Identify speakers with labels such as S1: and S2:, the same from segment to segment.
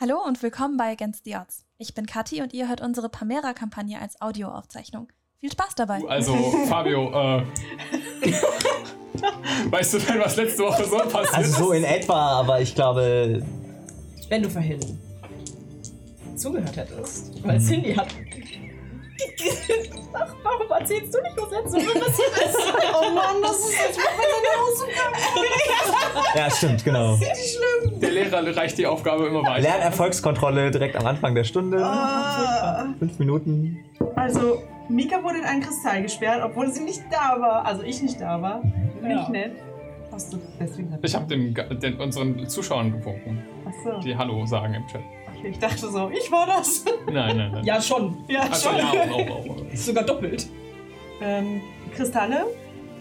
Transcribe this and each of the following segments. S1: Hallo und willkommen bei Against the Odds. Ich bin Kathi und ihr hört unsere Pamera-Kampagne als Audioaufzeichnung. Viel Spaß dabei.
S2: Also, Fabio, äh, weißt du denn, was letzte Woche so passiert
S3: Also so
S2: ist?
S3: in etwa, aber ich glaube,
S4: Wenn du vorhin zugehört hättest. Weil Cindy hat. Ach, warum erzählst du nicht, was jetzt so passiert ist? oh Mann, das ist jetzt
S3: ja stimmt, genau.
S2: Der Lehrer reicht die Aufgabe immer weiter.
S3: Lernerfolgskontrolle direkt am Anfang der Stunde,
S5: Ah,
S3: fünf Minuten.
S5: also, Mika wurde in einen Kristall gesperrt, obwohl sie nicht da war. Also, ich nicht da war. Nicht nett. Hast du deswegen
S2: Ich habe den, den, unseren Zuschauern gewunken,
S5: Achso.
S2: die Hallo sagen im Chat.
S5: Okay, ich dachte so, ich war das.
S2: Nein, nein, nein.
S4: Ja, schon.
S5: ja,
S2: also,
S5: schon.
S2: ja, auch, auch, auch.
S4: Sogar doppelt.
S5: Ähm, Kristalle.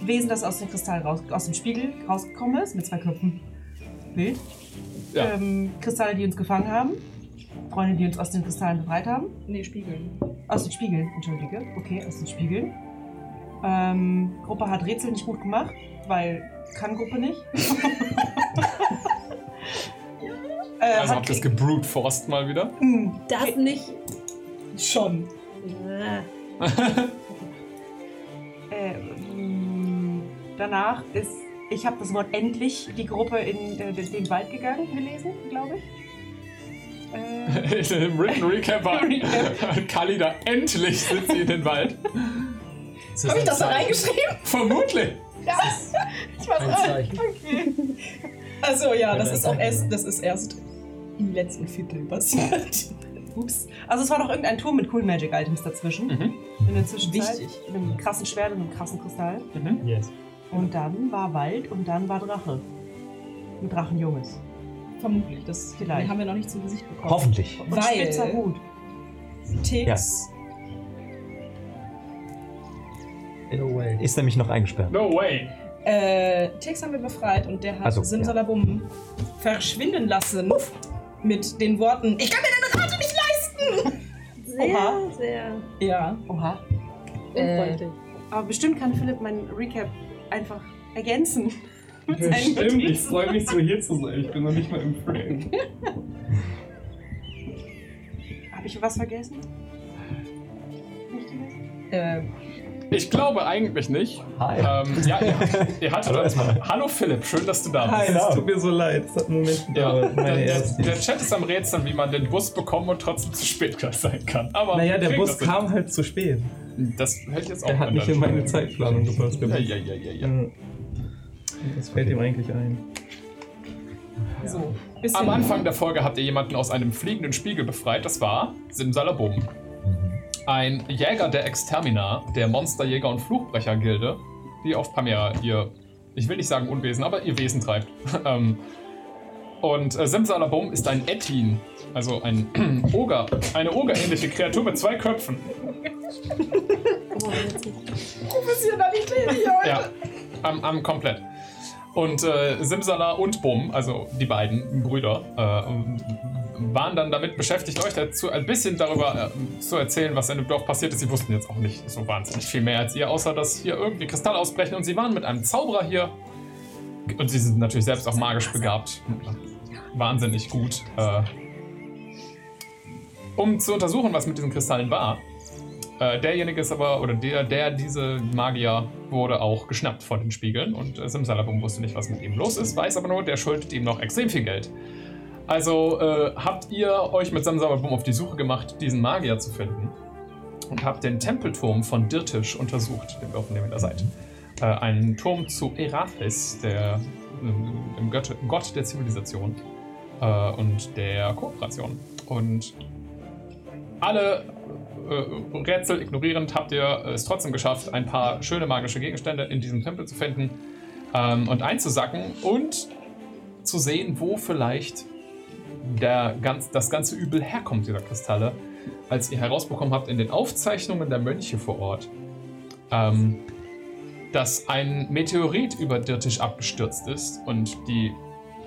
S5: Wesen, das aus dem Kristall raus, aus dem Spiegel rausgekommen ist, mit zwei Köpfen. Wild.
S2: Ja.
S5: Ähm, Kristalle, die uns gefangen haben. Freunde, die uns aus den Kristallen befreit haben.
S4: Nee, spiegeln.
S5: Aus den Spiegeln, entschuldige. Okay, aus den Spiegeln. Ähm, Gruppe hat Rätsel nicht gut gemacht, weil kann Gruppe nicht. äh,
S2: Also
S5: hat
S2: habt ihr es
S5: Krieg-
S2: gebrutforced mal wieder?
S5: Hm,
S4: Das nicht. Schon.
S5: äh, hm, danach ist, ich habe das Wort endlich die Gruppe in äh, den den Wald gegangen gelesen, glaube ich. Äh,
S2: Im Written Recap war
S5: Recap.
S2: Kali da endlich sind sie in den Wald.
S4: Hab ich das da reingeschrieben?
S2: Vermutlich.
S5: ich weiß
S3: Ein
S5: auch-
S3: Zeichen.
S5: Okay.
S4: Also ja, das
S3: Ja,
S4: ist auch erst, das ist erst im letzten Viertel passiert.
S5: Ups. Also es war noch irgendein Turm mit Cool Magic Items dazwischen.
S2: Mhm.
S5: In der Zwischenzeit.
S4: Wichtig.
S5: Mit einem krassen Schwert und einem krassen Kristall.
S2: Mhm.
S3: Yes.
S5: Und dann war Wald und dann war Drache. Ein Drachenjunges.
S4: Vermutlich. Das
S5: Vielleicht.
S4: den haben wir noch nicht zu Gesicht bekommen.
S3: Hoffentlich.
S5: Und
S4: Weil-
S5: spitzer Hut.
S4: Tex.
S3: Ist nämlich noch eingesperrt.
S2: No way.
S4: Äh, Tex haben wir befreit und der hat
S3: Also,
S4: Simsalabum verschwinden lassen mit den Worten: Ich kann mir deine Rate nicht leisten!
S6: Sehr,
S5: Oha.
S6: sehr
S4: Ja.
S5: Oha.
S2: Äh,
S4: Unfreundlich.
S5: Aber bestimmt kann Philipp meinen Recap einfach ergänzen. Mit seinen
S7: Stimmt, ich
S5: Notizen.
S7: freue mich so hier zu sein. Ich bin noch nicht mal im Frame.
S5: Habe ich was vergessen? Wichtiges?
S4: Äh,
S2: Ich glaube eigentlich nicht.
S3: Hi.
S2: Ähm, ja, ihr, ihr hattet
S3: Hallo erstmal.
S2: Hallo Philipp, schön, dass du da bist.
S7: Hi, es
S3: Hello.
S7: tut mir so leid. Es hat einen Moment
S2: Ja,
S7: gedauert.
S2: der,
S7: Meine
S2: der,
S7: erste.
S2: der Chat ist am Rätseln, wie man den Bus bekommen und trotzdem zu spät sein kann. Aber
S7: Naja, der
S2: kriegen
S7: Bus
S2: das hin.
S7: kam halt zu spät.
S2: Das hätte ich jetzt also auch
S7: Der hat nicht in meine Zeitplanung gepasst. Der
S2: Ja,
S7: Bus.
S2: ja, ja, ja, ja.
S7: Ja. Was fällt ihm eigentlich ein?
S4: so. Bisschen
S2: Am Anfang der Folge habt ihr jemanden aus einem fliegenden Spiegel befreit. Das war Simsalabum. Ein Jäger der Extermina, der Monsterjäger und Fluchbrechergilde, die auf Pamir ihr, ich will nicht sagen Unwesen, aber ihr Wesen treibt. Ähm, und äh, Simsalabum ist ein Etin, also ein Oger, eine Ogerähnliche Kreatur mit zwei Köpfen.
S4: Professionalität hier heute.
S2: Ja, am, am komplett. Und äh, Simsala und Bum, also die beiden Brüder, äh, waren dann damit beschäftigt, euch dazu ein bisschen darüber äh, zu erzählen, was in dem Dorf passiert ist. Sie wussten jetzt auch nicht so wahnsinnig viel mehr als ihr, außer dass hier irgendwie Kristalle ausbrechen. Und sie waren mit einem Zauberer hier. Und sie sind natürlich selbst auch magisch begabt. Wahnsinnig gut. Äh, um zu untersuchen, was mit diesen Kristallen war. Äh, derjenige ist aber, oder der, der diese Magier wurde auch geschnappt von den Spiegeln und äh, Simsalabum wusste nicht, was mit ihm los ist, weiß aber nur, der schuldet ihm noch extrem viel Geld. Also äh, habt ihr euch mit Simsalabum auf die Suche gemacht, diesen Magier zu finden und habt den Tempelturm von Dirtisch untersucht, den wir auf dem ihr da seid. Äh, einen Turm zu Erathis, der, ähm, dem Götte, Gott der Zivilisation äh, und der Kooperation. Und alle äh, Rätsel ignorierend habt ihr es trotzdem geschafft, ein paar schöne magische Gegenstände in diesem Tempel zu finden ähm, und einzusacken und zu sehen, wo vielleicht der ganz, das ganze Übel herkommt, dieser Kristalle. Als ihr herausbekommen habt in den Aufzeichnungen der Mönche vor Ort, ähm, dass ein Meteorit über Dirtisch abgestürzt ist und die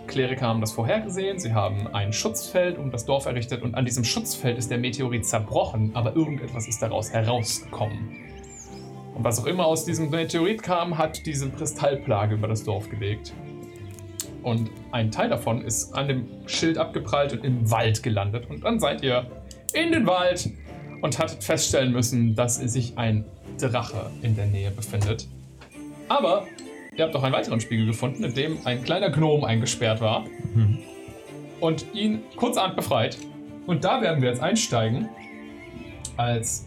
S2: Kleriker haben das vorhergesehen, sie haben ein Schutzfeld um das Dorf errichtet und an diesem Schutzfeld ist der Meteorit zerbrochen, aber irgendetwas ist daraus herausgekommen. Und was auch immer aus diesem Meteorit kam, hat diese Kristallplage über das Dorf gelegt. Und ein Teil davon ist an dem Schild abgeprallt und im Wald gelandet. Und dann seid ihr in den Wald und hattet feststellen müssen, dass sich ein Drache in der Nähe befindet. Aber ihr habt auch einen weiteren Spiegel gefunden, in dem ein kleiner Gnom eingesperrt war und ihn kurzerhand befreit. Und da werden wir jetzt einsteigen, als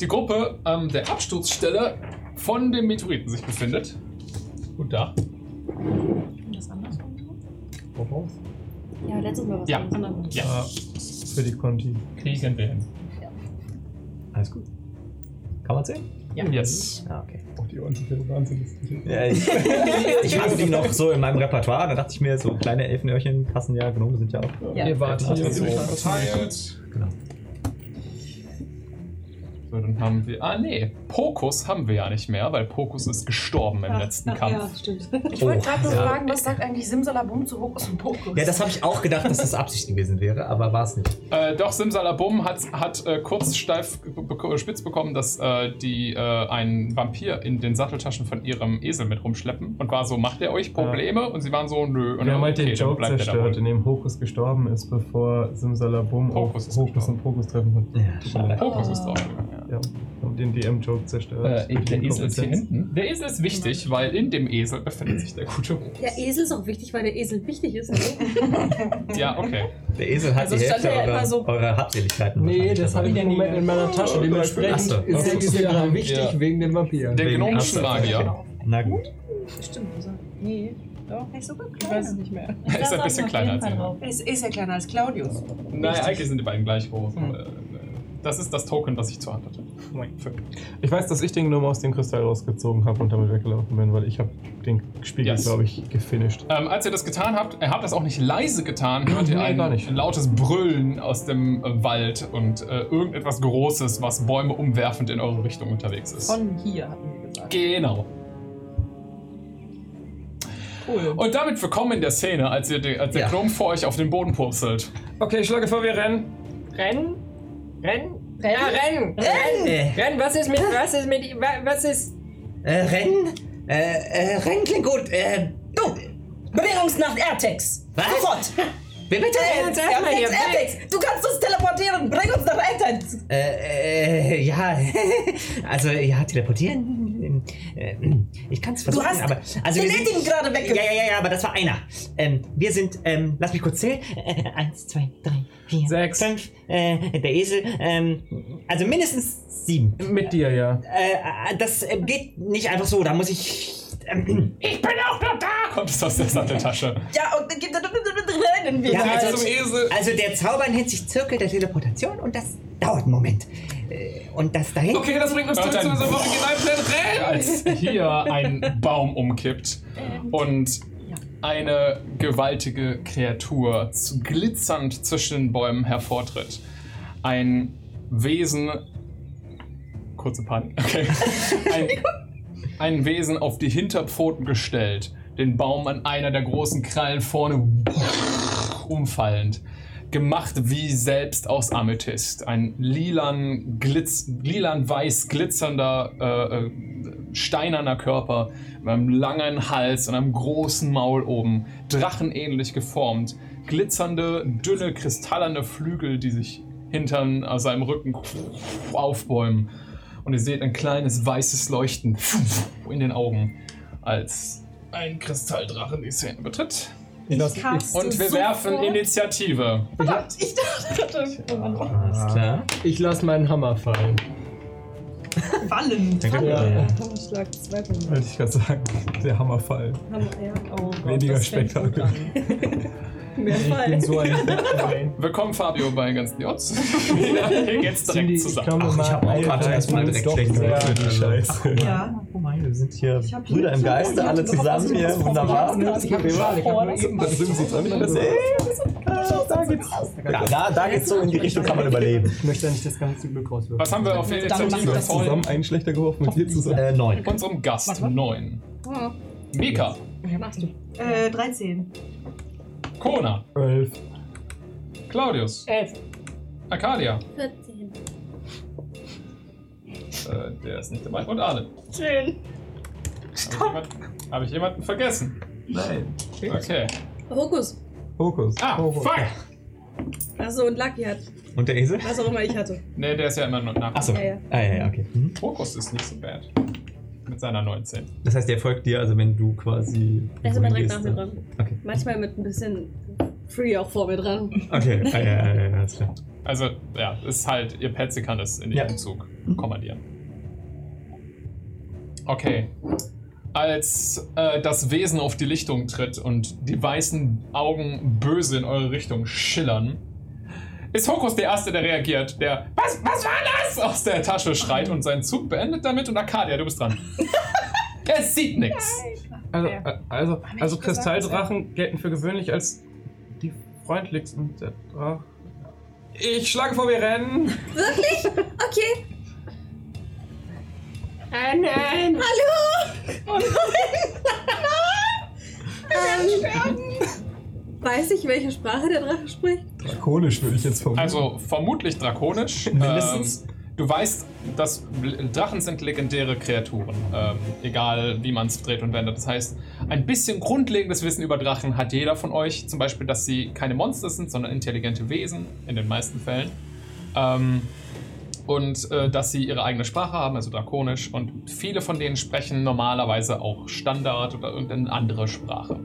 S2: die Gruppe an der Absturzstelle von dem Meteoriten sich befindet. Gut da.
S5: Das andersrum?
S8: Woraus?
S9: Ja, letztes Mal was
S2: Ja.
S9: anderes.
S2: Ja,
S7: Für die Conti.
S2: kriegen wir hin.
S8: Alles gut. Kann man sehen?
S2: Ja. Yes.
S8: Ja, okay.
S7: Oh, die Ohren sind ja wahnsinnig.
S8: Ja, ich, ich hatte die noch so in meinem Repertoire, da dachte ich mir, so kleine Elfenöhrchen passen ja, Gnome sind ja auch.
S2: Ihr wart
S8: hier
S2: hier so
S8: so
S2: verteilt.
S8: Genau.
S2: So, dann haben wir. Ah, nee. Pokus haben wir ja nicht mehr, weil Pokus ist gestorben im
S5: Ach,
S2: letzten
S5: ach,
S2: Kampf.
S5: Ja, stimmt.
S9: Ich wollte
S8: Oh,
S9: gerade nur
S8: ja.
S9: fragen, was sagt eigentlich Simsalabum zu Hokus und Pokus?
S8: Ja, das habe ich auch gedacht, dass das Absicht gewesen wäre, aber war es nicht.
S2: Äh, doch, Simsalabum hat, hat äh, kurz steif bek- spitz bekommen, dass äh, die äh, einen Vampir in den Satteltaschen von ihrem Esel mit rumschleppen und war so, macht der euch Probleme? Und sie waren so, nö. Und
S7: Wir haben
S2: dann,
S7: halt den
S2: okay, dann
S7: Joke
S2: bleibt der da
S7: zerstört, in
S2: wohl.
S7: dem Hokus gestorben ist, bevor Simsalabum auch
S2: Hokus ist
S7: Hokus
S2: gestorben.
S7: und Pokus treffen konnte.
S8: Ja, schade.
S2: Pokus ist draufgegangen, ja.
S7: Ja, haben den DM-Joke zerstört.
S2: Äh, der Esel ist hier
S7: Inkompetenz.
S2: hinten. Der Esel ist wichtig, weil in dem Esel befindet sich der gute Hokus.
S9: Der Esel ist auch wichtig, weil der Esel wichtig ist.
S2: Ja, okay.
S8: Der Esel hat
S9: Also
S8: die
S9: stand
S8: Hälfte
S9: er ja
S8: eurer,
S9: immer so-
S8: eurer Habseligkeiten.
S10: Nee,
S8: wahrscheinlich
S10: das habe ich
S8: dabei.
S10: im Moment in meiner Tasche.
S8: Ach
S10: Dementsprechend
S8: so.
S10: ist der Esel gerade wichtig
S2: Ja.
S10: wegen dem Vampir.
S2: Der
S8: Wegen
S2: gnomischen
S8: Absatz.
S2: Magier
S8: Na gut.
S5: Stimmt. Also,
S11: Nee, doch.
S5: er ist sogar
S11: Ich weiß es
S5: kleiner.
S11: nicht mehr.
S2: ist ein bisschen kleiner als ihr.
S5: Er ist, er ist ja kleiner als Claudius.
S2: Naja, eigentlich sind die beiden gleich groß.
S7: Mhm.
S2: Äh, Das ist das Token, das ich zur Hand hatte.
S7: Ich weiß, dass ich den Gnome aus dem Kristall rausgezogen habe und damit weggelaufen bin, weil ich habe den Spiegel,
S2: Yes.
S7: glaube ich, gefinisht.
S2: Ähm, als ihr das getan habt, ihr habt das auch nicht leise getan, hört ihr
S7: Nee,
S2: ein
S7: gar nicht.
S2: lautes Brüllen aus dem äh, Wald und äh, irgendetwas Großes, was Bäume umwerfend in eure Richtung unterwegs ist.
S11: Von hier hatten wir gesagt.
S2: genau.
S11: Cool.
S2: Und damit willkommen in der Szene, als, ihr, de- als der
S8: Ja.
S2: Gnome vor euch auf den Boden purzelt.
S10: Okay, ich schlage vor, wir rennen. Rennen? Rennen? Ja, rennen! Rennen!
S8: Äh,
S10: Rennen, was ist mit, was ist mit, wa- was ist...
S8: äh, Rennen? Äh, äh, Rennen klingt gut. Äh,
S4: Du! Bewährungsnacht Airtex!
S8: Was?
S4: Sofort!
S8: wir bitte?
S10: uns erstmal hier
S4: Airtex,
S10: weg.
S4: Airtex! Du kannst uns teleportieren! Bring uns nach Airtex!
S8: Hm? Äh, äh, ja, also ja, teleportieren. Äh, ich kann es versuchen,
S4: hast
S8: aber also
S4: den
S8: wir sind-
S4: Eddigen gerade wegge-
S8: Ja, ja, ja, ja, aber das war einer. Ähm, wir sind, ähm, lass mich kurz zählen. Äh, eins, zwei, drei, vier,
S7: Sechs.
S8: fünf. Äh, der Esel. Ähm, also mindestens sieben.
S7: Mit dir, ja.
S8: Äh, das äh, geht nicht einfach so. Da muss ich. Ähm,
S2: Ich bin auch noch da! Kommt es aus der Satteltasche.
S4: Ja, und dann gibt- dann rennen wir.
S8: Ja,
S4: halt.
S8: also-
S2: Esel.
S8: also der Zauber nennt sich Zirkel der Teleportation und das dauert einen Moment. Äh, und das dahin.
S2: das bringt uns zurück zu unserem Originalplan. Als hier ein Baum umkippt und eine gewaltige Kreatur zu- glitzernd zwischen den Bäumen hervortritt. Ein Wesen. Kurze Panik. Okay. Ein, ein Wesen auf die Hinterpfoten gestellt, den Baum an einer der großen Krallen vorne umfallend gemacht wie selbst aus Amethyst. Ein lilan, glitz, lilan weiß glitzernder, äh, äh, steinerner Körper mit einem langen Hals und einem großen Maul oben, drachenähnlich geformt. Glitzernde, dünne, kristallerne Flügel, die sich hintern aus seinem Rücken aufbäumen. Und ihr seht ein kleines weißes Leuchten in den Augen, als ein Kristalldrachen die Szene betritt.
S7: Das,
S5: Kannst
S2: Und
S5: du
S2: wir werfen
S5: sofort-
S2: Initiative.
S5: Ich dachte,
S8: Ah, Alles klar.
S10: Ich lasse meinen Hammer fallen.
S5: Fallen.
S10: Ja.
S11: Hammerschlag, zweiter
S7: wollte ich gerade sagen. Der Hammerfall.
S11: Hammer, ja. Oh Gott,
S7: Weniger
S11: das fängt gut
S7: Spektakel.
S11: an. Mehr
S10: Ich
S11: Fall.
S10: bin so ein...
S2: Willkommen, Fabio, bei ganz die Odds. Hier geht's direkt zusammen.
S8: Ach, ich hab auch gerade erstmal direkt schlecht
S7: Ja,
S8: gewürfelt,
S7: die
S8: also.
S7: Scheiße.
S5: Ja.
S8: Oh mein, wir sind hier
S5: hab
S8: Brüder im
S5: so-
S8: Geiste, alle
S5: ich hab überhaupt
S8: zusammen hier.
S5: nicht
S8: Wunderbar.
S5: gewusst,
S10: Ich hab den Wahl, ich hab nur eben...
S7: Dann schlimm sieht's auch nicht besser.
S8: Da geht's, ja, da, da geht's so in die Richtung, kann man überleben.
S10: Ich möchte ja nicht das ganze Glück rauswirken.
S2: Was haben wir auf der
S11: Dann machen wir
S2: Initiative
S11: das
S2: von
S7: Zusammen einen schlechter geworfen mit dir zusammen.
S8: Äh, neun.
S2: unserem Gast 9?
S9: Ja.
S2: Mika,
S9: Ja, machst du.
S5: Äh, 13.
S2: Kona,
S7: Elf.
S2: Claudius,
S9: Elf.
S2: Arcadia,
S9: 14.
S2: äh, der ist nicht dabei, und Arlen.
S9: Schön.
S2: Habe ich, jemand- hab ich jemanden vergessen?
S7: Nein.
S2: Okay.
S9: Hokus.
S7: Fokus.
S2: Ah,
S8: Oh,
S7: Fokus.
S2: fuck!
S9: Achso, und Lucky hat.
S8: Und der Esel?
S9: Was auch immer ich hatte.
S2: Ne, der ist ja immer noch nach.
S8: Achso.
S9: Ja, ja.
S8: Ah, ja, ja, okay. Mhm.
S2: Fokus ist nicht so bad. Mit seiner 19.
S8: Das heißt, der folgt dir, also wenn du quasi.
S9: Der ist immer direkt
S8: wohin
S9: nach mir
S8: gehst,
S9: dran.
S8: dann- Okay.
S9: Manchmal mit ein bisschen Free auch vor mir dran.
S8: Okay, ah, ja, ja, ja, ja, alles klar.
S2: Also, ja, ist halt, ihr Petsy kann das in
S8: Ja.
S2: ihrem Zug kommandieren. Okay. Als äh, das Wesen auf die Lichtung tritt und die weißen Augen böse in eure Richtung schillern, ist Hokus der Erste, der reagiert, der Was, was war das? aus der Tasche schreit und seinen Zug beendet damit und Arcadia, du bist dran. er sieht nichts.
S7: Also,
S5: Ja.
S7: äh, also,
S5: Hab ich
S7: also
S5: gesagt,
S7: Kristalldrachen gelten für gewöhnlich als die freundlichsten der Drachen. Ich schlage vor, wir rennen.
S9: Wirklich? Okay.
S12: Ah, nein!
S9: Oh Ähm, Weiß ich, welche Sprache der Drache spricht?
S7: Drakonisch würde ich jetzt vermuten.
S2: Also vermutlich drakonisch.
S8: Mindestens.
S2: Ähm, du weißt, dass L- Drachen sind legendäre Kreaturen. Ähm, egal, wie man es dreht und wendet. Das heißt, ein bisschen grundlegendes Wissen über Drachen hat jeder von euch. Zum Beispiel, dass sie keine Monster sind, sondern intelligente Wesen, in den meisten Fällen. Ähm, und äh, dass sie ihre eigene Sprache haben, also drakonisch. Und viele von denen sprechen normalerweise auch Standard oder irgendeine andere Sprache.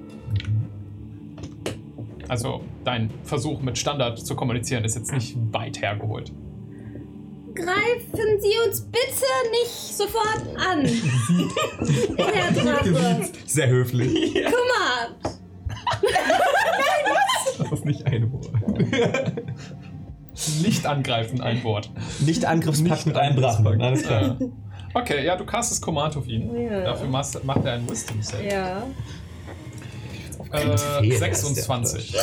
S2: Also dein Versuch mit Standard zu kommunizieren ist jetzt nicht weit hergeholt.
S9: Greifen Sie uns bitte nicht sofort an. Herr Drache.
S8: Sehr höflich.
S9: Guck mal.
S7: das ist nicht ein Wort.
S2: Nicht angreifen, ein Wort.
S8: Nicht Angriffspakt mit einem Drachen. Alles
S2: Äh,
S8: klar.
S2: okay, ja, du castest Command auf ihn.
S9: Ja.
S2: Dafür machst, macht er einen Wisdom Save.
S9: Ja.
S2: Äh,
S8: Fehl,
S2: 26.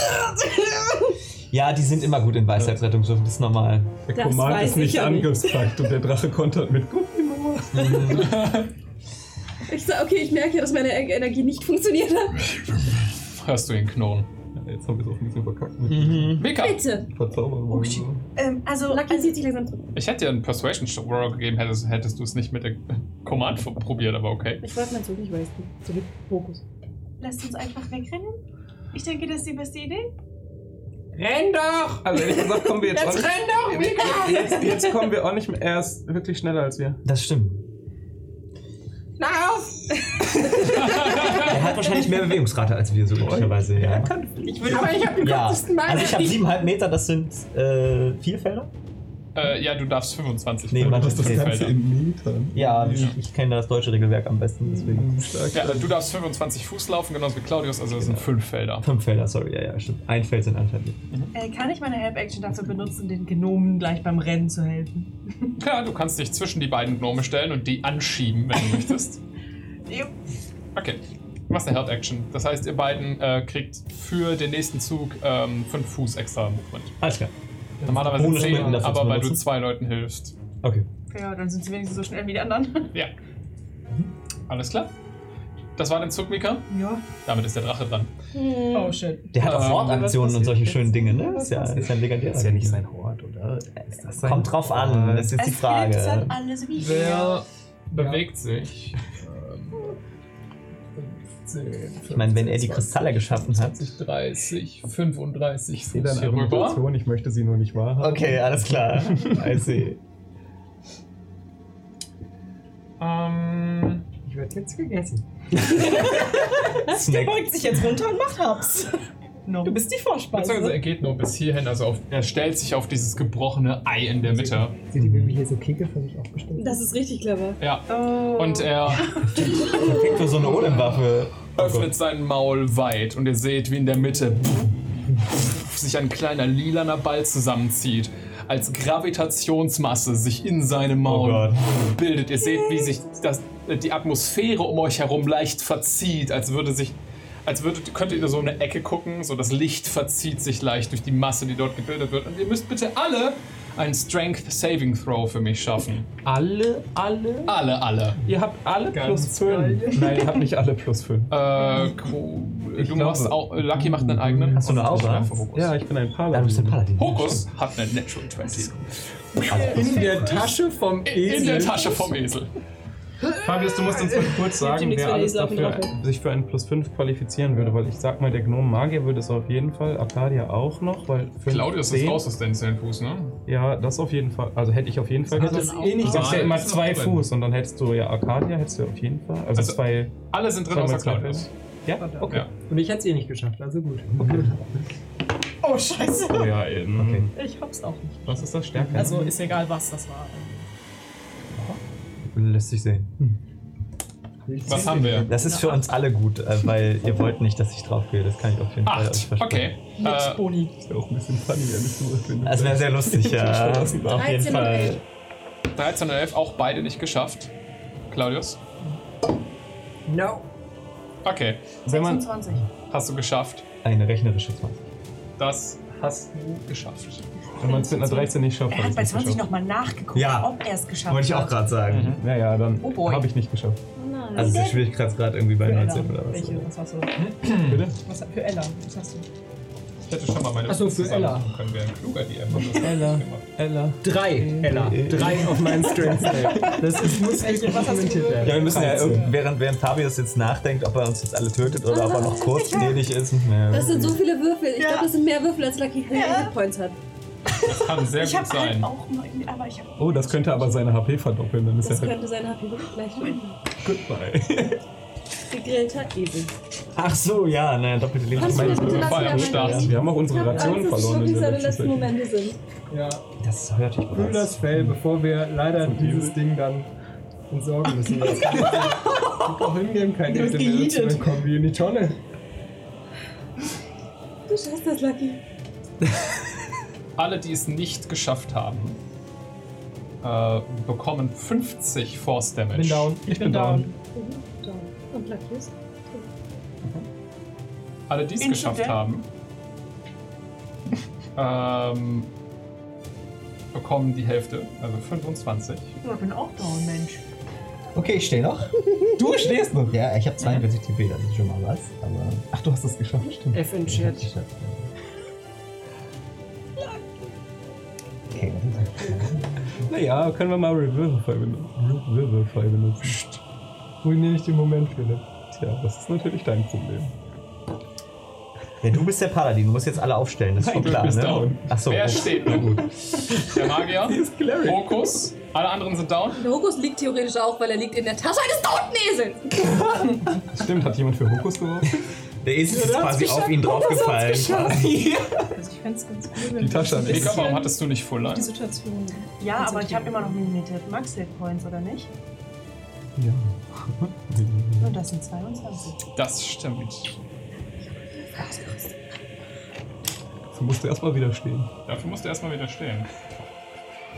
S8: Ja, die sind immer gut in Weisheitsrettungswürfen, das ist normal.
S7: Der
S9: Das
S7: Command
S9: weiß
S7: ist
S9: ich
S7: nicht
S9: ja nicht.
S7: angriffspakt und der Drache kontert mit Guten Mama.
S9: Ich sag, okay, ich merke ja, dass meine E- Energie nicht funktioniert hat.
S2: Hörst du ihn knurren.
S7: Ja, jetzt haben wir es auch ein bisschen verkackt
S10: Hm.
S7: mit
S8: Mhm.
S2: Mika,
S9: Bitte.
S7: Verzauberung.
S4: Oh, shit. Ähm, also,
S9: Lucky
S4: also
S9: zieht sich langsam zurück.
S2: ich hätte dir einen Persuasion Roll gegeben, hättest, hättest du es nicht mit der Command f- probiert, aber okay.
S9: Ich wollte meinen Zug nicht wasten. Zurück. Fokus.
S5: Lasst uns einfach wegrennen. Ich denke, das ist die beste Idee.
S12: Renn doch!
S7: Also ehrlich gesagt kommen wir jetzt, auch
S12: Jetzt
S7: nicht,
S12: renn doch, Mika!
S7: jetzt, jetzt kommen wir auch nicht mehr. Er ist wirklich schneller als wir.
S8: Das stimmt.
S12: Na auf!
S8: Er hat wahrscheinlich mehr Bewegungsrate als wir, so möglicherweise. Ja.
S12: Ich will, aber ich hab den
S8: ja.
S12: kürzesten Mann.
S8: Also ich habe siebeneinhalb Meter, das sind äh, vier Felder.
S2: Äh, ja, du darfst 25
S8: Nee,
S2: machen.
S8: warte, das
S2: Felder.
S8: Ganze
S7: in Metern.
S8: Ja, Ich, ich kenne das deutsche Regelwerk am besten, deswegen.
S2: ja, du darfst 25 Fuß laufen, genauso wie Claudius, also das sind
S8: Genau.
S2: fünf Felder.
S8: Fünf Felder, sorry, ja, ja, stimmt. Ein Feld sind anderthalb Meter.
S5: Äh, kann ich meine Help-Action dafür benutzen, den Gnomen gleich beim Rennen zu helfen?
S2: Ja, du kannst dich zwischen die beiden Gnome stellen und die anschieben, wenn du möchtest.
S5: Jupp.
S2: Okay. Du machst eine Health Action. Das heißt, ihr beiden äh, kriegt für den nächsten Zug 5 Fuß extra Movement.
S8: Alles klar.
S2: Normalerweise
S8: Ohne
S2: 10,
S8: Movement dafür
S2: aber
S8: zu
S2: weil du
S8: benutzen.
S2: zwei Leuten hilfst.
S8: Okay.
S5: Ja, dann sind sie wenigstens so schnell wie die anderen.
S2: Ja. Alles klar. Das war dein Zug, Mika.
S5: Ja.
S2: Damit ist der Drache dran.
S9: Hm,
S5: Oh shit.
S8: Der hat auch
S2: Ähm,
S8: Fortaktionen und solche schönen Dinge, ne?
S7: Was
S8: Ist ja,
S7: passiert?
S8: ist ja ein legendärer.
S7: Ist ja nicht sein Hort, oder? Ist das sein
S8: Kommt drauf an, das ist jetzt die
S5: Es gibt
S8: Frage.
S5: halt alles wie
S2: Wer bewegt sich?
S8: Ich meine, wenn er die Kristalle geschaffen hat.
S2: 30, 35
S7: Ich sehe deine Argumentation, ich möchte sie nur nicht wahrhaben.
S8: Okay, alles klar. I see.
S2: Ähm,
S7: Ich werde jetzt gegessen.
S8: Snack.
S4: beugt sich jetzt runter und macht Haps. Du bist die
S2: Beziehungsweise
S4: Vorspeise.
S2: er geht nur bis hierhin, also auf, er stellt sich auf dieses gebrochene Ei in der Mitte.
S7: Seht ihr, wie wir hier so kinkelförmig aufgestellt
S9: Das ist richtig clever. Oh.
S2: Ja. Und er
S8: Perfekt für so eine Odin-Waffe.
S2: öffnet sein Maul weit und ihr seht, wie in der Mitte sich ein kleiner lilaner Ball zusammenzieht. Als Gravitationsmasse sich in seinem
S8: Oh
S2: Maul
S8: Gott.
S2: bildet. Ihr seht, wie sich das, die Atmosphäre um euch herum leicht verzieht, als würde sich. Als würdet, könntet ihr so eine Ecke gucken, so das Licht verzieht sich leicht durch die Masse, die dort gebildet wird. Und ihr müsst bitte alle einen Strength Saving Throw für mich schaffen.
S7: Alle, alle?
S2: Alle, alle.
S7: Ihr habt alle
S2: Ganz
S7: plus 5. Nein, ihr habt nicht alle plus 5.
S2: Äh, Gro- du
S7: Ich glaube-
S2: machst auch. Lucky macht einen eigenen.
S8: Hast du eine Aura?
S2: Schärfe, Hokus.
S7: Ja, ich bin ein Paladin.
S8: Ja, du bist ein Paladin.
S2: Hokus hat eine Natural 20.
S7: In der Tasche vom
S2: In der Tasche vom Esel.
S7: Fabius, du musst uns mal kurz
S4: Ich hab
S7: sagen,
S4: nichts
S7: wer
S4: mehr
S7: alles
S4: gelesen,
S7: dafür
S4: hab mich
S7: sich für einen Plus 5 qualifizieren würde, weil ich sag mal, der Gnome Magier würde es auf jeden Fall, Arcadia auch noch, weil fünf,
S2: Claudius ist
S7: zehn-
S2: raus aus den zehn Fuß, ne?
S7: Ja, das auf jeden Fall. Also hätte ich auf jeden Fall
S2: Das
S7: gesagt.
S2: ist eh nicht
S7: Du sagst ja
S2: drin.
S7: immer
S2: Das ist
S7: zwei
S2: drin.
S7: Fuß und dann hättest du ja Arcadia, hättest du auf jeden Fall. Also,
S2: Also-
S7: zwei.
S2: Alle sind drin
S7: Sollen wir
S2: außer
S7: zwei
S2: Claudius.
S7: Ja, okay.
S2: Ja.
S13: Und ich hätte es eh nicht geschafft, also gut.
S4: Oh, scheiße.
S2: Oh ja, eben.
S7: Okay.
S4: Ich hab's auch nicht.
S7: Was ist das Stärke?
S4: Also ist egal, was das war.
S7: lässt sich sehen.
S2: Was haben wir?
S8: Das ist für uns alle gut, äh, weil ihr wollt nicht, dass ich draufgehe. Das kann ich auf jeden Fall euch
S2: Acht.
S8: versprechen.
S2: Okay.
S4: Nix,
S2: Äh,
S4: Boni.
S7: Ist ja auch ein bisschen funny, wenn ich so finde.
S8: Das wäre sehr lustig, ja. auf
S9: 13
S8: jeden
S9: und
S8: Fall.
S2: 13 und 11, auch beide nicht geschafft. Claudius?
S13: No.
S2: Okay.
S7: Wenn man
S5: 26.
S2: Hast du geschafft.
S8: Eine rechnerische 20.
S2: Das hast du geschafft.
S7: wenn man es mit einer 13 nicht schafft,
S5: Er
S7: dann
S5: hat bei
S7: ist es
S5: 20
S7: nicht geschafft.
S5: nochmal nachgeguckt,
S8: Ja.
S5: ob er es geschafft
S8: Wollte ich auch
S5: hat.
S8: gerade
S2: Mhm.
S8: sagen.
S7: Ja, ja, dann
S5: Oh boy.
S7: habe ich nicht geschafft.
S9: Oh nein.
S8: Also ist der Schwierigkeitsgrad irgendwie bei 19 oder was?
S4: Welche? Was hast du?
S7: Bitte?
S4: Was, für Ella. Was hast du?
S2: Ich hätte schon mal meine
S13: Ach so, für
S2: zusammen-
S13: Ella.
S2: Können wir einen kluger DM machen. Das
S7: Ella.
S2: hab ich gemacht.
S7: Ella.
S13: Drei, Ella. Drei auf meinen Strength Save. Das ist, muss echt implementiert werden.
S8: Ja, wir müssen ja,
S13: 13.
S8: irgend- während, während Fabius jetzt nachdenkt, ob er uns jetzt alle tötet oder ob er noch kurz gnädig ist. Ja.
S9: Das sind so viele Würfel. Ich glaube, das sind mehr Würfel, als Lucky Hit Points hat.
S2: Das kann sehr
S5: Ich
S2: gut
S5: habe halt
S2: sein.
S5: auch neun, aber ich habe
S7: Oh, das könnte aber seine HP verdoppeln, dann ist
S9: Das
S7: er halt
S9: könnte sein HP vielleicht schon
S7: goodbye.
S9: gegrillter Esel.
S8: Ach so, ja, naja, doppelte
S9: Kannst du mir
S8: Lebensmittel.
S9: bitte
S2: wir
S9: lassen,
S2: fallen am
S9: wer
S2: Start.
S9: meine
S7: Wir haben auch unsere Rationen verloren in
S9: wirklich
S7: der
S9: seine
S7: letzten
S9: letzten
S7: Zeit.
S9: Momente sind.
S13: Ja,
S8: Das hört ich
S13: füll das
S8: bereits.
S13: Fell, bevor wir leider dieses Ding dann entsorgen müssen. Das kann jetzt nicht- auch hingeben, kein
S4: Du bist
S13: Ende mehr dazu,
S4: gehietet.
S13: dann kommen wir in die Tonne.
S9: Du schaffst das, Lucky.
S2: Alle, die es nicht geschafft haben, äh, bekommen 50 Force Damage.
S7: Ich bin down. Ich bin down.
S9: Und Lucky ist.
S2: Alle, die es
S5: Instant
S2: geschafft haben, ähm, bekommen die Hälfte, also 25.
S5: ich bin auch down, Mensch.
S8: Okay, ich stehe noch. Du stehst noch. Ja, ich habe 42 TP, das ist schon mal was. Aber ach, du hast es geschafft, stimmt.
S13: F in
S8: Ich
S13: Chat.
S8: hab's geschafft, ja. Okay, warte mal.
S7: Naja, können wir mal Reviverfy benutzen. Reviverfy benutzen. Ruiniere ich den Moment, Philipp. Tja, das ist natürlich dein Problem.
S8: Ja, du bist der Paladin, du musst jetzt alle aufstellen, das ist schon
S2: du
S8: klar,
S2: bist
S8: ne?
S2: down.
S8: Ach so,
S2: Wer
S8: ups.
S2: steht noch? Der Magier, Fokus, alle anderen sind down.
S9: Hokus liegt theoretisch auch, weil er liegt in der Tasche eines toten Esels.
S7: Stimmt, hat jemand für Hokus geworfen?
S8: Der Esel ist quasi auf ihn draufgefallen.
S4: Also ich fänd's ganz cool, wenn
S7: Die Tasche an
S2: Mika, warum
S4: bisschen
S2: hattest du nicht Full
S4: die
S2: Line?
S4: Situation.
S5: Ja,
S4: Kannst
S5: aber
S4: du
S5: ich habe
S4: die-
S5: immer noch Limited Max Hit Points, oder nicht?
S7: Ja.
S5: Und das sind 22.
S2: Das stimmt.
S7: So musst du erstmal wieder stehen.
S2: Dafür musst du erstmal wieder stehen.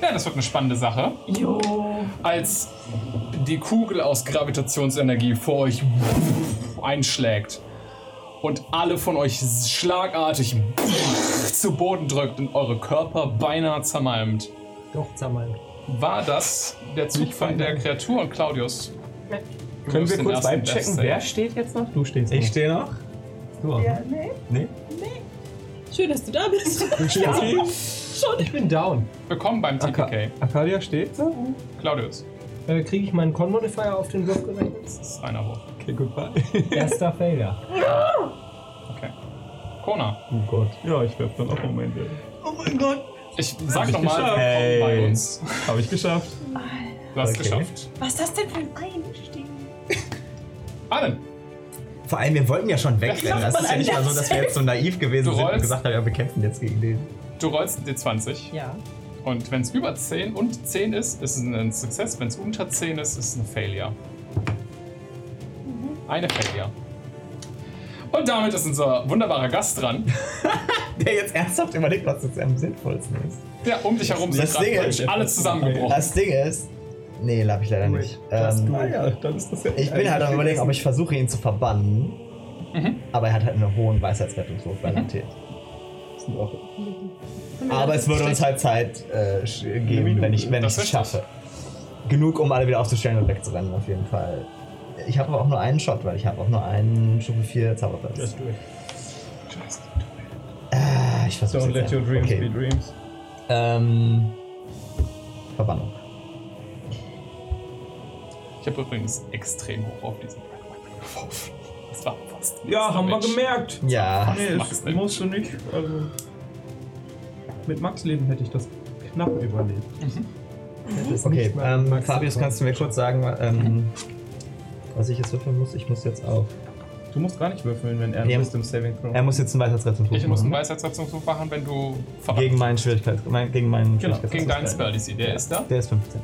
S2: Ja, das wird eine spannende Sache.
S4: Jo.
S2: Als die Kugel aus Gravitationsenergie vor euch einschlägt und alle von euch schlagartig zu Boden drückt und eure Körper beinahe zermalmt,
S13: Doch, zermalmt.
S2: war das der Zufall der Kreatur und Claudius. Du
S7: Können
S2: wirst
S7: wir
S2: den
S7: kurz
S2: ersten Death
S7: checken?
S2: Save.
S7: Wer steht jetzt noch? Du stehst
S8: Ich stehe noch.
S7: Du auch.
S5: nee.
S8: Nee?
S4: Schön, dass du da bist.
S13: Schon, ich bin down.
S2: Willkommen beim TPK.
S7: Arca Arcadia steht?
S2: Claudius,
S13: Äh, Kriege ich meinen Con-Modifier auf den Wurf gerechnet?
S2: das ist einer hoch.
S7: Okay, goodbye.
S13: Erster Failure.
S2: Okay. Kona,
S7: Oh Gott. Ja, ich werfe dann auch Momente.
S2: ich sag nochmal,
S7: geschafft.
S2: willkommen bei
S8: Hey.
S2: uns.
S7: Habe ich geschafft.
S2: Du hast
S8: Okay.
S2: geschafft.
S5: Was ist das denn für ein Einstieg?
S2: Allen,
S8: Vor allem, wir wollten ja schon wegrennen. Das ist ja nicht mal so, dass wir jetzt so naiv gewesen
S2: Du
S8: sind und
S2: rollst.
S8: gesagt haben, ja, wir kämpfen jetzt gegen den.
S2: du rollst ein D20.
S4: Ja.
S2: Und wenn es über 10 und 10 ist, ist es ein Success. Wenn es unter 10 ist, ist es ein Failure. Eine Failure. Und damit ist unser wunderbarer Gast dran,
S8: Der jetzt ernsthaft überlegt, was jetzt am sinnvollsten ist.
S2: der um dich herum sich
S8: Das
S2: gerade
S8: Ding
S2: praktisch
S8: ist-
S2: alle zusammengebrochen.
S8: Das Ding ist. Nee, hab ich leider nicht. Ähm,
S7: Ah ja, dann ist das ja
S8: ich bin
S7: Äh,
S8: halt am überlegen, ob ich versuche, ihn zu verbannen.
S2: Mhm.
S8: Aber er hat halt einen hohen Weisheitsrettungswurf garantiert. Aber es würde uns halt Zeit äh, sch- geben, wenn ich wenn ich
S2: Das
S8: es
S2: ist
S8: schaffe. Genug, um alle wieder aufzustellen und wegzurennen, auf jeden Fall. Ich habe aber auch nur einen Shot, weil ich habe auch nur einen Stufe 4 Zauberplatz.
S13: durch.
S8: Äh, ich versuche
S7: Don't let your dreams be dreams.
S8: Ähm, Verbannung.
S2: Ich habe übrigens extrem hoch auf diesen Black geworfen. Das war fast.
S7: Ja,
S2: letzter
S7: haben wir
S2: Mensch.
S7: gemerkt.
S8: Ja.
S7: Nee,
S2: Max
S7: das
S2: nicht.
S7: musst du nicht. Also, mit Max leben hätte ich das knapp überlebt.
S8: Okay,
S7: Nicht mal
S8: ähm,
S7: Max
S8: Fabius,
S7: davon.
S8: kannst du mir kurz sagen, ähm, was ich jetzt würfeln muss? Ich muss jetzt auf.
S7: Du musst gar nicht würfeln, wenn er
S8: Nee,
S7: mit dem Saving Throw.
S8: Er muss jetzt einen Weisheitsrettungswurf
S2: Ich muss einen
S8: machen.
S2: Weisheitssatzungswurf machen, wenn du verwandt
S8: Mhm. Gegen meinen Schwierigkeit, mein, gegen meinen
S2: Genau,
S8: Schwierigkeits-
S2: gegen deinen Spell DC. Der ist da.
S8: Der ist 15.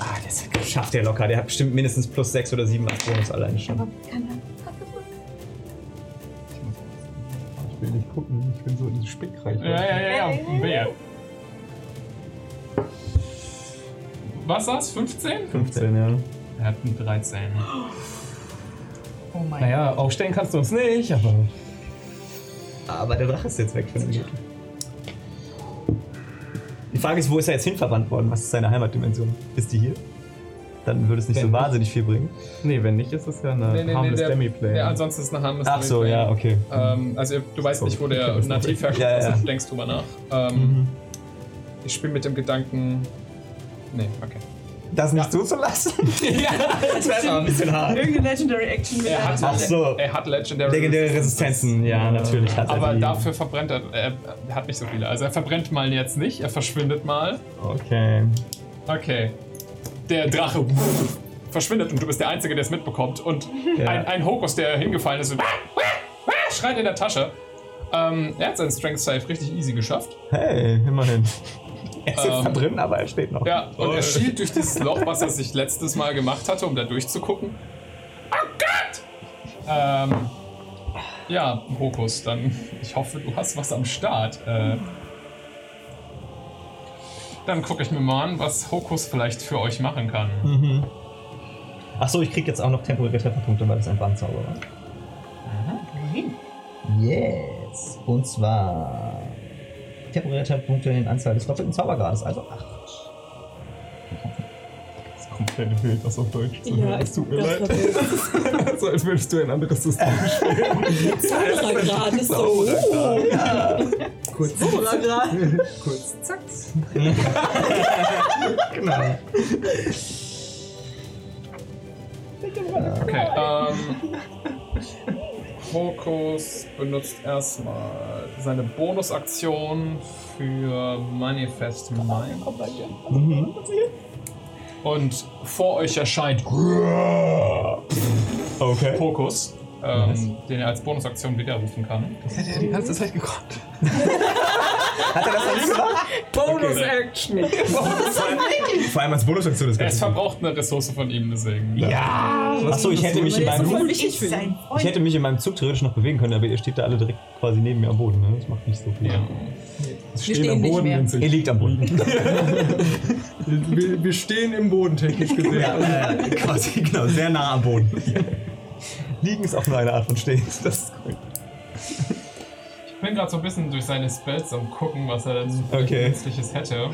S8: Ah, das schafft der locker. Der hat bestimmt mindestens plus 6 oder 7 8 Bonus alleine schon.
S14: Ich will nicht gucken, ich bin so in Spickreich.
S2: Ja, ja, ja, ja. Wer? Was saß? 15?
S8: 15, ja.
S2: Er hat einen 13.
S5: Oh mein
S14: Naja, aufstellen kannst du uns nicht, aber.
S8: Ah, Aber der Drache ist jetzt weg für eine Minute. Die Frage ist, wo ist er jetzt hin verbannt worden? Was ist seine Heimatdimension? Ist die hier? Dann würde es nicht so
S14: Wenn-
S8: wahnsinnig viel bringen.
S14: Nee, wenn nicht, ist es ja eine harmless
S2: der,
S14: Demi-Play.
S2: der
S7: also
S2: ansonsten ist eine harmless
S8: Ach so,
S2: Demi-Play.
S8: ja, okay.
S2: Ähm, also du weißt nicht, wo der nativ herkommt,
S8: Ja, ja, ja.
S2: also du denkst drüber nach. Ähm, Ich spiele mit dem Gedanken... Nee, okay.
S8: Das nicht zuzulassen?
S2: ja,
S8: Das wäre aber ein bisschen hart.
S5: Irgendeine Legendary Action mit
S2: er, hat,
S8: Ach so.
S2: er hat Legendary
S8: Legendäre Resistenzen, ja, natürlich. Hat er
S2: Aber
S8: die.
S2: dafür verbrennt er, er, er hat nicht so viele. Also er verbrennt mal jetzt nicht, er verschwindet mal.
S8: Okay.
S2: Okay. Der Drache verschwindet und du bist der Einzige, der es mitbekommt. Und ein, ein Hokus, der hingefallen ist, schreit in der Tasche. Ähm, er hat seinen Strength Save richtig easy geschafft.
S8: Hey, immerhin. Er ist jetzt da
S2: Ähm,
S8: drin, aber er steht noch.
S2: Ja, und
S8: Oh.
S2: er schielt durch dieses Loch, was er sich letztes Mal gemacht hatte, um da durchzugucken. Oh Gott! Ähm, ja, Hokus, dann. Ich hoffe, du hast was am Start. Äh, dann gucke ich mir mal an, was Hokus vielleicht für euch machen kann.
S8: Mhm. Achso, ich krieg jetzt auch noch temporäre Trefferpunkte, weil das ein Bandzauber war. Yes. Und zwar temporäre Trefferpunkte in Anzahl des doppelten Zaubergrades, also 8.
S14: Das ist komplett wild, das auf Deutsch zu
S9: Ja,
S14: hören.
S9: ich-
S14: Es tut mir
S9: das
S14: leid. so als würdest du ein anderes System spielen.
S9: Zauberer gerade ist so. Oh,
S7: kurz,
S9: Zauberer gerade.
S7: kurz, zacks.
S8: Genau.
S2: Okay, ähm. Hokus benutzt erstmal seine Bonusaktion für Manifest Mind.
S8: Mhm.
S2: Und vor euch erscheint
S8: Okay.
S2: Hokus, ähm, den er als Bonusaktion widerrufen kann.
S14: Die ganze Zeit gekonnt.
S8: Hat er das noch nie gemacht?
S2: Bonus-Action!
S8: Vor allem als Bonusaktion des
S2: Es verbraucht eine Ressource von ihm, deswegen.
S8: Ja. Achso, ich hätte mich in meinem Ich hätte mich in meinem Zug theoretisch noch bewegen können, aber ihr steht da alle direkt quasi neben mir am Boden. Ne? Das macht nicht so viel.
S2: Ja.
S14: Es stehen am Boden, wenn sie
S8: Ihr liegt am Boden.
S7: Wir, wir stehen im Boden, technisch gesehen.
S8: ja, ja, quasi, genau, sehr nah am Boden. Liegen ist auch nur eine Art von Stehen. Das ist cool.
S2: Ich bin gerade so ein bisschen durch seine Spells am gucken, was er denn so
S8: Okay.
S2: nützliches hätte.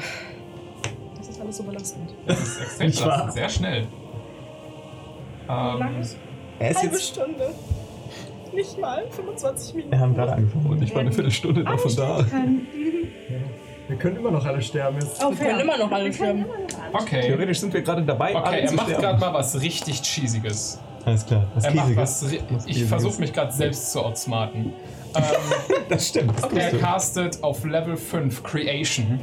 S4: Das ist alles so belastend.
S2: Das ist extrem
S8: Nicht wahr?
S2: belastend, sehr schnell. Ähm,
S8: Er ist
S4: Halbe
S8: jetzt.
S4: Stunde. Nicht mal 25 Minuten.
S8: Wir haben gerade angefangen.
S14: Und ich war eine Viertelstunde noch von da.
S7: Wir können immer noch alle sterben. Jetzt.
S4: Wir können immer noch alle sterben.
S2: okay.
S14: Theoretisch sind wir gerade dabei, alle
S2: Okay, er
S14: zu
S2: macht
S14: sterben.
S2: gerade mal was richtig Cheesiges.
S8: Alles klar, was
S2: Er macht
S8: Käsiges.
S2: was. ri- Ich
S8: Käsiges.
S2: versuche mich gerade selbst zu outsmarten. Ähm,
S8: Das stimmt. Das
S2: er
S8: tust du.
S2: castet auf Level 5 Creation.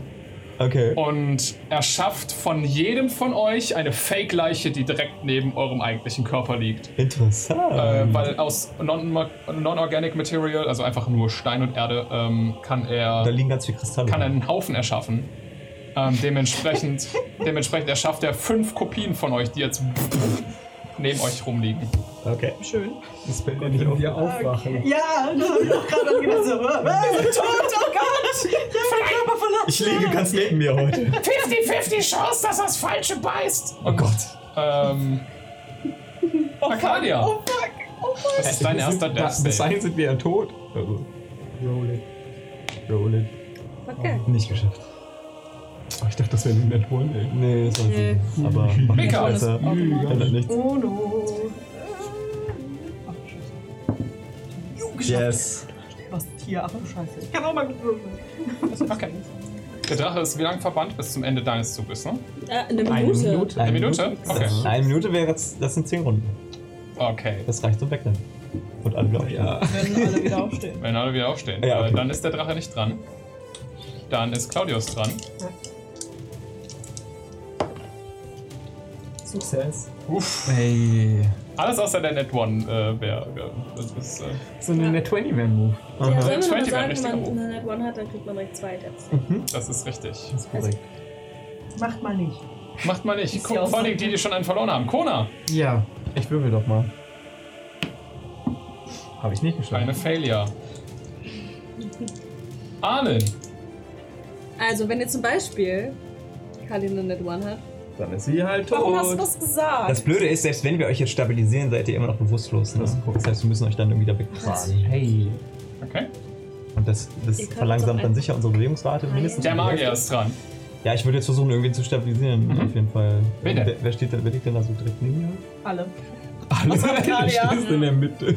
S8: Okay.
S2: und erschafft von jedem von euch eine Fake-Leiche, die direkt neben eurem eigentlichen Körper liegt. Äh,
S8: Interessant.
S2: weil aus non- Non-Organic Material, also einfach nur Stein und Erde, ähm, kann
S8: da
S2: er,
S8: liegen ganz viele Kristalle.
S2: kann er einen Haufen erschaffen. Ähm, dementsprechend, dementsprechend erschafft er fünf Kopien von euch, die jetzt neben euch rumliegen.
S8: Okay.
S4: Schön.
S14: Das fällt mir nicht
S7: Wenn
S14: auf.
S7: wir aufwachen.
S5: Ja, das habe ich auch gerade gedacht. So, äh, äh, tot, oh Gott! Ich hab meinen Körper verlassen.
S8: Ich liege ganz neben mir heute.
S2: 50-50 Chance, dass das Falsche beißt!
S8: Oh Gott.
S2: Ähm. Arcadia! Oh fuck! Oh fuck! Das ist dein
S14: Wir sind-
S2: erster Death
S14: Bis
S2: Save.
S14: dahin sind wir ja tot. Also,
S7: Roll it.
S14: roll it.
S9: Okay.
S8: Nicht geschafft.
S14: Oh, ich dachte, das wäre eine Net One, ey.
S8: Nee, das war
S9: Nee.
S8: sie. Aber.
S2: Mika!
S8: Besser. Ändert nichts.
S5: Oh no.
S8: Yes.
S5: Was Tier, ach du Scheiße. Ich kann auch mal gewürfeln.
S2: Okay. Der Drache ist wie lange verbannt bis zum Ende deines Zuges, ne?
S9: Äh, eine Minute.
S8: Eine Minute.
S2: Eine Minute? Okay.
S8: Das- Eine Minute wäre jetzt, das sind zehn Runden.
S2: Okay.
S8: Das reicht zum Wegnehmen. Und alle wieder ja.
S4: Wenn alle wieder aufstehen.
S2: Wenn alle wieder aufstehen.
S8: Ja,
S2: Äh,
S8: okay.
S2: Dann ist der Drache nicht dran. Dann ist Claudius dran.
S7: Success.
S2: Uff.
S7: Hey.
S2: Alles außer der Net One äh, wäre. Wär, das ist, äh,
S7: So eine Net 20 Van Move.
S9: Ja, sollen wir nochmal
S2: 20 wäre
S9: sagen,
S2: richtig
S9: wenn man
S2: oben.
S9: eine Net One hat, dann kriegt man direkt zwei Tabs.
S2: das ist richtig.
S7: Das ist korrekt.
S5: Macht mal nicht.
S2: Macht mal nicht. Guck, vor allem die, die schon einen verloren haben. Kona!
S7: Ja, ich würfel doch mal. Habe ich nicht geschafft.
S2: Eine Failure. Arlen!
S9: Also, wenn ihr zum Beispiel Kali eine Net One hat.
S7: Dann ist sie halt tot.
S4: Warum hast du das gesagt?
S8: Das Blöde ist, selbst wenn wir euch jetzt stabilisieren, seid ihr immer noch bewusstlos. Ne?
S7: Das ist
S8: Das heißt, wir müssen euch dann irgendwie da wegfahren.
S7: Hey.
S2: Okay.
S8: Und das, das
S9: Ihr könnt
S8: verlangsamt
S9: doch
S8: dann
S9: ein-
S8: sicher unsere Bewegungsrate mindestens.
S2: Der
S8: um die
S2: Magier
S8: Hälfte.
S2: ist dran.
S8: Ja, ich würde jetzt versuchen, irgendwie zu stabilisieren. Auf jeden Fall.
S2: Bitte.
S8: Wer, wer, steht Mhm. denn, wer liegt denn da so direkt neben mir?
S4: Alle.
S8: Alle
S4: Natalia.
S8: stehst in der Mitte.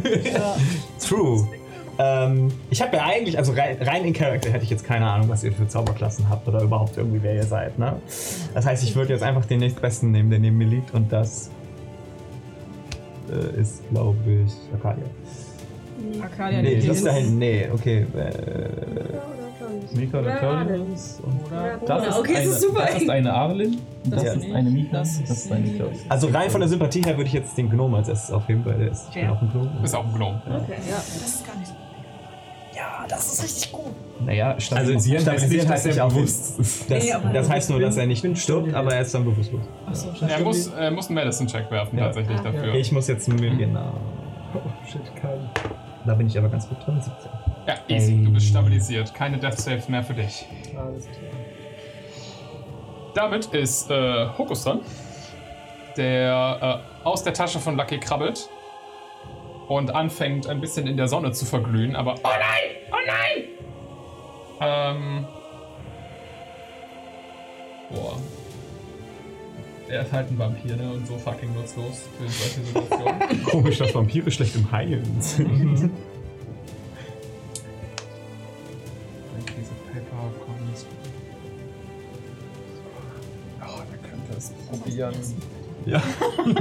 S8: True. Ähm, ich habe ja eigentlich, also rein, rein in Character hätte ich jetzt keine Ahnung, was ihr für Zauberklassen habt oder überhaupt irgendwie wer ihr seid. Ne? Das heißt, ich würde jetzt einfach den nächstbesten nehmen, der neben mir liegt und das äh, ist, glaube ich, Arcadia.
S4: Arcadia
S8: nee,
S4: liegt
S8: das
S4: hier
S8: da
S4: hinten.
S8: hinten, nee, okay. Äh,
S9: Ja, oder Claudius?
S15: Mika oder
S9: Oder
S15: Claudius. und-
S9: Oder
S15: Das ist,
S9: okay,
S15: eine,
S9: es ist super
S15: das ist
S9: eng.
S15: eine Arlen, das
S8: Ja.
S15: ist eine Mika, das ist eine Claudius.
S8: also rein von der Sympathie her würde ich jetzt den Gnom als erstes aufheben, weil der ist, ich bin
S5: Ja.
S8: auch ein Gnom.
S2: Ist auch ein Gnome.
S9: Okay, ja.
S8: Naja,
S7: stabilisieren heißt nicht, also dass er
S8: hin.
S7: bewusst
S8: Das,
S4: Nee, aber-
S8: das heißt nur, dass er nicht
S7: bin
S8: stirbt,
S7: still.
S8: aber er ist dann bewusstlos.
S2: Er muss, er muss einen Medicine-Check werfen,
S8: Ja.
S2: tatsächlich dafür.
S8: Ich muss jetzt mir genau.
S7: Mhm. Oh shit, Kali.
S8: Da bin ich aber ganz gut drin. 17.
S2: Ja, easy. Du bist stabilisiert. Keine Death Saves mehr für dich.
S7: Alles klar.
S2: Damit ist äh, Hokus dran, der äh, aus der Tasche von Lucky krabbelt und anfängt ein bisschen in der Sonne zu verglühen, aber. Oh nein! Oh nein! Ähm. Boah. Er ist halt ein Vampir, ne? Und so fucking nutzlos für solche Situationen.
S7: Komisch, dass Vampire schlecht im Heilen sind.
S2: Ein Piece of Paper kommt. Oh, er könnte es probieren.
S7: Ja,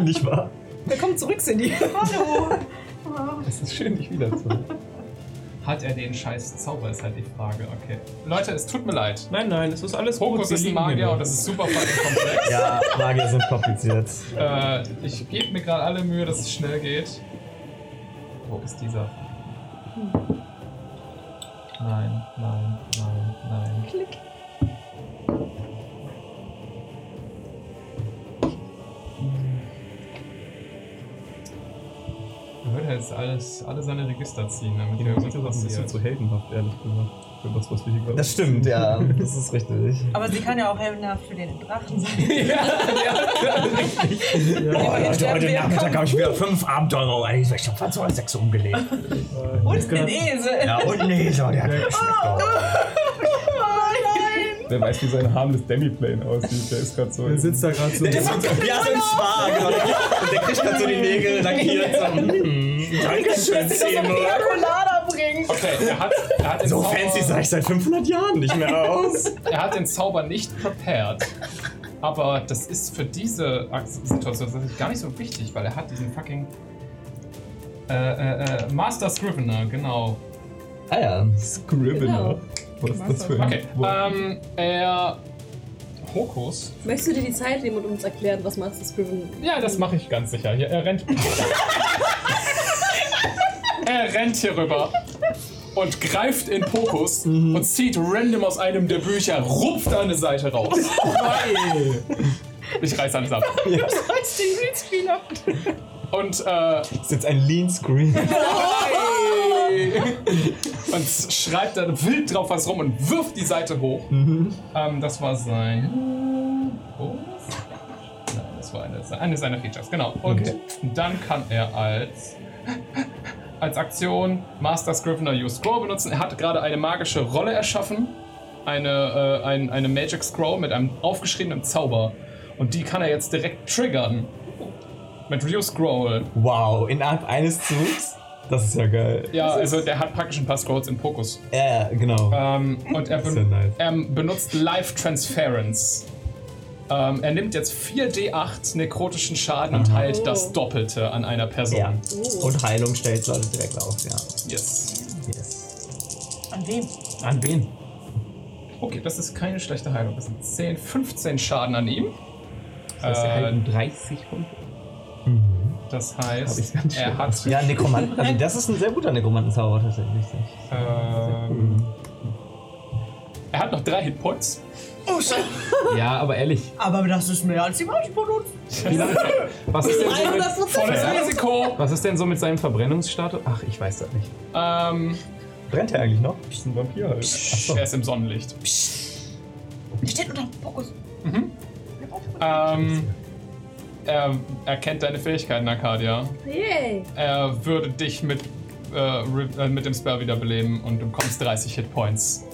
S7: nicht wahr?
S4: Willkommen zurück, Cindy.
S7: Es ist schön, dich wiederzuholen.
S2: Hat er den scheiß Zauber, ist halt die Frage. Okay. Leute, es tut mir leid.
S7: Nein, nein, es ist alles
S2: Fokus ist ein Magier und das ist super fucking komplex.
S8: Ja, Magier sind kompliziert.
S2: äh, ich gebe mir gerade alle Mühe, dass es schnell geht. Wo ist dieser? Nein, nein, nein, nein. Klick. Er würde jetzt alles, alle seine Register ziehen, damit er
S7: Das ist
S2: irgendwas
S7: ein bisschen
S2: passiert.
S7: zu heldenhaft, ehrlich gesagt. Für was, was wir hier gerade
S8: Das stimmt, ja. Das ist richtig.
S5: Aber sie kann ja auch Helena für den Drachen sein.
S8: Boah, Leute,
S4: sterben wir im Kampf.
S8: habe ich wieder fünf Abenteurer eigentlich. Ich habe 2,6 umgelegt.
S5: Und den Esel.
S8: Ja, und nee, so, der hat geschmeckt.
S15: Wer weiß, wie sein harmless Demiplane aussieht, der ist gerade so.
S7: Der sitzt da gerade so.
S8: Ja, so ein Schwan. genau. Und der kriegt dann so die Nägel lackiert. So, hm, Dankeschön, Seymour.
S4: Colada bringen.
S2: Okay, er hat, er hat den
S8: So
S2: Zauber-
S8: fancy sah ich seit 500 Jahren nicht mehr aus.
S2: Er hat den Zauber nicht prepared. Aber das ist für diese Ak- Situation tatsächlich gar nicht so wichtig, weil er hat diesen fucking. Äh, äh, äh, Master Scrivener, genau.
S8: Ah ja.
S7: Scrivener. Was ist das für ein
S2: Okay. Ähm, er. Hokus?
S9: Möchtest du dir die Zeit nehmen und uns erklären, was Master Scriven
S2: Ja, das mache ich ganz sicher. Hier, er rennt. er rennt hier rüber und greift in Pokus und zieht random aus einem der Bücher, rupft eine Seite raus. ich reiß alles ab.
S4: Als den Greenscreener.
S2: Und äh,
S8: Das ist jetzt ein Lean Screen.
S2: und schreibt dann wild drauf was rum und wirft die Seite hoch. Ähm, das war sein. Oh. Nein, das war eine, eine seiner Features, genau. Und dann kann er als. Als Aktion Master Scrivener Use Scroll benutzen. Er hat gerade eine magische Rolle erschaffen. Eine, äh, ein, eine Magic Scroll mit einem aufgeschriebenen Zauber. Und die kann er jetzt direkt triggern. Mit Use Scroll.
S8: Wow, innerhalb eines Zugs? Das ist ja geil.
S2: Ja, also der hat praktisch ein paar Scrolls im Fokus.
S8: Ja, genau.
S2: Ähm, und er,
S8: Das ist
S2: ben
S8: ja nice.
S2: er benutzt Life Transference. Ähm, er nimmt jetzt 4d8 nekrotischen Schaden und heilt das Doppelte an einer Person.
S8: Ja.
S5: Oh.
S8: Und Heilung stellt Leute direkt auf, ja.
S2: Yes.
S8: Yes.
S5: An wem?
S8: An wen?
S2: Äh, Okay, das ist keine schlechte Heilung. Das sind 10, 15 Schaden an ihm.
S16: heißt, er heilt
S2: Äh,
S16: um 30 Punkte.
S2: das
S16: Hab ich
S2: heißt,
S16: ganz schön
S2: er hat.
S8: Ja, Nekromanten. Also das ist ein sehr guter Nekromantenzauber tatsächlich.
S2: Ähm, er hat noch drei Hitpoints.
S16: Ja, aber ehrlich,
S4: Aber das ist mehr als die meisten von uns.
S16: was ist denn so mit,
S17: 100%
S2: Volles Risiko.
S16: was ist denn so mit seinem Verbrennungsstatus? Ach, ich weiß das nicht.
S2: Ähm,
S8: Brennt er eigentlich noch?
S7: Das ist ein Vampir halt.
S2: er ist im Sonnenlicht.
S4: Der steht unter dem Fokus.
S2: Ähm, er erkennt deine Fähigkeiten, Arcadia.
S17: Yay.
S2: Er würde dich mit, äh, re- äh, mit dem Spell wiederbeleben und du bekommst 30 Hitpoints.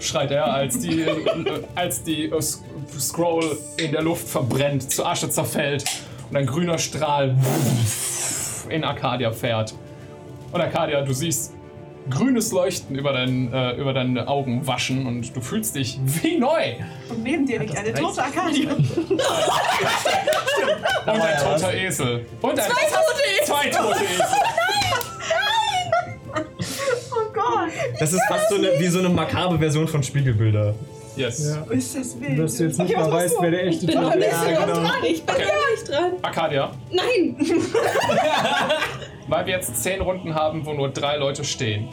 S2: Schreit er, als die, äh, als die äh, S- Scroll in der Luft verbrennt, zu Asche zerfällt und ein grüner Strahl in Arcadia fährt. Und Arcadia, du siehst grünes Leuchten über, dein, äh, über deine Augen waschen und du fühlst dich wie neu.
S5: Und neben dir liegt eine tote Arkadia.
S2: Und ein toter Esel. Und ein zwei tote Esel. Zwei tote Esel.
S5: Oh Gott,
S8: Das ist fast so eine, wie so eine makabre Version von Spiegelbilder.
S2: Yes.
S7: Ja.
S5: ist das wild.
S7: Dass du jetzt nicht
S5: Okay, was
S7: mal
S5: machst
S7: weißt,
S5: du?
S7: wer der echte
S17: Bin noch
S7: Joker
S17: nicht
S7: ist.
S17: so dran. Ich bin gar nicht dran.
S2: Arcadia,
S17: Nein.
S2: weil wir jetzt zehn Runden haben, wo nur drei Leute stehen.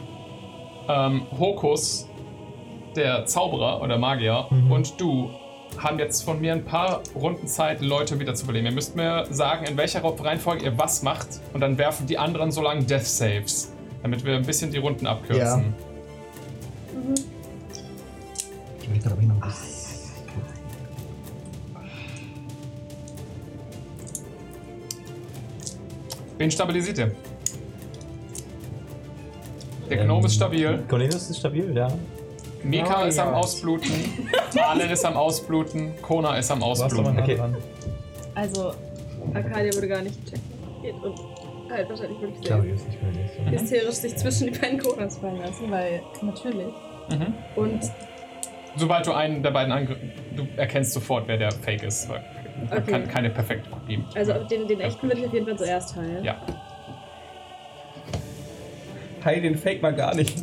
S2: Ähm, Hokus, der Zauberer oder Magier, und du haben jetzt von mir ein paar Runden Zeit, Leute wiederzubeleben. Ihr müsst mir sagen, in welcher Reihenfolge ihr was macht, und dann werfen die anderen so lange Death Saves, damit wir ein bisschen die Runden abkürzen.
S8: Ich überlege gerade, ob ich noch
S2: Wen stabilisiert ihr? Der Gnome ist stabil.
S8: Cornelius ist stabil, ja.
S2: Mika
S8: Oh
S7: Genau,
S2: ist am
S7: ja.
S2: Ausbluten, Marlen ist am Ausbluten, Kona ist am Ausbluten.
S8: Okay.
S9: Also, Arcadia wurde gar nicht gecheckt. Geht und halt wahrscheinlich wirklich sehr
S8: Claudius, ich bin jetzt.
S9: hysterisch sich zwischen die beiden Konas fallen lassen, weil natürlich.
S2: Mhm.
S9: Und
S2: Sobald du einen der beiden angriffst, du erkennst sofort, wer der Fake ist. weil Man
S9: Okay.
S2: kann keine perfekte Kopie.
S9: also den, den echten will ich auf jeden Fall zuerst heilen.
S2: Ja.
S16: Heil den Fake mal gar nicht.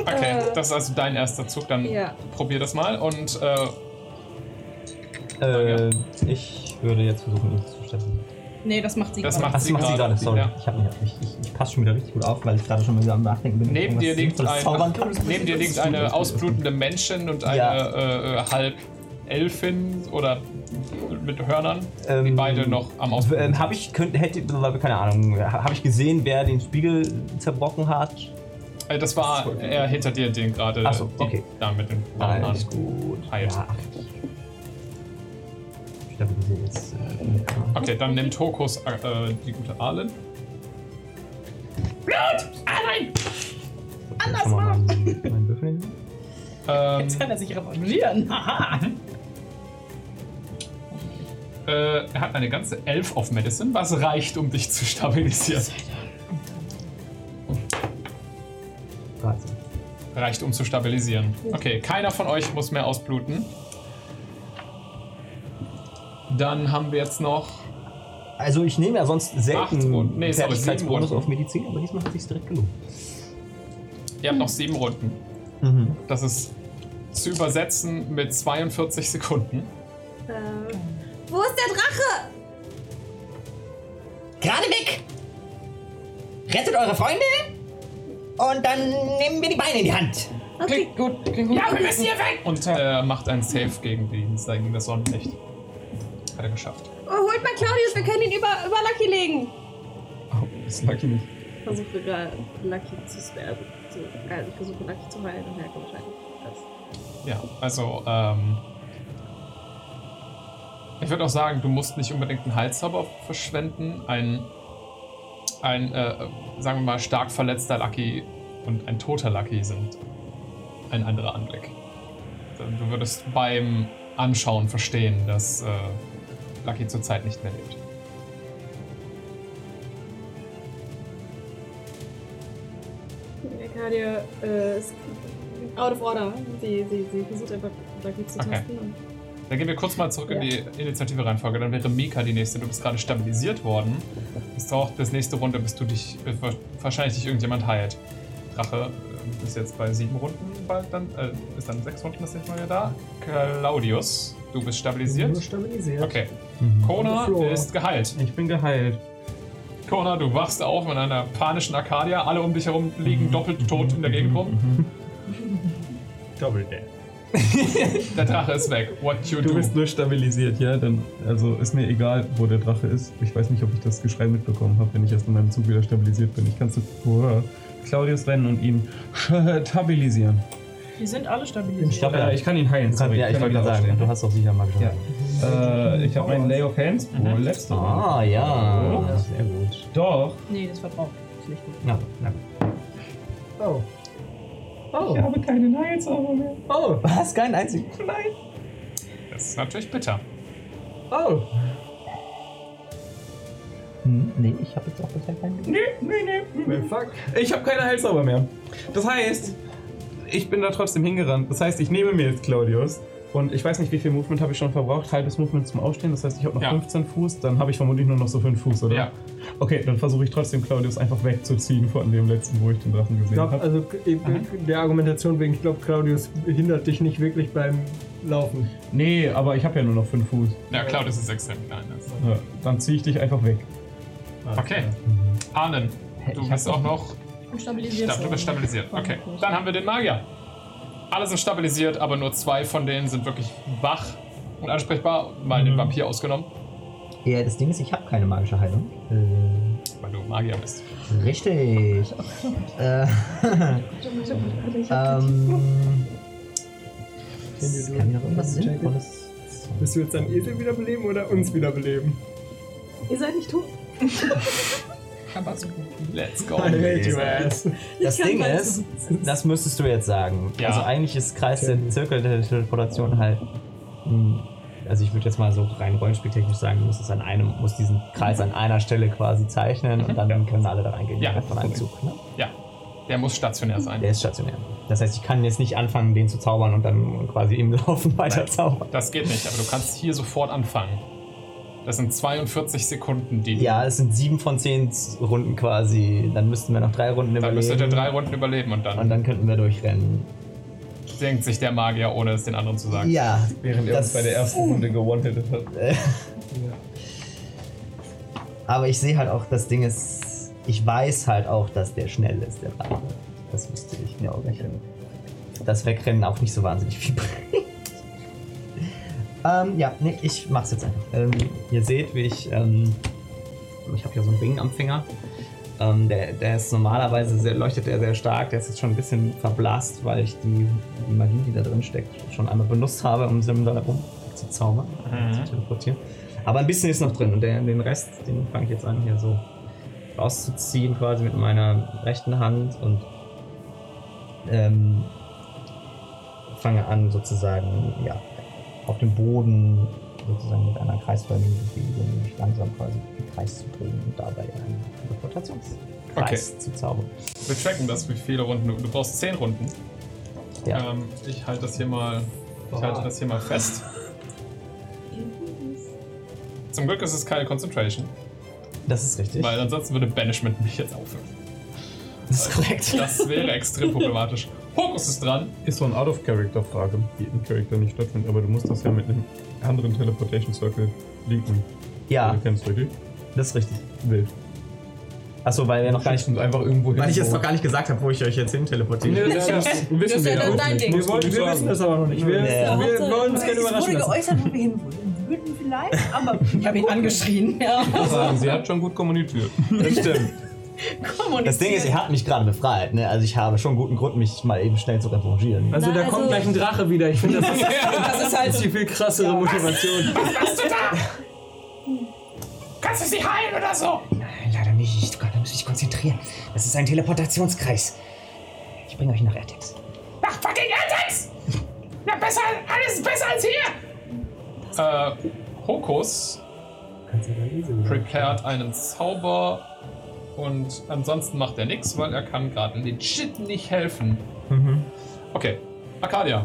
S2: Okay,
S9: Äh.
S2: das ist also dein erster Zug, dann
S9: Ja.
S2: probier das mal. Und äh,
S8: Äh, ich würde jetzt versuchen, ihn zu stabilisieren.
S4: Nee, das macht sie
S2: das
S4: gerade.
S2: macht
S8: Achso,
S2: sie
S8: macht sie
S2: gerade.
S8: gerade, sorry.
S2: Ja.
S8: Ich, hab mich, ich, ich, ich passe schon wieder richtig gut auf, weil ich gerade schon wieder am Nachdenken bin.
S2: Neben,
S8: Was
S2: dir liegt,
S8: Sinnvolles
S2: ein,
S8: zaubern kann. Ähm,
S2: neben dir liegt eine ausblutende Menschen und eine
S8: Ja.
S2: äh, äh, halb Elfin oder mit Hörnern, die
S8: Ähm,
S2: beide noch am Ausbluten
S8: Ähm, habe ich, könnte, hätte, keine Ahnung, habe ich gesehen, wer den Spiegel zerbrochen hat?
S2: Äh, Das war er hinter dir, den gerade.
S8: Ach so,
S2: die-
S8: okay. Ah,
S2: Da mit dem
S8: Alles gut.
S2: Heilt.
S8: Ja, ach. Ich stabilisiere jetzt. Äh, den Kram.
S2: Okay, dann nimmt Hokus äh, äh, die gute Arlen.
S8: Anders mal. meinen- meinen Würfel nehmen.
S2: Ähm,
S4: Jetzt kann er sich revanchieren. Haha.
S2: äh, er hat eine ganze Elf auf Medicine, was reicht, um dich zu stabilisieren.
S8: 13.
S2: Reicht, um zu stabilisieren. Okay, keiner von euch muss mehr ausbluten. Dann haben wir jetzt noch.
S8: Also ich nehme ja sonst
S2: Acht
S8: selten
S2: Runden. Nee, sorry, sieben
S8: Fertigkeitsbonus
S2: Runden.
S8: auf Medizin, aber diesmal hat sich's direkt gelohnt.
S2: Ihr habt noch sieben Runden.
S8: Mhm.
S2: Das ist zu übersetzen mit 42 Sekunden.
S17: Ähm, wo ist der Drache?
S18: Gerade weg! Rettet eure Freunde und dann nehmen wir die Beine in die Hand.
S17: Okay.
S4: Gut, klingt gut. Ja, wir müssen hier weg!
S2: Und er macht einen Save gegen, die, gegen das Sonnenlicht. Hat er geschafft.
S17: Oh, holt mal Claudius, wir können ihn über, über Lucky legen.
S16: Oh, ist lucky nicht.
S9: Ich versuche gerade Lucky zu sperren. So, also ich versuche Lucky zu heilen und merke wahrscheinlich das.
S2: Ja, also, ähm. Ich würde auch sagen, du musst nicht unbedingt einen Heilzauber verschwenden. Ein, ein äh, sagen wir mal, stark verletzter Lucky und ein toter Lucky sind ein anderer Also, Anblick. Du würdest beim Anschauen verstehen, dass äh, Lucky zurzeit nicht mehr lebt.
S9: Arcadia äh, ist out of order. Sie, sie, sie versucht einfach Lucky zu
S2: Okay.
S9: tasten. Und
S2: Dann gehen wir kurz mal zurück in die initiative Reihenfolge. Dann wäre Mika die nächste. Du bist gerade stabilisiert worden. Es dauert bis nächste Runde, bis du dich äh, wa- wahrscheinlich dich irgendjemand heilt. Drache äh, ist jetzt bei sieben Runden bald dann äh, ist dann sechs Runden das nächste Mal wieder da. Claudius, du bist stabilisiert.
S18: stabilisiert.
S2: Okay.
S3: Mhm.
S2: Kona
S18: Flora.
S2: ist geheilt.
S3: Ich bin geheilt.
S2: Kona, du wachst auf in einer panischen Arkadia. Alle um dich herum liegen doppelt tot in der Gegend rum.
S3: Double Dead.
S2: Der Drache ist weg. What you
S7: Du
S2: do?
S7: bist nur stabilisiert, ja? Dann, also ist mir egal, wo der Drache ist. Ich weiß nicht, ob ich das Geschrei mitbekommen habe, wenn ich erst in meinem Zug wieder stabilisiert bin. Ich kann zu Hurra, Claudius rennen und ihn stabilisieren.
S4: Wir sind alle stabilisiert.
S3: glaub, ja.
S7: Äh, ich kann ihn heilen, sorry.
S3: ja, ich wollte gerade sagen, du hast doch sicher mal geschaut. Mhm.
S7: Ja. Äh, ich habe meinen Lay of Hands.
S8: Mhm.
S7: Wo letzte Runde.
S3: Ah, ja.
S7: Oh.
S3: Sehr gut.
S7: Doch.
S4: Nee, das verbraucht. Ist nicht gut.
S3: Na, na.
S18: Oh.
S3: Oh.
S7: Ich habe keinen Heilzauber mehr.
S3: Oh, was? Kein einziger. Nein.
S2: Das ist natürlich bitter.
S3: Oh. Hm, nee, ich habe jetzt auch bisher keinen.
S7: Nee, nee, nee.
S18: Well, fuck.
S7: Ich habe keine Heilzauber mehr. Das heißt, ich bin da trotzdem hingerannt. Das heißt, ich nehme mir jetzt Claudius. Und ich weiß nicht, wie viel Movement habe ich schon verbraucht. Halbes Movement zum Aufstehen. Das heißt, ich habe noch
S2: Ja.
S7: 15 Fuß. Dann habe ich vermutlich nur noch so 5 Fuß, oder?
S2: Ja.
S7: Okay, dann versuche ich trotzdem Claudius einfach wegzuziehen von dem letzten, wo ich den Drachen
S18: Ich
S7: gesehen
S18: glaube,
S7: habe.
S18: also äh, der Argumentation wegen, ich glaube, Claudius hindert dich nicht wirklich beim Laufen.
S7: Nee, aber ich habe ja nur noch 5 Fuß.
S2: Ja, Claudius ist extrem klein. Das ist-
S7: Ja, dann ziehe ich dich einfach weg.
S2: Okay. Ahnen, du
S3: Ich
S2: bist auch noch
S4: Und stabilisiert.
S2: Stab, du bist stabilisiert.
S4: Warum
S2: Okay.
S4: nicht?
S2: Dann haben wir den Magier. Alle sind stabilisiert, aber nur zwei von denen sind wirklich wach und ansprechbar, mal
S8: Mhm.
S2: den Vampir ausgenommen,
S8: Ja, das Ding ist, ich habe keine magische Heilung. Äh,
S2: weil du Magier bist.
S8: richtig. äh, ähm, das kann mir noch irgendwas Sinnvolles.
S18: Willst du jetzt deinen Esel wiederbeleben oder uns wiederbeleben?
S9: ihr seid nicht tot.
S4: Aber so gut.
S2: Let's go.
S18: hate
S8: Esel.
S18: ass.
S8: Das
S9: kann
S8: Ding
S9: beides.
S8: ist, das müsstest du jetzt sagen.
S2: Ja.
S8: Also eigentlich ist Kreis der Zirkel der Teleportation halt. hm, Also ich würde jetzt mal so rein rollenspieltechnisch sagen, du musst es an einem, musst diesen Kreis an einer Stelle quasi zeichnen und dann können alle da reingehen
S2: Ja.
S8: von einem Zug. Ne?
S2: Ja, der muss stationär sein.
S8: Der ist stationär. Das heißt, ich kann jetzt nicht anfangen, den zu zaubern und dann quasi im Laufen weiter zaubern.
S2: Das geht nicht, aber du kannst hier sofort anfangen. Das sind 42 Sekunden, die.
S8: Ja, es sind sieben von zehn Runden quasi. Dann müssten wir noch drei Runden
S2: Dann müsstet ihr
S8: überleben.
S2: drei Runden überleben und
S8: und
S2: dann
S8: dann könnten wir durchrennen.
S2: denkt sich der Magier, ohne es den anderen zu sagen.
S8: Ja.
S7: Während er
S8: das-
S7: uns bei der ersten Runde gewonnen hat.
S8: Aber ich sehe halt auch, das Ding ist, ich weiß halt auch, dass der schnell ist, der Drache. Das müsste ich, glaube ich. Das Wegrennen auch nicht so wahnsinnig viel bringt. ähm, ja, nee, ich mach's jetzt einfach. Ähm, ihr seht, wie ich, ähm, ich habe ja so einen Ring am Finger. Ähm, der, der ist normalerweise sehr, leuchtet er sehr stark. Der ist jetzt schon ein bisschen verblasst, weil ich die, die Magie, die da drin steckt, schon einmal benutzt habe, um Simdal zu zaubern, zu teleportieren. Aber ein bisschen ist noch drin und der, den Rest, den fange ich jetzt an, hier so rauszuziehen, quasi mit meiner rechten Hand und ähm, fange an, sozusagen, ja, auf dem Boden sozusagen mit einer kreisförmigen Bewegung mich langsam quasi im Kreis zu drehen und dabei einen Teleportationskreis zu zaubern.
S2: Wir tracken das, wie viele Runden. du- Du brauchst 10 Runden.
S8: Ja.
S2: Ähm, ich halte das hier mal. Ich halte das hier mal fest. Zum Glück ist es keine Concentration,
S8: Das ist richtig.
S2: weil ansonsten würde Banishment mich jetzt aufhören.
S8: das ist korrekt.
S2: Das wäre extrem problematisch. Fokus ist dran.
S7: Ist so eine Out-of-Character-Frage, die im Charakter nicht stattfindet, aber du musst das ja mit einem anderen Teleportation Circle linken.
S8: Ja,
S7: Du kennst richtig?
S8: das ist richtig.
S7: Wild.
S8: Achso, weil wir noch gar nicht.
S7: Und einfach irgendwo hin.
S8: Weil ich jetzt noch gar nicht gesagt habe, wo ich euch jetzt hin teleportiere.
S7: Nee, das, das wissen wir
S9: dann
S7: auch
S9: dein
S7: nicht.
S9: Ding.
S7: Muss
S18: Wir, wollten,
S7: ich
S18: wir
S7: sagen.
S18: wissen das aber noch nicht. Wir,
S8: Nee.
S18: wir
S9: Hauptsache,
S18: wollen uns
S9: es
S18: gerne
S5: Es
S18: überraschen
S5: wurde
S18: lassen.
S5: geäußert, wo wir hinwollen würden vielleicht, aber
S4: Ich habe ihn angeschrien. Ja.
S7: sagen. Sie hat schon gut kommuniziert.
S8: Das stimmt. Das Ding ist, ihr habt mich gerade befreit, ne? Also ich habe schon guten Grund, mich mal eben schnell zu revanchieren.
S18: Also
S9: Na,
S18: da
S9: also-
S18: kommt gleich ein Drache wieder. Ich finde, das ist
S4: das ist halt
S18: jetzt die viel krassere Motivation.
S2: Bist du da? Kannst du sie heilen oder so?
S8: Nein, leider nicht. Ich, Gott, da muss ich mich konzentrieren. Das ist ein Teleportationskreis. Ich bringe euch nach Ertex.
S2: Nach fucking Atex! Na, besser, alles ist besser als hier! Äh, Hokus
S18: kannst eh ja dann easy
S2: prepared einen Zauber und ansonsten macht er nichts, weil er kann gerade legit nicht helfen.
S3: Mhm.
S2: Okay, Arcadia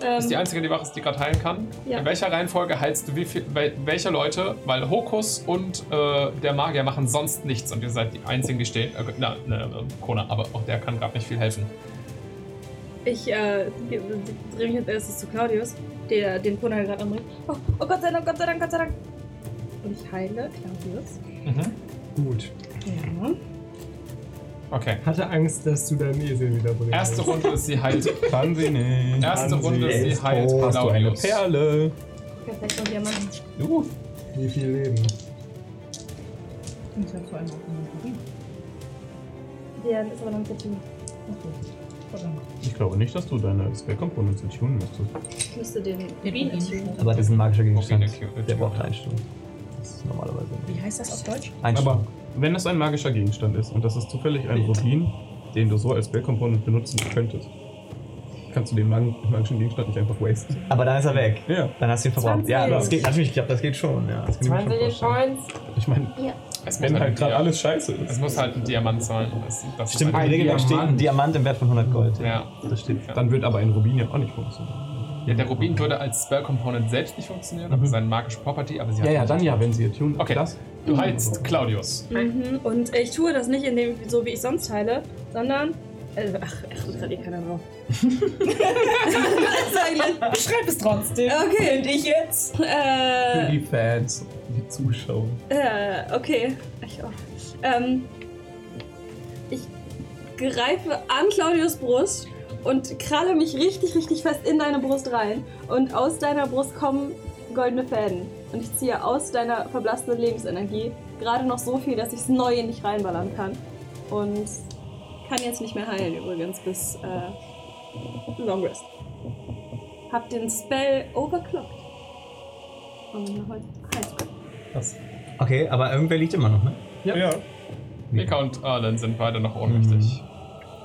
S9: Also,
S2: ist
S9: Mhm.
S2: die
S4: Ähm,
S2: einzige, die wach ist, die gerade heilen kann.
S4: Ja.
S2: In welcher Reihenfolge heilst du wie viel, wel, welche Leute? Weil Hokus und äh, der Magier machen sonst nichts und ihr seid die einzigen, die stehen. Äh, na, na, na, Kona, aber auch der kann gerade nicht viel helfen.
S9: Ich äh, drehe mich als erstes zu Claudius, der den Kunde gerade anbringt. Oh, oh Gott sei Dank, Gott sei Dank, Gott sei Dank. Und ich heile Claudius.
S2: Mhm.
S18: Gut.
S9: Ja.
S2: Okay.
S18: Hatte Angst, dass du deinen Esel wieder bringst.
S2: Erste Runde ist sie heilt.
S3: Kann sie nicht.
S2: Erste Runde ist sie heilt
S3: Oh, hast du eine
S2: Claudius.
S3: Perle.
S9: Ich kann vielleicht noch wieder machen.
S3: Uh,
S18: Wie viel Leben?
S4: Ich hab vor allem auch einen Problem.
S9: Der ist aber noch nicht dazu.
S3: ich glaube nicht, dass du deine Spellkomponente zu tunen müsstest.
S9: Ich müsste den
S4: Den
S9: Bean
S4: Bean.
S9: erzählen.
S8: Aber das ist ein magischer Gegenstand.
S2: Morbide Cure-
S8: Der braucht
S2: Cure,
S8: eine Stunde. Das ist normalerweise
S4: Wie heißt das auf Deutsch?
S8: eine
S7: Aber
S8: Stunde.
S7: wenn das ein magischer Gegenstand ist und das ist zufällig ein Rubin, den du so als Spell-Component benutzen könntest, kannst du den mag magischen Gegenstand nicht einfach wasten.
S8: Aber, dann ist er weg.
S7: Ja.
S8: Dann hast du ihn verbraucht.
S9: 20.
S8: Ja, das geht natürlich, ich glaube, das geht schon. Ja, das kann ich mir schon
S5: 20 Hit
S8: vorstellen.
S5: Points.
S7: Ich meine,
S2: Es muss
S7: wenn halt
S2: halt,
S7: gerade
S2: ja,
S7: alles scheiße
S2: es
S7: ist,
S2: muss halt ein Diamant sein. Das, das
S8: Stimmt,
S2: ist
S8: im
S2: ein
S8: Regelwerk steht ein
S2: Diamant.
S8: Diamant im Wert von 100 Gold.
S2: Ja.
S8: Das steht.
S7: dann wird aber ein Rubin ja auch nicht funktionieren.
S2: ja, der Rubin würde als Spell Component selbst nicht funktionieren, aber seine magische Property, aber sie
S7: Mhm. Ja,
S2: hat
S7: ja, dann ja, wenn sie attuned
S2: Okay.
S7: das.
S2: Du heilst Claudius.
S9: Mhm. Und ich tue das nicht in dem, so wie ich sonst heile, sondern. Äh, ach, ach, das hat eh keiner drauf.
S4: Ich schreibe es trotzdem.
S9: Okay.
S4: Und ich jetzt?
S7: Für
S9: Äh,
S7: die Fans, die Zuschauer.
S9: äh, okay. Ich, auch. ähm, ich greife an Claudius Brust und kralle mich richtig, richtig fest in deine Brust rein. Und aus deiner Brust kommen goldene Fäden. Und ich ziehe aus deiner verblassten Lebensenergie gerade noch so viel, dass ich es neu in dich reinballern kann. Und kann jetzt nicht mehr heilen übrigens bis äh, Long Rest. Hab den Spell overclocked. Und noch Halt. mal heilen.
S8: Okay, aber irgendwer liegt immer noch, ne?
S7: Ja. ja. Mhm.
S2: Mika und Arlen sind beide noch ohnmächtig.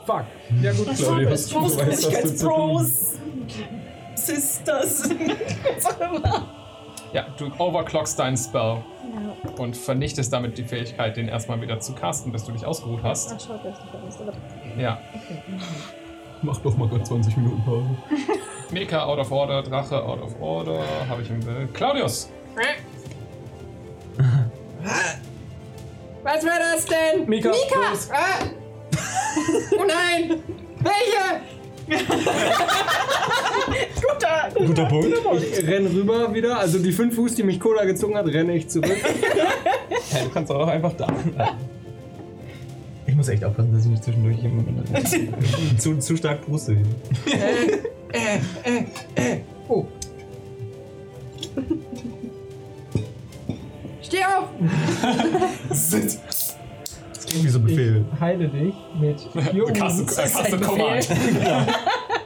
S7: Fuck. Ja gut, Claudius, du
S4: Pros,
S7: weißt, was du zu tun
S4: Pros,
S7: hast.
S4: Sisters. Was auch immer.
S2: Ja, du overclockst deinen Spell und vernichtest damit die Fähigkeit, den erstmal wieder zu casten, bis du dich ausgeruht hast.
S9: Ach, schaut, das ist aber
S2: Ja.
S7: Mach doch mal kurz 20 Minuten Pause.
S2: Mika out of order, Drache out of order, habe ich im Bild. Claudius!
S5: Was war das denn?
S7: Mika, Mika!
S5: Ah! Oh nein! Welche?
S3: guter Punkt.
S18: Ich renn rüber wieder. Also die fünf Fuß, die mich Cola gezogen hat, renne ich zurück.
S8: Ja, du kannst auch einfach da. Ich muss echt aufpassen, dass ich nicht zwischendurch jemanden zu, zu stark puste.
S5: Steh auf!
S8: Das klingt wie so ein Befehl.
S18: Heile dich mit
S2: Du castest äh, castest Command.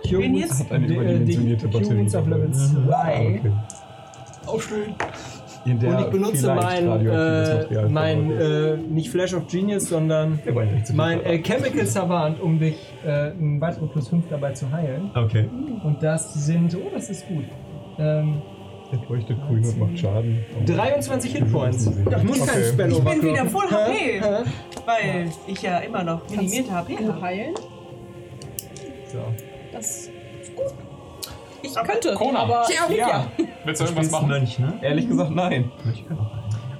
S18: Wen
S4: jetzt?
S7: Hat
S18: äh,
S7: eine überdimensionierte Batterie. Mhm. Ah,
S18: auf Level 2.
S8: Mhm.
S2: Aufstehen!
S8: Ah,
S7: In der
S18: Und ich benutze
S7: vielleicht
S18: mein,
S7: radioaktives
S18: äh,
S7: Material
S18: mein
S7: verbaut ist.
S18: äh, nicht Flash of Genius, sondern
S8: Wir wollen ja nicht zu viel
S18: mein äh,
S8: verraten.
S18: Chemical Savant, um dich äh, einen weiteren Plus 5 dabei zu heilen.
S8: Okay.
S18: Und das sind, oh, das ist gut. Ähm,
S7: Das leuchtet grün und macht Schaden.
S18: 23 Hitpoints. Ich muss kein
S3: Okay.
S18: Spell
S3: Ich
S4: Oh
S18: overclocken.
S5: bin wieder voll
S18: Hä?
S5: HP,
S18: Hä?
S5: weil ich ja immer noch minimierte HP
S4: Gut
S5: habe.
S4: heilen?
S18: So.
S4: Das ist gut. Ich könnte,
S2: Kona.
S4: aber
S18: Ja.
S2: Willst du irgendwas machen?
S8: Mönch, ne?
S7: Ehrlich gesagt, nein.
S8: Mönch können auch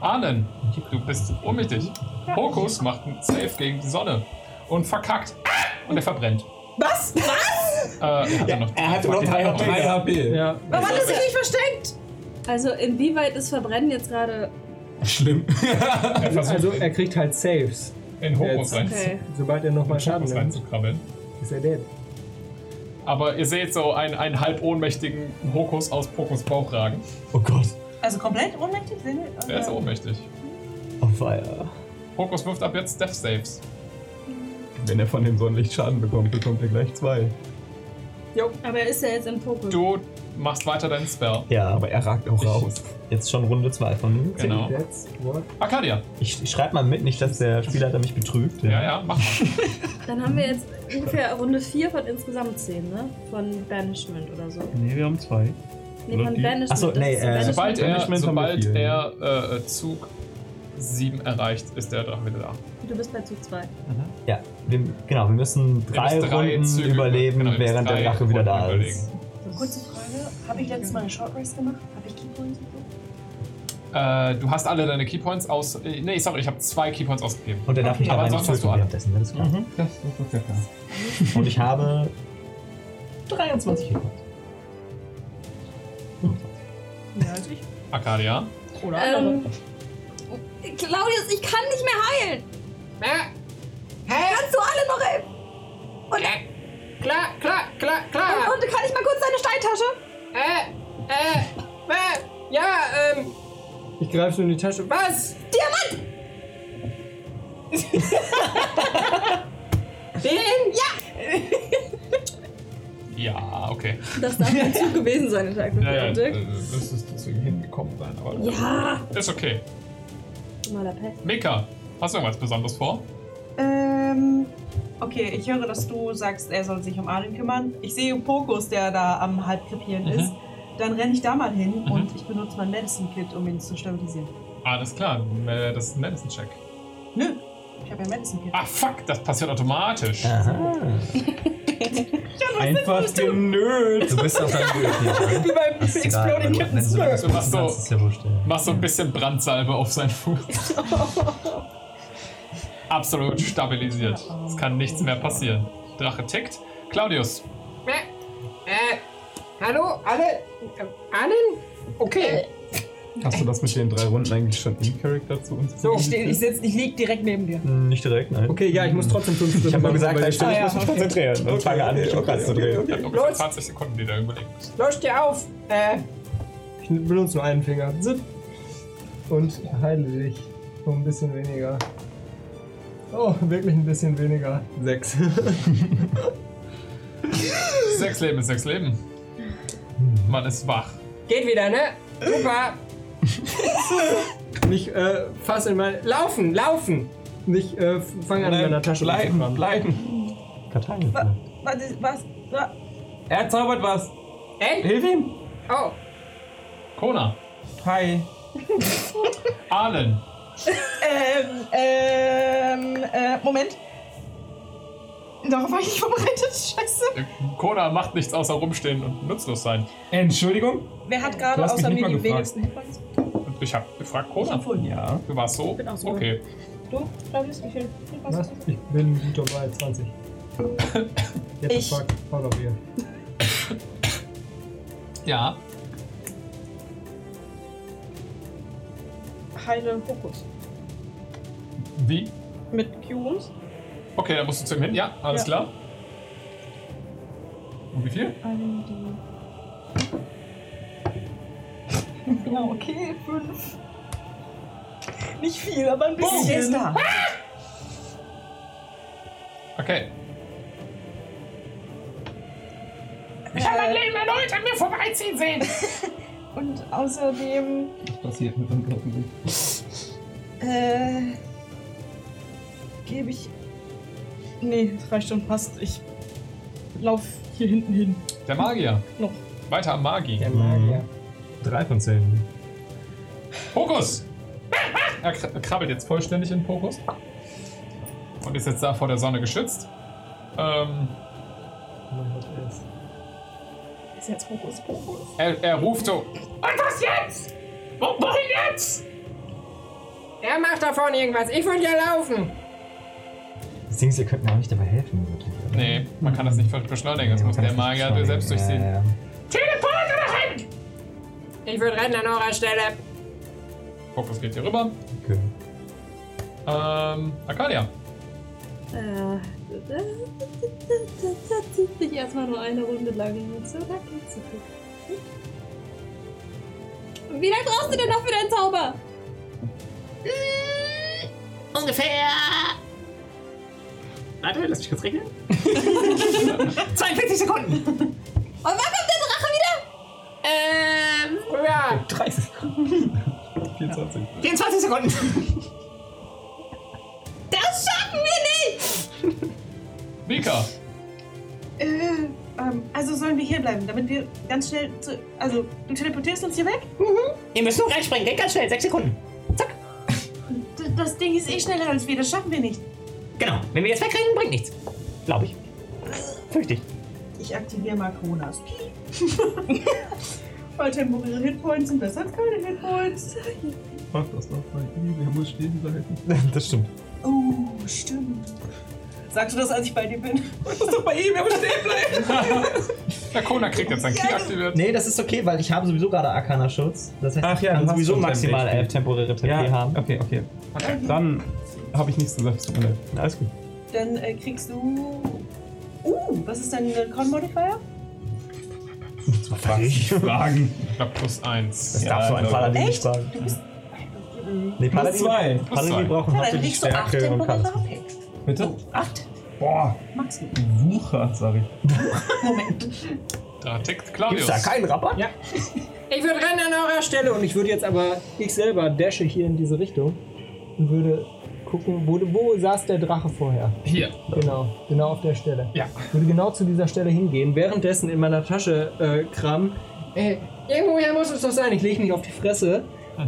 S2: Arlen, du bist ohnmächtig. Hokus macht einen Safe gegen die Sonne und verkackt. Und er verbrennt.
S4: was?
S2: Äh, er hatte noch,
S8: er hatte noch drei HP.
S7: 3 HP.
S18: Ja.
S4: Warum hat er sich nicht versteckt?
S9: Also inwieweit ist Verbrennen jetzt gerade...
S7: Schlimm.
S2: Er versucht
S18: Also er kriegt halt Saves.
S2: in Hokus
S18: jetzt-
S2: rein,
S9: Okay.
S18: Sobald er nochmal Schaden
S2: Hokus
S18: nimmt,
S2: reinzukrabbeln.
S18: ist er dead.
S2: Aber ihr seht so einen, einen halb ohnmächtigen Hokus aus Pokus Bauch ragen.
S8: Oh Gott.
S5: Also komplett ohnmächtig sind äh, wir?
S2: Der ist ohnmächtig.
S8: On fire.
S2: Hokus wirft ab jetzt Death Saves.
S7: Wenn er von dem Sonnenlicht Schaden bekommt, bekommt er gleich zwei.
S9: Aber er ist ja jetzt im Poké.
S2: Du machst weiter deinen Spell.
S8: Ja, aber
S7: Aber er ragt auch raus.
S8: jetzt schon Runde 2 von mir.
S2: Genau.
S18: That's what.
S2: Arcadia.
S8: Ich, ich schreibe mal mit, nicht, dass der Spielleiter mich betrügt.
S2: Ja, ja, mach mal.
S9: Dann haben wir jetzt ungefähr Runde 4 von insgesamt 10, ne? Von Banishment oder so.
S8: Nee, wir haben zwei.
S9: Nee, man Banishment.
S3: Achso, nee,
S9: das ist
S3: äh,
S9: Banishment.
S2: Sobald er,
S7: Management haben wir
S2: sobald
S7: viel.
S2: der äh, äh, Zug 7 erreicht, ist der Drache wieder da.
S9: Du bist bei Zug 2.
S3: Ja, wir, genau, wir müssen drei,
S2: müsst drei
S3: Runden
S2: Züge
S3: überleben,
S2: über- genau, ihr müsst
S3: während der
S2: drei
S3: Drache wieder
S2: Runden
S3: da ist.
S2: überlegen.
S5: Kurze Frage: Habe ich letztes Mal eine Short Race gemacht? Habe ich Keypoints?
S2: Äh, du hast alle deine Keypoints aus. Äh, nee, sorry, ich habe zwei Keypoints ausgegeben.
S3: Und er darf mich
S2: aber
S3: dabei nicht
S2: ansonsten hast du
S3: töten währenddessen,
S2: alle.
S3: das ist klar.
S7: Das, das ist ja klar.
S3: Und ich habe 23 Hit.
S2: Arcadia.
S4: Oder andere.
S9: Ähm, Claudius, ich kann nicht mehr heilen. Kannst du alle noch helfen? Und,
S4: Klar, klar, klar, klar.
S9: und, und kann ich mal kurz deine Steintasche?
S4: Äh, äh, äh, ja, ähm,
S18: Ich greife nur in die Tasche.
S4: was?
S9: Diamant!
S4: Den?
S2: Ja, okay.
S9: Das darf ein Zug gewesen sein, Tag.
S2: Ja, ja, äh, müsstest deswegen hingekommen sein, aber.
S9: ja,
S2: Ist okay.
S9: normaler Pest.
S2: Mika, hast du irgendwas Besonderes vor?
S5: Ähm. Okay, ich höre, dass du sagst, er soll sich um Arin kümmern. Ich sehe Pokus, der da am Halbkrepieren
S2: Mhm.
S5: ist. Dann renne ich da mal hin
S2: Mhm.
S5: und ich benutze mein Medicine Kit, um ihn zu stabilisieren.
S2: Alles klar, äh, das ist ein Medicine-Check.
S5: Nö, ich habe ja Medicine Kit.
S2: Ah, fuck, das passiert automatisch.
S3: Aha.
S7: Einfach genölt.
S3: Du bist auf deinem Glück
S4: Wie beim Exploding Kittens.
S2: Du machst so-
S3: Das ist ja wurscht. ja.
S2: Mach so ein bisschen Brandsalbe auf seinen Fuß. Absolut stabilisiert. Es kann nichts mehr passieren. Drache tickt. Claudius,
S4: Äh, hallo, alle? Äh, Allen?
S5: Äh,
S4: Okay.
S7: Hast du das mit den drei Runden eigentlich schon in Character zu uns
S4: So, ich, steh, ich, sitz, ich lieg direkt neben dir.
S3: Hm, Nicht direkt, nein.
S18: Okay, ja, ich muss trotzdem 15
S3: Ich habe nur gesagt,
S18: weil
S3: dann
S18: ich
S3: still, ich
S4: Ah,
S3: muss mich
S4: ja, okay.
S3: konzentrieren. Und fange an, mich um Platz zu drehen.
S2: ich hab ungefähr 20 Sekunden, die da überlegen.
S4: Los, dir auf. Äh,
S18: Ich benutze nur einen Finger. Zip. Und heile dich. So ein bisschen weniger. Oh, wirklich ein bisschen weniger. Sechs.
S2: Sechs Leben ist sechs Leben. Man ist wach.
S4: geht wieder, ne? Super.
S18: Nicht äh, fass in mein.
S4: Laufen, laufen.
S18: Nicht äh, fang an in meiner Tasche
S7: bleiben,
S18: rumzukramen.
S7: bleiben.
S3: Kartei.
S4: Was? ist- was? wa-
S7: Er zaubert was.
S4: Ey?
S7: Hilf ihm.
S4: Oh.
S2: Kona,
S7: Hi.
S2: Ahlen,
S5: Ähm, ähm, äh, Moment. Darauf war ich nicht vorbereitet. Scheiße.
S2: Kona macht nichts außer rumstehen und nutzlos sein.
S7: Entschuldigung.
S5: Wer hat
S7: Du
S5: gerade
S7: hast mich
S5: außer
S7: nicht
S5: mir
S7: mal
S5: die
S7: gefragt.
S5: wenigsten Hitpoints?
S2: Und ich hab gefragt, Kona,
S7: Ja.
S2: du warst so?
S4: bin auch so.
S2: Okay.
S5: Du, Claudius, wie viel Hitpoints
S18: Was?
S5: hast du?
S18: Ich bin gut dabei, 20. Jetzt
S5: Ich-
S18: fuck, fuck auf ihr.
S2: Ja,
S5: Heile Pokus.
S2: wie?
S5: Mit Q-Wounds?
S2: Okay, dann musst du zu ihm hin. Ja, alles klar. Und wie viel?
S5: Ja, okay, fünf. Nicht viel, aber ein
S2: Boom.
S5: bisschen. Der ist da.
S2: Okay. Ich habe mein Leben erneut an mir vorbeiziehen sehen.
S5: Und außerdem.
S7: Was passiert mit dem Glocken?
S5: Äh, gebe ich. Nee, das reicht schon fast. Ich lauf hier hinten hin.
S2: Der Magier.
S5: Noch.
S2: Weiter am Magi.
S18: Der Magier.
S3: Mhm. Drei von zehn.
S2: Fokus! Er kr- krabbelt jetzt vollständig in Fokus. Und ist jetzt da vor der Sonne geschützt. Ähm,
S18: Mein Gott, er ist-
S5: Ist jetzt Fokus, Fokus.
S2: er, er ruft so. Und was jetzt? Wohin jetzt?
S4: Er macht da vorne irgendwas. Ich würde ja laufen.
S3: Das Ding ist, ihr könnt mir auch nicht dabei helfen. wirklich, oder?
S2: Nee, man kann das nicht ver- beschleunigen. Das
S3: Nee, man
S2: muss
S3: kann
S2: der
S3: das nicht
S2: Magier
S3: beschleunigen.
S2: selbst durchziehen.
S3: Ja, ja.
S4: Ich würde rennen an eurer Stelle.
S2: Fokus geht hier rüber.
S3: Okay.
S2: Ähm, Arcadia.
S9: Äh, das zieht sich erstmal nur eine Runde lang. So, da geht's so viel. Wie lange brauchst du denn noch für deinen Zauber?
S4: Ungefähr. Warte, lass mich kurz rechnen. 42 Sekunden.
S9: Und wann kommt der Drache wieder?
S4: Ähm, ja,
S7: 24.
S4: 24 Sekunden.
S9: Das schaffen wir nicht!
S2: Mika.
S5: Äh, ähm, also also sollen wir hier bleiben, damit wir ganz schnell zu. Also, du teleportierst uns hier weg?
S8: Ihr müsst nur reinspringen, geht ganz schnell, sechs Sekunden.
S5: D das Ding ist eh schneller als wir, das schaffen wir nicht.
S8: Genau, wenn wir jetzt wegrennen, bringt nichts. Glaube ich. Fürchte ich.
S5: Ich aktiviere mal Kronas. Weil temporäre Hitpoints sind besser als keine Hitpoints.
S7: Fuck, das war voll easy. Er muss stehen bleiben.
S3: Das stimmt.
S5: Oh, stimmt. Sagst du das, als ich bei dir bin? Ich muss doch bei ihm immer stehen bleiben.
S2: Der Kona kriegt jetzt sein Key aktiviert.
S8: Nee, das ist okay, weil ich habe sowieso gerade Arcana-Schutz. Das heißt,
S7: Ach ja,
S8: ich kann
S7: du hast
S8: sowieso
S7: schon
S8: maximal
S7: Tempo.
S8: elf temporäre TP
S7: Ja,
S8: haben.
S7: okay, okay. Dann habe ich nichts gesagt. es Tut mir leid.
S3: Alles gut.
S5: Dann äh, kriegst du. Uh, was ist dein äh, Con Modifier?
S7: Fragen. genau.
S2: Ich glaube, plus eins.
S3: Das darfst du ein Paladin nicht
S5: Echt?
S3: sagen.
S8: Nee,
S7: Plus
S8: Paladin,
S7: zwei.
S2: zwei.
S8: Paladin brauchen
S5: Ja, dann
S8: hauptsächlich
S5: kriegst du acht
S8: Stärke und
S5: temporäre
S8: Charisma.
S5: HP.
S7: Bitte?
S5: Acht?
S7: Boah,
S5: Maxi.
S7: Wucher, sag ich.
S5: Moment.
S2: Da tickt
S8: Gibt's
S2: Claudius.
S8: da keinen Rabatt?
S18: Ja. Ich würde rennen an eurer Stelle und ich würde jetzt aber, ich selber dashe hier in diese Richtung und würde gucken, wo, wo saß der Drache vorher?
S2: Hier.
S18: Genau, genau auf der Stelle.
S2: Ja.
S18: Würde genau zu dieser Stelle hingehen, währenddessen in meiner Tasche äh, kramen. Ey, irgendwoher muss es doch sein. Ich lege mich auf die Fresse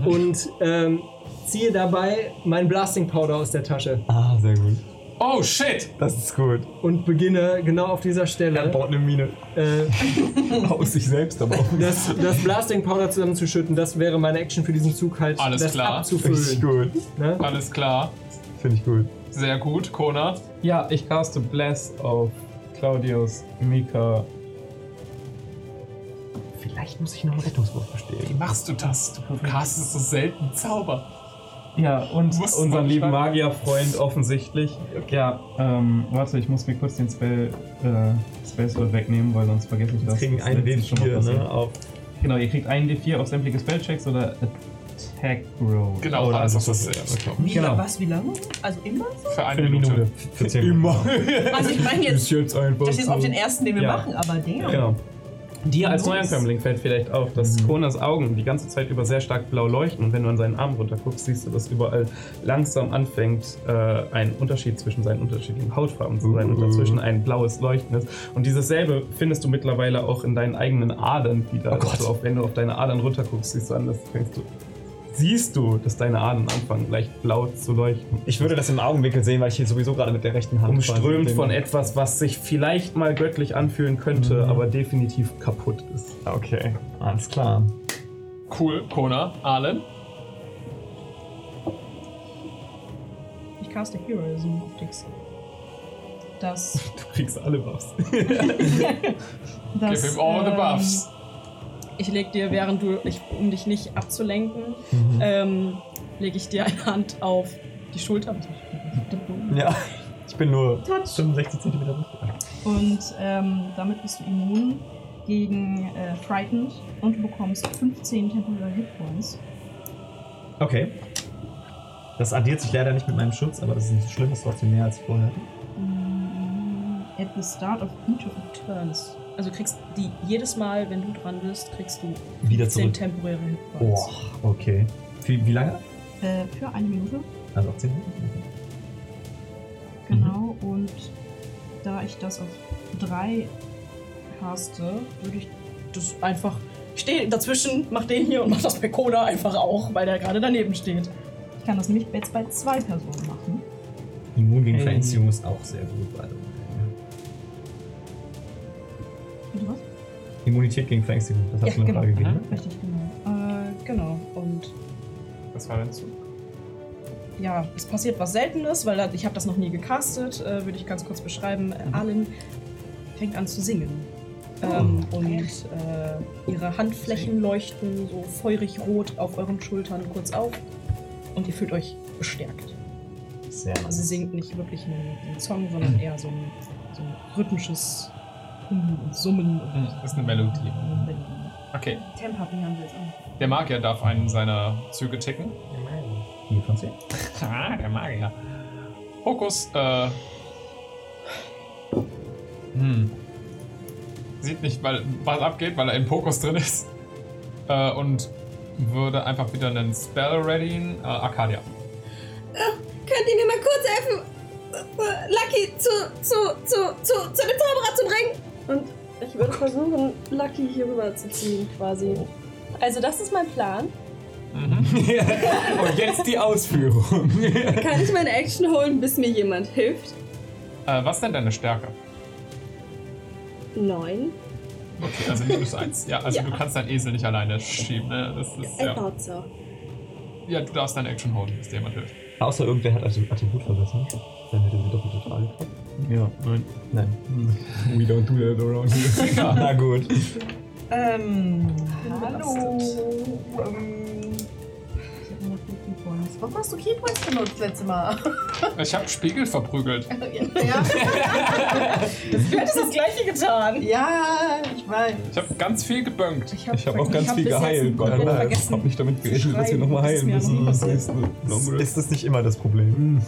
S18: und ähm, ziehe dabei meinen Blasting Powder aus der Tasche
S3: Ah, sehr gut.
S2: Oh shit!
S3: Das ist gut.
S18: und beginne genau auf dieser Stelle
S3: Baut eine Mine.
S18: äh,
S3: Aus sich selbst, aber auch
S18: das, das Blasting Powder zusammenzuschütten. Das wäre meine Action für diesen Zug halt,
S2: Alles
S18: das
S2: klar.
S3: Richtig
S18: abzufüllen.
S3: gut.
S18: Ne?
S2: Alles klar.
S3: Finde ich gut.
S2: Sehr gut, Kona.
S7: Ja, ich caste Bless auf Claudius, Mika.
S3: Vielleicht muss ich noch einen Rettungswurf bestehen.
S2: Wie machst du das? Du castest so selten Zauber.
S7: Ja, und
S2: Du musst
S7: unseren
S2: mal
S7: lieben
S2: stark-
S7: Magierfreund offensichtlich. Ja, ähm, warte, ich muss mir kurz den Spell, äh, Spell Sword wegnehmen, weil sonst vergesse ich das.
S3: Jetzt kriegen
S7: Das
S3: eine
S7: letzte
S3: den
S7: mal
S3: vier,
S7: passiert.
S3: ne? Auf.
S7: Genau, ihr kriegt einen D4 auf sämtliche Spellchecks oder Attack Roll.
S2: Genau,
S3: Oder
S2: alles auf
S3: also
S2: das
S3: so-
S2: selbst.
S5: Wie,
S7: Genau.
S5: Was, wie lange? Also immer?
S2: Für eine Minute.
S3: Für zehn Minuten.
S5: Also, ich meine jetzt.
S3: jetzt einfach.
S5: Das ist jetzt auf den ersten, den wir
S7: Ja.
S5: machen, aber der.
S7: Genau. Dir als
S5: Los.
S7: Neuankömmling fällt vielleicht auf, dass
S3: Mhm.
S7: Konas Augen die ganze Zeit über sehr stark blau leuchten und wenn du an seinen Arm runterguckst, siehst du, dass überall langsam anfängt, äh, ein Unterschied zwischen seinen unterschiedlichen Hautfarben zu sein und
S3: Mhm.
S7: dazwischen ein blaues Leuchten ist. Und dieses selbe findest du mittlerweile auch in deinen eigenen Adern wieder.
S3: Oh Gott.
S7: Also auch wenn du auf deine Adern runterguckst, siehst du an, dass fängst du, siehst du, dass deine Adern anfangen leicht blau zu leuchten.
S3: Ich würde das im Augenwinkel sehen, weil ich hier sowieso gerade mit der rechten Hand.
S7: Umströmt
S3: quasi
S7: von
S3: den-
S7: etwas, was sich vielleicht mal göttlich anfühlen könnte,
S3: Mhm.
S7: aber definitiv kaputt ist.
S3: Okay, alles klar.
S2: Cool, Kona. Arlen.
S5: Ich caste Heroism auf Dix. Das.
S7: Du kriegst alle Buffs.
S5: das
S2: Give him all the
S5: ähm,
S2: buffs.
S4: Ich leg dir, während du, ich, um dich nicht abzulenken, ähm, lege ich dir eine Hand auf die Schulter.
S3: Ja, ich bin nur
S4: Touch.
S3: 65 cm.
S4: Und ähm, damit bist du immun gegen äh, Frightened und du bekommst 15 temporäre Hitpoints.
S3: Okay. Das addiert sich leider nicht mit meinem Schutz, aber das ist nicht so schlimm, das ist trotzdem mehr als ich vorher. hatte.
S4: Mm, At the start of each of the turns. Also kriegst die jedes Mal, wenn du dran bist, kriegst du
S3: Wieder
S4: 10
S3: zurück.
S4: temporäre Hitpoints.
S3: Boah, okay. Wie, wie lange?
S4: Äh, für eine Minute.
S3: Also auch 10 Minuten?
S4: Genau,
S6: Mhm.
S4: und da ich das auf 3 caste, würde ich das einfach. Ich stehe dazwischen, mach den hier und mach das bei Kona einfach auch, weil der gerade daneben steht. Ich kann das nämlich jetzt bei zwei Personen machen.
S8: Immun gegen
S3: Hey.
S8: Verängstigung ist auch sehr gut, by the way.
S4: Bitte was?
S3: Immunität gegen Verängstigung, das hast
S4: Ja,
S3: du mir
S4: genau.
S3: gerade gegeben. ne?
S4: Richtig, genau. Äh, genau. Und
S2: Was war denn zu?
S4: ja, es passiert was Seltenes, weil da- ich habe das noch nie gecastet. Äh, Würde ich ganz kurz beschreiben. Äh, Alin fängt an zu singen. Ähm, und äh, ihre Handflächen leuchten so feurig rot auf euren Schultern kurz auf. Und ihr fühlt euch bestärkt.
S3: Sehr
S4: Also sie
S3: nice.
S4: singt nicht wirklich einen, einen Song, sondern eher so ein, so ein rhythmisches Hum und Summen. Und
S2: Hm, Das ist eine Melodie. Okay.
S5: Temp hatten haben wir jetzt auch.
S2: Der Magier darf einen seiner Züge ticken.
S3: Wie von 10?
S2: Ah, der Magier. Fokus, äh. Hm. Sieht nicht, weil, was abgeht, weil er im Fokus drin ist. Äh, und würde einfach wieder einen Spell readyen. Äh, Arcadia.
S6: Könnt ihr mir mal kurz helfen, äh, äh, Lucky zu, zu, zu, zu, zu dem Zauberer zu bringen? Und
S9: Ich würde versuchen, Lucky hier rüber zu ziehen, quasi. Also, das ist mein Plan.
S2: Mhm.
S8: Und jetzt die Ausführung.
S9: Kann ich meine Action holen, bis mir jemand hilft?
S2: Äh, was ist denn deine Stärke?
S9: Nein.
S2: Okay, also minus eins. Ja, also
S9: Ja.
S2: du kannst deinen Esel nicht alleine schieben, ne? Das ist
S9: I
S7: genau.
S2: ja.
S9: thought so.
S2: Ja, du darfst deine Action holen, bis dir jemand hilft.
S8: Außer irgendwer hat also Attribut verbessert. Dann hätte sie doppelte Frage.
S7: Ja, nein.
S8: Nein.
S7: We don't do that around here.
S8: Na gut.
S5: Ähm, hallo.
S4: Belastet.
S5: Ähm, ich hab nur Keypoints. Warum hast du Keypoints benutzt letzte Mal?
S2: Ich habe Spiegel verprügelt.
S5: ja.
S4: Du hättest das gleiche getan.
S5: ja, ich weiß.
S2: Ich habe ganz viel gebönkt.
S5: Ich habe
S7: Ich habe auch ganz viel geheilt,
S4: Ich
S7: Barbara. Ich
S4: vergessen.
S7: habe nicht damit
S4: zu
S7: gerechnet, dass wir
S4: schreiben.
S7: nochmal
S4: Das
S7: heilen
S4: ist mir noch
S7: müssen.
S4: nie
S7: Das Hm.
S4: passiert.
S7: ist eine Long
S3: Ist das nicht immer das Problem?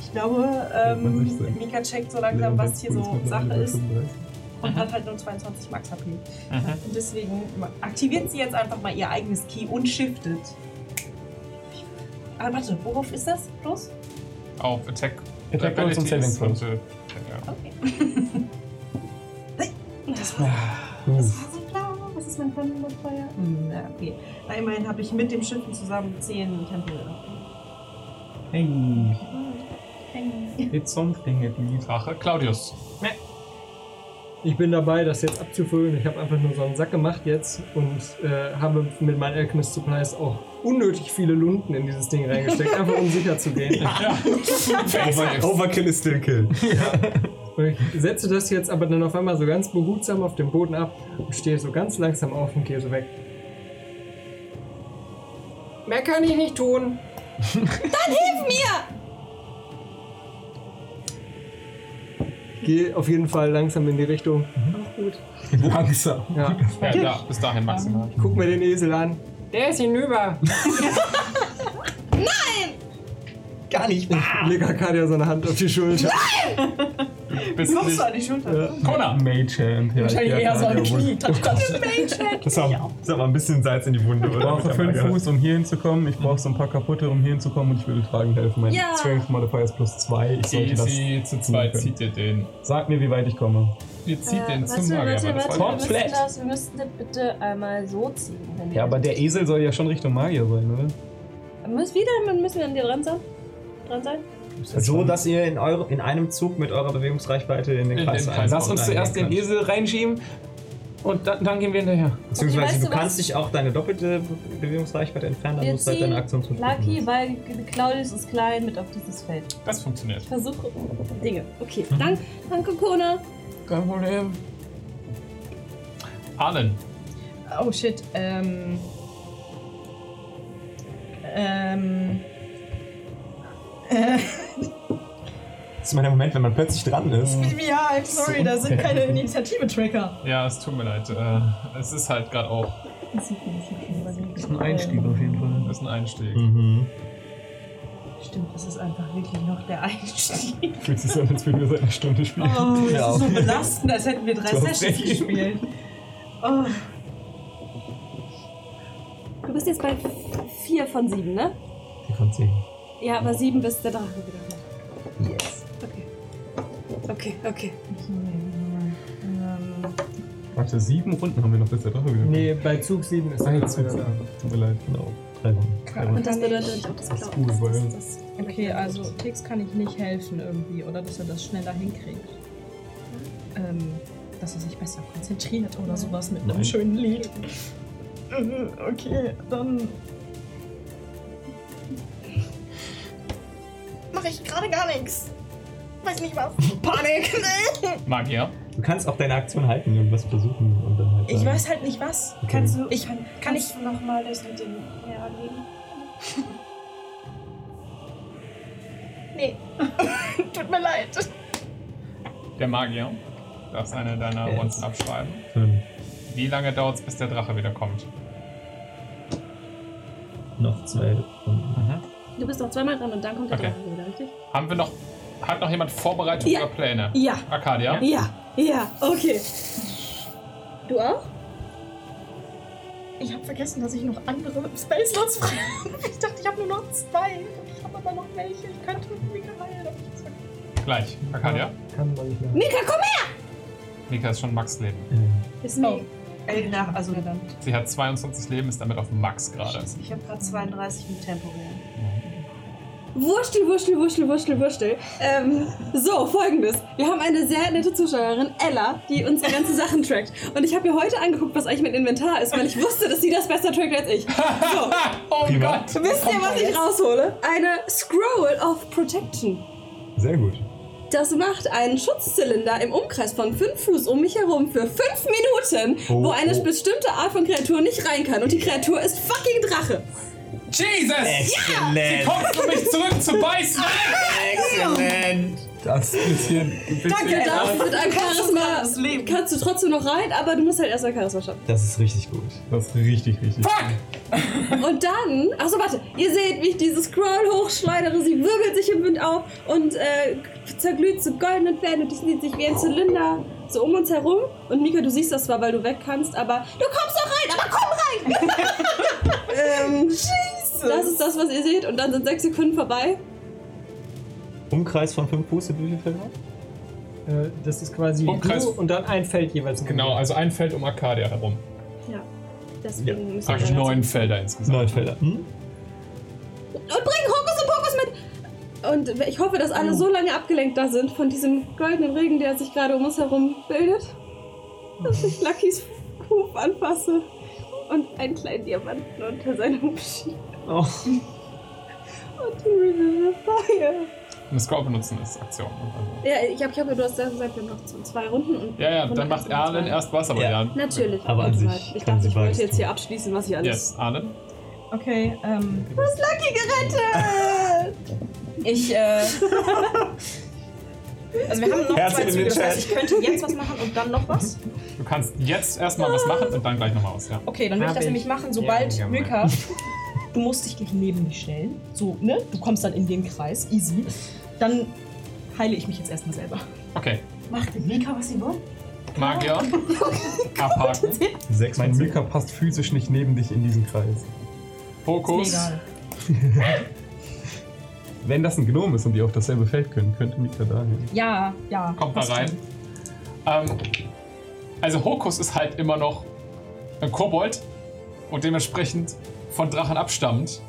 S5: Ich glaube,
S7: Irgendwann
S5: ähm,
S7: 16.
S5: Mika checkt so langsam, was hier so Sache ist und hat halt nur 22 Max HP. Und deswegen aktiviert sie jetzt einfach mal ihr eigenes Key und shiftet. Ah, warte, worauf ist das bloß?
S2: Auf Attack.
S7: Attack Rolls und
S2: Abilities
S7: Saving Throws.
S2: und, äh, ja.
S5: Okay. Das war so klar. Was ist mein Flammenfeuer? Hm, ja, okay. Na, immerhin habe ich mit dem Schiffen zusammen 10 Tempel.
S7: Hey,
S5: Hey.
S7: it's something at least.
S2: Drache. Claudius.
S18: Ich bin dabei, das jetzt abzufüllen. Ich habe einfach nur so einen Sack gemacht jetzt und äh, habe mit meinen Alchemist Supplies auch unnötig viele Lunden in dieses Ding reingesteckt, einfach um sicher zu gehen.
S3: Overkill is still kill.
S18: Und ich setze das jetzt aber dann auf einmal so ganz behutsam auf dem Boden ab und stehe so ganz langsam auf und gehe so weg. Mehr kann ich nicht tun. dann hilf mir! Gehe auf jeden Fall langsam in die Richtung.
S7: Langsam.
S18: Ja.
S2: Ja, da, bis dahin maximal.
S18: Guck mir den Esel an. Der ist hinüber.
S8: Gar nicht.
S18: Ich leg Arcadia so eine Hand auf die Schulter.
S2: Bis
S5: Noch so an die Schulter.
S2: Kona.
S7: Mage Hand. Ja,
S4: Wahrscheinlich
S7: ja,
S4: eher so am
S7: ja,
S4: Knie. Touch, touch.
S3: Das ist aber das ist aber ein bisschen Salz in die Wunde,
S7: Ich
S3: oder?
S7: brauche fünf Fuß, um hier hinzukommen. Ich brauche so ein paar kaputte, um hier hinzukommen. Und ich will tragen helfen. Mein
S9: Ja.
S7: Strength Modifier ist plus zwei. Ich sollte
S2: Easy, zu zweit
S7: können.
S2: zieht ihr den.
S7: das. Sag mir, wie weit ich komme.
S2: Ihr zieht den
S9: Äh, warte,
S2: zum Magier.
S9: warte,
S2: aber das
S9: warte,
S2: war
S9: wir
S2: nicht-
S9: müssen, das, wir müssen das bitte einmal so ziehen. wenn
S7: Ja,
S9: wir-
S7: aber der Esel soll ja schon Richtung Magier sein, oder?
S9: Muss wieder, müssen wir an dir dran sein? Dran sein?
S8: So, dass ihr in, eure, in einem Zug mit eurer Bewegungsreichweite in den
S2: In
S8: Kreis
S2: den
S8: rein-
S2: Kreis.
S7: Lass uns zuerst den Esel reinschieben und dann, dann gehen wir hinterher.
S8: Beziehungsweise
S9: Okay, weißt
S8: du
S9: du was?
S8: kannst dich auch deine doppelte Be- Bewegungsreichweite entfernen, dann
S9: Wir
S8: musst du halt
S9: ziehen
S8: deine Aktion zum
S9: Lucky, weil Claudius ist klein, mit auf dieses Feld.
S2: Das funktioniert.
S9: Ich versuche Dinge. Okay, dann, danke Kona.
S7: Kein Problem.
S2: Arlen.
S4: Oh shit. Ähm. Ähm.
S3: Das ist mal der Moment, wenn man plötzlich dran
S2: Oh.
S3: ist.
S4: Ja, I'm sorry, da sind keine Initiative-Tracker.
S2: Ja, es tut mir leid. Äh, es ist halt gerade auch.
S7: Das ist ein Einstieg auf jeden Fall.
S2: Das ist ein Einstieg.
S9: Mhm.
S5: Stimmt, das ist einfach wirklich noch der Einstieg.
S7: Fühlt sich so an, als würden wir seit einer Stunde spielen.
S5: Oh, das
S8: Ja.
S5: ist so belastend, als hätten wir drei
S7: Du hast
S5: Sessions
S7: recht.
S5: gespielt. Oh,
S9: Du bist jetzt bei 4 von 7, ne?
S8: von 10.
S9: Ja, aber 7 bis der Drache wieder. Yes. Okay. Okay, okay.
S5: ähm,
S7: Warte, sieben Runden haben wir noch bis der Drache wieder. kommt.
S18: Nee, bei Zug 7 ist
S7: Ah,
S18: er
S7: jetzt
S18: wieder
S7: wird's-
S18: da.
S7: Tut mir leid.
S8: Genau. Drei Runden.
S9: Und das bedeutet, auch das
S7: Das
S9: Claudius.
S7: ist gut, weil-
S9: das, das,
S4: Okay, also Tix kann ich nicht helfen irgendwie, oder dass er das schneller hinkriegt. Ähm, dass er sich besser konzentriert oder sowas mit einem
S7: Nein.
S4: schönen Lied. Äh, Okay, dann. Mache ich gerade gar nichts. Weiß nicht was. Panik!
S2: Magier.
S8: Du kannst auch deine Aktion halten, irgendwas versuchen und dann halt.
S4: Ich
S8: sagen.
S4: weiß halt nicht was.
S5: kannst du,
S4: Ich-
S5: kann,
S4: kann
S5: kannst du nochmal das mit dem hernehmen?
S4: Tut mir leid.
S2: Der Magier. Du darfst eine deiner
S8: Yes.
S2: Runden abschreiben.
S8: Fünf.
S2: Wie lange dauert es, bis der Drache wieder kommt?
S8: Noch zwei Runden.
S9: du bist noch zweimal dran und dann kommt der
S2: Okay.
S9: Drache wieder, richtig?
S2: Haben wir noch. Hat noch jemand Vorbereitung
S9: Ja.
S2: oder Pläne?
S9: Ja.
S2: Arcadia?
S9: Ja, ja, okay. Du auch?
S4: Ich habe vergessen, dass ich noch andere Space Slots frei habe. Ich dachte, ich habe nur noch zwei. Ich habe aber noch welche. Ich könnte mega heilen. aber ich hab's vergessen.
S2: Gleich. Arcadia?
S18: Kann man nicht mehr.
S9: Mika, komm her!
S2: Mika ist schon Max Leben.
S9: Ist nee.
S4: Oh.
S5: Äh, nach, also,
S4: Verdammt.
S2: Sie hat 22 Leben, ist damit auf Max gerade.
S5: ich habe gerade 32 mit temporär.
S9: Wurstel, wurstel, wurstel, wurstel, wurstel. Ähm, so, folgendes. Wir haben eine sehr nette Zuschauerin, Ella, die unsere ganzen Sachen trackt. Und ich habe ihr heute angeguckt, was eigentlich mein Inventar ist, weil ich wusste, dass sie das besser trackt als ich. So,
S2: Oh Gott!
S9: wisst ihr, was ich raushole? Eine Scroll of Protection.
S3: Sehr gut.
S9: Das macht einen Schutzzylinder im Umkreis von 5 Fuß um mich herum für 5 Minuten,
S3: Oh,
S9: wo eine bestimmte Art von Kreatur nicht rein kann. Und die Kreatur ist fucking Drache.
S2: Jesus!
S8: Exzellent!
S2: Kommst du mich zurück zu beißen?
S8: Ah! Exzellent!
S3: Das ist ein bisschen.
S9: Danke, darfst mit einem
S5: das Leben.
S9: Charisma kannst du trotzdem noch rein, aber du musst halt erst ein Charisma schaffen.
S8: Das ist richtig gut.
S3: Das ist richtig, richtig.
S2: Fuck!
S9: Und dann, achso, warte, ihr seht, wie ich diese Scroll hochschleudere, sie wirbelt sich im Wind auf und äh, zerglüht zu goldenen Fäden und die sieht sich wie ein Zylinder so um uns herum. Und Mika, du siehst das zwar, weil du weg kannst, aber du kommst doch rein, aber komm rein! ähm, das ist das, was ihr seht und dann sind sechs Sekunden vorbei.
S8: Umkreis von 5 Fuß in wie viel Filme?
S18: Äh, das ist quasi
S2: Umkreis-
S18: du und dann ein Feld jeweils.
S2: Genau, also ein Feld um Arcadia herum.
S9: Deswegen müssen wir
S2: Praktisch
S9: dann-
S2: neun Felder insgesamt.
S8: Neun Felder. Hm?
S9: Und bring Hokus und Pokus mit! Und ich hoffe, dass
S8: Oh.
S9: alle so lange abgelenkt da sind von diesem goldenen Regen, der sich gerade um uns herum bildet, dass ich Luckys Huf anfasse und einen kleinen Diamanten unter seinem Huf schiebe.
S8: Oh.
S9: Und die River Fire.
S2: Eine Scroll benutzen ist Aktion. ne? Also.
S9: Ja, ich habe ich hab, du hast ja gesagt, wir haben noch so zwei Runden. Und
S2: Ja, ja, dann macht Arlen erst was, aber
S8: Ja.
S2: ja.
S9: Natürlich.
S8: Aber an
S9: Und so
S8: sich
S9: weiter. Ich
S8: kann
S9: dachte,
S8: sie
S9: ich wollte
S8: beides
S9: jetzt
S8: tun.
S9: hier abschließen, was ich alles
S2: Yes, Arlen.
S4: Okay, ähm,
S9: Lucky gerettet!
S4: ich, äh. also, wir haben noch
S3: Herzchen
S4: zwei
S3: in
S4: Züge,
S3: den
S4: das heißt, ich
S3: Chat.
S4: könnte jetzt was machen und dann noch was.
S2: Du kannst jetzt erstmal was machen und dann gleich nochmal was, ja.
S4: Okay, dann will ich
S7: Hab
S4: das
S7: ich.
S4: nämlich machen, sobald
S7: Ja, ja, ja.
S4: Milka. Du musst dich gleich neben mich stellen. So, ne? Du kommst dann in den Kreis, easy. Dann heile ich mich jetzt erstmal selber.
S2: Okay.
S5: Macht mit Mika, was sie wollen?
S2: Magier. Abhaken.
S3: Sechs
S7: Mein Mika passt physisch nicht neben dich in diesen Kreis.
S2: Fokus.
S7: Wenn das ein Gnom ist und die auf dasselbe Feld können, könnte Mika da hin.
S4: Ja, ja.
S2: Kommt da rein. Ähm, also Hokus ist halt immer noch ein Kobold und dementsprechend von Drachen abstammend.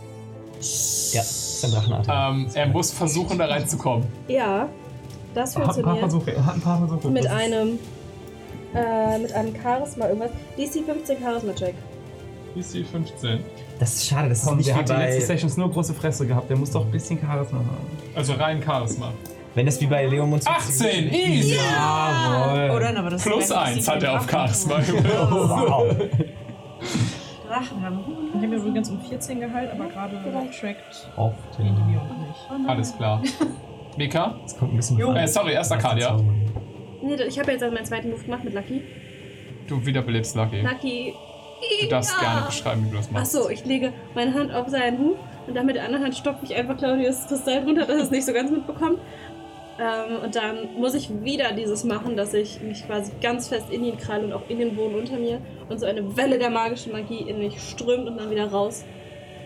S8: Ja, ist ein Drachenartig.
S2: Ähm, er muss versuchen, da reinzukommen.
S9: Ja, das
S7: Hat ein paar
S9: funktioniert.
S7: Versuche. er Hat ein paar Versuche.
S9: Mit
S7: Das ist-
S9: einem. Äh, mit einem Charisma irgendwas. DC 15 Charisma Check.
S2: DC 15.
S8: Das ist schade, das ist
S7: Komm,
S8: nicht
S7: der
S8: wie
S7: hat die letzte
S8: bei...
S7: Sessions nur große Fresse gehabt. Der muss doch ein bisschen Charisma haben.
S2: Also rein Charisma.
S8: Wenn das wie bei Leon und
S2: 18! Easy!
S7: Jawohl.
S9: Ah.
S5: Oder? Oh, Aber das
S2: Plus eins hat er auf Charisma.
S8: Wow.
S5: Drachen haben.
S4: Ich habe mir übrigens um 14 geheilt, aber gerade trackt
S8: Oft.
S4: die Leon nicht.
S2: Alles klar. Mika?
S8: Es kommt ein bisschen...
S5: Jo.
S2: Äh, sorry, erst Arcadia.
S9: Nee, ich habe jetzt also meinen zweiten Move gemacht mit Lucky.
S2: Du wiederbelebst Lucky.
S9: Lucky.
S2: Du darfst gerne beschreiben, wie du das machst.
S9: Achso, ich lege meine Hand auf seinen Huf und dann mit der anderen Hand stopfe ich einfach Claudius Kristall runter, dass er es nicht so ganz mitbekommt. Ähm, und dann muss ich wieder dieses machen, dass ich mich quasi ganz fest in ihn kralle und auch in den Boden unter mir und so eine Welle der magischen Magie in mich strömt und dann wieder raus.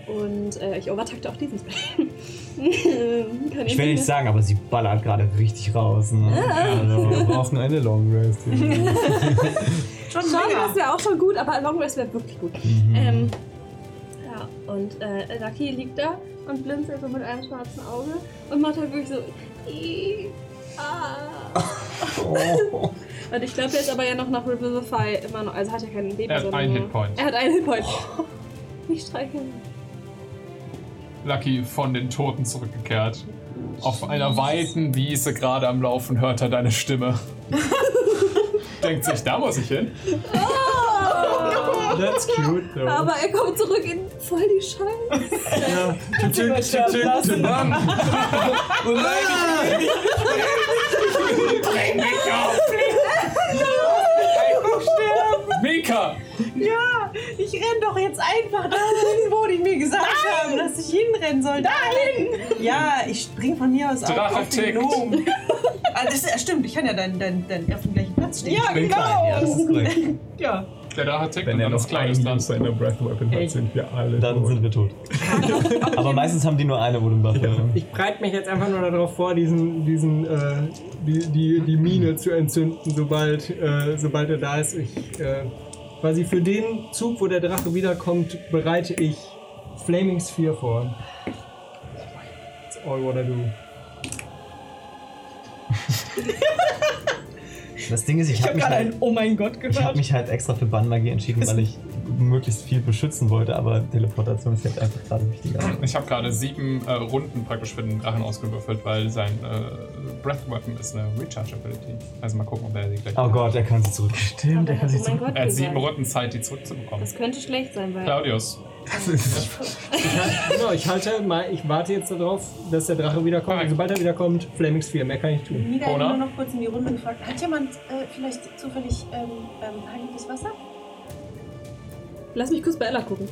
S9: Und äh, ich overtakte auch diesen Spell. Kann
S8: Ich will nicht sagen, aber sie ballert gerade richtig raus. Ne?
S7: Wir
S8: Also,
S7: brauchen eine Long Rest.
S5: Schon
S9: Schade,
S5: länger.
S9: das wäre auch schon gut, aber Long Rest wäre wirklich gut.
S8: mhm.
S9: Ähm, ja, und äh, Lucky liegt da und blinzelt so mit einem schwarzen Auge und macht halt wirklich so. "Ih, ah."
S8: oh.
S9: Und ich glaube, er ist aber ja noch nach Revivify immer noch. Also hat ja keinen Leben,
S2: Er hat
S9: sondern
S2: einen
S9: nur-
S2: Hitpoint.
S9: Er hat einen Hitpoint. Ich streiche.
S2: Lucky von den Toten zurückgekehrt. Auf einer weiten Wiese gerade am Laufen hört er deine Stimme. Denkt sich, da muss ich hin.
S7: That's cute, though.
S9: Aber er kommt zurück in voll die Scheiße.
S2: Mika!
S5: Ja, ich renn doch jetzt einfach dahin, wo die mir gesagt haben, dass ich hinrennen soll. Dahin! Ja, ich spring von hier aus auf-
S2: Drache
S5: auf den
S2: tickt.
S5: Gnom. Ah, das ist, stimmt, ich kann ja dann, dann, dann auf dem gleichen Platz stehen.
S4: Ja,
S8: Ich bin klein, ja, das ist korrekt.
S5: ja.
S2: der da hat tickt
S7: Wenn
S2: und
S7: er
S2: dann
S7: noch
S2: das kleine
S7: einen
S2: Stunt.
S7: Use seiner Breath Weapon hat, sind wir alle
S8: Dann
S7: tot.
S8: sind wir tot. Aber meistens haben die nur eine ne? Wunde im Buff.
S18: Ich bereite mich jetzt einfach nur darauf vor, diesen, diesen, äh, die, die, die Mine zu entzünden, sobald, äh, sobald er da ist. Ich, äh, quasi für den Zug, wo der Drache wiederkommt, bereite ich Flaming Sphere vor. That's all what I do.
S8: Das Ding ist, ich,
S4: Ich
S8: habe
S4: habe
S8: mich,
S4: gerade
S8: halt,
S4: ein Oh mein Gott
S8: ich hab
S4: gehört.
S8: mich halt extra für Bannmagie entschieden, weil ich möglichst viel beschützen wollte, aber Teleportation ist halt einfach gerade wichtiger.
S2: Ich habe gerade sieben äh, Runden praktisch für den Drachen ausgewürfelt, weil sein äh, Breath Weapon ist eine Recharge Ability. Also mal gucken, ob er die gleich.
S8: Oh Gott, er kann sie zurück.
S9: Und er hat, oh mein Gott,
S2: Er hat sieben
S9: gesagt.
S2: Runden Zeit, die zurückzubekommen.
S9: Das könnte schlecht sein, weil.
S2: Claudius,
S18: Genau, ich halte mal, ich warte jetzt darauf, dass der Drache wiederkommt.
S2: Korrekt.
S18: Und sobald er wiederkommt, Flaming Sphere, mehr kann ich tun.
S5: Wieder
S2: Corona?
S5: nur noch kurz in die Runde gefragt. Hat jemand äh, vielleicht zufällig ähm, ähm, heiliges Wasser?
S9: Lass mich kurz bei Ella gucken.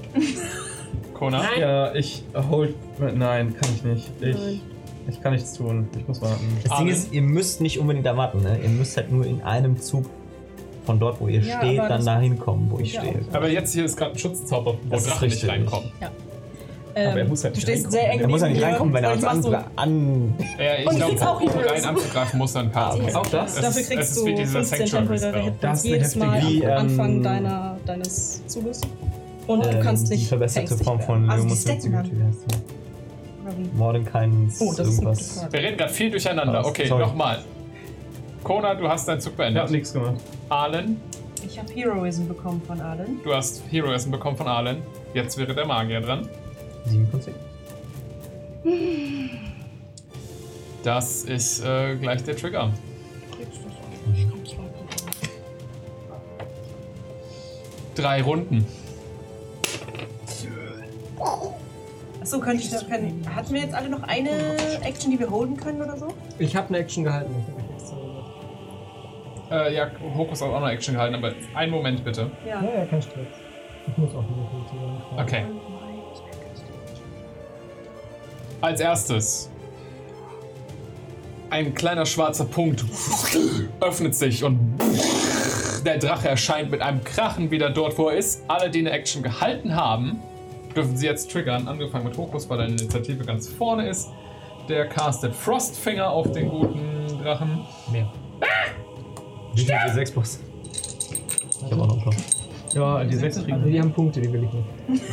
S2: Kona,
S7: Ja, ich hold. Nein, kann ich nicht. Ich,
S9: Nein.
S7: ich kann nichts tun. Ich muss warten.
S8: Das Ding ist, ihr müsst nicht unbedingt erwarten, ne? Ihr müsst halt nur in einem Zug von dort, wo ihr
S4: Ja,
S8: steht,
S4: aber
S8: dann
S4: das-
S8: dahin kommen, wo ich
S4: Ja, Äh,
S8: stehe.
S2: aber jetzt hier ist gerade ein Schutzzauber, wo
S8: Das ist
S2: Drachen nicht
S8: richtig.
S2: reinkommen.
S7: Aber er
S4: Ähm,
S7: muss halt
S4: du
S7: nicht
S4: stehst
S7: reinkommen.
S4: sehr eng
S8: Er muss ja
S4: neben
S8: nicht
S4: mir.
S8: reinkommen, wenn er
S4: Ich
S8: uns
S4: mach so-
S8: andere an.
S2: Ja, ich
S4: Und
S2: glaube,
S4: kriegst auch
S2: um
S4: Hilfe.
S2: rein anzugreifen, muss er ein paar
S8: Ah, okay.
S2: Auch
S7: das?
S2: Es
S4: Dafür
S2: ist, es
S4: kriegst
S2: ist
S4: du
S2: wie dieser
S4: 15
S2: Sanctuary
S4: temporäre
S2: Spell.
S4: Hitpoints
S7: Das ist eine
S4: jedes
S7: heftige
S4: Mal
S8: Wie,
S4: am
S8: ähm,
S4: Anfang deiner, deines Zuges. Und du
S8: ähm,
S4: kannst
S8: Die
S4: nicht
S8: verbesserte
S4: verängstigt
S8: Form
S4: werden.
S8: von
S5: Also die
S8: Lumos
S5: stecken dann.
S8: Sensitivity heißt die.
S4: Oder wie?
S8: Mordenkainens
S4: Oh, das ist eine gute
S8: irgendwas.
S4: Frage.
S2: Wir reden gerade viel durcheinander.
S8: Ah,
S2: Okay,
S8: sorry.
S2: nochmal. Kona, du hast deinen Zug
S7: Ich habe
S2: beendet.
S7: nichts gemacht.
S2: Arlen,
S5: Ich habe Heroism bekommen von Arlen.
S2: du hast Heroism bekommen von Arlen. Jetzt wäre der Magier dran.
S8: 7 von 10.
S2: Das ist äh, gleich der Trigger. Drei Runden.
S5: Achso, könnte ich das können. Hatten wir jetzt alle noch eine Action, die wir holden können oder so?
S18: Ich habe eine Action gehalten. das hab ich extra gesagt.
S2: Äh, ja, Hokus hat auch noch Action gehalten, aber einen Moment bitte.
S5: Ja.
S18: Ja, ja, kein Stress. Ich muss auch nicht viel zu sagen.
S2: Okay. Als erstes. Ein kleiner schwarzer Punkt öffnet sich und der Drache erscheint mit einem Krachen wieder dort, wo er ist. Alle, die eine Action gehalten haben, dürfen sie jetzt triggern. Angefangen mit Hokus, weil deine Initiative ganz vorne ist. Der castet Frostfinger auf den guten Drachen.
S8: Wie viel die 6 Box? Ich hab auch noch ein paar.
S7: Ja, die sechs kriegen
S18: Also die haben Punkte, die will ich nicht.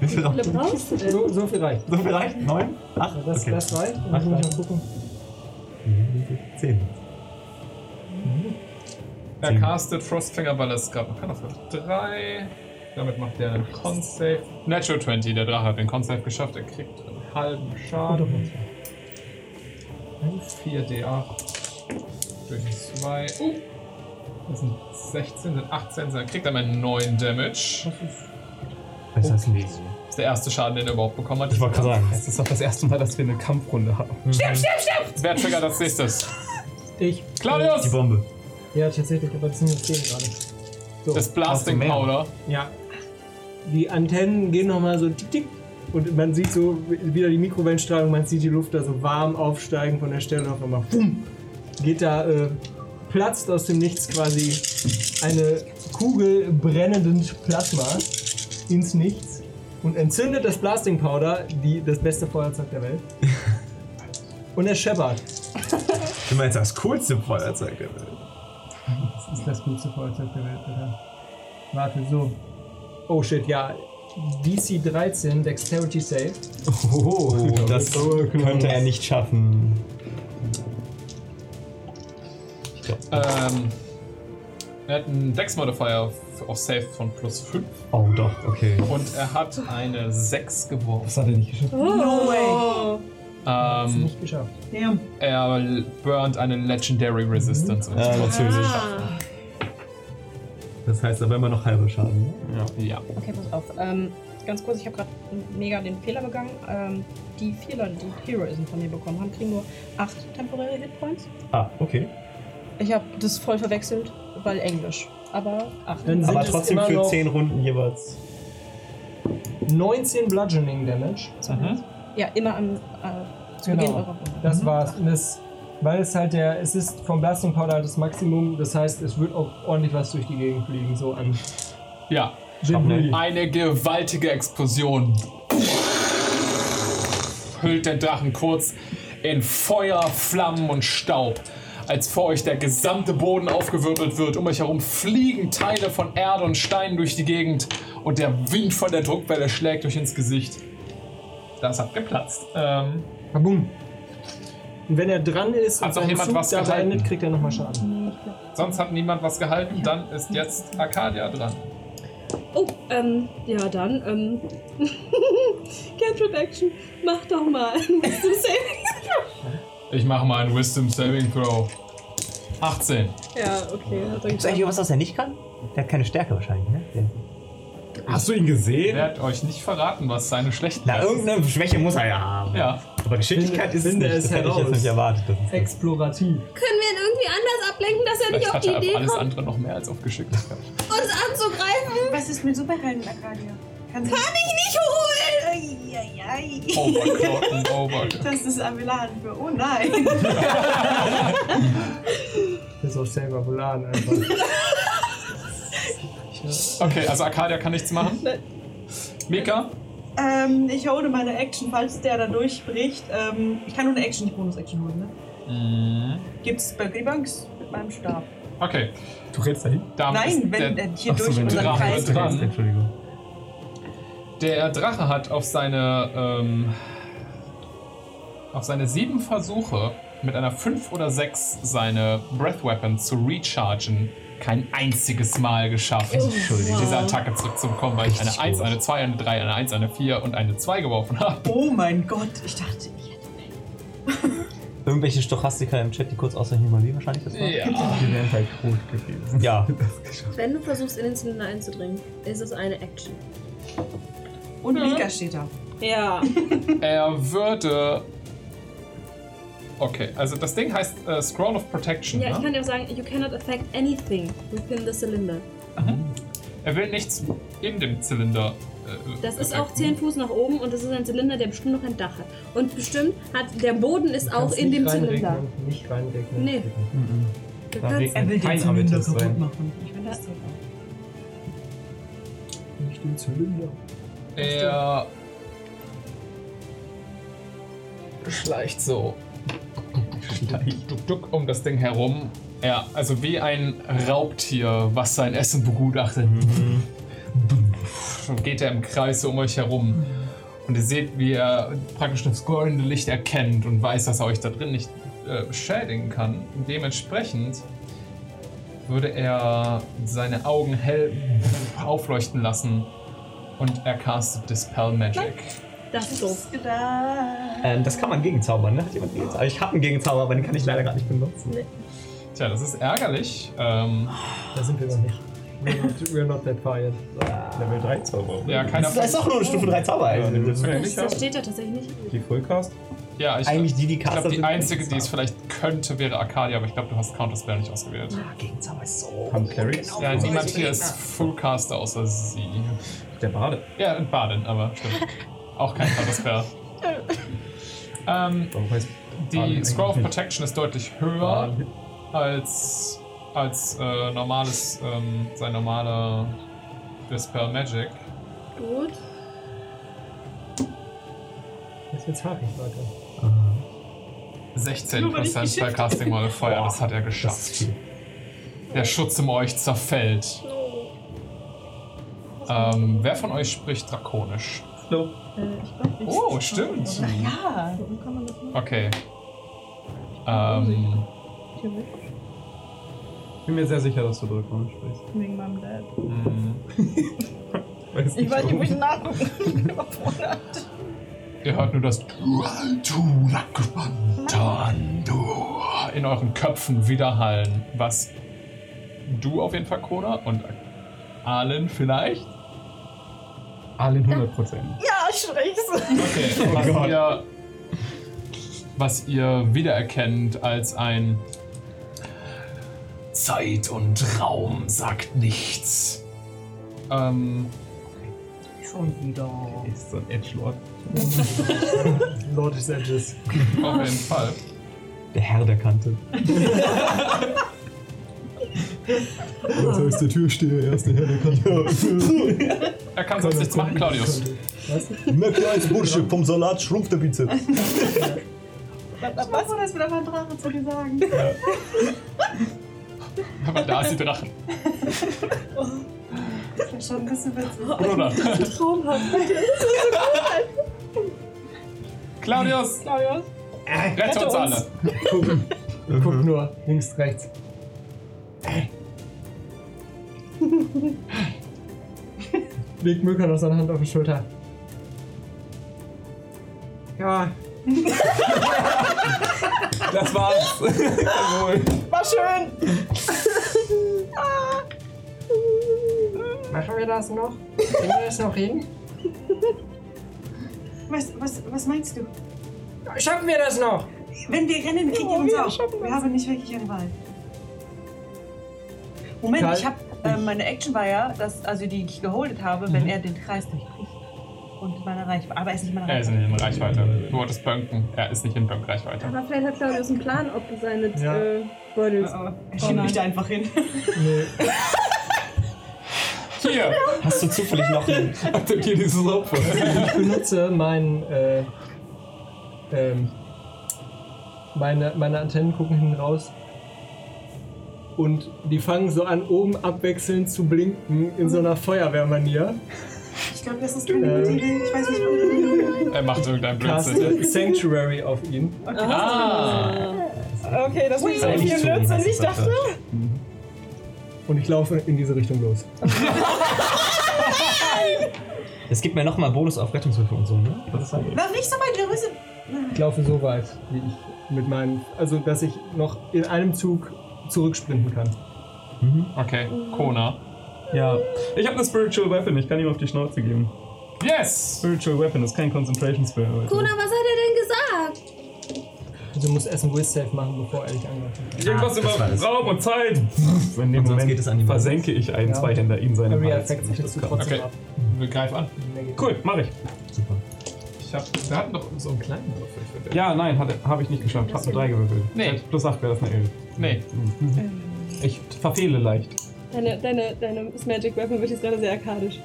S8: Wie viel noch?
S9: Wie viele brauchst du denn?
S18: So, so viel reicht.
S8: So viel reicht? 9? 8?
S18: Das,
S8: Okay.
S18: das reicht. Und
S8: Ach,
S18: Ach, muss ich
S8: reicht.
S18: mal gucken.
S8: 10.
S2: Er
S8: Zehn.
S2: castet Frostfinger, weil er es gerade noch kann, auf Level 3. Damit macht er einen Con-Save. Natural 20, der Drache hat den Con-Save geschafft. Er kriegt einen halben Schaden. 4d8 durch 2. Das sind 16, sind 18, dann kriegt er mal 9 Damage.
S8: Besser als ein
S2: Das ist der erste Schaden, den er überhaupt bekommen hat.
S8: Ich wollte gerade sagen.
S7: Das ist doch das erste Mal, dass wir eine Kampfrunde haben.
S2: Wer triggert als nächstes?
S18: Ich.
S8: Die
S2: Claudius!
S8: Bombe.
S18: Ja, tatsächlich, aber das sind nur 10 gerade. So.
S2: Das Blasting
S7: Hast du mehr?
S2: Powder.
S18: Ja. Die Antennen gehen nochmal so tick tick. Und man sieht so wieder die Mikrowellenstrahlung, man sieht die Luft da so warm aufsteigen von der Stelle und auf einmal bumm, geht da, äh, platzt aus dem Nichts quasi eine Kugel brennenden Plasmas ins Nichts und entzündet das Blasting Powder, die, das beste Feuerzeug der Welt. Und er scheppert.
S8: Du meinst das coolste Feuerzeug der Welt.
S18: Das ist das coolste Feuerzeug der Welt, Alter. Warte, so. Oh shit, ja. DC 13, Dexterity Save.
S8: Oh, das könnte er nicht schaffen. Ich glaub.
S2: Ähm, er hat einen Dex Modifier auf Save von plus 5.
S8: Oh doch, okay.
S2: Und er hat eine 6 geworfen.
S8: Das hat er nicht geschafft.
S5: No way!
S18: Hast
S2: Ähm,
S18: nicht geschafft.
S5: Damn.
S2: er l- burnt eine Legendary Resistance.
S8: Ja,
S2: Ja.
S8: natürlich. Das heißt aber immer noch halber Schaden.
S2: ja.
S4: Okay, pass auf. Ähm, ganz kurz, ich habe gerade mega den Fehler begangen. Ähm, die vier Leute, die Heroism von mir bekommen haben, kriegen nur acht temporäre Hitpoints.
S8: Ah, okay.
S4: Ich habe das voll verwechselt, weil Englisch. Aber acht.
S18: Dann sind
S8: Aber
S18: es
S8: trotzdem
S18: immer
S8: für
S18: noch
S8: 10 Runden jeweils.
S18: 19 Bludgeoning Damage.
S2: Mhm.
S4: Ja, immer am äh, zu
S18: Genau.
S4: Beginn eurer Runde.
S18: Das war's. Und das Weil es halt der, es ist vom Blasting Powder halt das Maximum, das heißt, es wird auch ordentlich was durch die Gegend fliegen, so an.
S2: Ja,
S18: Windmühlen.
S2: eine gewaltige Explosion hüllt den Drachen kurz in Feuer, Flammen und Staub. Als vor euch der gesamte Boden aufgewirbelt wird, um euch herum fliegen Teile von Erde und Stein durch die Gegend und der Wind von der Druckwelle schlägt euch ins Gesicht. Das hat geplatzt. Ähm,
S18: Kabum. Und wenn er dran ist
S2: Hat
S18: und
S2: noch
S18: seinen
S2: jemand
S18: Zug
S2: was
S18: dabei
S2: gehalten?
S18: endet, kriegt er nochmal Schaden.
S2: sonst hat niemand was gehalten, dann ist jetzt Arcadia dran.
S9: Oh, ähm, ja dann, ähm. Cantrip Action, mach doch mal. Willst du sehen?
S2: Ich mache mal einen Wisdom Saving Throw. 18.
S9: ja, okay, hat er
S8: Gibt es eigentlich
S9: geschafft.
S8: irgendwas, was er nicht kann? Der hat keine Stärke wahrscheinlich, ne? Der-
S7: Hast du ihn gesehen?
S2: Ich werde euch nicht verraten, was seine schlechten
S8: Na, irgendeine Schwäche muss er ja haben.
S2: Ja.
S8: Aber Geschicklichkeit ist es
S18: Finde
S8: nicht.
S18: es
S8: Das hätte ich jetzt
S18: heraus.
S8: nicht erwartet. dass es-
S18: Explorativ.
S9: Können wir ihn irgendwie anders ablenken, dass er nicht
S2: Vielleicht
S9: auf
S2: hat
S9: die
S2: er
S9: Idee
S2: aber alles
S9: kommt,
S2: andere noch mehr als auf Geschicklichkeit.
S9: uns anzugreifen?
S5: Was ist mit Superhelden, Arcadia? Kann sie
S9: Nicht holen!
S5: Eieiei.
S2: Oh Overclocken, overclocken.
S5: Das ist Amelan für. Oh nein.
S18: Das ist auch selber Volan einfach.
S2: Okay, also Arcadia kann nichts machen. Mika?
S5: ähm, ich hole meine Action, falls der da durchbricht. Ähm, ich kann nur eine Action, nicht Bonus-Action holen, ne? Gibt's bei Banks mit meinem Stab?
S2: Okay.
S7: Du redest dahin?
S2: Damit
S5: Nein,
S2: ist
S5: wenn
S2: der,
S5: er hier
S7: Ach so,
S5: durch
S7: wenn
S5: unseren
S2: Drache
S5: Kreis
S2: dran-
S5: kommt.
S7: Entschuldigung.
S2: der Drache hat auf seine ähm, auf seine sieben Versuche mit einer 5 oder 6 seine Breath Weapon zu rechargen kein einziges Mal geschafft, diese Attacke zurückzubekommen, weil ich eine 1, eine 2, eine 3, eine 1, eine 4 und eine 2 geworfen habe.
S5: Oh mein Gott, ich dachte, ich hätte.
S8: Irgendwelche Stochastiker im Chat, die kurz ausrechnen, mal wie wahrscheinlich das war.
S7: Die wären halt tot gewesen.
S8: Ja.
S9: Wenn du versuchst, in den Zylinder einzudringen, ist es eine Action.
S5: Und
S9: Ja.
S5: Mika steht da.
S9: Ja.
S2: Er würde. Okay, also das Ding heißt äh, Scroll of Protection.
S9: Ja, ich
S2: ne?
S9: kann dir auch sagen, you cannot affect anything within the cylinder.
S2: Er will nichts in dem Zylinder. äh,
S9: Das ist
S2: effekten.
S9: auch 10 Fuß nach oben und das ist ein Zylinder, der bestimmt noch ein Dach hat. Und bestimmt hat der Boden ist auch in dem Zylinder.
S18: Nicht reinregnen.
S9: Nee. Du kannst-
S2: Mhm.
S5: Er will den
S7: Kein
S5: Zylinder
S7: Amethyst
S5: kaputt
S7: rein.
S5: machen. Ich finde das so.
S18: Nicht den Zylinder.
S2: Er schleicht so duck, duck um das Ding herum. Ja, also wie ein Raubtier, was sein Essen begutachtet. Geht er im Kreis so um euch herum. Und ihr seht, wie er praktisch das goldene Licht erkennt und weiß, dass er euch da drin nicht äh, schädigen kann. Und dementsprechend würde er seine Augen hell aufleuchten lassen und er castet Dispel Magic.
S9: Das ist doof.
S5: Gedacht.
S8: Ähm, das kann man gegenzaubern, ne? Hat jemand gegenzaubert? Ich habe einen Gegenzauber, aber den kann ich leider gerade nicht benutzen.
S2: Tja, das ist ärgerlich. Ähm,
S18: Da sind wir noch nicht. We're not, we're not that far yet.
S7: Level 3 Zauber.
S2: ja, keiner
S8: Das ist doch nur eine Stufe 3 Zauber. Also.
S2: Ja,
S9: Das,
S2: nicht, ja.
S9: das steht da tatsächlich nicht.
S7: Die Fullcast?
S2: Ja, ich,
S8: Eigentlich die, die
S2: ich
S8: Caster
S2: glaube, die
S8: sind,
S2: einzige, die es
S8: Gegenzauber.
S2: vielleicht könnte, wäre Arcadia, aber ich glaube, du hast Counterspell nicht ausgewählt.
S8: Ah, Gegenzauber ist so.
S7: Haben Clerics?
S2: Ja,
S8: Oh,
S7: Genau.
S2: niemand hier ist Fullcaster außer sie.
S7: Der Bade.
S2: Ja, in Baden, aber stimmt. Auch kein Counterspell. ähm,
S7: Warum heißt
S2: die
S7: Baden
S2: Scroll of
S7: eigentlich
S2: Protection ist deutlich höher
S7: Baden?
S2: als, als äh, normales, ähm, sein normaler Dispel Magic.
S9: Gut.
S18: Jetzt wird's haarig, Leute.
S2: 16% bei Casting Mall of Feuer, das hat er
S8: Das ist
S2: geschafft.
S8: viel.
S2: Der Schutz um euch zerfällt. Ähm, wer von euch spricht drakonisch?
S7: No.
S2: Oh, stimmt.
S5: Ach ja.
S2: Okay. Ähm,
S7: Ich bin mir sehr sicher, dass du Dracon sprichst.
S5: Wegen meinem Dad.
S2: mh,
S8: Hm.
S7: Weiß
S5: Ich weiß nicht, wo
S7: warum.
S5: ich nachgucken habe.
S2: ihr hört nur das Du Rakbantandu in euren Köpfen widerhallen. Was du auf jeden Fall, Kona, und Allen vielleicht?
S7: Allen 100%.
S5: Ja, ich schreck's.
S2: Okay, was, ihr, was ihr wiedererkennt als ein Zeit und Raum sagt nichts. Ähm,
S5: Schon wieder.
S7: Ist so ein Edgelord.
S18: Lord is Edges.
S2: auf jeden Fall.
S8: Der Herr der Kante.
S3: Und so ist der Türsteher erst der Herr der Kante.
S2: Er kann sonst nichts machen, Claudius.
S3: Merke als Bursche, vom Salat schrumpft der Bizeps.
S5: Was war das wieder von Drache zu dir sagen?
S2: Aber da ist die Drachen.
S5: Das ist schon ein bisschen witzig.
S2: Bruder.
S9: Traumhaft.
S2: Claudius, Äh,
S5: Claudius?
S2: rette uns alle.
S7: Mhm.
S18: Guck nur, links, rechts. Legt Mücker noch seine Hand auf die Schulter. Ja.
S7: Das war's. Jawohl.
S5: War schön!
S18: Ah. Machen wir das noch? Kriegen wir das noch hin?
S5: Was, was, was meinst du?
S18: Schaffen wir das noch?
S5: Wenn wir rennen, kriegt ihr uns auch. Wir haben nicht wirklich eine Wahl. Moment,
S18: Karl?
S5: ich habe äh, meine Action war ja, dass, also die ich geholdet habe,
S18: Mhm.
S5: wenn er den Kreis durchbricht. Und meine Reichweite. Aber er ist nicht meine
S2: Er ist
S5: Reichweite.
S2: nicht in Reichweite. Du wolltest bönken. Er ist nicht in Bönk-Reichweite.
S9: Aber vielleicht hat Claudius einen Plan, ob seine
S18: Ja.
S9: äh, Beutel
S5: Oh, oh. Er schiebt mich da einfach hin.
S2: Hier!
S8: Hast du zufällig noch einen?
S7: Akzeptier dieses Opfer.
S18: Ich benutze mein, äh, ähm, meine, meine Antennen gucken hinten raus. Und die fangen so an, oben abwechselnd zu blinken in so einer Feuerwehrmanier.
S5: Ich glaube, das ist keine gute
S18: Ähm.
S5: Idee. Ich weiß nicht, warum.
S2: Er macht irgendeinen Blödsinn.
S18: Caste Sanctuary auf ihn.
S2: Ah!
S4: Okay, das war so viel Blödsinn, wie ich dachte.
S18: Und ich laufe in diese Richtung los.
S8: Es gibt mir nochmal Bonus auf Rettungshilfe und so, ne? Das ist halt
S5: War nicht so weit, Larissa.
S18: Ich laufe so weit, wie ich mit meinem. Also, dass ich noch in einem Zug zurücksprinten kann.
S2: Okay, Kona.
S7: Ja. Ich habe eine Spiritual Weapon, ich kann ihm auf die Schnauze geben.
S2: Yes!
S7: Spiritual Weapon ist kein Concentration Spell. Leute.
S6: Kuna, was hat er denn gesagt?
S18: Also, du musst erst einen Will-Save machen, bevor er dich angreift.
S7: Irgendwas
S8: Ah, das war das.
S7: über Raum und Zeit. In dem
S8: sonst
S7: Moment
S8: geht es an die Wand.
S7: versenke ich einen
S18: Ja.
S7: Zweihänder in seinem
S18: Area
S7: Hals.
S18: Effects
S7: wenn ich das
S18: kriegst du
S7: kann.
S18: trotzdem
S2: Okay.
S18: ab.
S2: Wir greifen an.
S18: Mehr geht
S7: Cool, mache ich.
S8: super.
S2: Ich hab, wir hatten doch so einen kleinen Würfel für den.
S7: Ja, nein, habe ich nicht geschafft. Hab eine 3 gewürfelt.
S2: Nee.
S7: Seit Plus 8 wäre das eine 11.
S2: Nee.
S7: Ich verfehle leicht.
S9: Deine, deine, deine Magic Weapon wird jetzt gerade sehr arkadisch.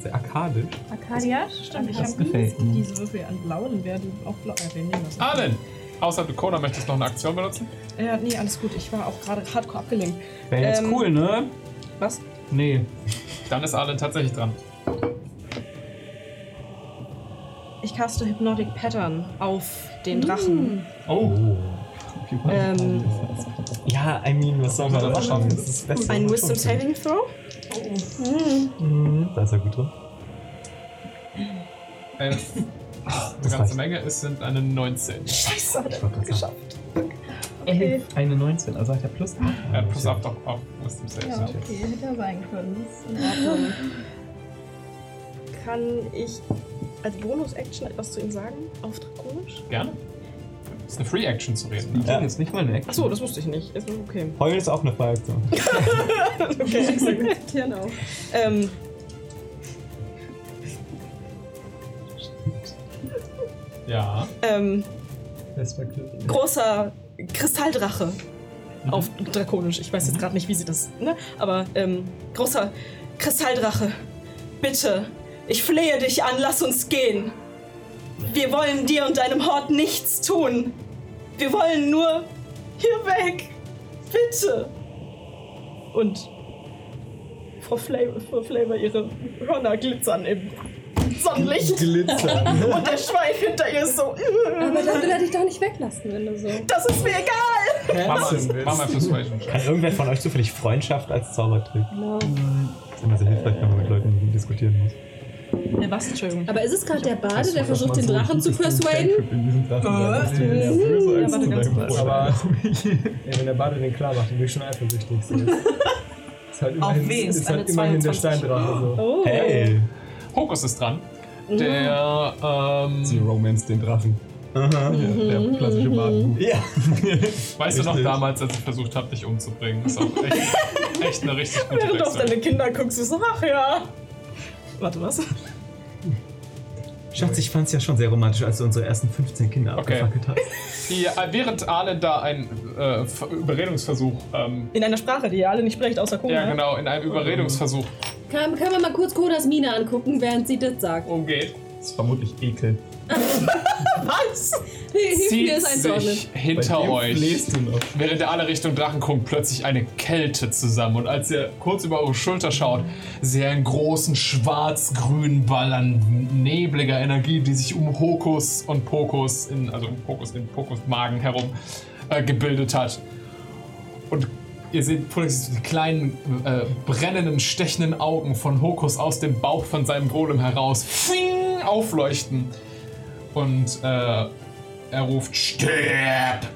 S7: Sehr arkadisch.
S9: Arkadia?
S4: Stimmt, ich habe
S7: gefällt mir.
S4: diese Würfel an blau, dann werden auch blau. Äh, wir nehmen das.
S2: Allen! Außer Kona möchtest du noch eine Aktion benutzen?
S4: Ja, nee, alles gut. Ich war auch gerade hardcore abgelenkt.
S7: Wäre jetzt
S4: Ähm,
S7: cool, ne?
S4: Was?
S7: Nee.
S2: Dann ist Allen tatsächlich dran.
S4: Ich caste Hypnotic Pattern auf
S7: Mm.
S4: den Drachen.
S7: Oh.
S4: Ähm,
S8: Ja, I mean, was soll man da machen? Das ist besser.
S4: ein Wisdom Saving Throw.
S8: Da ist er gut drin.
S2: Äh, eine ganze
S8: reicht.
S2: Menge, es sind eine 19.
S8: Ich wollte gerade sagen.
S9: Okay.
S7: Eine 19, also hat er plus 8.
S2: Er hat plus ab doch Äh, auf Wisdom Save.
S4: Ja, okay, hätte er sein können. Ist in Ordnung. Kann ich als Bonus-Action etwas zu ihm sagen? Auf Drakonisch?
S2: Gerne. Ist eine Free Action zu reden. Ne?
S8: Ja.
S7: Jetzt nicht mal eine Action.
S4: Achso, das wusste ich nicht. Ist okay.
S8: Heulen ist auch eine Frage.
S4: Okay, ich sag mit Tieren auf. Ähm.
S2: Ja.
S4: Ähm,
S18: Das war glücklich.
S4: großer Kristalldrache.
S18: Mhm.
S4: Auf Drakonisch. Ich weiß jetzt gerade nicht, wie sie das. Ne? Aber ähm, großer Kristalldrache. Bitte, ich flehe dich an, lass uns gehen. Wir wollen dir und deinem Hort nichts tun. Wir wollen nur hier weg. Bitte. Und Frau Flavor, Frau Flavor ihre Hörner glitzern im Sonnenlicht.
S18: Glitzern.
S4: Und der Schweif hinter ihr ist so. "Mm,
S9: Aber dann will er dich doch nicht weglassen, wenn du so.
S4: Das ist mir egal.
S2: Mach mal, mach mal Persuasion.
S8: Kann irgendwer von euch zufällig Freundschaft als Zaubertrick?
S9: Genau.
S8: Das ist immer sehr hilfreich, wenn man mit Leuten diskutieren muss.
S4: Ne, was? Entschuldigung.
S6: Aber ist es gerade der Bade, der
S7: Dass man
S6: versucht, den
S7: so ein
S6: Drachen zu
S7: gutes
S6: persuaden?
S7: Trip in diesem Drachen
S2: Äh?
S7: sein. Das ist ja nervöser als
S4: warte,
S7: zu
S4: ganz
S7: deinem
S4: kurz.
S7: Bruder.
S18: Aber ey, wenn der Bade den klar macht, dann bin ich schon eifersüchtig. So. Ist halt
S5: Auf
S18: immerhin,
S4: wen?
S18: ist
S4: Eine
S18: halt immerhin der
S4: 22.
S18: Steindrache. So.
S4: Oh.
S8: Hey!
S2: Hokus ist dran. Der,
S7: Sie
S2: ähm,
S7: romance den Drachen. Ja, der klassische Baden.
S8: Ja!
S2: weißt du noch
S8: Richtig.
S2: damals, als ich versucht habe, dich umzubringen? Ist auch echt, echt eine richtig gute
S4: Während du auf
S2: Wechsel.
S4: deine Kinder guckst, du so, ach ja. Warte, was?
S8: Schatz, ich fand's ja schon sehr romantisch, als du unsere ersten 15 Kinder
S2: Okay.
S8: abgefackelt hast.
S2: Die, äh, während Arlen da einen äh, Ver- Überredungsversuch, ähm,
S4: In einer Sprache, die ihr alle nicht sprecht, außer Kona.
S2: ja genau, in einem Überredungsversuch
S6: Können, können wir mal kurz Kodas Miene angucken, während sie das sagt?
S2: umgeht,
S7: Das ist vermutlich Ekel.
S6: Hilf mir
S2: zieht
S6: es einzuordnen.
S2: sich hinter euch
S7: Bläst du noch.
S2: Während er alle Richtung Drachen guckt, plötzlich eine Kälte zusammen. Und als er kurz über eure Schulter schaut, seht ihr einen großen schwarz-grünen Ball an nebliger Energie, die sich um Hokus und Pokus, in, also um Hokus in Pokus Magen herum, äh, gebildet hat. Und ihr seht Polix die kleinen, äh, brennenden, stechenden Augen von Hokus aus dem Bauch von seinem Golem heraus fing, aufleuchten. Und äh, er ruft: Stirb!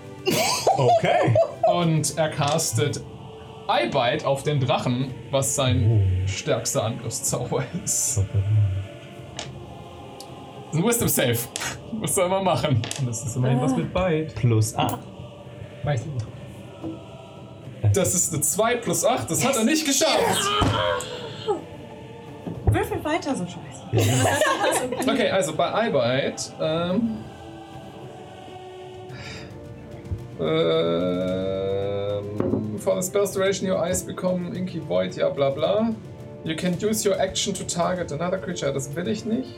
S3: Okay.
S2: Und er castet Eyebite auf den Drachen, was
S7: Oh.
S2: sein stärkster Angriffszauber ist. Das ist ein Wisdom Save. Was soll man machen?
S7: Und das ist immerhin was mit Bite.
S8: Plus 8.
S18: Weiß ich nicht.
S2: Das ist eine 2 plus 8, das hat er nicht geschafft.
S5: Würfel weiter, so scheiße.
S2: Okay, also bei Eyebite. Ähm, ähm, for the spell's duration, your eyes become inky void, ja bla bla. You can use your action to target another creature. Das will ich nicht.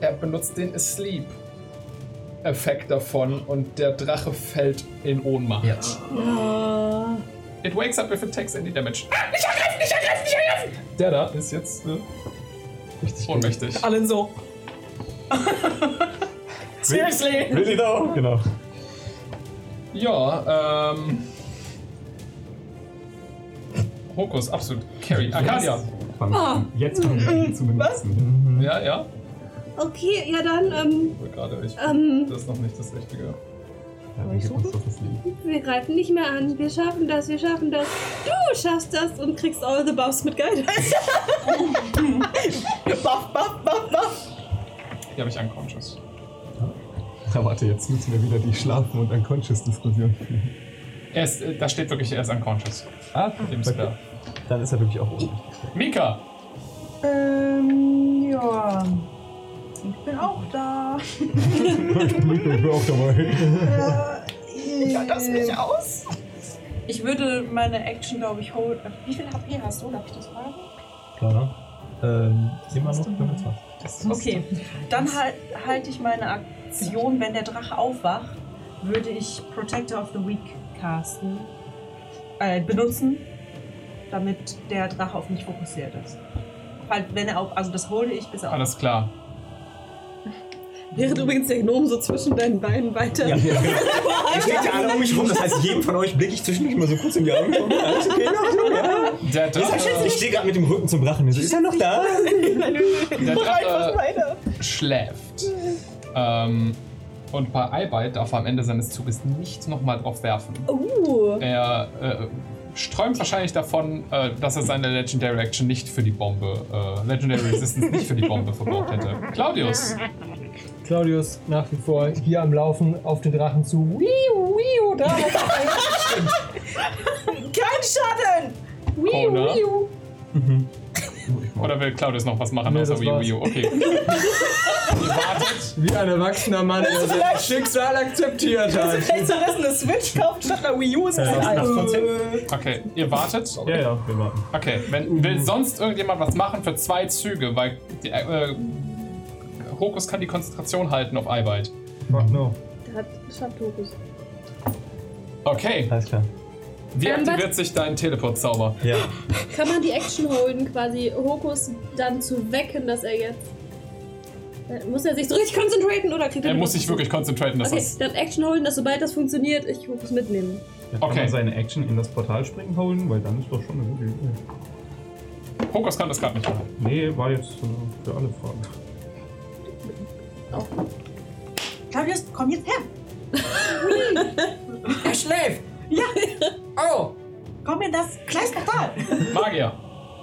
S2: Er benutzt den Asleep-Effekt davon und der Drache fällt in Ohnmacht. It wakes up if it takes any damage. Ah, nicht angreifen, nicht angreifen, nicht angreifen! Der da ist jetzt äh, ohnmächtig.
S4: Allen so. Seriously?
S3: Really though? Genau.
S2: Ja, ähm. Hokus, absolut. Carry. Arcadia.
S6: Ah.
S7: Jetzt kommen wir zu dem nächsten.
S8: Mhm.
S2: Ja, ja.
S9: Okay, ja dann, ähm,
S2: Wohl Gerade ich.
S9: ähm,
S2: Das ist noch nicht das Richtige.
S7: Ja, wir geben uns doch das Leben.
S9: wir greifen nicht mehr an. Wir schaffen das, wir schaffen das. Du schaffst das und kriegst all the buffs mit Guidance.
S4: Buff, buff, buff, buff.
S2: Hier habe ich unconscious.
S7: Na, warte, jetzt müssen wir wieder die Schlafen- und Unconscious-Diskussion führen.
S2: Er ist, äh, da steht wirklich, er ist unconscious.
S7: Ah,
S2: Dem ist klar.
S8: Dann ist er wirklich auch oben.
S2: Mika!
S5: Ähm, ja. Ich bin auch da.
S7: Ich bin auch dabei.
S5: Ja, das mich aus. Äh, Ich würde meine Action, glaube ich, holen. Wie viel HP hast du? Darf ich das fragen?
S8: Klar. Ähm, sehen wir noch 25.
S5: Okay, dann halt, halte ich meine Aktion, wenn der Drache aufwacht, würde ich Protector of the Weak casten, äh, benutzen, damit der Drache auf mich fokussiert ist. Halt, wenn er auf, also das hole ich bis er auf.
S2: Alles klar.
S9: Während übrigens der Gnom so zwischen deinen Beinen weiter.
S8: Ja. Ihr steht ja alle um mich rum, das heißt, jedem von euch blicke ich zwischendurch mal so kurz in die Augen. Alles okay, noch, ja.
S2: Der Drache,
S8: Ich stehe gerade mit dem Rücken zum Drachen. So, ist er noch da?
S2: der Drache schläft. Ähm, und bei Eyebite darf er am Ende seines Zuges nicht nochmal drauf werfen.
S9: Uh,
S2: Er äh, sträumt wahrscheinlich davon, äh, dass er seine Legendary Action nicht für die Bombe, äh, Legendary Resistance nicht für die Bombe verbraucht hätte. Claudius,
S18: Claudius nach wie vor hier am Laufen auf den Drachen zu. Wiu, wiu, Drache.
S4: Kein Schatten!
S2: Kona. Oder will Claudius noch was machen,
S18: Nee,
S2: außer
S18: das
S2: Wii
S18: war's.
S2: U? Okay. Ihr wartet.
S18: Wie ein erwachsener Mann, der sein Schicksal akzeptiert hat.
S4: Vielleicht zerrissene Switch kauft statt einer Wii U ist ein
S3: Acht
S4: Alter.
S3: von zehn.
S2: Okay, ihr wartet.
S7: Ja, ja, wir warten.
S2: Okay, wenn, will sonst irgendjemand was machen für zwei Züge, weil die, äh, Hokus kann die Konzentration halten auf Arbeit.
S7: Fuck no.
S9: da hat schafft Tokus.
S2: Okay,
S8: Alles klar.
S2: wie
S9: Ähm, was-
S2: aktiviert sich dein Teleport-Zauber?
S8: Ja.
S6: Kann man die Action holen, quasi Hokus dann zu wecken, dass er jetzt. Äh, Muss er sich so richtig konzentrieren oder kriegt
S2: Er
S6: die-
S2: muss sich wirklich konzentrieren, das
S6: Okay,
S2: ist.
S6: dann Action holen, dass sobald das funktioniert, ich Hokus mitnehme.
S7: Jetzt
S2: Okay.
S7: kann man seine Action in das Portal springen holen, weil dann ist doch schon eine gute Idee.
S2: Hokus kann das gerade nicht machen.
S7: Nee, war jetzt äh, für alle Fragen.
S5: Claudius, komm jetzt her!
S18: Er schläft.
S5: Ja,
S18: Oh.
S5: komm in das Kleisportal!
S2: Magier.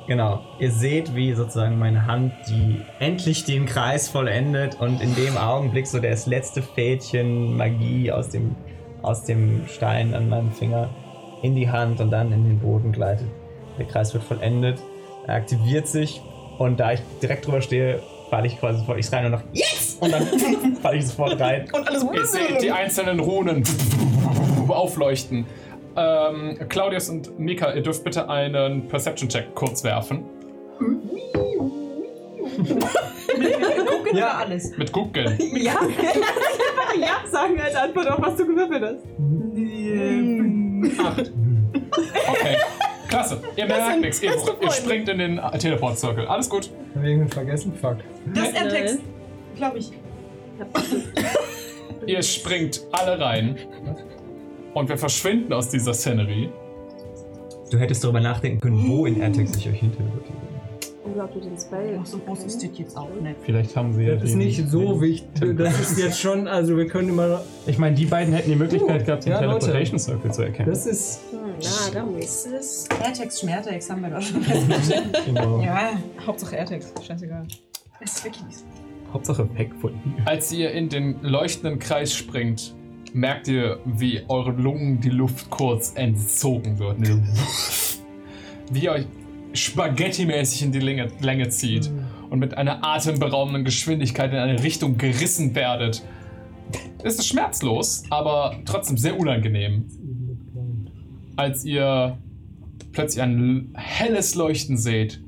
S8: Genau. Ihr seht, wie sozusagen meine Hand, die endlich den Kreis vollendet und in dem Augenblick so das letzte Fädchen Magie aus dem, aus dem Stein an meinem Finger in die Hand und dann in den Boden gleitet. Der Kreis wird vollendet, er aktiviert sich Und da ich direkt drüber stehe, falle ich quasi sofort. Ich schreie nur noch Yes! Und dann falle ich sofort rein.
S4: Und alles
S2: Ihr seht die einzelnen Runen aufleuchten. Ähm, Claudius und Mika, ihr dürft bitte einen Perception-Check kurz werfen.
S5: Gucken ja. wir alles.
S2: Mit Gucken.
S5: Ja.
S9: Ja, sagen als Antwort auch, was du gewürfelt hast.
S2: Okay. Klasse. Ihr merkt nichts. Ihr, ihr springt in den Teleport-Circle. Alles gut.
S7: Haben wir irgendwen vergessen? Fuck.
S5: Das ist Amtex, glaube ich.
S2: Ihr springt alle rein. Und wir verschwinden aus dieser Szenerie.
S8: Du hättest darüber nachdenken können, wo in Airtex ich euch hinterwürdige.
S9: Unglaublich den Spell.
S5: Ach, Oh, so groß ist das jetzt auch nicht.
S7: Vielleicht haben sie ja.
S18: Das ist
S7: den-
S18: nicht so
S7: den-
S18: wichtig.
S7: Tempel.
S18: Das ist jetzt schon, also wir können immer noch.
S7: Ich meine, die beiden hätten die
S8: Uh.
S7: Möglichkeit gehabt, den
S18: ja, Leute.
S7: Teleportation Circle zu erkennen.
S18: Das ist.
S9: Hm, na, darum geht's.
S5: Das ist Airtex, Schmertex haben wir doch schon.
S7: Genau.
S5: ja.
S4: Hauptsache Airtex, scheißegal.
S5: Das ist wirklich nicht
S7: Hauptsache weg von hier.
S2: Als ihr in den leuchtenden Kreis springt, merkt ihr, wie eure Lungen die Luft kurz entzogen wird. Wie ihr euch spaghettimäßig in die Länge, Länge zieht und mit einer atemberaubenden Geschwindigkeit in eine Richtung gerissen werdet. Es ist schmerzlos, aber trotzdem sehr unangenehm. Als ihr plötzlich ein helles Leuchten seht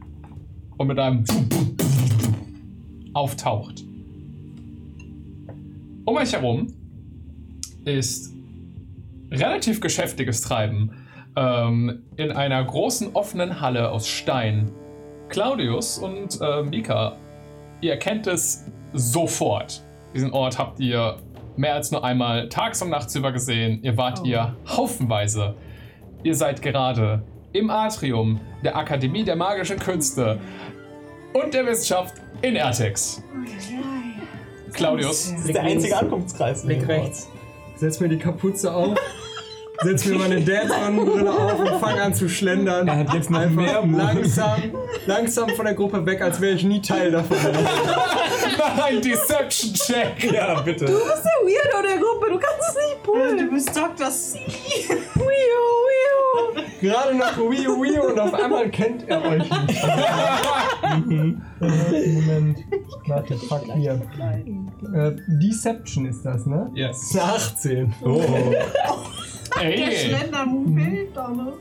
S2: und mit einem auftaucht. Um euch herum ist relativ geschäftiges Treiben ähm, in einer großen offenen Halle aus Stein. Claudius und äh, Mika, ihr erkennt es sofort. Diesen Ort habt ihr mehr als nur einmal tags und nachts über gesehen. Ihr wart
S4: Oh.
S2: hier haufenweise. Ihr seid gerade im Atrium der Akademie der magischen Künste und der Wissenschaft in Ertex.
S5: Oh,
S2: Claudius.
S8: Das ist der einzige Ankunftskreis.
S18: Weg rechts. Setz mir die Kapuze auf. Setz mir meine Dance-On-Brille auf und fang an zu schlendern.
S7: Er hat jetzt noch mehr Mut.
S18: langsam, langsam von der Gruppe weg, als wäre ich nie Teil davon.
S2: Nein, Deception Check.
S8: Ja, bitte.
S9: bist der Weirdo der Gruppe, du kannst es nicht pullen.
S5: Also, Du bist Dr. C.
S9: Wio, wio.
S18: Gerade noch Wio Wio und auf einmal kennt er euch. Moment. Warte, fuck hier. Äh, Deception ist das, ne? Oh.
S2: Yes.
S18: Eine 18.
S5: Der
S2: Ey,
S5: Schlendermove hilft auch noch.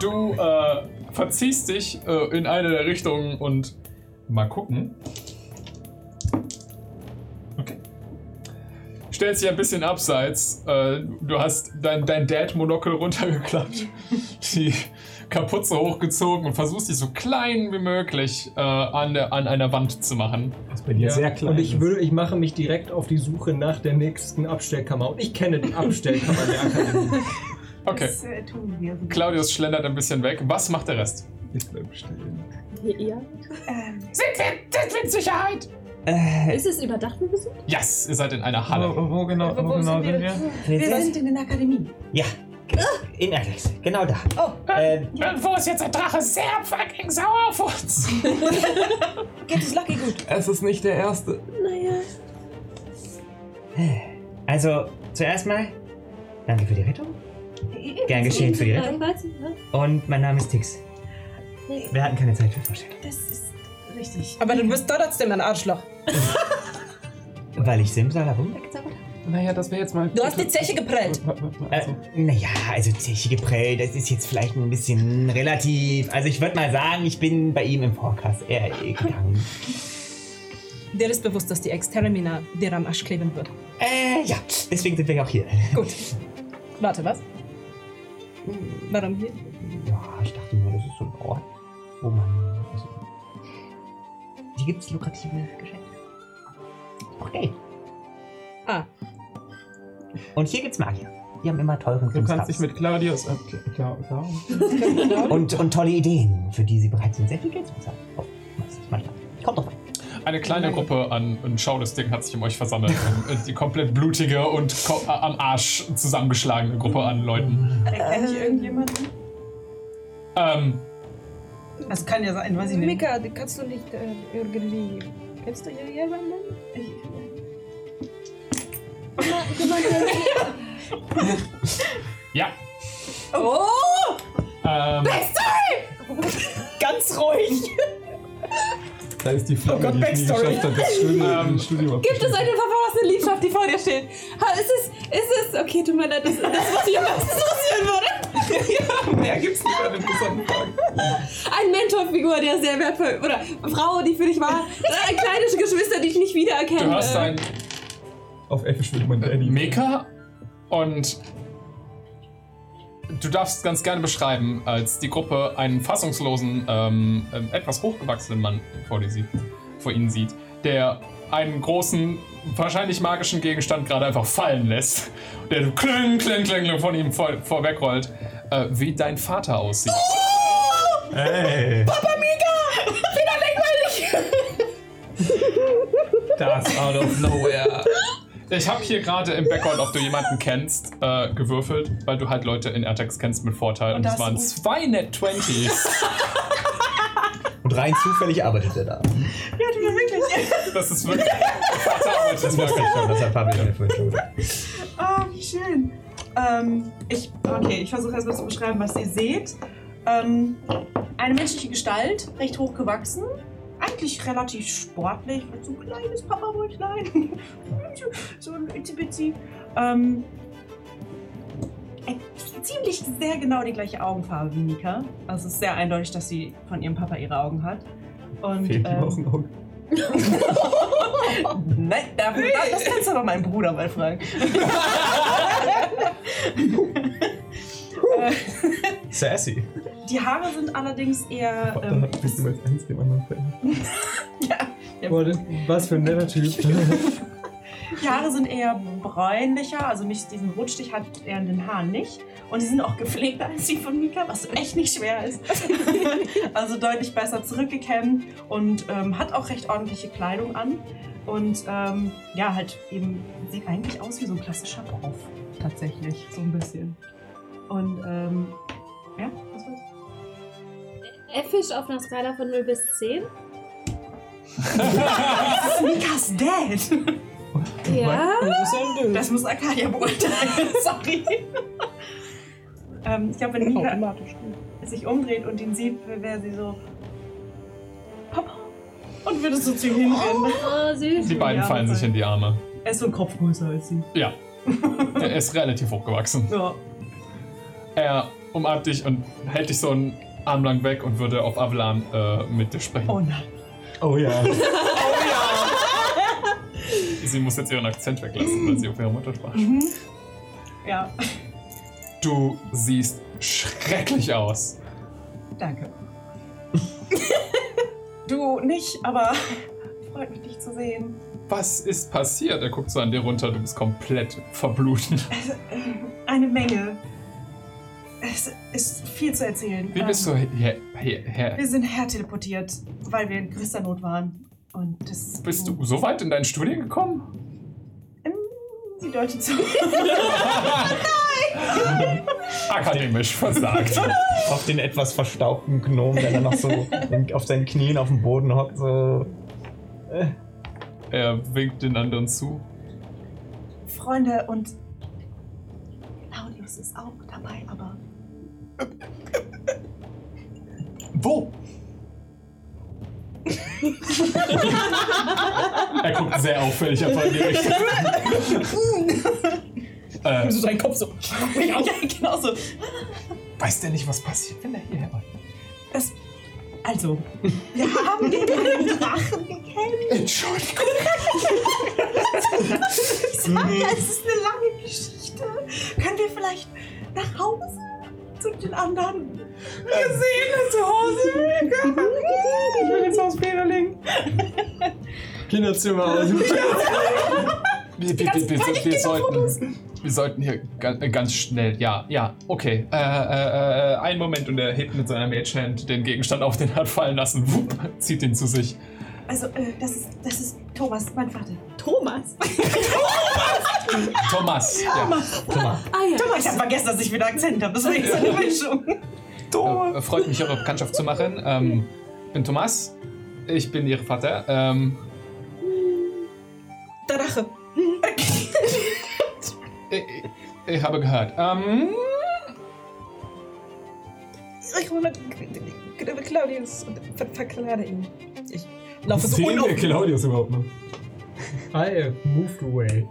S2: du äh, verziehst dich äh, in eine der Richtungen und mal gucken. Okay. Stellst dich ein bisschen abseits. Äh, du hast dein, dein Dad-Monokel runtergeklappt, die Kapuze hochgezogen und versuchst dich so klein wie möglich äh, an, der, an einer Wand zu machen.
S7: Was bei dir sehr klein
S18: Und ich würde, ich mache mich direkt auf die Suche nach der nächsten Abstellkammer. Und ich kenne die Abstellkammer der Akademie.
S2: Okay.
S5: Das äh, tun wir.
S2: Claudius schlendert ein bisschen weg. Was macht der Rest?
S7: Ich bleib stehen.
S6: Ja.
S2: Das mit Sicherheit!
S6: Ist es überdacht ein bisschen?
S2: Yes, ihr seid in einer
S7: Wo,
S2: Halle.
S7: wo genau, wo genau sind wir?
S5: Wir sind in der Akademie. Ah.
S8: Ja. In Airtex. Genau da. Oh. Ähm,
S2: Irgendwo ist jetzt ein Drache sehr fucking sauer auf uns.
S5: Geht es lucky gut?
S7: Es ist nicht der erste.
S6: Naja.
S8: also, zuerst mal, danke für die Rettung. Gern geschehen für die Rettung.
S6: Weiß ich, ne?
S8: Und mein Name ist Tix. Wir hatten keine Zeit für Vorstellungen.
S5: Das ist richtig.
S4: Aber du bist trotzdem ein Arschloch.
S8: Weil ich Simsala rumweg.
S7: Naja, das wäre jetzt mal.
S4: Du hast die Zeche geprellt.
S8: Äh, naja, also Zeche geprellt, das ist jetzt vielleicht ein bisschen relativ. Also ich würde mal sagen, ich bin bei ihm im Forecast eher äh, gegangen.
S4: Dir ist bewusst, dass die Extermina dir am Arsch kleben wird.
S8: Äh, ja, deswegen sind wir ja auch hier.
S4: Gut. Warte, was? Warum hier?
S8: Ja, ich dachte mir, das ist so ein Ort, wo man. Also, hier gibt es lukrative Geschäfte. Auch Geld.
S4: Ah.
S8: Und hier gibt's Magier. Die haben immer teuren
S7: Du kannst dich
S8: Krimskrams.
S7: mit Claudius. Äh, Cla- Cla-
S8: und, und tolle Ideen, für die sie bereit sind, sehr viel Geld zu bezahlen. Oh, das ist manchmal. Kommt doch rein.
S2: Eine kleine Gruppe an an Schaudesting hat sich um euch versammelt. Ähm, äh, die komplett blutige und ko äh, am Arsch zusammengeschlagene Gruppe an Leuten.
S5: Erkenne ich irgendjemanden?
S2: Ähm,
S5: Das kann ja sein, weiß ich nicht.
S4: Mika, die kannst du nicht äh, irgendwie. Kennst du hier jemanden?
S2: ja.
S5: Oh!
S4: Oh!
S2: Ähm,
S5: Ganz ruhig.
S7: Da ist die
S8: Oh
S7: Flamme,
S5: Gott,
S7: die ich nie
S5: Backstory.
S7: geschafft habe, das Studium,
S2: Ähm,
S7: das Studium
S9: Gibt es eine verfallene Liebschaft, die vor dir steht? Ha, ist es, ist es, okay, tut mir leid, das ist das, was mich am meisten interessieren würde.
S7: Mehr gibt's nicht an interessanten Fragen.
S9: Ein Mentorfigur, der sehr wertvoll, oder Frau, die für dich war, äh, kleine Geschwister, die ich nicht wiedererkenne.
S2: Du hast ein
S7: Auf Elfisch wird man Daddy.
S2: Meka und du darfst ganz gerne beschreiben, als die Gruppe einen fassungslosen, ähm, ähm, etwas hochgewachsenen Mann vor dir sieht, vor ihnen sieht, der einen großen, wahrscheinlich magischen Gegenstand gerade einfach fallen lässt, der so kling, kling, kling, kling von ihm vor, vorwegrollt, äh, wie dein Vater aussieht.
S3: Hey.
S7: Das out of nowhere.
S2: Ich habe hier gerade im Background, ob du jemanden kennst, äh, gewürfelt, weil du halt Leute in Attacks kennst mit Vorteil. Und,
S5: Und
S2: das,
S5: das
S2: waren
S5: ist
S2: zwei Net 20s.
S8: Und rein zufällig arbeitet er da.
S5: Ja, du wirklich.
S2: Das ist wirklich. Vater arbeitet
S8: Das wusste ich schon, das hat Fabian mir vorhin schon gesagt.
S5: Ah, wie schön. Ähm, ich, okay, ich versuche erstmal zu beschreiben, was ihr seht. Ähm, eine menschliche Gestalt, recht hoch gewachsen. Eigentlich relativ sportlich, mit so ein kleines Paparötlein. so ein Itzi-Bitzi. Ähm, äh, ziemlich sehr genau die gleiche Augenfarbe wie Mika. Also es ist sehr eindeutig, dass sie von ihrem Papa ihre Augen hat. Und,
S7: Fehlt ihm
S5: ähm,
S7: auch ein Auge.
S5: Nein, da, da, das kannst du aber meinen Bruder mal fragen. Äh,
S8: Sassy.
S5: Die Haare sind allerdings eher.
S7: Dann
S5: Ähm,
S7: hat sich jeweils eins dem anderen verändert.
S18: Warte, Was für ein netter Typ.
S5: die Haare sind eher bräunlicher, also nicht diesen Rutschstich hat er in den Haaren nicht. Und die sind auch gepflegter als die von Mika, was echt nicht schwer ist. also deutlich besser zurückgekämmt und ähm, hat auch recht ordentliche Kleidung an. Und ähm, ja, halt eben sieht eigentlich aus wie so ein klassischer Prof. Tatsächlich, so ein bisschen. Und ähm, ja, das war's.
S6: Effisch auf einer Skala von 0 bis 10?
S5: Das ist Mikas Dad.
S6: Ja.
S5: Das muss Arcadia beurteilen. Sorry. ähm, ich glaube, wenn Mika
S4: Automatisch.
S5: sich umdreht und ihn sieht, wäre sie so. Papa. Und würde so zu ihm hinrennen.
S6: Oh, süß.
S2: Die beiden fallen sich in die Arme.
S5: Er ist so ein Kopf größer als sie.
S2: Er ist relativ hochgewachsen.
S5: Ja.
S2: Er umarmt dich und hält dich so einen Arm lang weg und würde auf Avalan äh, mit dir sprechen.
S5: Oh nein.
S7: Oh ja.
S2: Sie muss jetzt ihren Akzent weglassen, weil sie auf ihre Mutter sprach.
S5: Ja,
S2: Du siehst schrecklich aus.
S5: danke. du nicht, aber freut mich, dich zu sehen.
S2: Was ist passiert? Er guckt so an dir runter, du bist komplett verbluten.
S5: Eine Menge. Es ist viel zu erzählen.
S2: Wie bist
S5: Ähm,
S2: du her, her, her?
S5: Wir sind herteleportiert, weil wir in größter Not waren. Und das
S2: Bist du so weit in deinen Studien gekommen?
S5: Sie deutet zu.
S2: Akademisch versagt.
S3: Auf den etwas verstaubten Gnom, der dann noch so in- auf seinen Knien auf dem Boden hockt, so.
S2: Er winkt den anderen zu.
S5: Freunde und Claudius ist auch dabei, aber
S2: Wo? er guckt sehr auffällig einfach in die Richtung. äh,
S4: So dein Kopf so.
S5: ja, genau so.
S2: weiß der nicht, was passiert, wenn er hierher kommt?
S5: Also, wir haben den Drachen gekämpft.
S2: Entschuldigung.
S5: Ich
S2: Hm.
S5: sag ja, es ist eine lange Geschichte. Können wir vielleicht nach Hause zu den anderen? Wir
S2: Ähm.
S5: sehen uns zu Hause. Ich will ins Haus Peterling.
S18: Kinderzimmer aus.
S2: Wir, wir, wir, wir, wir, sollten, wir sollten hier ga- äh, ganz schnell. Ja, ja, okay. Äh, äh, äh, einen Moment und er hebt mit seiner Mage Hand den Gegenstand auf den hat fallen lassen. Wupp, zieht ihn zu sich.
S5: Also, äh, das ist, das ist Thomas, mein Vater.
S9: Thomas.
S2: Thomas. Thomas.
S9: Ah ja.
S5: Thomas, ich habe vergessen, dass ich wieder Akzent habe. Deswegen ist eine Mischung.
S2: Ja. Äh, freut mich, eure Bekanntschaft zu machen. Ähm, ich bin Thomas. Ich bin ihr Vater. Ähm,
S5: Der Drache.
S2: ich, ich- ich habe gehört. Ähm,
S5: Ich hole mir
S4: Claudius und ver verklade ihn. Ich laufe so
S7: Sehen wir
S4: unoffen.
S7: Claudius überhaupt noch?
S18: I have moved away.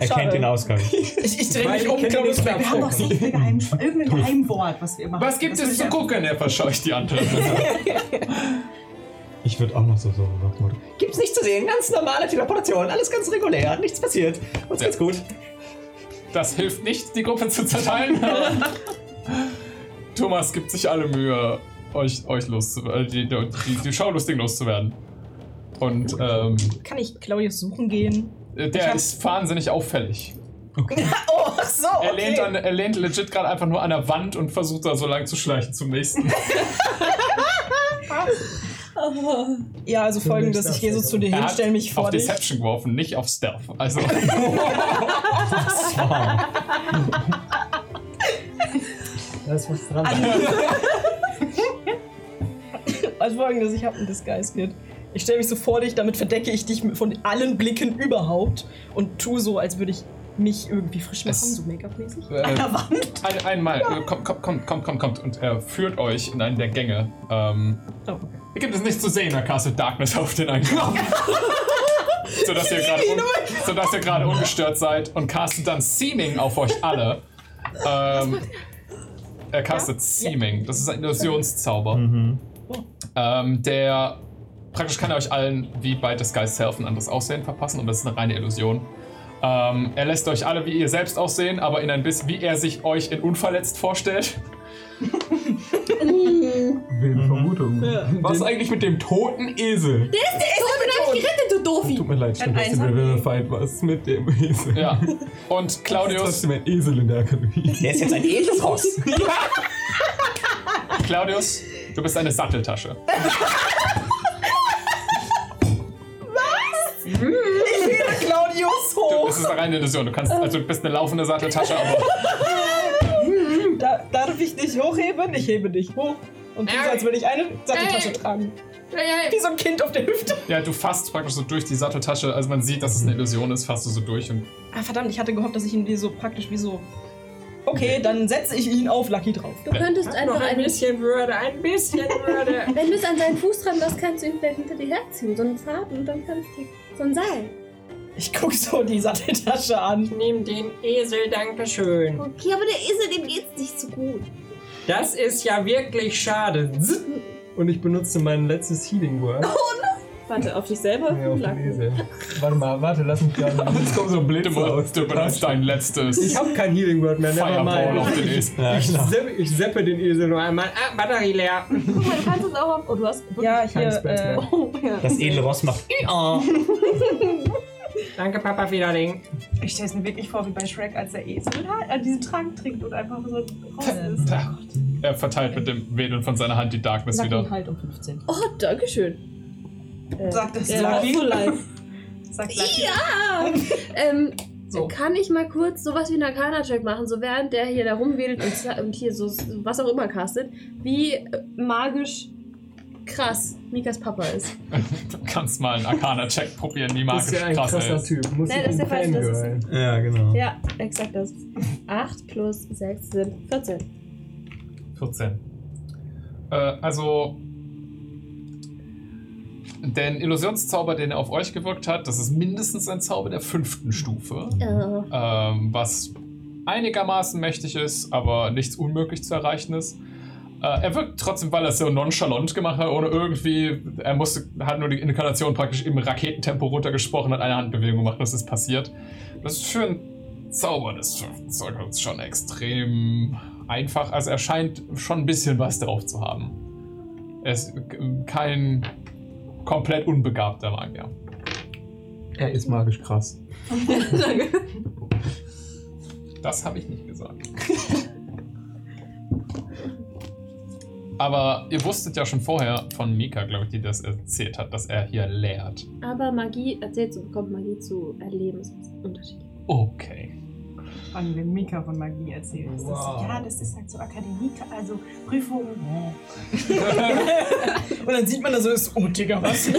S8: Er
S4: Schade.
S8: kennt den Ausgang.
S4: Ich, ich drehe
S18: Weil
S4: mich
S18: ich
S4: um,
S18: kenne
S4: Claudius
S18: den
S4: bleibt
S5: Wir haben doch
S4: stecken.
S5: safe eine Geheim irgendein Geheimwort, was wir immer
S2: Was gibt
S5: Das
S2: es
S5: würde
S2: zu
S5: ja-
S2: gucken? Er verscheucht die andere.
S8: Ich würde auch noch so so nach dem Motto, Gibt's nichts zu sehen, ganz normale Teleportation, alles ganz regulär, nichts passiert. Uns geht's gut.
S2: Das hilft nicht, die Gruppe zu zerteilen. Thomas gibt sich alle Mühe, euch, euch loszuwerden, die, die, die Schaulustigen loszuwerden. Und ähm,
S4: Kann ich Claudius suchen gehen?
S2: der ist wahnsinnig auffällig.
S4: Oh, ach so.
S2: Er,
S4: okay.
S2: lehnt an, er lehnt legit gerade einfach nur an der Wand und versucht da so lang zu schleichen zum nächsten.
S4: Ja, also folgendes: Ich gehe so zu dir
S2: Er
S4: hin,
S2: hat
S4: stelle mich
S2: auf
S4: vor dich.
S2: Deception geworfen, nicht auf Stealth. Also,
S18: Da ist was dran.
S4: Also folgendes: Ich habe ein Disguise-Kit. Ich stelle mich so vor dich, damit verdecke ich dich von allen Blicken überhaupt und tu so, als würde ich mich irgendwie frisch machen,
S2: Es-
S4: so Make-up-mäßig.
S2: äh,
S5: An der Wand.
S2: ein, einmal, äh, kommt, kommt, kommt, kommt, kommt, kommt und er führt euch in einen der Gänge. Ähm,
S4: Oh, okay.
S2: Hier gibt es nichts zu sehen, da castet Darkness auf den Eingang. sodass ihr gerade un sodass ihr gerade ungestört seid und castet dann Seeming auf euch alle. Ähm, er castet Seeming, das ist ein Illusionszauber.
S7: Mhm.
S2: Ähm, der praktisch kann er euch allen wie bei Disguise Self ein anderes Aussehen verpassen und das ist eine reine Illusion. Ähm, er lässt euch alle wie ihr selbst aussehen, aber in ein bisschen, wie er sich euch in unverletzt vorstellt.
S7: Wilde Vermutung.
S2: Was eigentlich mit dem toten Esel?
S9: du Doofi!
S7: Tut mir leid, stimmt,
S5: Ein
S7: dass du
S5: Eishockey.
S7: Riverfight warst mit dem Esel.
S2: Ja. Und
S7: Das ist
S2: Claudius,
S7: trotzdem ein Esel in der Akademie.
S8: Der ist jetzt ein edles Ross.
S2: Claudius, du bist eine Satteltasche.
S4: Claudius
S2: Du,
S18: Oh.
S4: hoch!
S2: das ist eine reine Illusion. Du kannst, also du bist eine laufende Satteltasche, aber
S4: Da, darf ich dich hochheben? Ich hebe dich hoch. Und tu so, als würde ich eine Satteltasche tragen. Wie so ein Kind auf der Hüfte.
S2: ja, du fasst praktisch so durch die Satteltasche. Also man sieht, dass es eine Illusion ist, fasst du so durch und
S4: Ah, verdammt, ich hatte gehofft, dass ich ihn wie so praktisch wie so. Okay, dann setze ich ihn auf Lucky drauf.
S6: Du könntest einfach ein
S9: bisschen Würde, ein bisschen Würde.
S6: Wenn du es an seinen Fuß dran lässt, kannst du ihn vielleicht hinter dir herziehen. So einen Faden und dann kannst du so ein Seil.
S4: Ich gucke so die Satteltasche an.
S9: Nimm den Esel, danke schön.
S6: Okay, aber der Esel, dem geht's nicht so gut.
S18: Das ist ja wirklich schade. Zzz. Und ich benutze mein letztes Healing Word.
S9: Warte, auf dich selber?
S18: Ja, auf den Esel. Warte mal, warte, lass mich gerade.
S2: jetzt kommen so Blitze aus. Du benutzt dein
S18: Ich
S2: letztes
S18: habe kein Healing Word ne? mehr, never
S2: Fireball auf
S18: mind.
S2: den Esel.
S8: Ja,
S18: Ich
S8: genau.
S18: seppe, ich seppe den Esel nur einmal. Ah, Batterie leer.
S9: Guck mal, du kannst es auch auf. Oh, du hast.
S4: Ja,
S18: Kein
S4: hier.
S18: Spells
S4: Äh,
S18: mehr.
S9: Oh, ja.
S8: Das edle Ross macht.
S18: Danke, Papa Federling.
S5: Ich stelle es mir wirklich vor, wie bei Shrek, als er eh Esel hat, an diesem Trank trinkt und einfach so raus ist.
S2: Er verteilt mit dem Wedeln von seiner Hand die Darkness wieder.
S4: halt um 15.
S9: Oh, danke schön.
S5: Sagt das
S9: Ja,
S5: Lucky.
S9: so leid.
S5: Sagt Lucky.
S6: Ähm,
S5: So.
S6: kann ich mal kurz sowas wie einen Arcana-Check machen? So während der hier da rumwedelt und, za- und hier so s- was auch immer castet, wie äh, magisch krass Mikas Papa ist.
S2: Du kannst mal einen Arcana-Check probieren, wie
S18: Das ist
S2: magisch
S18: ja ein
S2: krass er
S18: krasser
S2: ist.
S18: Typ. Muss
S6: Nein,
S18: ich
S6: das ist
S18: ein
S6: der falsche,
S18: Fan
S6: das ist-
S18: gehören.
S8: Ja, genau.
S6: Ja, exakt das. 8 plus 6 sind 14.
S2: 14. Äh, also. Den Illusionszauber, den er auf euch gewirkt hat, das ist mindestens ein Zauber der fünften Stufe.
S6: Äh,
S2: ähm, was einigermaßen mächtig ist, aber nichts unmöglich zu erreichen ist. Äh, er wirkt trotzdem, weil er es so nonchalant gemacht hat, ohne irgendwie, er musste, hat nur die Inkarnation praktisch im Raketentempo runtergesprochen, hat eine Handbewegung gemacht, das ist passiert. Das ist für einen Zauber des fünften Zeugnisses schon extrem einfach. Also er scheint schon ein bisschen was drauf zu haben. Er ist äh, kein komplett unbegabter Magier.
S7: Er ist magisch krass.
S9: danke.
S2: Das habe ich nicht gesagt. Aber ihr wusstet ja schon vorher von Mika, glaube ich, die das erzählt hat, dass er hier lehrt.
S6: aber Magie, erzählt so, bekommt Magie zu erleben. Das ist unterschiedlich.
S2: Okay.
S5: Wann wir Mika von Magie erzählen. Das ist,
S18: Wow.
S5: ja, das ist halt so Akademie, also Prüfungen.
S4: Und dann sieht man da so, ist, oh Digga, was?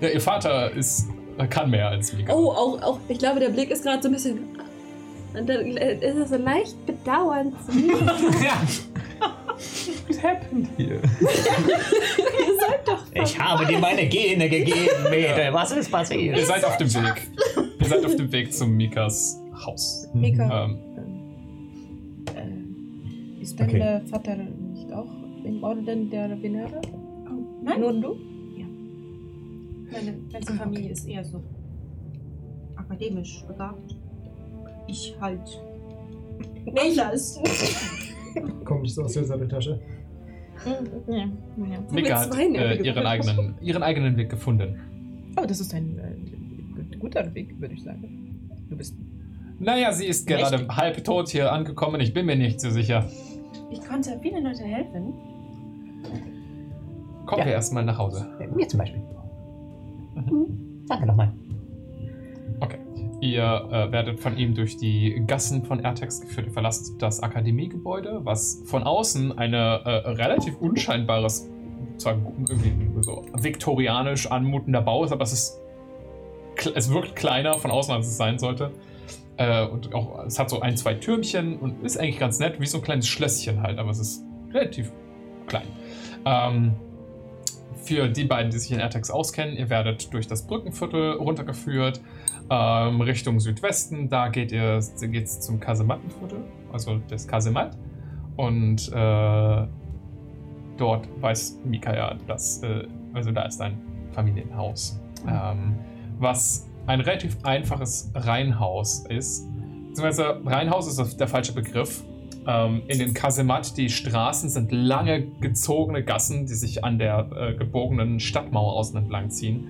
S2: Ja, ihr Vater ist, kann mehr als Mika.
S9: Oh, auch, auch. Ich glaube, der Blick ist gerade so ein bisschen. äh,
S6: Und dann äh, ist es so leicht bedauernd zu mir.
S7: what happened here?
S8: Ich habe dir meine Gene gegeben, Mädel. Was ist
S2: Ihr
S8: passiert?
S2: seid auf dem Weg. Ihr seid auf dem Weg zu Mikas Haus.
S4: Mika,
S2: Ähm,
S4: ist dein
S3: Okay.
S4: äh, Vater nicht auch im Orden der Venera?
S5: Nein,
S4: Nur du?
S5: meine ganze Familie ist eher so akademisch begabt. Ich halt. Anders.
S18: Kommt nicht so aus der Tasche.
S2: Mika hat äh, ihren, eigenen, ihren eigenen Weg gefunden.
S4: Oh, das ist ein äh, gut- guter Weg, würde ich sagen. Du bist.
S2: Naja, sie ist gerade halb tot hier angekommen. Ich bin mir nicht so sicher.
S5: Ich konnte vielen Leuten helfen.
S2: Kommen
S8: Ja.
S2: wir erstmal nach Hause.
S8: Mir zum Beispiel. Danke nochmal.
S2: Ihr äh, werdet von ihm durch die Gassen von Ertex geführt. Ihr verlasst das Akademiegebäude, was von außen eine äh, relativ unscheinbares, zwar irgendwie so viktorianisch anmutender Bau ist, aber es ist kle- es wirkt kleiner von außen, als es sein sollte. Äh, und auch, es hat so ein, zwei Türmchen und ist eigentlich ganz nett, wie so ein kleines Schlösschen halt, aber es ist relativ klein. Ähm, für die beiden, die sich in Ertex auskennen, ihr werdet durch das Brückenviertel runtergeführt, ähm, Richtung Südwesten. Da geht ihr geht's zum Kasemattenviertel, also das Kasematt. Und äh, dort weiß Mika ja, dass, äh, also da ist ein Familienhaus. Ähm, was ein relativ einfaches Reihenhaus ist. Beziehungsweise Reihenhaus ist das- der falsche Begriff. Ähm, in den Kasematt, die Straßen sind lange gezogene Gassen, die sich an der äh, gebogenen Stadtmauer außen entlang ziehen.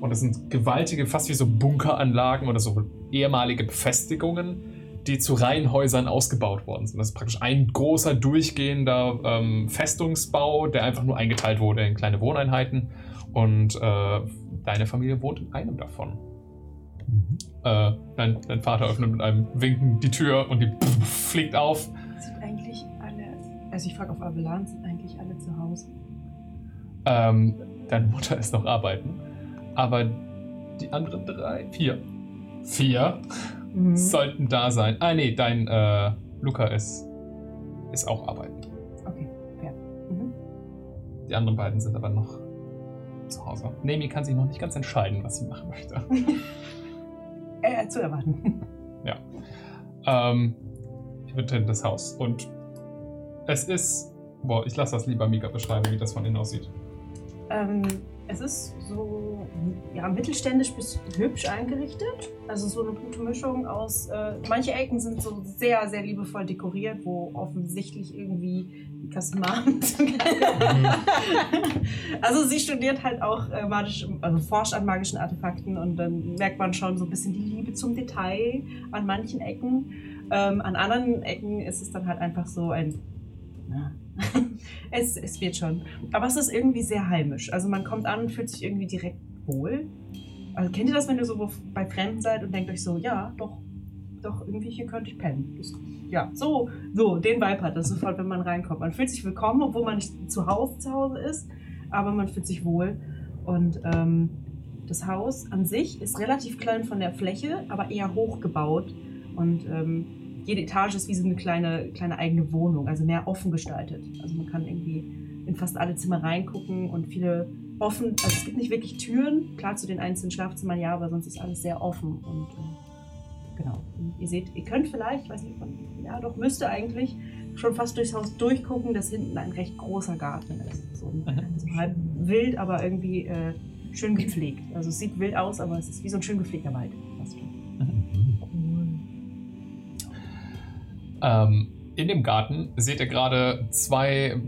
S2: Und das sind gewaltige, fast wie so Bunkeranlagen oder so ehemalige Befestigungen, die zu Reihenhäusern ausgebaut worden sind. Das ist praktisch ein großer, durchgehender ähm, Festungsbau, der einfach nur eingeteilt wurde in kleine Wohneinheiten. Und äh, deine Familie wohnt in einem davon. Äh, dein, dein Vater öffnet mit einem Winken die Tür und die fliegt auf.
S5: Sind eigentlich alle. Also ich frage auf Avelan, sind eigentlich alle zu Hause?
S2: Ähm, deine Mutter ist noch arbeiten. Aber die anderen drei, vier, vier Mhm. sollten da sein. Ah, nee, dein äh, Luca ist, ist auch arbeiten.
S5: Okay, ja. Mhm.
S2: Die anderen beiden sind aber noch zu Hause. Nemi kann sich noch nicht ganz entscheiden, was sie machen möchte.
S5: Äh, zu erwarten.
S2: Ähm, ich betrete das Haus und es ist. Boah, ich lasse das lieber Mika beschreiben, wie das von innen aussieht.
S5: Ähm, es ist so ja, mittelständisch bis hübsch eingerichtet. Also so eine gute Mischung aus. Äh, manche Ecken sind so sehr, sehr liebevoll dekoriert, wo offensichtlich irgendwie die Kasematen. also sie studiert halt auch äh, magisch, also forscht an magischen Artefakten und dann merkt man schon so ein bisschen die Liebe zum Detail an manchen Ecken. Ähm, an anderen Ecken ist es dann halt einfach so ein. Na, es, es wird schon. Aber es ist irgendwie sehr heimisch. Also man kommt an und fühlt sich irgendwie direkt wohl. Also kennt ihr das, wenn ihr so wo- bei Fremden seid und denkt euch so, ja, doch, doch, irgendwie hier könnte ich pennen. Das, ja, so, so, den Vibe hat das sofort, wenn man reinkommt. Man fühlt sich willkommen, obwohl man nicht zu Hause zu Hause ist, aber man fühlt sich wohl. Und ähm, das Haus an sich ist relativ klein von der Fläche, aber eher hoch gebaut. Und ähm, jede Etage ist wie so eine kleine, kleine eigene Wohnung, also mehr offen gestaltet. Also man kann irgendwie in fast alle Zimmer reingucken und viele offen, also es gibt nicht wirklich Türen, klar zu den einzelnen Schlafzimmern ja, aber sonst ist alles sehr offen und äh, genau. Und ihr seht, ihr könnt vielleicht, ich weiß nicht, von, ja doch, müsste eigentlich schon fast durchs Haus durchgucken, dass hinten ein recht großer Garten ist. So, ein- so halb wild, aber irgendwie äh, schön gepflegt. Also es sieht wild aus, aber es ist wie so ein schön gepflegter Wald. Fast schon.
S2: Ähm, in dem Garten seht ihr gerade zwei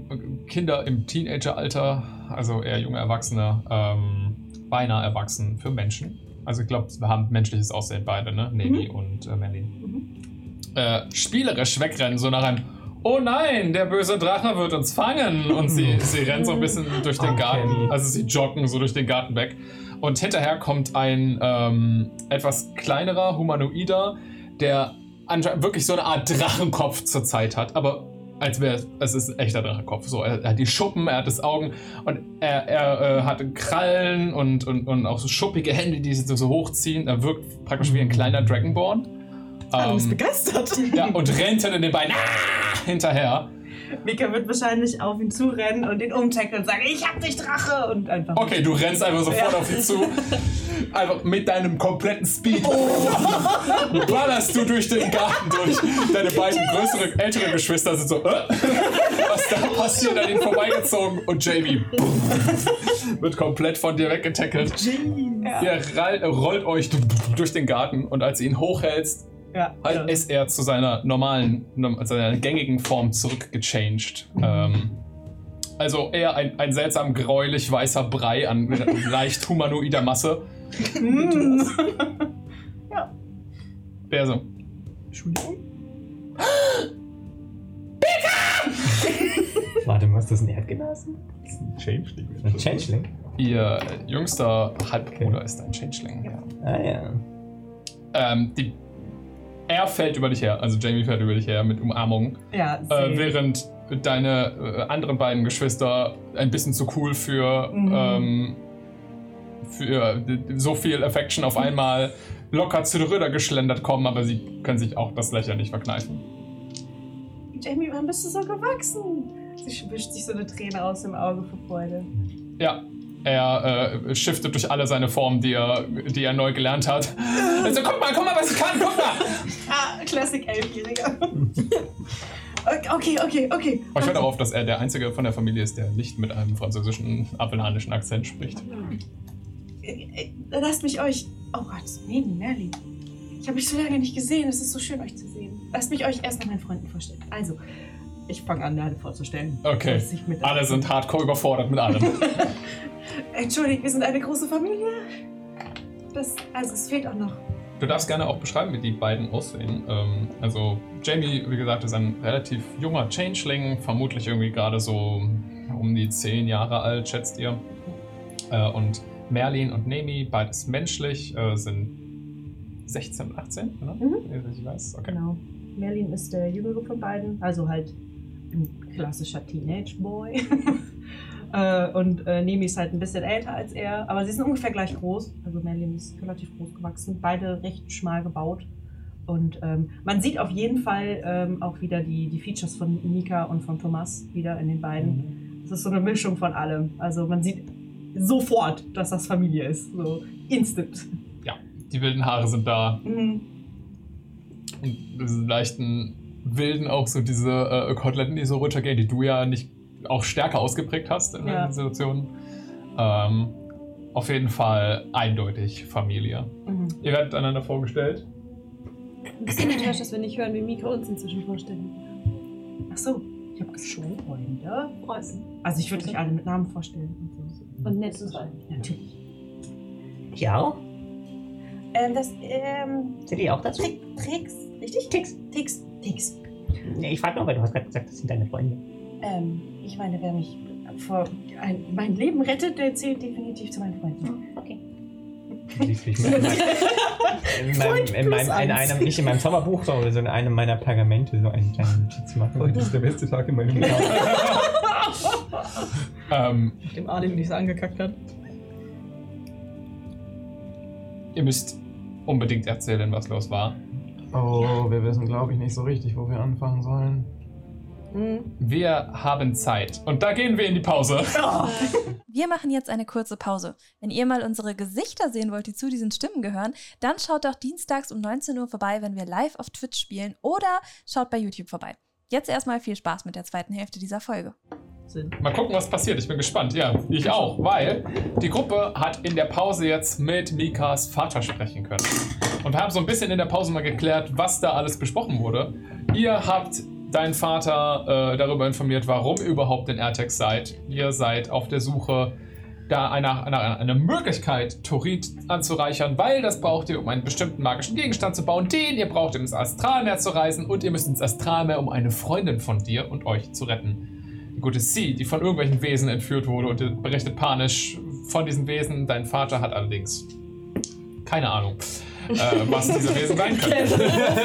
S2: Kinder im Teenageralter, also eher junge Erwachsene, ähm, beinahe erwachsen für Menschen. Also ich glaube, wir haben menschliches Aussehen beide, ne? Nelly und äh, Merlin. Äh, spielerisch wegrennen, so nach einem Oh nein, der böse Drache wird uns fangen! Und sie, sie rennt so ein bisschen durch den Garten, also sie joggen so durch den Garten weg. Und hinterher kommt ein ähm, etwas kleinerer, humanoider, der anscheinend wirklich so eine Art Drachenkopf zurzeit hat, aber als wäre es- es ist ein echter Drachenkopf. So, er, er hat die Schuppen, er hat das Augen und er, er äh, hat Krallen und, und, und auch so schuppige Hände, die sie so hochziehen. Er wirkt praktisch wie ein kleiner Dragonborn.
S4: Ah, du bist
S2: Ähm,
S4: begeistert.
S2: ja, und rennt hinter den beiden ah, hinterher.
S5: Mika wird wahrscheinlich auf ihn zurennen und ihn umtackeln und sagen, ich hab dich Drache und einfach.
S2: Okay, du rennst einfach sofort auf ihn zu. Einfach mit deinem kompletten Speed ballerst du durch den Garten durch. Deine beiden größeren, älteren Geschwister sind so, äh? was da passiert, an ihnen vorbeigezogen. Und Jamie boom, wird komplett von dir weggetackelt. Ihr rall- äh, rollt euch durch den Garten und als ihr ihn hochhältst,
S5: Ja.
S2: halt ist er zu seiner normalen, nom- seiner gängigen Form zurückgechanged. Ähm, also eher ein, ein seltsam gräulich weißer Brei an re- leicht humanoider Masse. Der so.
S3: Warte mal, ist das ein Erdgenossen?
S7: Changeling.
S3: Ein Changeling?
S2: Ihr jüngster Halbbruder ist ein Changeling. Ja.
S3: Ah ja.
S2: Ähm, die, er fällt über dich her, also Jamie fällt über dich her mit Umarmung,
S5: Ja,
S2: äh,
S5: safe.
S2: während deine äh, anderen beiden Geschwister ein bisschen zu cool für,
S5: Mhm.
S2: ähm, für d- d- so viel Affection auf einmal locker zu Röder geschlendert kommen, aber sie können sich auch das Lächeln nicht verkneifen.
S5: Jamie, wann bist du so gewachsen? Sie wischt sich so eine Träne aus dem Auge vor Freude.
S2: Ja, er äh, shiftet durch alle seine Formen, die er, die er neu gelernt hat. Also guck mal, guck mal, was ich kann, guck mal!
S5: Ah, Classic Elfjähriger. okay, okay, okay.
S2: Aber ich höre darauf, dass er der Einzige von der Familie ist, der nicht mit einem französischen, appelanischen Akzent spricht.
S5: Äh, äh, Lasst mich euch. Oh Gott, Nelly, Nelly. Ich habe mich so lange nicht gesehen. Es ist so schön, euch zu sehen. Lasst mich euch erstmal meinen Freunden vorstellen. Also, ich fange an, Nelly vorzustellen.
S2: Okay.
S5: Dass ich mit-
S2: Alle sind hardcore überfordert mit allem.
S5: Entschuldigt, wir sind eine große Familie. Das, also, es fehlt auch noch.
S2: Du darfst gerne auch beschreiben, wie die beiden aussehen. Ähm, also Jamie, wie gesagt, ist ein relativ junger Changeling, vermutlich irgendwie gerade so um die zehn Jahre alt, schätzt ihr. Äh, und Merlin und Nemi, beides menschlich, äh, sind 16 und 18, ne? Mhm. Ich weiß, okay.
S5: Genau. Merlin ist der jüngere von beiden. Also halt ein klassischer Teenage-Boy. äh, und äh, Nemi ist halt ein bisschen älter als er. Aber sie sind ungefähr gleich groß. Also Merlin ist relativ groß gewachsen. Beide recht schmal gebaut. Und ähm, man sieht auf jeden Fall ähm, auch wieder die, die Features von Mika und von Thomas wieder in den beiden. Es ist so eine Mischung von allem. Also man sieht sofort, dass das Familie ist. So instant.
S2: Die wilden Haare sind da,
S5: Mhm.
S2: und diesen leichten Wilden auch so diese äh, Koteletten, die so runtergehen, die du ja nicht auch stärker ausgeprägt hast in
S5: Ja.
S2: den Situationen. Ähm, auf jeden Fall eindeutig Familie.
S5: Mhm.
S2: Ihr werdet einander vorgestellt.
S6: Ein bisschen enttäuscht, dass wir nicht hören, wie Mika uns inzwischen vorstellen.
S5: Ach so, ich habe schon Freunde. Also ich würde euch alle mit Namen vorstellen. und so.
S6: Und nett zu sein.
S5: Natürlich.
S8: Ich auch?
S5: Ähm, das, ähm,
S8: Sind die auch dazu?
S5: Tricks, richtig? Tricks, Tricks, Tricks.
S8: Nee, ich frag nur, weil du hast gerade gesagt, das sind deine Freunde.
S5: Ähm, ich meine, wer mich vor ein, mein Leben rettet, der zählt definitiv zu meinen Freunden.
S3: Du siehst, wie ich mir in meinem- in meinem- in meinem- in einem- Nicht in meinem Zauberbuch, sondern so in einem meiner Pergamente so einen kleinen Notiz machen.
S7: Heute ist der beste Tag in meinem Leben.
S2: Ähm,
S4: Dem Adem, den ich so angekackt hat.
S2: ihr müsst unbedingt erzählen, was los war.
S7: Oh, wir wissen, glaube ich, nicht so richtig, wo wir anfangen sollen.
S5: Mhm.
S2: Wir haben Zeit. Und da gehen wir in die Pause.
S1: Wir machen jetzt eine kurze Pause. Wenn ihr mal unsere Gesichter sehen wollt, die zu diesen Stimmen gehören, dann schaut doch dienstags um 19 Uhr vorbei, wenn wir live auf Twitch spielen oder schaut bei YouTube vorbei. Jetzt erstmal viel Spaß mit der zweiten Hälfte dieser Folge.
S2: Mal gucken, was passiert. Ich bin gespannt. Ja, ich auch, weil die Gruppe hat in der Pause jetzt mit Mikas Vater sprechen können. Und wir haben so ein bisschen in der Pause mal geklärt, was da alles besprochen wurde. Ihr habt deinen Vater äh, darüber informiert, warum ihr überhaupt in AirTags seid. Ihr seid auf der Suche da einer, einer, einer Möglichkeit, Torit anzureichern, weil das braucht ihr, um einen bestimmten magischen Gegenstand zu bauen, den ihr braucht, um ins Astralmeer zu reisen und ihr müsst ins Astralmeer, um eine Freundin von dir und euch zu retten die gute Sie, die von irgendwelchen Wesen entführt wurde und berichtet panisch von diesen Wesen. Dein Vater hat allerdings keine Ahnung, äh, was diese Wesen sein können.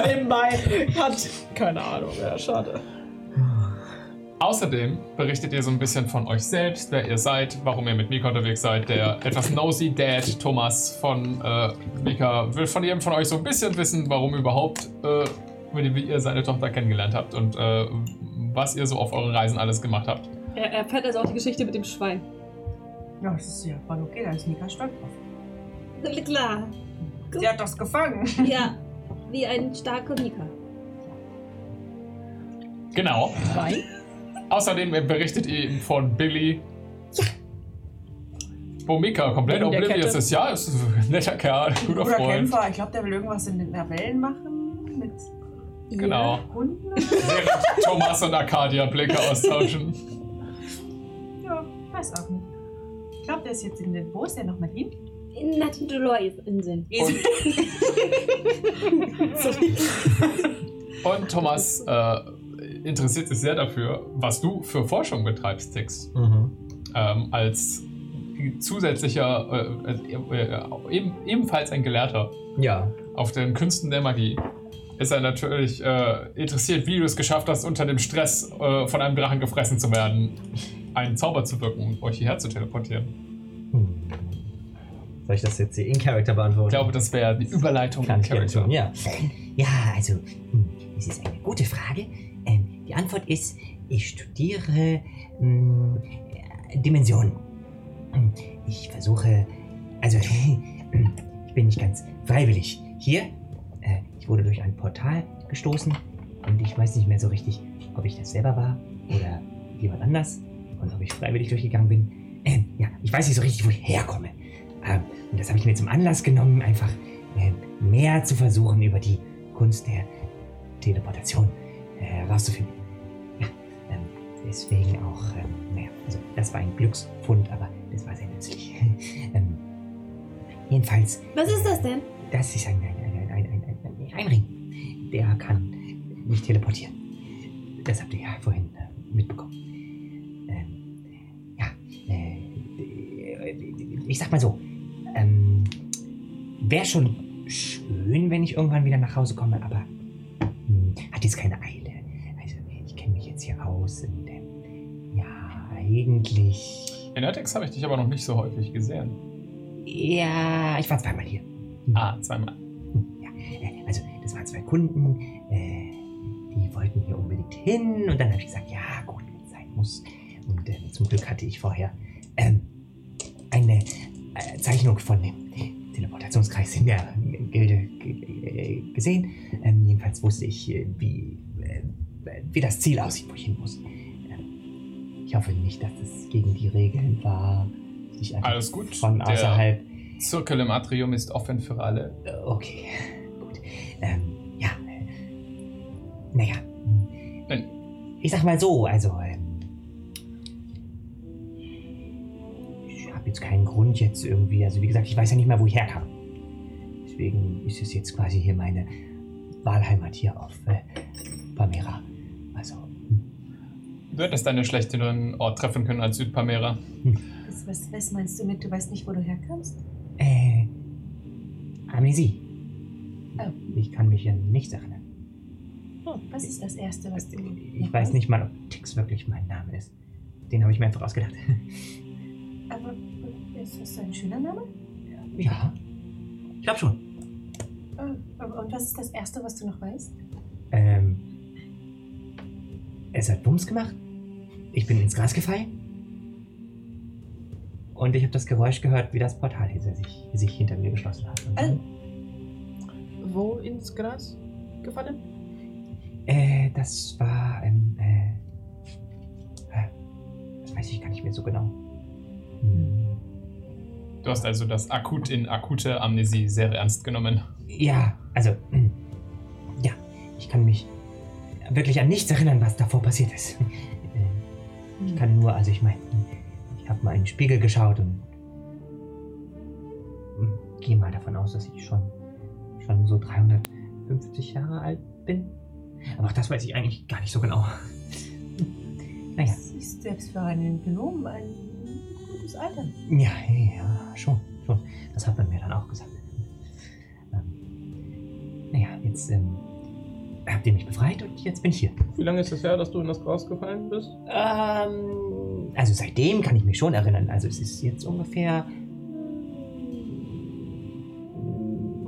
S4: Nebenbei hat. Keine Ahnung, ja, schade.
S2: Außerdem berichtet ihr so ein bisschen von euch selbst, wer ihr seid, warum ihr mit Mika unterwegs seid. Der etwas nosy Dad Thomas von äh, Mika will von jedem von euch so ein bisschen wissen, warum überhaupt, äh, wie wie ihr seine Tochter kennengelernt habt und äh, was ihr so auf euren Reisen alles gemacht habt.
S9: Er erfährt also auch die Geschichte mit dem Schwein.
S5: Ja, das ist ja voll okay, da ist Nika stolz drauf.
S9: Klar.
S5: Sie hat das gefangen.
S9: Ja. Wie ein starker Mika.
S2: Genau. Außerdem berichtet ihr ihm von Billy. Wo Mika komplett
S4: Wegen der
S2: oblivious
S4: Kette.
S2: ist. Ja, ist ein netter Kerl, guter
S5: Oder
S2: Freund.
S5: Kämpfer, ich glaube, der will irgendwas in den Novellen machen mit
S2: Genau.
S5: Hunden.
S2: Während Thomas und Arcadia Blicke austauschen.
S5: Ja, weiß auch nicht. Ich glaube, der ist jetzt in den. Wo ist der nochmal hin?
S9: In Nathan Deloitte Inseln.
S5: Und
S2: Und Thomas äh, interessiert sich sehr dafür, was du für Forschung betreibst, Tix.
S8: Mhm.
S2: Ähm, als zusätzlicher, äh, äh, äh, eben, ebenfalls ein Gelehrter
S8: Ja.
S2: auf den Künsten der Magie, ist er natürlich äh, interessiert, wie du es geschafft hast, unter dem Stress äh, von einem Drachen gefressen zu werden, einen Zauber zu wirken und euch hierher zu teleportieren.
S8: Hm. Soll ich das jetzt hier in Character beantworten?
S2: Ich glaube, das wäre die Überleitung
S8: Kann
S2: in
S8: ich gerne
S2: Character.
S8: tun, ja. Ja, also, hm, es ist eine gute Frage. Ähm, die Antwort ist, ich studiere hm, äh, Dimensionen. Hm, Ich versuche, also, hm, ich bin nicht ganz freiwillig hier. Äh, ich wurde durch ein Portal gestoßen und ich weiß nicht mehr so richtig, ob ich das selber war oder jemand anders und ob ich freiwillig durchgegangen bin. Ähm, ja, ich weiß nicht so richtig, wo ich herkomme. Ähm, und das habe ich mir zum Anlass genommen, einfach äh, mehr zu versuchen, über die Kunst der Teleportation äh, herauszufinden. Ja, ähm, deswegen auch, ähm, naja, also das war ein Glücksfund, aber das war sehr nützlich. ähm, jedenfalls,
S9: Was ist das denn?
S8: das ist ein, ein, ein, ein, ein, ein, ein, ein Ring. Der kann mich teleportieren. Das habt ihr ja vorhin äh, mitbekommen. Ähm, ja, äh, ich sag mal so, ähm, wäre schon schön, wenn ich irgendwann wieder nach Hause komme, aber hm, hat jetzt keine Eile. Also ich kenne mich jetzt hier aus und ähm, ja, eigentlich.
S2: In Latex habe ich dich aber noch nicht so häufig gesehen.
S8: Ja, ich war zweimal hier.
S2: Ah, zweimal.
S8: Äh, Also, das waren zwei Kunden, äh, die wollten hier unbedingt hin. Und dann habe ich gesagt, ja, gut, wenn es sein muss. Und äh, zum Glück hatte ich vorher ähm, eine äh, Zeichnung von dem Teleportationskreis in der Gilde g- äh, gesehen. Ähm, jedenfalls wusste ich, äh, wie, äh, wie das Ziel aussieht, wo ich hin muss. Ähm, ich hoffe nicht, dass es gegen die Regeln war. Ich einfach
S2: Alles gut.
S8: Von
S2: Also, Der-
S8: außerhalb
S2: Zirkel im Atrium ist offen für alle.
S8: äh, Okay, gut. Ähm, ja. äh, Naja. hm.
S2: Nein.
S8: Ich sag mal so, also. Ähm, ich habe jetzt keinen Grund jetzt irgendwie. Also, wie gesagt, ich weiß ja nicht mehr, wo ich herkam. Deswegen ist es jetzt quasi hier meine Wahlheimat hier auf äh, Pamera. Also,
S2: Du hättest deine schlechteren Ort treffen können als Südpamera.
S5: was, was, was meinst du mit, du weißt nicht, wo du herkommst?
S8: äh. Amnesie. Ich kann mich an nichts erinnern.
S5: Oh, was ist das Erste, was du.
S8: Ich weiß nicht mal, ob Tix wirklich mein Name ist. Den habe ich mir einfach ausgedacht.
S5: Aber äh, ist das so ein schöner Name?
S8: Ja. Ich glaube schon.
S5: Äh, Und was ist das Erste, was du noch weißt?
S8: Ähm, es hat Bums gemacht. Ich bin ins Gras gefallen. Und ich habe das Geräusch gehört, wie das Portal hinter sich, sich hinter mir geschlossen hat. Und dann,
S4: Wo ins Gras gefallen?
S8: äh, das war ähm, äh, äh, das weiß ich gar nicht mehr so genau. Hm.
S2: Du hast also das akut in akute Amnesie sehr ernst genommen.
S8: Ja, also hm. ja, ich kann mich wirklich an nichts erinnern, was davor passiert ist. Äh, Ich kann nur, also ich meine, ich habe mal in den Spiegel geschaut und gehe mal davon aus, dass ich schon, schon so 350 Jahre alt bin. Aber auch das weiß ich eigentlich gar nicht so genau. Naja,
S5: Das ist selbst für einen Gnomen ein gutes Alter.
S8: ja, ja, schon, schon. Das hat man mir dann auch gesagt. Ähm, naja, jetzt ähm, habt ihr mich befreit und jetzt bin ich hier.
S7: Wie lange ist es her, dass du in das Gras gefallen bist?
S8: Ähm, also seitdem kann ich mich schon erinnern. Also es ist jetzt ungefähr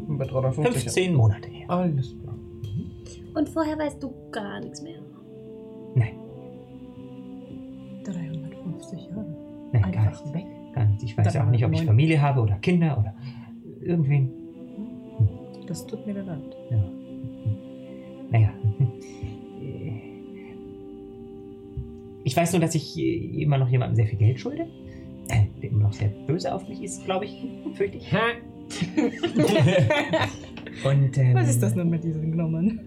S7: Bei 350.
S8: 15 Monate her.
S7: Alles klar.
S9: Und vorher weißt du gar nichts mehr.
S8: Nein.
S4: 50 Jahren.
S8: Nein, gar
S4: Einfach
S8: nicht.
S4: weg.
S8: Gar nicht. Ich weiß
S4: Dann
S8: ja auch nicht, ob ich
S4: neun.
S8: Familie habe oder Kinder oder irgendwen.
S4: Das tut mir leid.
S8: Naja. Ich weiß nur, dass ich äh, immer noch jemandem sehr viel Geld schulde. äh, Der immer noch sehr böse auf mich ist, glaube ich. Fürchte ich. Und ähm,
S4: Was ist das nun mit diesen Gnommen?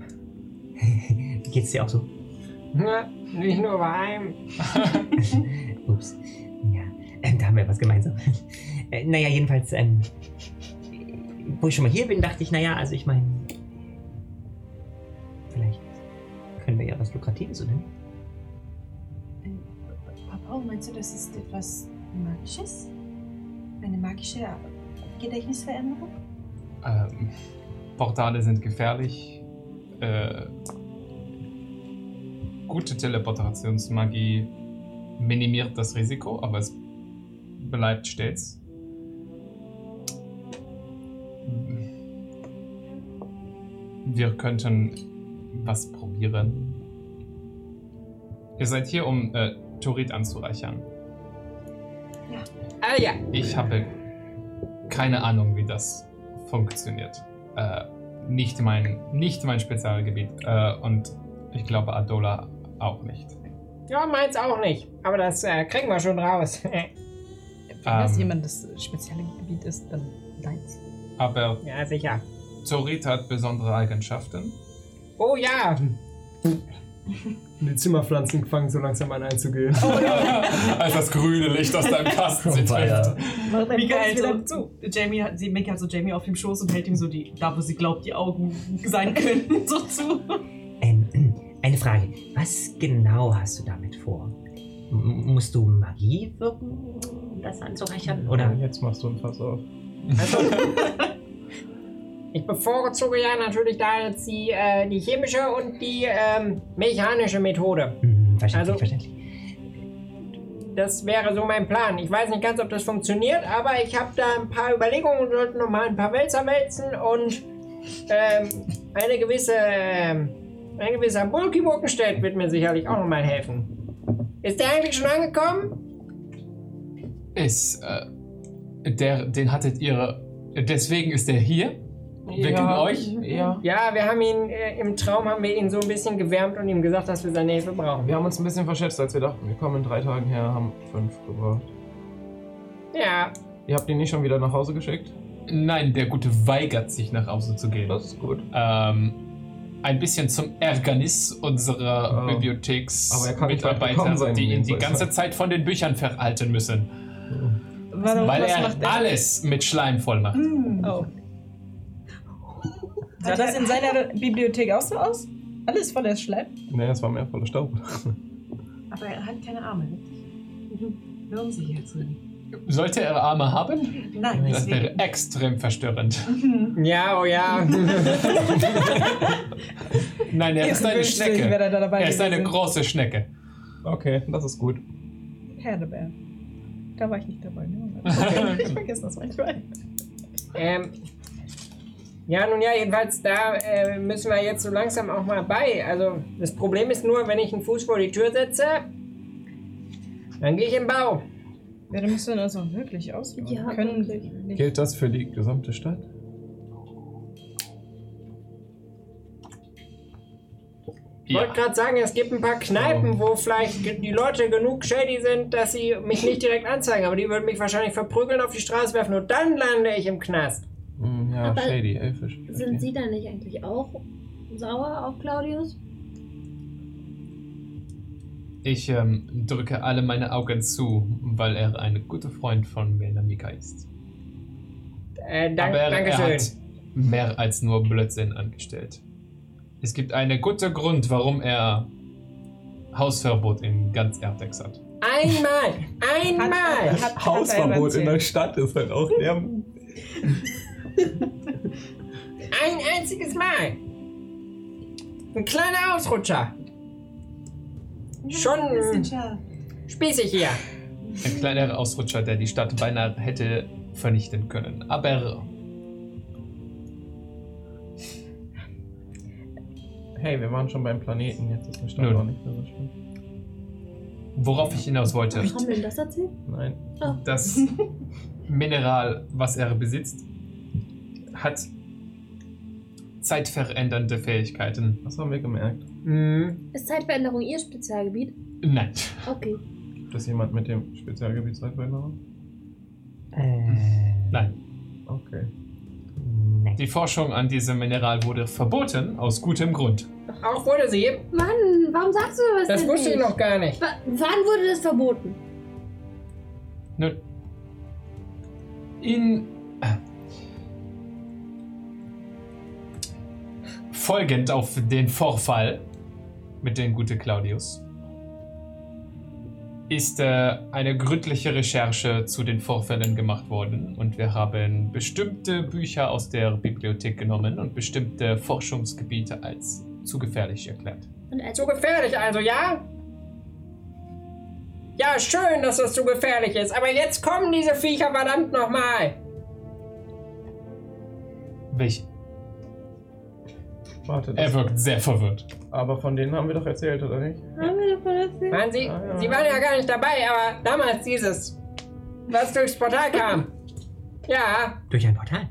S8: Geht's dir auch so?
S7: Nicht nur bei einem.
S8: Ups. Ja, ähm, da haben wir was gemeinsam. äh, naja, jedenfalls, ähm, wo ich schon mal hier bin, dachte ich, naja, also ich meine, vielleicht können wir ja was Lukratives unternehmen.
S5: Papa, meinst du, das ist etwas Magisches? Eine magische Gedächtnisveränderung?
S2: Ähm, Portale sind gefährlich. Äh, gute Teleportationsmagie minimiert das Risiko, aber es bleibt stets. Wir könnten was probieren. Ihr seid hier, um äh, Thorit anzureichern.
S6: Ah ja.
S2: Ich habe keine Ahnung, wie das funktioniert. Äh, nicht mein, nicht mein Spezialgebiet. Äh, und ich glaube Adola auch nicht.
S7: Ja, meins auch nicht. Aber das äh, kriegen wir schon raus.
S4: Wenn das
S2: Ähm.
S4: jemandes spezielle Gebiet ist, dann deins.
S2: Aber
S7: ja, sicher.
S2: Zorit hat besondere Eigenschaften.
S7: Oh ja.
S18: Die Zimmerpflanzen fangen so langsam an einzugehen.
S2: Als das grüne Licht aus deinem Kasten sie trifft.
S4: Mach dein
S5: Mika
S4: Kreis
S5: hält
S4: wieder
S5: so,
S4: zu.
S5: also, Jamie, hat- sie, Mika hat so Jamie auf dem Schoß und hält ihm so die, da wo sie glaubt, die Augen sein könnten, so zu.
S8: Ähm, eine Frage. Was genau hast du damit vor? M musst du Magie wirken, um das anzureichern? Oder?
S7: Jetzt machst du einen Fass auf. ich bevorzuge ja natürlich da jetzt die, äh, die chemische und die ähm, mechanische Methode.
S8: Hm, verständlich,
S7: Also-
S8: verständlich.
S7: Das wäre so mein Plan. Ich weiß nicht ganz, ob das funktioniert, aber ich habe da ein paar Überlegungen und sollte noch mal ein paar Wälzer wälzen und ähm, eine gewisse, ähm, ein gewisser Bulky Burkenstedt wird mir sicherlich auch noch mal helfen. Ist der eigentlich schon angekommen?
S2: Ist, äh, der, den hattet ihr. Deswegen ist er hier. Wir kennen euch.
S19: Ja.
S7: Ja, wir haben ihn äh, im Traum haben wir ihn so ein bisschen gewärmt und ihm gesagt, dass wir seine Hilfe brauchen.
S19: Wir haben uns ein bisschen verschätzt, als wir dachten, wir kommen in drei Tagen her, haben fünf gebraucht.
S7: Ja,
S19: Ihr habt ihn nicht schon wieder nach Hause geschickt?
S2: Nein, der Gute weigert sich nach Hause zu gehen.
S19: Das ist gut.
S2: Ähm, ein bisschen zum Ärgernis unserer
S19: Oh. Aber er kann nicht weit
S2: Bibliotheksmitarbeiter,
S19: gekommen sein,
S2: die ihn die
S19: jedenfalls.
S2: ganze Zeit von den Büchern veralten müssen,
S7: Hm.
S4: Warum,
S2: weil
S4: was
S2: er
S4: macht er?
S2: alles mit Schleim voll macht.
S5: Hm.
S4: Oh. Sah das in seiner Bibliothek auch so aus? Alles voller Schlepp?
S19: Nee, es war mehr voller Staub.
S5: Aber er hat keine Arme, richtig? Hören Sie hier drin.
S2: Sollte er Arme haben,
S5: Nein,
S2: das wäre
S5: deswegen.
S2: extrem verstörend.
S4: Mhm.
S7: ja, oh ja.
S2: Nein, er ist eine
S4: Wünschte ich,
S2: Schnecke.
S4: wäre da dabei
S2: Er ist eine
S4: gewesen.
S2: große Schnecke.
S19: Okay, das ist gut.
S4: Herdebär. Da war ich nicht dabei. Ne? Okay. ich vergesse das manchmal.
S7: Ähm, ja, nun ja, jedenfalls, da äh, müssen wir jetzt so langsam auch mal bei. Also, das Problem ist nur, wenn ich einen Fuß vor die Tür setze, dann gehe ich im Bau.
S4: Ja, dann müssen wir
S7: also
S4: das auch wirklich ausüben.
S6: Ja,
S4: können
S6: wirklich.
S4: nicht.
S19: Gilt das für die gesamte Stadt?
S7: Ich wollte gerade sagen, es gibt ein paar Kneipen, wo vielleicht ge- die Leute genug shady sind, dass sie mich nicht direkt anzeigen, aber die würden mich wahrscheinlich verprügeln, auf die Straße werfen und dann lande ich im Knast.
S19: Hm, ja,
S6: Aber
S19: shady, elfisch.
S6: Sind Sie da nicht eigentlich auch sauer auf Claudius?
S2: Ich ähm, drücke alle meine Augen zu, weil er ein guter Freund von Melamika ist.
S7: Äh, dank,
S2: Aber er,
S7: Dankeschön.
S2: er hat mehr als nur Blödsinn angestellt. Es gibt einen guten Grund, warum er Hausverbot in ganz Erdex hat.
S7: Einmal! Einmal!
S4: Hat- hat- hat
S19: Hausverbot
S4: er
S19: in der
S4: erzählt.
S19: Stadt ist halt auch der.
S7: Ein einziges Mal. Ein kleiner Ausrutscher. Schon äh, spießig hier.
S2: Ein kleiner Ausrutscher, der die Stadt beinahe hätte vernichten können. Aber
S19: Hey, wir waren schon beim Planeten, jetzt ist eine Stadt
S2: Nö.
S19: auch nicht mehr so schlimm.
S2: Worauf ich hinaus wollte,
S9: Haben wir ihm das erzählt?
S7: Nein.
S2: das Mineral, was er besitzt, hat zeitverändernde Fähigkeiten.
S7: Das haben wir gemerkt.
S2: Mm,
S9: Ist Zeitveränderung Ihr Spezialgebiet?
S2: nein.
S9: Okay.
S7: Gibt es jemand mit dem Spezialgebiet Zeitveränderung?
S8: Äh,
S2: Nein.
S7: Okay.
S2: Die Forschung an diesem Mineral wurde verboten, aus gutem Grund.
S6: Auch wurde sie.
S9: Mann, Hm, warum sagst du was
S18: Das
S9: denn
S18: wusste ich
S9: nicht?
S18: noch gar nicht.
S9: Wa- wann wurde das verboten?
S2: Nun, in äh, folgend auf den Vorfall mit dem gute Claudius ist äh, eine gründliche Recherche zu den Vorfällen gemacht worden und wir haben bestimmte Bücher aus der Bibliothek genommen und bestimmte Forschungsgebiete als zu gefährlich erklärt.
S9: Und als
S18: Zu gefährlich also, ja? Ja, schön, dass das zu gefährlich ist, aber jetzt kommen diese Viecher verdammt nochmal.
S2: Welch,
S7: Warte,
S2: er
S7: das,
S2: wirkt sehr verwirrt.
S7: aber von denen haben wir doch erzählt, oder nicht?
S9: haben wir davon erzählt?
S18: Waren sie,
S7: Ah, ja.
S18: sie waren ja gar nicht dabei, aber damals dieses, was durchs Portal kam. Ja,
S8: Durch ein Portal.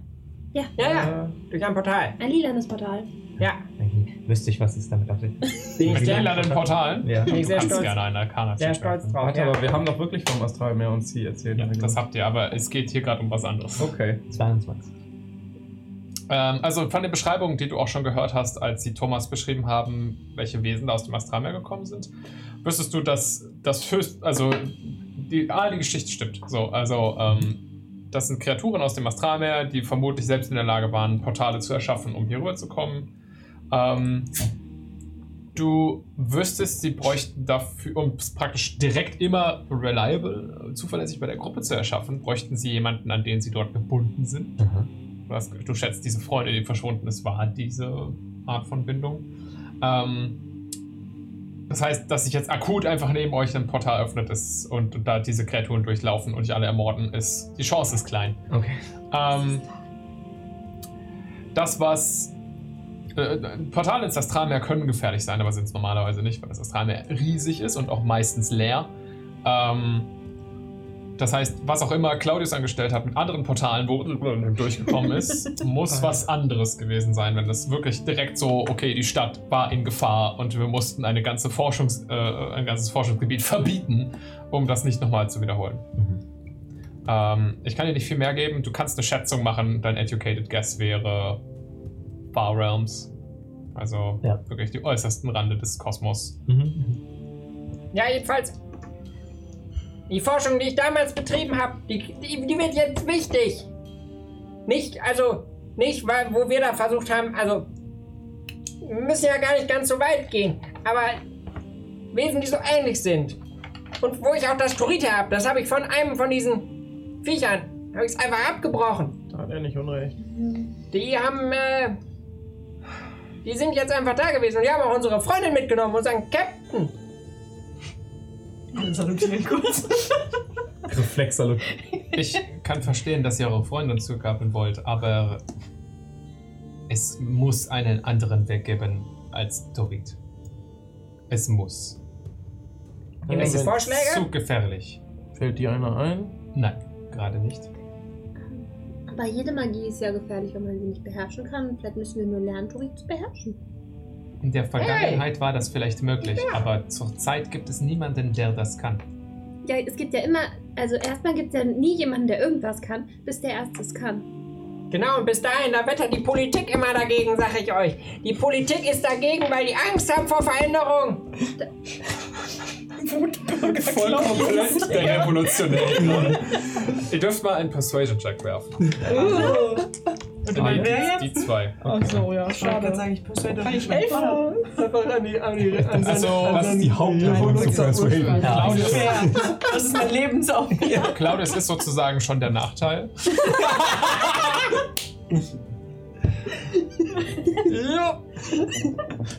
S18: ja, ja, durch ein Portal.
S9: Ein lilanes Portal.
S18: Ja,
S8: Irgendwie Wüsste ich, was es damit auf sich
S18: bin
S2: Mit
S18: ich sehr,
S2: den Portalen?
S8: Ja.
S18: bin
S2: Du
S18: ich sehr
S2: kannst
S18: stolz,
S2: gerne einen Arcana
S18: sehr
S2: Check
S18: stolz
S2: werfen.
S18: drauf.
S7: Warte,
S18: ja.
S7: aber wir haben doch wirklich vom Astralmeer uns die erzählt.
S2: Ja,
S7: haben wir
S2: das
S7: gesagt.
S2: habt ihr, aber es geht hier gerade um was anderes.
S7: Okay.
S8: 22.
S2: Ähm, also von den Beschreibungen, die du auch schon gehört hast, als sie Thomas beschrieben haben, welche Wesen da aus dem Astralmeer gekommen sind, wüsstest du, dass das höchst, also die, ah, die Geschichte stimmt. So, also ähm, das sind Kreaturen aus dem Astralmeer, die vermutlich selbst in der Lage waren, Portale zu erschaffen, um hier rüber zu kommen. Ähm, du wüsstest, sie bräuchten dafür, um es praktisch direkt immer reliable, äh, zuverlässig bei der Gruppe zu erschaffen, bräuchten sie jemanden, an den sie dort gebunden sind. Du, hast, du schätzt diese Freundin, die verschwunden ist, war diese Art von Bindung. Ähm, das heißt, dass sich jetzt akut einfach neben euch ein Portal öffnet ist und, und da diese Kreaturen durchlaufen und euch alle ermorden, ist die Chance ist klein.
S8: Okay.
S2: Ähm, das, was. Äh, Portale ins Astralmeer können gefährlich sein, aber sind es normalerweise nicht, weil das Astralmeer riesig ist und auch meistens leer. Ähm, das heißt, was auch immer Claudius angestellt hat mit anderen Portalen, wo durchgekommen ist, muss was anderes gewesen sein, wenn das wirklich direkt so, okay, die Stadt war in Gefahr und wir mussten eine ganze Forschungs, äh, ein ganzes Forschungsgebiet verbieten, um das nicht nochmal zu wiederholen. Ähm, ich kann dir nicht viel mehr geben. Du kannst eine Schätzung machen. Dein Educated Guess wäre Far Realms. Also
S8: Ja.
S2: wirklich die äußersten Rande des Kosmos.
S8: Mhm.
S18: Ja, jedenfalls. Die Forschung, die ich damals betrieben habe, die, die, die wird jetzt wichtig. Nicht, also, nicht, weil, wo wir da versucht haben, also, wir müssen ja gar nicht ganz so weit gehen, aber Wesen, die so ähnlich sind. Und wo ich auch das Torite habe, das habe ich von einem von diesen Viechern, habe ich es einfach abgebrochen.
S7: Da hat er nicht unrecht.
S18: Die haben, äh, die sind jetzt einfach da gewesen und die haben auch unsere Freundin mitgenommen, unseren Captain.
S5: Alle salutieren kurz.
S7: Reflex salut.
S2: Ich kann verstehen, dass ihr eure Freundin zurückhaben wollt, aber es muss einen anderen Weg geben als Dorit. Es muss.
S18: Irgendwelche Vorschläge?
S2: Zu gefährlich.
S7: Fällt dir einer ein?
S2: Nein, gerade nicht.
S9: Aber jede Magie ist ja gefährlich, wenn man sie nicht beherrschen kann. Vielleicht müssen wir nur lernen, Torik zu beherrschen.
S2: In der Vergangenheit war das vielleicht möglich, aber zurzeit gibt es niemanden, der das kann.
S9: Ja, es gibt ja immer, also erstmal gibt es ja nie jemanden, der irgendwas kann, bis der erst es kann.
S18: Genau, und bis dahin, da wettert die Politik immer dagegen, sag ich euch. Die Politik ist dagegen, weil die Angst haben vor Veränderung.
S2: Voll komplett revolutionär. Ihr dürft mal einen Persuasion-Check werfen.
S5: Oh. Und immer wer jetzt?
S2: die zwei.
S4: Achso, ja,
S5: Ich wollte gerade
S4: schade.
S5: sagen, ich persuade
S4: Kann ich
S5: mit meinem Vater.
S4: helfen?
S18: Einfach an die, an die, an
S2: Also, was
S8: ist die Hauptleistung zu persuaden?
S2: Claudius,
S5: Ja, Das ist mein Lebensaufgabe.
S2: Claudius ist sozusagen schon der Nachteil.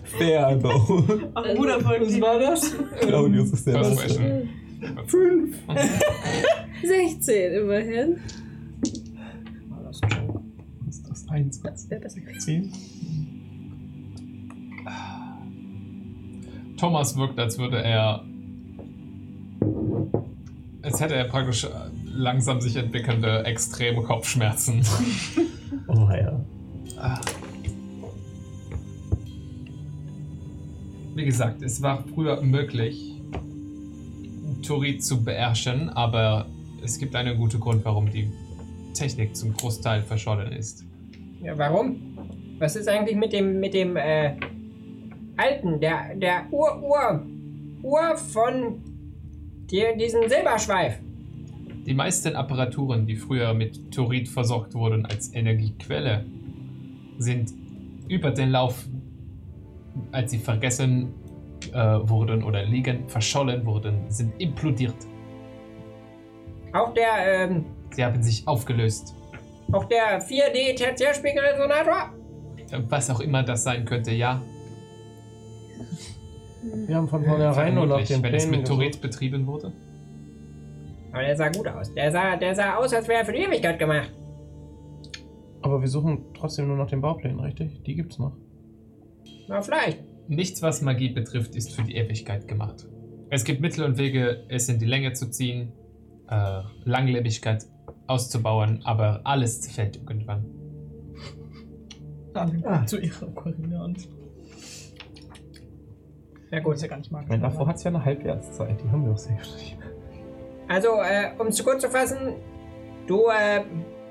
S8: Fair, though.
S5: Ach, Bruder, folgt
S18: Was
S5: ihm.
S18: war das?
S8: Claudius ist der Beste.
S2: Persuasion.
S9: 16 immerhin.
S2: Ist das eins?
S9: Das wäre besser gewesen.
S2: Thomas wirkt, als würde er Jetzt hätte er praktisch äh, langsam sich entwickelnde extreme Kopfschmerzen.
S3: Oh ja.
S2: Wie gesagt, es war früher möglich, Turid zu beherrschen, aber es gibt einen guten Grund, warum die Technik zum Großteil verschollen ist.
S20: Ja, warum? Was ist eigentlich mit dem, mit dem, äh, alten, der, der Ur-Ur, Ur von dir, diesem Silberschweif?
S2: Die meisten Apparaturen, die früher mit Turid versorgt wurden als Energiequelle, sind über den Lauf, als sie vergessen äh, wurden oder liegen, verschollen wurden, sind implodiert.
S20: Auch der, ähm,
S2: Sie haben sich aufgelöst.
S20: auch der 4D-Tertiärspiegelresonator?
S2: Was auch immer das sein könnte, ja.
S19: Wir haben von vornherein nur nach
S2: Vermutlich,
S19: den
S2: wenn es
S19: Plänen
S2: mit
S19: gesucht.
S2: Turid betrieben wurde.
S20: Aber der sah gut aus. Der sah, der sah aus, als wäre er für die Ewigkeit gemacht.
S19: Aber wir suchen trotzdem nur nach den Bauplänen, richtig? Die gibt's noch.
S20: Na, vielleicht.
S2: Nichts, was Magie betrifft, ist für die Ewigkeit gemacht. Es gibt Mittel und Wege, es in die Länge zu ziehen, äh, Langlebigkeit auszubauen, aber alles zerfällt irgendwann.
S4: Ah. Zu ihrer Koordinant.
S20: Na
S4: Gut,
S20: gut.
S4: ist ja gar nicht magisch.
S7: Nein, davor hat es ja eine Halbwertszeit. Die haben wir auch safe. nicht.
S20: Also, äh, um es kurz zu fassen, du äh,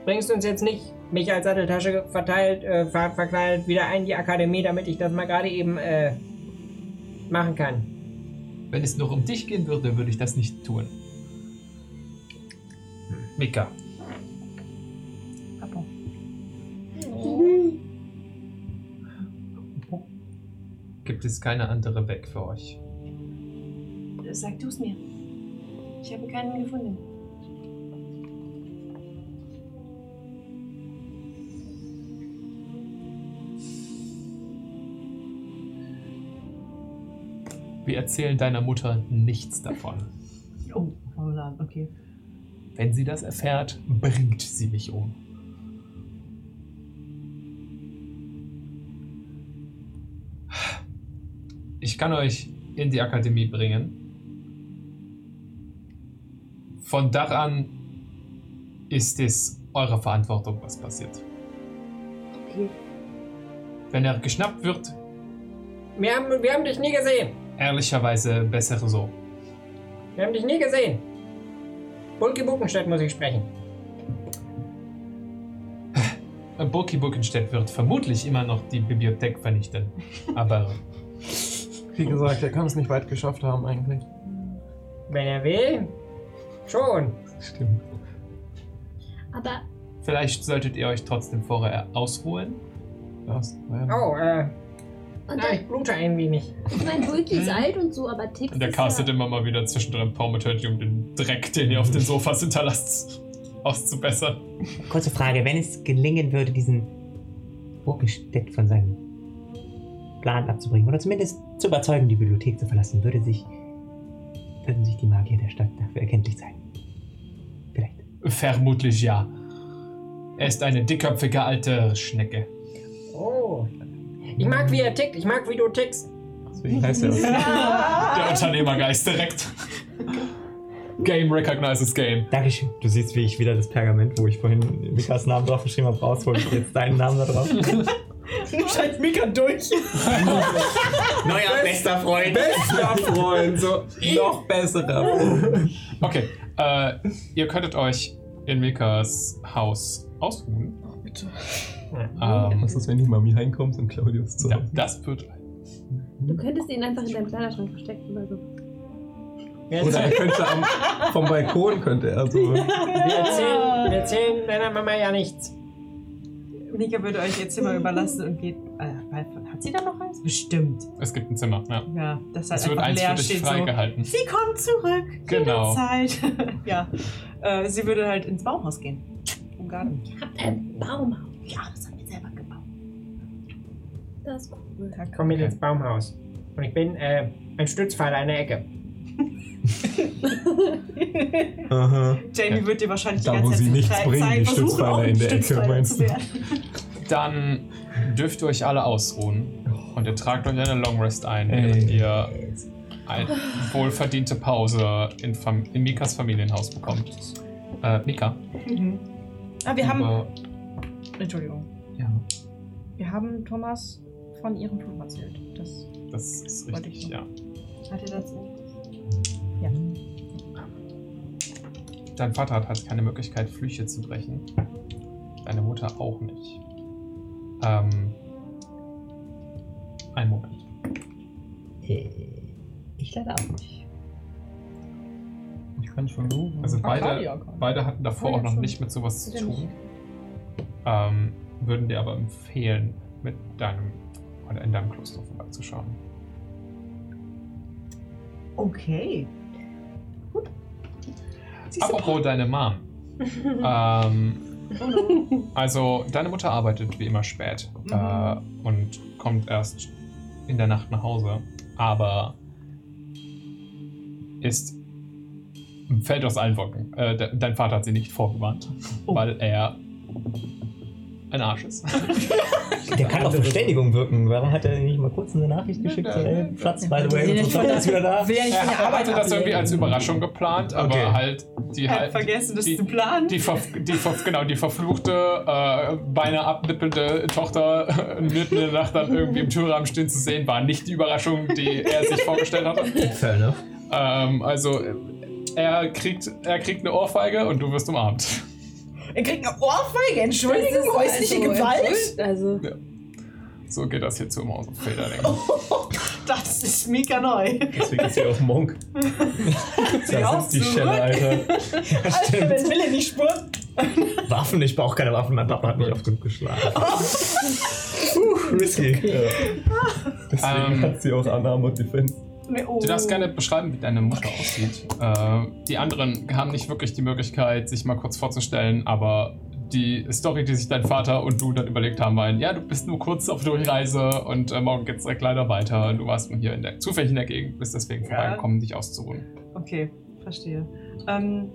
S20: bringst uns jetzt nicht mich als Satteltasche verteilt, äh, ver verkleidet wieder ein in die Akademie, damit ich das mal gerade eben äh, machen kann.
S2: Wenn es nur um dich gehen würde, würde ich das nicht tun. Mika, gibt es keine andere Weg für euch?
S5: Sag du es mir. Ich habe keinen gefunden.
S2: Wir erzählen deiner Mutter nichts davon.
S4: Oh, Roland, okay.
S2: Wenn sie das erfährt, bringt sie mich um. Ich kann euch in die Akademie bringen. Von da an ist es eure Verantwortung, was passiert.
S6: Okay.
S2: Wenn er geschnappt wird,
S20: Wir haben, wir haben dich nie gesehen.
S2: ehrlicherweise besser so.
S20: Wir haben dich nie gesehen. Bulki Buchenstedt muss ich sprechen.
S2: Burki Burkenstedt wird vermutlich immer noch die Bibliothek vernichten. Aber
S19: Wie gesagt, er kann es nicht weit geschafft haben eigentlich.
S20: Wenn er will, schon.
S2: stimmt.
S9: Aber
S2: Vielleicht solltet ihr euch trotzdem vorher ausruhen.
S19: Das war ja
S20: Oh, äh,
S9: und
S20: na, ich
S9: dann,
S20: blute ein wenig.
S9: ich meine, Bulky ist alt und so, aber Tix
S2: Und der
S9: ist
S2: castet
S9: ja,
S2: immer mal wieder zwischendrin Paw Maternity, um den Dreck, den ihr auf den Sofas hinterlasst, auszubessern.
S8: Kurze Frage, wenn es gelingen würde, diesen Burkenstedt von seinem Plan abzubringen oder zumindest zu überzeugen, die Bibliothek zu verlassen, würde sich, würden sich die Magier der Stadt dafür erkenntlich zeigen. Vielleicht.
S2: Vermutlich ja. Er ist eine dickköpfige alte Schnecke.
S20: Oh. Ich mag, wie er tickt. Ich mag, wie du tickst.
S7: Deswegen heißt er auch.
S4: Ah.
S2: Der Unternehmergeist direkt. Game recognizes Game.
S8: Dankeschön.
S3: Du siehst, wie ich wieder das Pergament, wo ich vorhin Mikas Namen draufgeschrieben habe, raushole ich jetzt deinen Namen da drauf.
S4: Du scheinst mega durch.
S8: Neuer bester Freund.
S7: Bester Freund, so noch besserer.
S2: Okay, äh, ihr könntet euch in Mikas Haus ausruhen.
S4: Oh, bitte.
S2: Ähm,
S7: Was ist, wenn die Mami heimkommt und Claudius zu
S2: ja,
S7: Hause?
S2: das wird
S9: du könntest ihn einfach in deinem Kleiderschrank verstecken oder so.
S7: Oder er könnte am, vom Balkon könnte er also. so.
S20: Wir erzählen, wir erzählen deiner Mama ja nichts.
S5: Mika würde euch ihr Zimmer überlassen und geht. Äh, hat sie da noch eins? Bestimmt.
S2: Es gibt ein Zimmer, ja.
S5: Ja, das halt
S2: Es wird
S5: einfach
S2: eins für
S5: leer
S2: dich
S5: steht so.
S2: freigehalten.
S5: Sie kommt zurück.
S2: Genau.
S5: Zeit. ja. Äh, sie würde halt ins Baumhaus gehen. Im Garten.
S9: Habt ein Baumhaus.
S5: Ja, das haben wir selber gebaut.
S9: Das ist cool.
S20: Ich komme mit ins Baumhaus. Und ich bin äh, ein Stützpfeiler in der Ecke.
S7: Aha.
S5: Jamie wird dir wahrscheinlich
S7: Da,
S5: die
S7: wo
S5: ganze
S7: sie
S5: Zeit
S7: nichts
S5: zei-
S7: bringen, die
S5: versuchen,
S7: Stützpfeiler
S5: auch ein
S7: in der Ecke,
S5: Stützpfeiler
S7: meinst
S5: zu
S7: du?
S5: werden.
S2: Dann dürft ihr euch alle ausruhen und ihr tragt euch eine Long Rest ein, während ihr eine wohlverdiente Pause in, Fam in Mikas Familienhaus bekommt. Äh, Mika.
S4: Mhm. Ah, wir haben.
S2: über-
S4: Entschuldigung.
S2: Ja.
S4: Wir haben Thomas von ihrem Flug erzählt. Das
S2: Das ist
S4: Wollte ich
S2: richtig, ja.
S5: Hat ihr das?
S4: Ja.
S2: Dein Vater hat halt keine Möglichkeit, Flüche zu brechen. Deine Mutter auch nicht. Ähm. Einen Moment.
S8: Äh, Ich leider auch nicht.
S7: Ich kann schon loben.
S2: Also
S4: Arcadia
S2: beide,
S4: kann.
S2: beide hatten davor
S4: Ja,
S2: auch noch
S4: stimmt.
S2: nicht mit sowas
S4: Ja,
S2: zu tun. Ähm, würden dir aber empfehlen, mit deinem oder in deinem Kloster vorbeizuschauen.
S5: Okay.
S2: Apropos deine Mom. ähm, also, deine Mutter arbeitet wie immer spät äh, und kommt erst in der Nacht nach Hause, aber ist fällt aus allen Wolken. Äh, de dein Vater hat sie nicht vorgewarnt, weil er ein Arsch ist.
S8: Der kann auf Verständigung wirken. Warum hat er nicht mal kurz eine Nachricht geschickt? So, ey, Schatz, by the way, unsere Tochter ist wieder da.
S4: Will ja nicht von der
S2: Er
S4: Arbeit
S2: hatte das irgendwie als Überraschung geplant, aber
S8: Okay.
S2: halt die
S5: Hat
S2: halt
S5: vergessen, das
S2: die-
S5: zu planen.
S2: Die, ver die ver genau, die verfluchte, äh, beinahe abnippelnde Tochter äh, mitten in der Nacht dann irgendwie im Türrahmen stehen zu sehen, war nicht die Überraschung, die er sich vorgestellt hatte.
S8: Fair enough.
S2: Ähm, also, äh, er kriegt, er kriegt eine Ohrfeige und du wirst umarmt.
S4: Er kriegt eine Ohrfeige, Entschuldigung, häusliche Gewalt.
S9: Also,
S2: So geht das hier zu im Haus auf Federling.
S5: Das ist mega neu.
S7: Deswegen ist sie auch Monk.
S5: auch
S7: da sitzt die
S5: zurück.
S7: Schelle, Alter.
S4: Alter, wenn Wille nicht spürt.
S8: Waffen, ich brauche keine Waffen. Mein Papa hat mich oft genug geschlagen. Puh, risky.
S7: Oh. Deswegen
S2: Ähm.
S7: hat sie auch Annahme und Defense.
S5: Nee, oh.
S2: Du darfst gerne beschreiben, wie deine Mutter aussieht. Äh, die anderen haben nicht wirklich die Möglichkeit, sich mal kurz vorzustellen, aber die Story, die sich dein Vater und du dann überlegt haben, war ein, ja, du bist nur kurz auf Durchreise und äh, morgen geht's direkt leider weiter. Du warst nur hier in der, zufällig in der Gegend, bist deswegen
S5: Ja.
S2: vorbeigekommen, dich auszuruhen.
S5: Okay, verstehe. Ähm,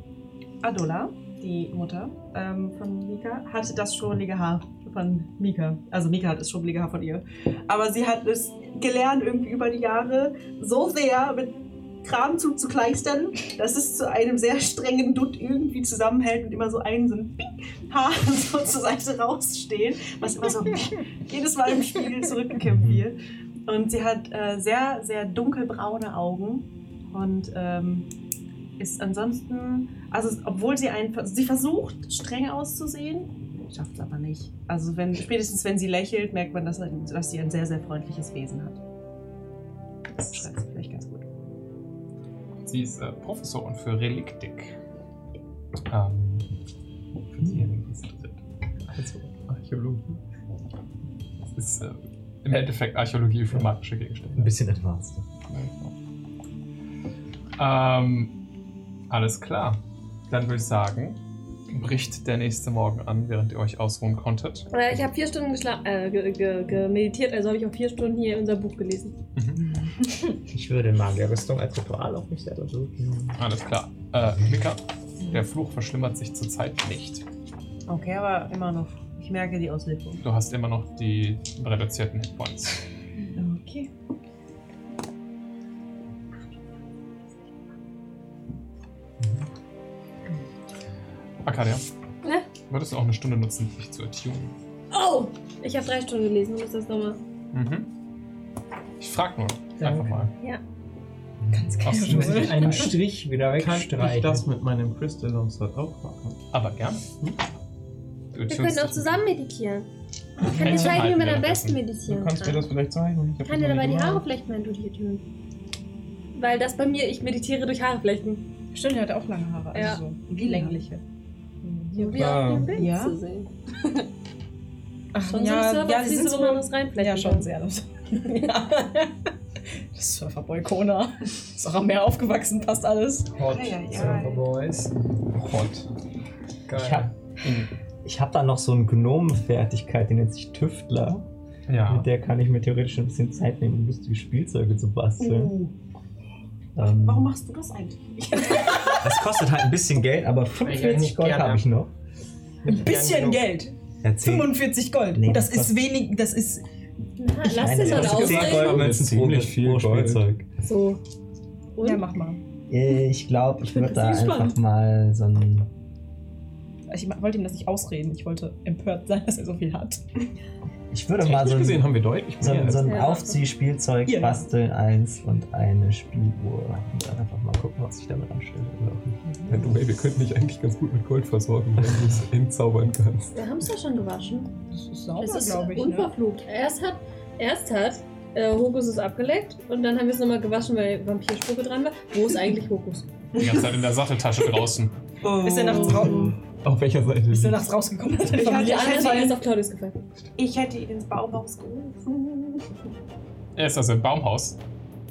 S5: Adola, die Mutter ähm, von Mika, hatte das schrubbelige Haar von Mika. Also Mika hat das schrubbelige Haar von ihr. Aber sie hat es gelernt, irgendwie über die Jahre so sehr mit Kram zuzukleistern, dass es zu einem sehr strengen Dutt irgendwie zusammenhält und immer so einen so ein Ping, Haar so zur Seite rausstehen, was immer so jedes Mal im Spiegel zurückgekämpft wird. Und sie hat äh, sehr, sehr dunkelbraune Augen und ähm, ist ansonsten, also es- obwohl sie einfach, sie versucht streng auszusehen, schafft es aber nicht. Also wenn spätestens wenn sie lächelt, merkt man, dass, dass sie ein sehr sehr freundliches Wesen hat. Das schreibt sie vielleicht ganz gut.
S2: Sie ist äh, Professorin für Reliktik. Ähm, für diejenigen, die es interessiert.
S7: Also, Archäologie.
S2: Das ist äh, im Endeffekt Archäologie für magische Gegenstände.
S8: Ein bisschen advanced.
S2: Ähm, alles klar. Dann würde ich sagen, bricht der nächste Morgen an, während ihr euch ausruhen konntet.
S9: äh, ich habe vier Stunden geschla äh, ge ge gemeditiert, also habe ich auch vier Stunden hier unser Buch gelesen.
S8: Ich würde Magierrüstung als Ritual auch nicht untersuchen.
S2: Alles klar. Äh, Mika, der Fluch verschlimmert sich zurzeit nicht.
S5: Okay, aber immer noch. Ich merke die Auswirkungen.
S2: Du hast immer noch die reduzierten Hitpoints.
S5: Okay.
S2: Arcadia,
S9: Ne?
S2: würdest du auch eine Stunde nutzen, dich zu attunen?
S9: Oh! Ich habe drei Stunden gelesen, muss das nochmal.
S2: Mhm. Ich frag nur. Einfach mal.
S9: Ja.
S2: Ganz klar.
S18: Ich muss einen Strich wieder
S7: Kann ich
S18: wegstreichen.
S7: das mit meinem Crystal Longsword auch machen?
S2: Aber gerne. Du
S9: Mhm. Wir können auch zusammen meditieren. Ich kann dir
S2: Händchen
S9: zeigen, wie
S2: halten
S9: man am
S2: währenddessen.
S9: besten
S7: Du
S9: meditieren
S7: kannst mir
S9: kann.
S7: das vielleicht zeigen. hab
S9: Ich kann
S7: das
S9: dir
S7: noch
S9: dabei
S7: nicht
S9: die
S7: gemacht.
S9: Haare flechten, wenn du die tun. Weil das bei mir, ich meditiere durch Haare flechten.
S4: Stimmt, er hat auch lange Haare. Also
S9: Ja.
S4: so wie längliche.
S9: So wie auf dem Bild
S4: Ja.
S9: zu sehen.
S4: Ach,
S9: Schon so Server,
S4: sie
S9: siehst
S4: sind
S9: du, wo man das reinflechten
S4: Ja,
S9: kann.
S4: schon sehr. Das, ja. das Surferboy Kona. Ist auch am Meer aufgewachsen, passt alles.
S18: Hot
S5: Ja, ja, ja.
S18: Surfer Boys.
S2: Hot.
S8: Ich hab,
S18: Geil.
S8: ich hab da noch so eine Gnomenfertigkeit, die nennt sich Tüftler.
S2: Ja.
S8: Mit der kann ich mir theoretisch ein bisschen Zeit nehmen, um lustige Spielzeuge zu basteln. Ähm,
S5: Warum Oh. machst du das eigentlich?
S8: Das kostet halt ein bisschen Geld, aber
S20: nicht
S8: 45 Gold
S20: gerne.
S8: habe ich noch.
S4: Ein bisschen
S20: genug.
S4: Geld.
S8: Ja, 10,
S4: 45 Gold.
S8: Nee,
S4: das
S8: das
S4: ist wenig, das ist
S9: Na, lass
S8: Nein,
S9: dir
S8: das
S9: so eine
S8: ist 10
S9: Ausrede.
S8: Goldmünzen pro,
S7: Ziemlich viel
S8: pro
S7: Gold.
S8: Spielzeug.
S9: So.
S5: Ja, mach mal.
S8: Äh, Ich glaube, ich würde da
S5: Das ist
S8: einfach
S5: spannend.
S8: mal so ein.
S4: Also
S5: Ich wollte ihm das nicht ausreden. Ich wollte empört sein, dass er so viel hat.
S8: Ich würde mal so ein,
S7: gesehen haben wir deutlich
S8: so,
S7: mehr
S8: ein- so ein
S5: als- Ja.
S8: Aufziehspielzeug
S5: Hier.
S8: basteln, eins und eine Spieluhr. Und dann einfach mal gucken, was ich damit anstelle. oder auch nicht.
S7: Ja, du, ey, wir könnten dich eigentlich ganz gut mit Gold versorgen, wenn du es entzaubern kannst.
S6: Wir haben es ja schon gewaschen.
S5: Das ist sauber,
S6: es ist
S5: glaube ich. Ne?
S6: unverflucht. Erst hat, erst hat äh, Hokus es abgeleckt und dann haben wir es nochmal gewaschen, weil Vampirspucke dran war. Wo ist eigentlich Hokus?
S2: Die ganze Zeit in der Satteltasche draußen.
S5: Ist er nachts, rau
S7: Auf welcher Seite?
S5: ist er nachts rausgekommen? Hat er Oh. Ich hatte-
S6: Die
S5: ich
S6: andere
S5: hatte
S6: war
S5: ihn-
S6: erst auf Claudius gefallen.
S5: ich hätte ihn ins Baumhaus gerufen.
S2: Er ist also im Baumhaus.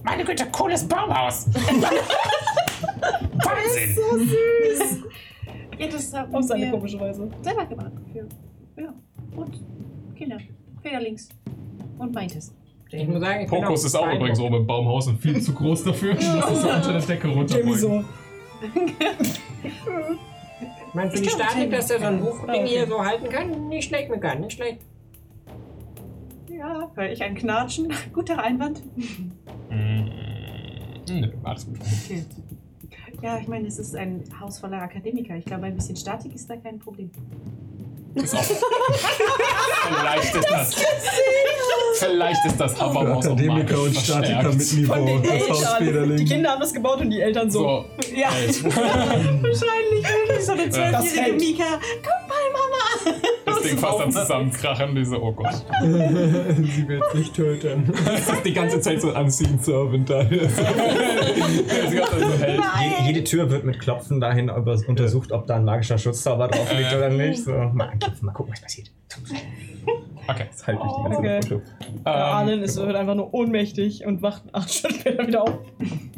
S2: Meine Güte, cooles Baumhaus! Wahnsinn!
S5: So süß! ja, das haben
S4: Auf seine
S5: wir
S4: komische Weise.
S5: selber gemacht. Für, ja, und Kinder. Federlings. Und meintest.
S20: Ich muss sagen, ich
S9: genau,
S20: bin
S2: Pokus ist auch übrigens oben im Baumhaus und viel zu groß dafür. Lass es unter der Decke
S4: Jamie
S2: runterbeugen.
S4: so.
S20: Ich meine, für
S5: Ich Ah,
S20: die
S5: glaub,
S20: Statik, dass der so ein
S5: Jamie-
S20: Hufding hier so halten kann, nicht schlecht, mir kann, nicht schlecht.
S5: Ja, höre ich ein Knatschen. Guter Einwand.
S2: Mm, Nö, alles gut.
S5: Okay. Ja, ich meine, es ist ein Haus voller Akademiker. Ich glaube, ein bisschen Statik ist da kein Problem.
S2: Ist auch. Vielleicht ist das. Vielleicht ist das Habermaus auch
S7: Akademiker und
S2: magisch
S7: Statiker
S2: verstärkt.
S7: mit Niveau. Das Haus
S4: Die
S7: Federling.
S4: Kinder haben das gebaut und die Eltern so.
S2: So,
S5: Ja, wahrscheinlich wirklich so eine zwölfjährige
S4: hält.
S5: Mika. Guck mal, Mama!
S2: das Ding fast am Zusammenkrachen, diese Oh Gott.
S7: Sie wird sich töten. Das ist die ganze Zeit so ein Unseen Servant da.
S2: Sie hat also hell.
S3: Je, jede Tür wird mit Klopfen dahin über- untersucht, ob da ein magischer Schutzzauber drauf liegt oder nicht. So, mal anklopfen, mal gucken, was passiert.
S2: Okay. halt
S3: Das halte ich die
S4: Oh, okay.
S3: ganze Zeit.
S2: Ähm,
S4: Arlen ist wird einfach nur ohnmächtig und wacht acht Stunden später wieder auf.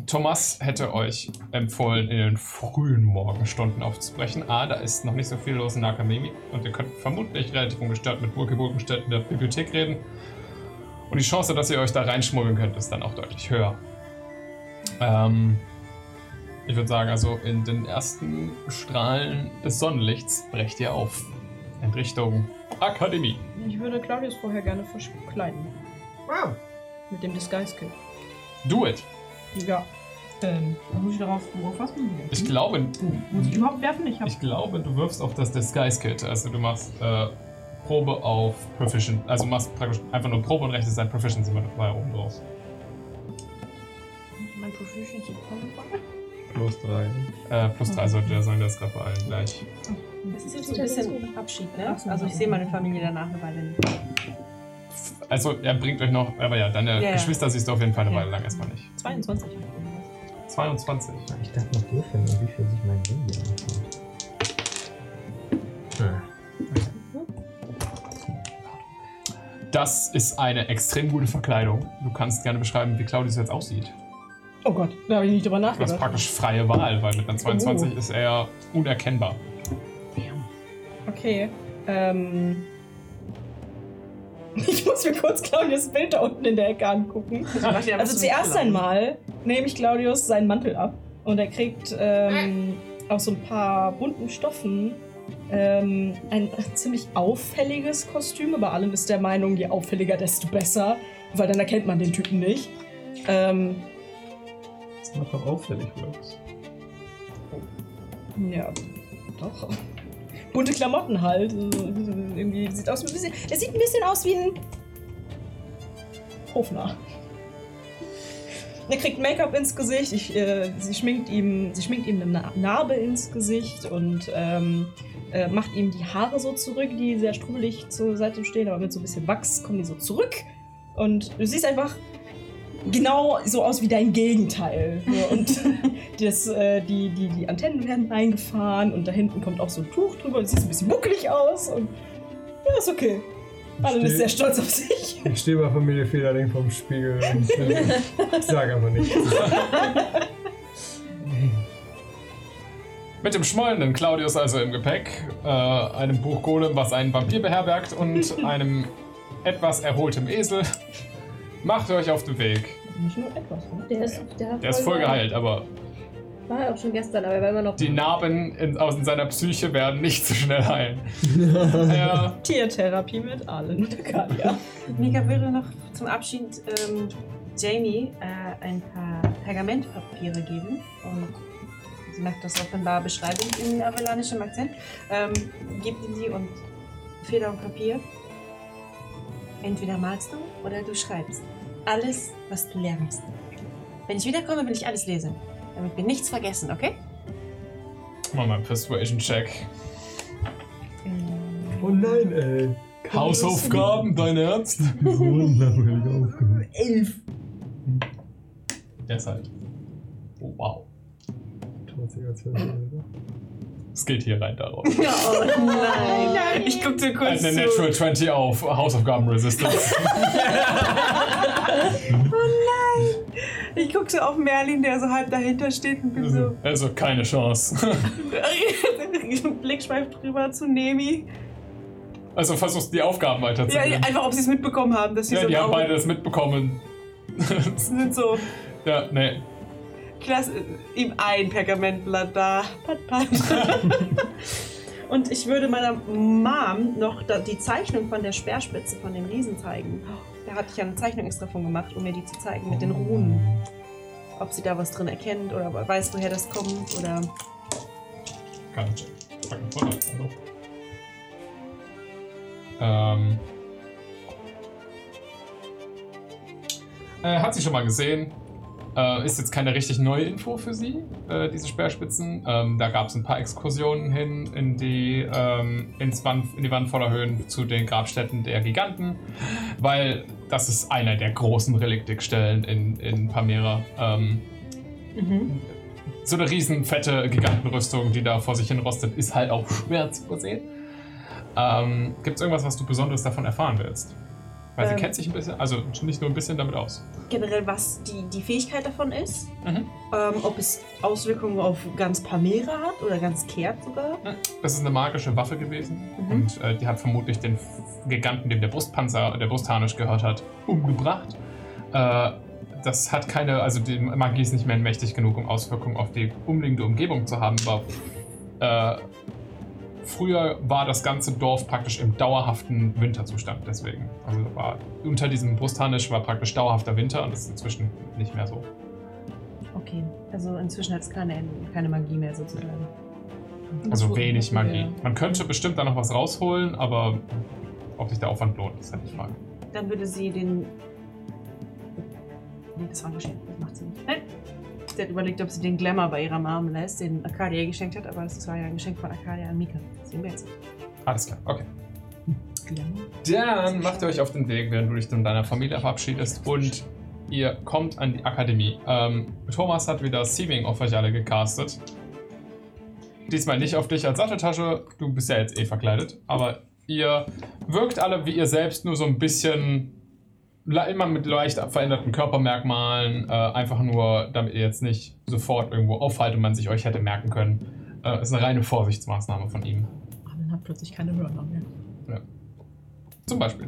S2: Thomas hätte euch empfohlen, in den frühen Morgenstunden aufzubrechen. Ah, da ist noch nicht so viel los in der Akademie und ihr könnt vermutlich relativ ungestört mit Burke Burkenstedt in der Bibliothek reden. Und die Chance, dass ihr euch da reinschmuggeln könnt, ist dann auch deutlich höher. Ähm, ich würde sagen, also in den ersten Strahlen des Sonnenlichts brecht ihr auf. In Richtung Akademie.
S4: Ich würde Claudius vorher gerne verkleiden.
S20: Wow.
S4: Mit dem Disguise-Kit.
S2: Do it!
S4: Ja.
S5: Ähm, dann muss ich darauf, worauf was machen
S2: Ich glaube,
S5: Muss ich überhaupt werfen? Ich habe
S2: Ich glaube, du wirfst auf das Disguise Kit. Also du machst äh, Probe auf Proficient. Also du machst praktisch einfach nur Probe und rechts ist dein Proficiency Modifier oben drauf.
S5: mein Proficiency bekommen.
S7: Plus drei.
S2: Äh, plus 3 sollte der sein, der ist gerade bei allen gleich.
S5: Das ist jetzt so ein bisschen Abschied, ne? Also ich sehe meine Familie danach eine Weile nicht.
S2: Also er bringt euch noch, aber ja, deine
S5: Ja, ja.
S2: Geschwister siehst du auf jeden Fall eine
S5: Ja.
S2: Weile lang erstmal nicht.
S5: 22.
S2: 22.
S8: Ich darf noch würfeln, um wie viel sich mein Ding hier anfühlt.
S2: Das ist eine extrem gute Verkleidung. Du kannst gerne beschreiben, wie Claudius jetzt aussieht.
S4: Oh Gott, da habe ich nicht drüber
S2: Du hast
S4: nachgedacht.
S2: praktisch freie Wahl, weil mit
S5: Oh.
S2: einer 22 ist er unerkennbar.
S4: Okay. Ähm. Ich muss mir kurz Claudius Bild da unten in der Ecke angucken. Also zuerst einmal nehme ich Claudius seinen Mantel ab und er kriegt ähm, aus so ein paar bunten Stoffen ähm, ein ziemlich auffälliges Kostüm. Aber allem ist der Meinung, je auffälliger, desto besser, weil dann erkennt man den Typen nicht. Ähm,
S7: Das macht auch auffällig, Works.
S4: Ja, doch. Bunte Klamotten halt. Also, Irgendwie sieht aus wie ein bisschen. Der sieht ein bisschen aus wie ein. Hofner. Er kriegt Make-up ins Gesicht. Ich, äh, sie, schminkt ihm, sie schminkt ihm eine Na- Narbe ins Gesicht und ähm, äh, macht ihm die Haare so zurück, die sehr strubbelig zur Seite stehen, aber mit so ein bisschen Wachs kommen die so zurück. Und du siehst einfach genau so aus wie dein Gegenteil. So, und das, äh, die, die, die Antennen werden eingefahren und da hinten kommt auch so ein Tuch drüber und sieht so ein bisschen buckelig aus. Und ja, ist okay. Alle ist
S7: Steht-
S4: sehr stolz auf sich.
S7: Ich stehe bei Familie Federling vorm Spiegel und äh, sage aber nichts.
S2: Mit dem schmollenden Claudius also im Gepäck, äh, einem Buchgolem, was einen Vampir beherbergt und einem etwas erholtem Esel, macht ihr euch auf den Weg.
S4: Nicht nur etwas, ne?
S6: Der ist, der hat
S2: Der ist voll geheilt, aber
S6: War er auch schon gestern, aber er war immer noch.
S2: die Narben in, aus in seiner Psyche werden nicht so schnell heilen. er
S4: Tiertherapie mit Allen und Akalia.
S5: Mika würde noch zum Abschied ähm, Jamie äh, ein paar Pergamentpapiere geben und sie macht das offenbar Beschreibung in avelanischem Akzent, ähm, gibt ihm sie und Feder und Papier. Entweder malst du oder du schreibst. Alles, was du lernst. Wenn ich wiederkomme, will ich alles lesen, damit wir nichts vergessen, okay?
S2: Mach mal einen Persuasion-Check.
S18: Oh nein, ey.
S2: Hausaufgaben, dein Ernst?
S18: So langweilige Aufgabe.
S5: Elf.
S2: Deshalb. halt, Oh, wow.
S18: 20er, 12er.
S2: Es geht hier rein darauf.
S5: Oh nein. Ich guck dir kurz
S2: Eine
S5: zu.
S2: Natural 20 auf Hausaufgaben-Resistance.
S5: Ich guck so auf Merlin, der so halb dahinter steht und bin so.
S2: Also keine Chance.
S5: Blick schweift drüber zu Nemi.
S2: Also versuchst die Aufgaben
S5: Ja, also
S2: weiterzunehmen.
S5: einfach, ob sie es mitbekommen haben, dass sie
S2: Ja,
S5: so
S2: die haben
S5: laut
S2: beide das mitbekommen.
S5: sind. So,
S2: ja, nee.
S5: klasse, ihm ein Pergamentblatt da. Pat, pat. und ich würde meiner Mom noch da, die Zeichnung von der Speerspitze von dem Riesen zeigen. Da hatte ich ja eine Zeichnung extra von gemacht, um mir die zu zeigen
S2: Oh.
S5: mit den Runen. Ob sie da was drin erkennt oder weiß, woher das kommt oder.
S2: Keine Chance. Fucking Vorteil. Hallo. Ähm. Äh, hat sie schon mal gesehen. Äh, ist jetzt keine richtig neue Info für sie, äh, diese Speerspitzen. Ähm, da gab es ein paar Exkursionen hin in die, ähm, ins Wand, in die Wand voller Höhen zu den Grabstätten der Giganten, weil das ist einer der großen Reliktikstellen in, in Pamera. Ähm,
S5: Mhm.
S2: so eine riesen fette Gigantenrüstung, die da vor sich hin rostet, ist halt auch schwer zu übersehen. Ähm, Gibt es irgendwas, was du Besonderes davon erfahren willst? Weil
S5: Ähm.
S2: sie kennt sich ein bisschen, also nicht nur ein bisschen damit aus.
S5: generell, was die, die Fähigkeit davon ist.
S2: Mhm.
S5: Ähm, ob es Auswirkungen auf ganz Pamera hat oder ganz Kehrt sogar.
S2: Das ist eine magische Waffe gewesen
S5: Mhm.
S2: und äh, die hat vermutlich den F- Giganten, dem der Brustpanzer, der Brustharnisch gehört hat, umgebracht. Äh, das hat keine, also die Magie ist nicht mehr mächtig genug, um Auswirkungen auf die umliegende Umgebung zu haben, aber äh, früher war das ganze Dorf praktisch im dauerhaften Winterzustand deswegen. Also war, unter diesem Brustharnisch war praktisch dauerhafter Winter und das ist inzwischen nicht mehr so.
S5: Okay, also inzwischen hat es keine, keine Magie mehr sozusagen.
S2: Also wenig Magie. Man könnte bestimmt da noch was rausholen, aber ob sich der Aufwand lohnt, ist halt die Frage.
S5: Dann würde sie den. Nee, das war ein Geschenk, das macht sie nicht. Nein! Sie hat überlegt, ob sie den Glamour bei ihrer Mom lässt, den Arcadia ihr geschenkt hat, aber das war ja ein Geschenk von Arcadia an Mika. Das sehen wir jetzt.
S2: Alles klar, okay.
S5: Glamour?
S2: Dann macht ihr euch auf den Weg, während du dich von deiner Familie verabschiedest und ihr kommt an die Akademie. Ähm, Thomas hat wieder Seeming auf euch alle gecastet. Diesmal nicht auf dich als Satteltasche, du bist ja jetzt eh verkleidet, aber ihr wirkt alle wie ihr selbst nur so ein bisschen le- immer mit leicht veränderten Körpermerkmalen, äh, einfach nur, damit ihr jetzt nicht sofort irgendwo auffallt und man sich euch hätte merken können. Äh, ist eine reine Vorsichtsmaßnahme von ihm.
S4: Aber dann hat plötzlich keine Hörner mehr.
S2: Zum Beispiel.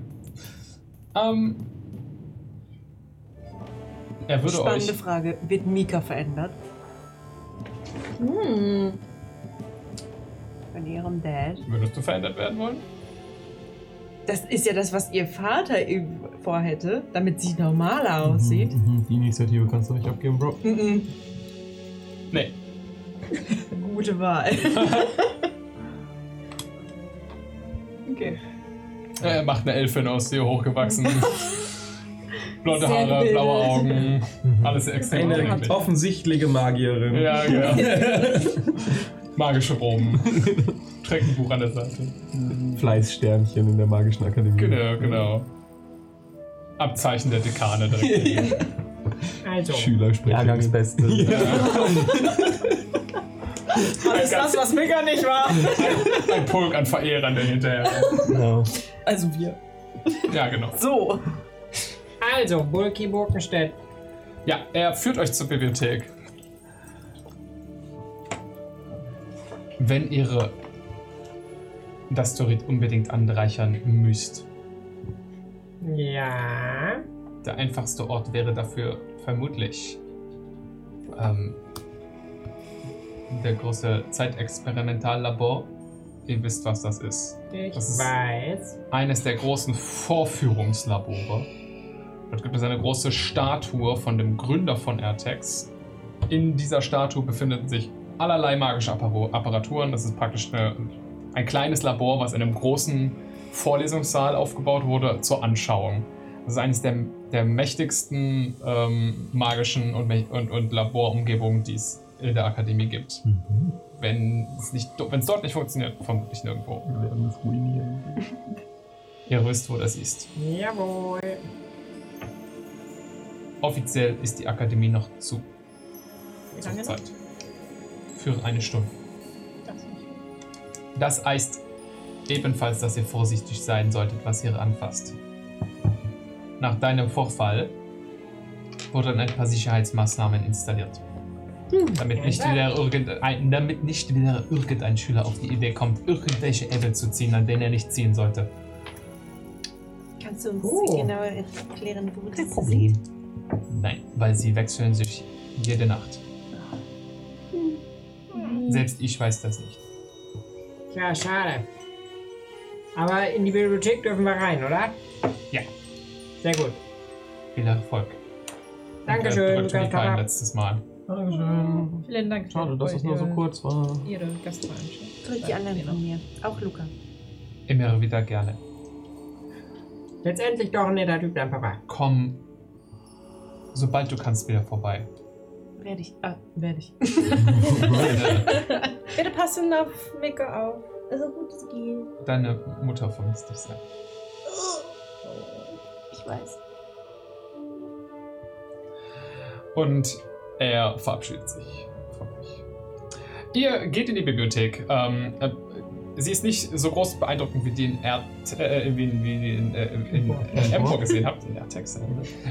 S2: Ähm, er würde
S5: Spannende
S2: euch.
S5: Frage. Wird Mika verändert?
S6: Hm.
S5: Von ihrem Dad?
S2: Würdest du verändert werden wollen?
S5: Das ist ja das, was ihr Vater eben vorhätte, damit sie normaler aussieht.
S7: Mhm, die Initiative kannst du nicht abgeben, Bro.
S5: Mhm.
S2: Nee.
S5: Gute Wahl. okay.
S2: Er macht eine Elfin aus dir, hochgewachsen. Blonde
S5: Sehr
S2: Haare,
S5: gebildet.
S2: blaue Augen. Alles extrem
S7: Eine
S2: anregend.
S7: offensichtliche Magierin.
S2: Ja, genau. Magische Roben. Trägt ein Buch an der Seite.
S18: Mhm.
S7: Fleißsternchen in der Magischen Akademie.
S2: Genau, genau. Abzeichen der Dekane direkt.
S20: Also,
S7: Schüler sprechen.
S8: Jahrgangsbeste.
S4: Alles das, was Mika nicht war.
S2: Ein Pulk an Verehrern der hinterher.
S8: Genau.
S4: Also wir.
S2: Ja, genau.
S4: So.
S20: also Bulky Burkenstedt.
S2: Ja, er führt euch zur Bibliothek. Wenn ihre das Dorit unbedingt anreichern müsst,
S20: Ja.
S2: der einfachste Ort wäre dafür vermutlich ähm, der große Zeitexperimentallabor. Ihr wisst, was das ist.
S20: Ich
S2: Das ist-
S20: weiß.
S2: Eines der großen Vorführungslabore, Dort gibt es eine große Statue von dem Gründer von AirTags. In dieser Statue befinden sich allerlei magische Apparo- Apparaturen. Das ist praktisch eine, ein kleines Labor, was in einem großen Vorlesungssaal aufgebaut wurde, zur Anschauung. Das ist eines der, der mächtigsten ähm, magischen und, Mech- und, und Laborumgebungen, die es in der Akademie gibt. Wenn es nicht- wenn es dort nicht funktioniert, vermutlich nirgendwo. Wir werden es ruinieren. Ihr wisst, wo das ist.
S20: Jawohl.
S2: Offiziell ist die Akademie noch zu.
S4: Wie lange noch?
S2: Zeit. Für eine Stunde. Das heißt ebenfalls, dass ihr vorsichtig sein solltet, was ihr anfasst. Nach deinem Vorfall wurden ein paar Sicherheitsmaßnahmen installiert.
S4: Hm.
S2: Damit nicht, wieder irgendein, damit nicht wieder irgendein Schüler auf die Idee kommt, irgendwelche Äpfel zu ziehen, an denen er nicht ziehen sollte.
S5: Kannst du uns
S2: Oh.
S5: genauer erklären, wo das
S2: Problem. Nein, weil sie wechseln sich jede Nacht.
S20: Hm.
S2: Selbst ich weiß das nicht.
S20: Ja, schade. Aber in die Bibliothek dürfen wir rein, oder?
S2: Ja.
S20: Sehr gut.
S2: Viel Erfolg.
S20: Dankeschön,
S2: Und, äh, drückt mir die
S20: Lukas,
S2: Beine
S20: Papa.
S2: letztes Mal.
S20: Dankeschön.
S4: Vielen Dank.
S20: Schade, dass es nur so
S2: kurz war.
S4: Ihre Gastfreundschaft.
S5: Grüß die anderen von mir. Auch Luca.
S2: Immer wieder gerne.
S20: Letztendlich doch ein netter Typ, dein Papa.
S2: Komm, sobald du kannst, wieder vorbei.
S5: Werde ich. Ah, werde ich.
S4: Bitte passen auf Mika auf.
S9: Also gut, es geht.
S2: Deine Mutter vermisst dich sehr.
S9: Ich weiß.
S2: Und er verabschiedet sich von euch. Ihr geht in die Bibliothek. Ähm, äh, sie ist nicht so groß beeindruckend wie die in, Erd, äh, wie in, wie die in, äh, in, in Empor gesehen habt. In Ertex, äh,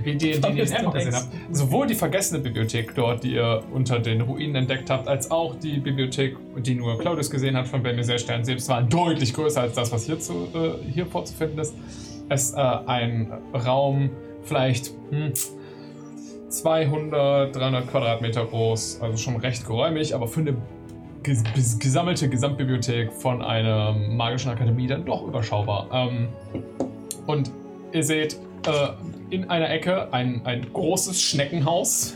S2: wie die, die, die in Empor gesehen habt. Sowohl die vergessene Bibliothek dort, die ihr unter den Ruinen entdeckt habt, als auch die Bibliothek, die nur Claudius gesehen hat von Benny Stern selbst, waren deutlich größer als das, was hier, zu, äh, hier vorzufinden ist. Es äh, ein Raum, vielleicht hm, 200, 300 Quadratmeter groß, also schon recht geräumig, aber für eine ges bis- gesammelte Gesamtbibliothek von einer magischen Akademie dann doch überschaubar. Ähm, und ihr seht äh, in einer Ecke ein, ein großes Schneckenhaus,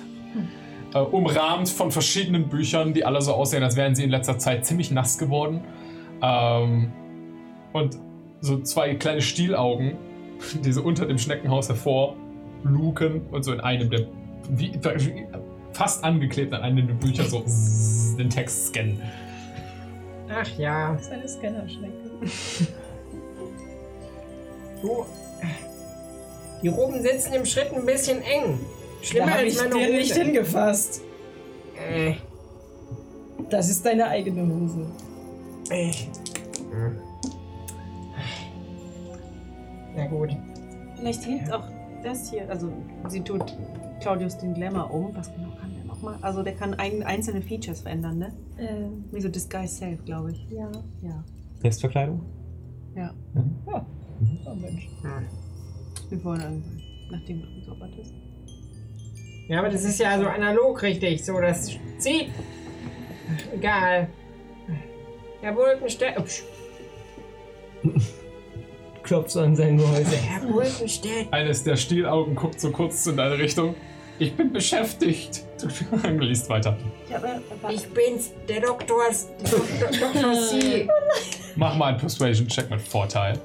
S2: äh, umrahmt von verschiedenen Büchern, die alle so aussehen, als wären sie in letzter Zeit ziemlich nass geworden. Ähm, und so zwei kleine Stielaugen, die so unter dem Schneckenhaus hervorluken und so in einem der wie, wie, fast angeklebt an einem der Bücher so zzz, den Text scannen.
S20: Ach ja.
S4: Das ist eine Scannerschnecke.
S20: Du. Die Roben sitzen im Schritt ein bisschen eng. Schlimmer
S4: Da hab
S20: als
S4: ich
S20: meine
S4: dir
S20: Hose.
S4: nicht hingefasst.
S20: Äh,
S4: Das ist deine eigene Hose.
S20: äh. Na gut.
S5: Vielleicht hilft auch das hier. Also, sie tut Claudius den Glamour um. Was genau kann der nochmal? Also, der kann ein, einzelne Features verändern, ne?
S9: Ähm,
S5: Wie so Disguise Self, glaube ich.
S9: ja.
S5: Ja.
S8: Selbstverkleidung?
S5: Ja.
S4: Oh Mensch.
S20: Hm.
S5: Wir wollen irgendwann, nachdem du gezaubert bist.
S20: Ja, aber das ist ja so analog richtig, so das zieht. Egal. Herr Wolkenstedt. Upsch,
S18: Klopfst an sein Gehäuse.
S20: Herr Wolkenstedt.
S2: Eines der Stielaugen guckt so kurz in deine Richtung. Ich bin beschäftigt. Du liest weiter.
S5: Ja, aber aber
S20: Ich bin's, der Doktor, Doktor, Doktor C.
S2: Mach mal einen Persuasion-Check mit Vorteil.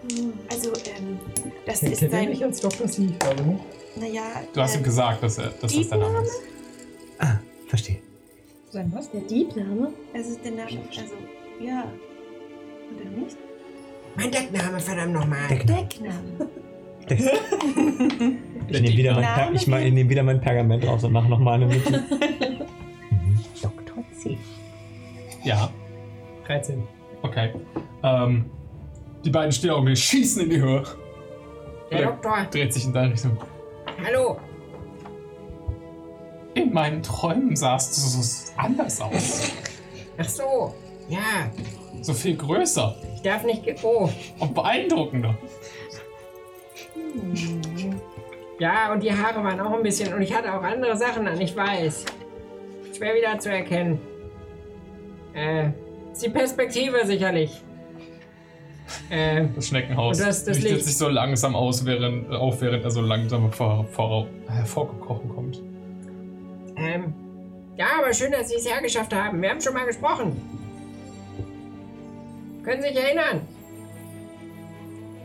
S5: also, ähm, das
S18: Kennt
S5: ist
S18: ihr mich
S5: sein.
S18: als Dr. C? Ich ne? glaube nicht.
S5: Naja.
S2: Du hast ihm
S5: ähm,
S2: gesagt, dass, er, dass das dein Name ist.
S8: Verstehe.
S4: Sein was?
S9: Der Diebname?
S5: Also, der Name. Also, ja. Oder nicht?
S20: Mein Deckname, verdammt nochmal.
S5: Deckname.
S8: Ich nehme wieder, mein
S5: Name
S8: Per- ich ma- ich nehm wieder mein Pergament raus und mache nochmal eine Mitte. Mhm.
S2: Ja,
S18: 13.
S2: okay. Ähm, die beiden Stielaugen schießen in die Höhe.
S20: Der
S2: Er
S20: Doktor,
S2: dreht sich in deine Richtung.
S20: hallo.
S2: In meinen Träumen sahst du so anders aus.
S20: Ach so, ja,
S2: So viel größer
S20: ich darf nicht. Ge oh,
S2: und beeindruckender.
S20: ja, und die Haare waren auch ein bisschen. Und ich hatte auch andere Sachen an, ich weiß. Schwer wieder zu erkennen. Äh, ist die Perspektive sicherlich.
S5: Äh,
S2: Das Schneckenhaus
S5: Und das- das
S2: richtet
S5: Licht.
S2: sich so langsam aus, während, äh, auf, während er so langsam vor, vor, hervorgekrochen kommt.
S5: ähm, ja, aber schön, dass Sie es hergeschafft haben. Wir haben schon mal gesprochen. Können Sie sich erinnern?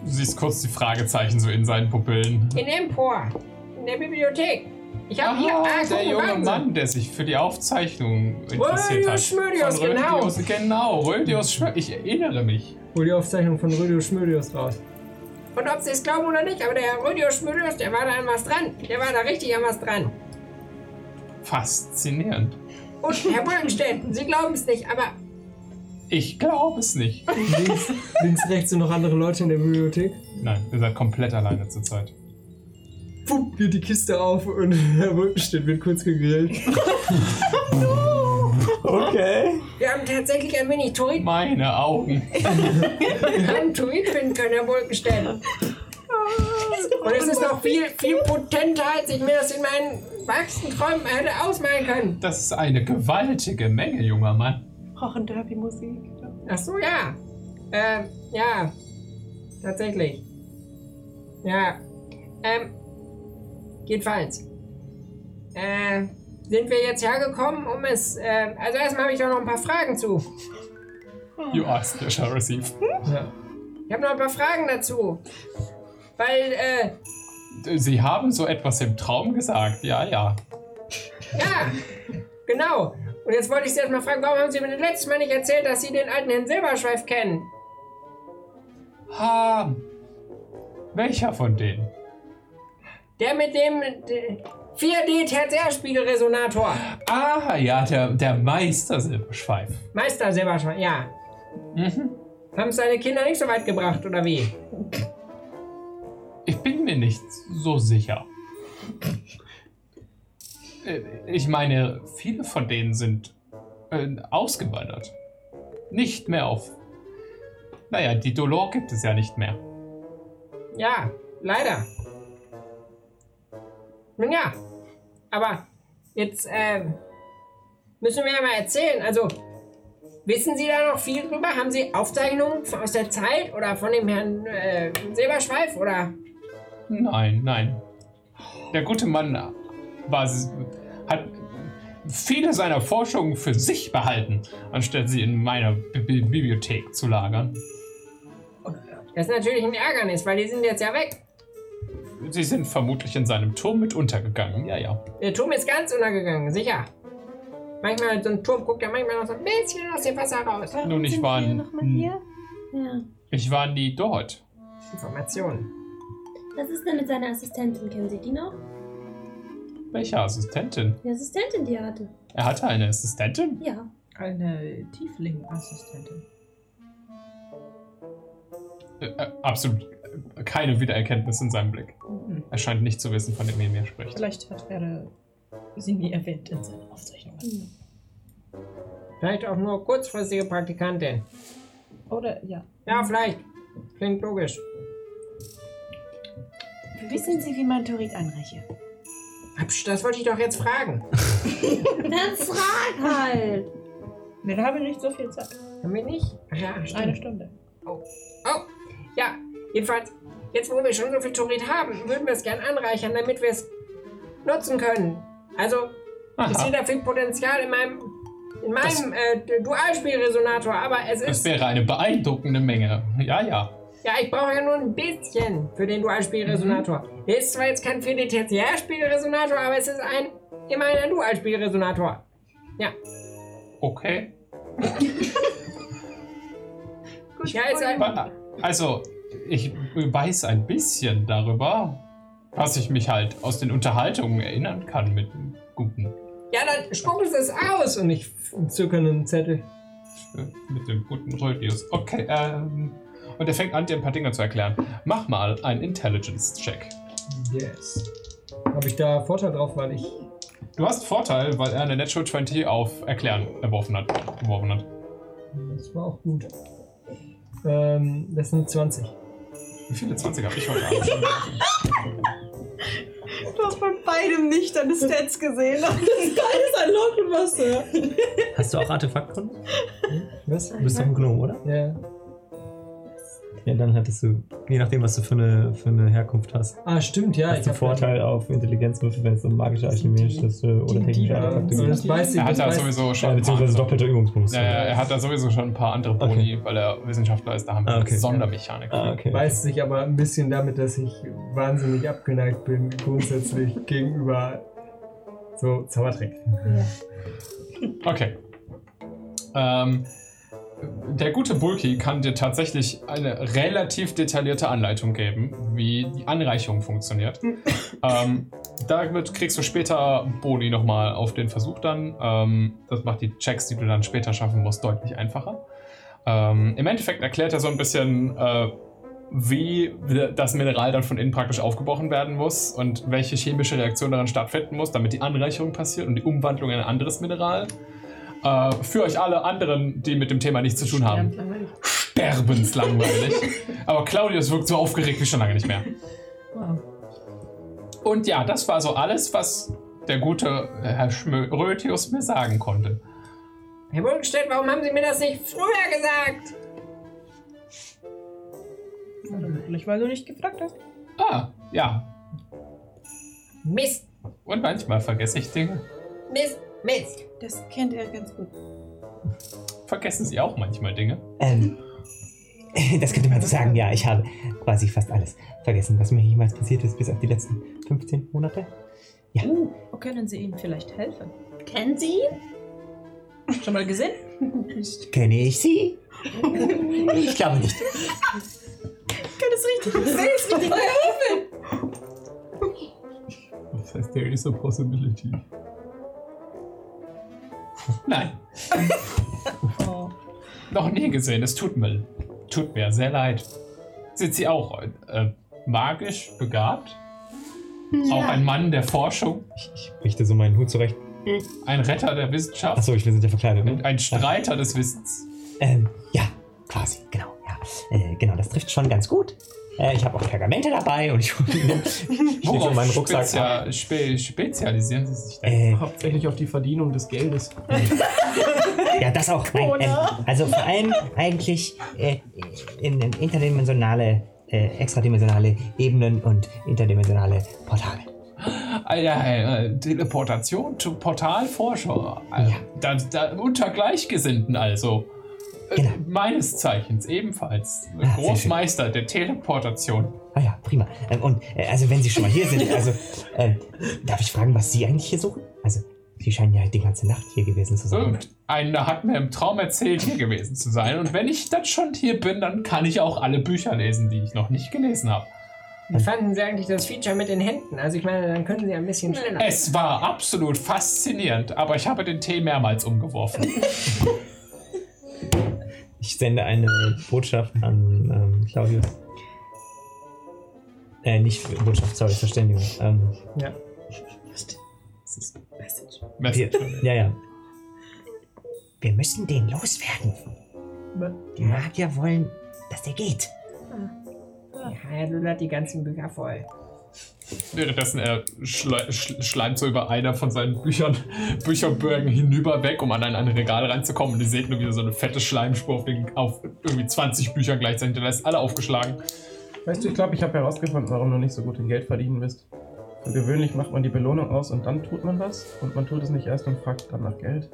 S2: Du siehst kurz die Fragezeichen so in seinen Pupillen.
S5: In Empor. In der Bibliothek. Ich habe hier... Ah, guck,
S2: der
S5: wo
S2: junge
S5: waren sie?
S2: Mann, der sich für die Aufzeichnung interessiert hat.
S5: Rödius Schmödius,
S2: Von Rödius-
S5: genau.
S2: Genau, Rödius Schmödius, ich erinnere mich.
S18: Hol die Aufzeichnung von Rödius Schmödius raus.
S5: Und ob Sie es glauben oder nicht, aber der Herr Rödius Schmödius, der war da an was dran. Der war da richtig an was dran.
S2: Faszinierend.
S5: Und Herr Bolkenstedt, Sie glauben es nicht, aber
S2: Ich glaube es nicht.
S18: links, links, rechts sind noch andere Leute in der Bibliothek.
S2: Nein, ihr seid komplett alleine zurzeit.
S18: Pup, geht die Kiste auf und Herr Wolkenstedt wird kurz gegrillt.
S21: Okay.
S5: wir haben tatsächlich ein wenig Turin,
S2: Meine Augen.
S5: wir haben Turin finden können, Herr Bolkenstedt. Und es ist noch viel, viel potenter, als ich mir das in meinen wachsten Träumen hätte ausmalen können.
S2: Das ist eine gewaltige Menge, junger Mann.
S22: Rochen Derby-Musik.
S5: Ach so, ja. Ähm, ja. Tatsächlich. Ja. Ähm, jedenfalls. Äh, sind wir jetzt hergekommen, um es, äh, also erstmal habe ich auch noch ein paar Fragen zu.
S2: You ask, you shall receive.
S5: Ich habe noch ein paar Fragen dazu. Weil, äh,
S2: Sie haben so etwas im Traum gesagt, ja, ja.
S5: ja, genau. Und jetzt wollte ich Sie erstmal fragen, warum haben Sie mir das letzte Mal nicht erzählt, dass Sie den alten Herrn Silberschweif kennen?
S2: Ha. Welcher von denen?
S5: Der mit dem äh, 4D Tertiärspiegelresonator.
S2: Ah, ja, der, der Meister Silberschweif.
S5: Meister Silberschweif, ja.
S2: Mhm.
S5: Haben es seine Kinder nicht so weit gebracht, oder wie?
S2: Ich bin mir nicht so sicher. Äh, Ich meine, viele von denen sind äh, ausgewandert. Nicht mehr auf. Naja, die Dolor gibt es ja nicht mehr.
S5: Ja, leider. Nun ja, aber jetzt ähm, müssen wir ja mal erzählen. Also, wissen Sie da noch viel drüber? Haben Sie Aufzeichnungen von- aus der Zeit oder von dem Herrn äh, Silberschweif oder?
S2: Nein, nein. Der gute Mann war, hat viele seiner Forschungen für sich behalten, anstatt sie in meiner Bi Bi Bibliothek zu lagern.
S5: Das ist natürlich ein Ärgernis, weil die sind jetzt ja weg.
S2: Sie sind vermutlich in seinem Turm mit untergegangen. Ja, ja.
S5: Der Turm ist ganz untergegangen, sicher. Manchmal, so ein Turm guckt ja manchmal noch so ein bisschen aus dem Wasser raus.
S2: Nun, ich war,
S9: Nochmal hier? Ja.
S2: ich war nie dort.
S5: Informationen.
S9: Was ist denn mit seiner Assistentin? Kennen Sie die noch?
S2: Welche Assistentin?
S9: Die Assistentin, die er hatte.
S2: Er hatte eine Assistentin?
S9: Ja.
S4: Eine Tiefling-Assistentin.
S2: Äh, äh, absolut keine Wiedererkenntnis in seinem Blick.
S4: Mhm.
S2: Er scheint nicht zu wissen, von wem er spricht.
S4: Vielleicht hat er sie nie erwähnt in seinen Aufzeichnungen.
S5: Hm. Vielleicht auch nur kurzfristige Praktikantin.
S4: Oder ja.
S5: Ja, vielleicht. Klingt logisch.
S22: Wissen Sie, wie man Turit anreiche?
S5: Hübsch, Das wollte ich doch jetzt fragen.
S9: Dann frag halt!
S4: Wir haben nicht so viel Zeit.
S5: Haben wir nicht? Ach Ja,
S4: Eine
S5: stimmt.
S4: Stunde.
S5: Oh, ja. Jedenfalls, jetzt wo wir schon so viel Turit haben, würden wir es gern anreichern, damit wir es nutzen können. Also, ich sehe
S2: Aha,
S5: da viel Potenzial in meinem, in
S2: Das-
S5: meinem äh, Dualspielresonator, aber es
S2: das
S5: ist...
S2: wäre eine beeindruckende Menge. Ja, ja.
S5: Ja, ich brauche ja nur ein bisschen für den Dualspielresonator.
S2: Mhm.
S5: Der ist zwar jetzt kein 4D-TTR-Spielresonator, aber es ist ein immerhin ein Dualspielresonator.
S2: Okay.
S5: Ja, ist ein,
S2: Also, ich weiß ein bisschen darüber, was ich mich halt aus den Unterhaltungen erinnern kann mit dem guten, äh,
S5: ja, dann spucken Sie es aus und ich
S18: Zirkeln einen Zettel.
S2: mit dem guten Rödius. Okay, ähm. Und er fängt an, dir ein paar Dinge zu erklären. Mach mal einen Intelligence-Check.
S18: Yes. Habe ich da Vorteil drauf, weil ich.
S2: Du hast Vorteil, weil er eine Natural 20 auf Erklären erworfen hat. Geworfen hat.
S18: Das war auch gut. Ähm, das sind 20.
S2: Wie viele 20 habe ich heute Abend schon?
S22: Du hast von beidem nicht deine Stats gesehen.
S8: Hast du auch Artefaktkunde?
S18: Was?
S8: Du bist doch ein Gnome, oder?
S18: Ja.
S8: Ja, dann hattest du, je nachdem, was du für eine, für eine Herkunft hast,
S18: Ah, stimmt, ja.
S8: hast du
S18: hab-
S8: Vorteil auf Intelligenzwürfe, wenn es um magische, alchemische oder technische Artefakte
S18: Ja,
S8: geht.
S18: das weiß ich.
S2: Er hat
S18: Das
S2: da
S18: weiß
S2: sowieso schon. ein paar
S8: Ja, beziehungsweise
S2: andere-
S8: doppelte Übungspunkte.
S2: ja, ja, er hat da sowieso schon ein paar andere Boni, weil er Wissenschaftler ist. Da haben wir
S8: Ah, okay.
S2: Sondermechanik.
S8: Ah, okay.
S18: weiß sich aber ein bisschen damit, dass ich wahnsinnig abgeneigt bin, grundsätzlich gegenüber so Zaubertrick.
S2: Okay. Ähm, der gute Bulky kann dir tatsächlich eine relativ detaillierte Anleitung geben, wie die Anreichung funktioniert. ähm, damit kriegst du später Boni nochmal auf den Versuch dann. Ähm, das macht die Checks, die du dann später schaffen musst, deutlich einfacher. Ähm, Im Endeffekt erklärt er so ein bisschen, äh, wie das Mineral dann von innen praktisch aufgebrochen werden muss und welche chemische Reaktion daran stattfinden muss, damit die Anreicherung passiert und die Umwandlung in ein anderes Mineral. Äh, für euch alle anderen, die mit dem Thema nichts zu tun haben, sterbenslangweilig. Aber Claudius wirkt so aufgeregt wie schon lange nicht mehr. Und ja, das war so alles, was der gute äh, Herr Schmötius mir sagen konnte.
S20: Herr Burgenstedt, warum haben Sie mir das nicht früher gesagt?
S4: Nicht, weil du nicht gefragt hast.
S2: Ah, ja.
S20: Mist,
S2: Und manchmal vergesse ich Dinge.
S20: Mist, Mist.
S5: Das kennt er ganz gut.
S2: Vergessen sie auch manchmal Dinge.
S8: Ähm, das könnte man so sagen, ja, ich habe quasi fast alles vergessen, was mir jemals passiert ist, bis auf die letzten 15 Monate.
S4: Hm, Können Sie ihm vielleicht helfen?
S9: Kennen Sie ihn?
S4: Schon mal gesehen?
S8: Kenne ich sie? Ich glaube nicht.
S2: Das heißt, there is a possibility. Nein,
S4: Oh.
S2: noch nie gesehen. Es tut mir, tut mir sehr leid. Sind Sie auch äh, magisch begabt? Auch ein Mann der Forschung?
S8: Ich, ich richte so meinen Hut zurecht.
S2: Ein Retter der Wissenschaft?
S8: Achso, ich- wir sind ja verkleidet, ne?
S2: Ein Streiter des Wissens?
S8: Ähm, ja, quasi, genau. Ja. Äh, genau, das trifft schon ganz gut. Äh, ich habe auch Pergamente dabei und ich stehe so meinen Rucksack ab.
S2: spezia spe spezialisieren Sie sich denn?
S8: Äh,
S7: Hauptsächlich auf die Verdienung des Geldes.
S8: ja, das auch. Nein, ähm, also vor allem eigentlich äh, in, in interdimensionale, äh, extradimensionale Ebenen und interdimensionale Portale.
S2: Ah, ja, äh, Teleportation, T- Portalforscher. Äh,
S8: Ja.
S2: da, da, unter Gleichgesinnten also. Äh,
S8: Genau.
S2: Meines Zeichens ebenfalls. Äh,
S8: sehr schön.
S2: Großmeister der Teleportation.
S8: Ah ja, prima. Ähm, und äh, also wenn Sie schon mal hier sind, also ähm, darf ich fragen, was Sie eigentlich hier suchen? Also Sie scheinen ja die ganze Nacht hier gewesen zu sein.
S2: Einer hat mir im Traum erzählt, hier gewesen zu sein. Und wenn ich dann schon hier bin, dann kann ich auch alle Bücher lesen, die ich noch nicht gelesen habe.
S20: Wie fanden Sie eigentlich das Feature mit den Händen? Also ich meine, dann können Sie ein bisschen schneller.
S2: Es war absolut faszinierend, aber ich habe den Tee mehrmals umgeworfen.
S8: Ich sende eine Botschaft an ähm, Claudius. Äh, nicht Botschaft, sorry, Verständigung. Ähm,
S2: Message.
S8: ja, ja. Wir müssen den loswerden. Die Magier wollen, dass der geht.
S20: Ja, Herr Lula hat die ganzen Bücher voll.
S2: Währenddessen er schle schl schleimt so über einer von seinen Büchern, Bücherbürgen hinüber weg, um an ein, an ein Regal reinzukommen. Und ihr seht nur wieder so eine fette Schleimspur auf, den, auf irgendwie 20 Büchern gleichzeitig hinterlässt. Alle aufgeschlagen.
S7: Weißt du, ich glaube, ich habe herausgefunden, warum du nicht so gut in Geld verdienen bist. Für gewöhnlich macht man die Belohnung aus und dann tut man das. Und man tut es nicht erst und fragt dann nach Geld.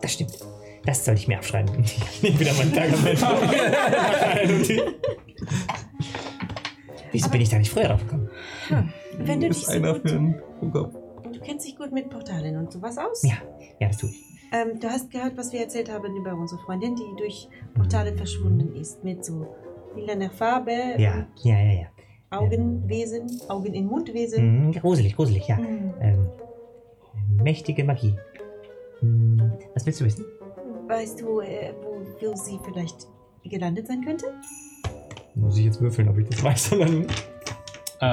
S8: Das stimmt. Das sollte ich mir abschreiben. Ich nehme wieder mein Pergament. Wieso bin ich da nicht früher drauf gekommen?
S2: Hm,
S5: Wenn du dich so gut,
S7: Kugelkopf.
S5: du kennst dich gut mit Portalen und sowas aus.
S8: Ja. Ja, das tue ich.
S5: Ähm, du hast gehört, was wir erzählt haben über unsere Freundin, die durch Portale verschwunden ist. Mit so lilaner Farbe,
S8: Ja, ja, ja, ja.
S5: Augenwesen, Augen in Mundwesen.
S8: Mhm, gruselig, gruselig, ja.
S5: Mhm.
S8: Ähm, äh, mächtige Magie. Hm, Was willst du wissen?
S5: Weißt du, äh, wo, wo sie vielleicht gelandet sein könnte?
S8: Muss ich jetzt würfeln, ob ich das weiß oder nicht?
S2: Äh,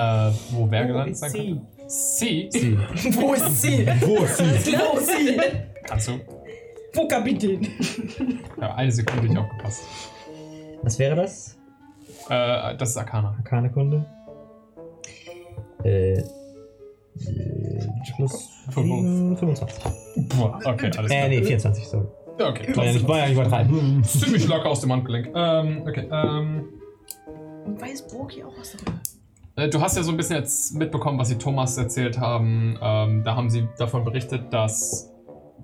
S2: wo wer gelandet sein könnte? Sie. Sie.
S4: Wo ist sie?
S8: Wo ist sie?
S4: Genau sie!
S2: Kannst du?
S4: Wo Kapitän?
S2: Ja, eine Sekunde nicht aufgepasst.
S8: Was wäre das?
S2: Äh, das ist Arcana.
S8: Arkane Kunde? Äh. äh, Plus
S2: Fünfundfünfzig.
S8: 25.
S2: Boah, okay, alles
S8: Äh,
S2: klar.
S8: nee, 24, sorry.
S2: Ja, okay.
S3: War ja nicht, war ja nicht übertreiben.
S2: Ziemlich locker aus dem Handgelenk. Ähm, okay. Ähm,
S4: Und weiß Broki auch was darüber?
S2: äh, du hast ja so ein bisschen jetzt mitbekommen, was sie Thomas erzählt haben. Ähm, da haben sie davon berichtet, dass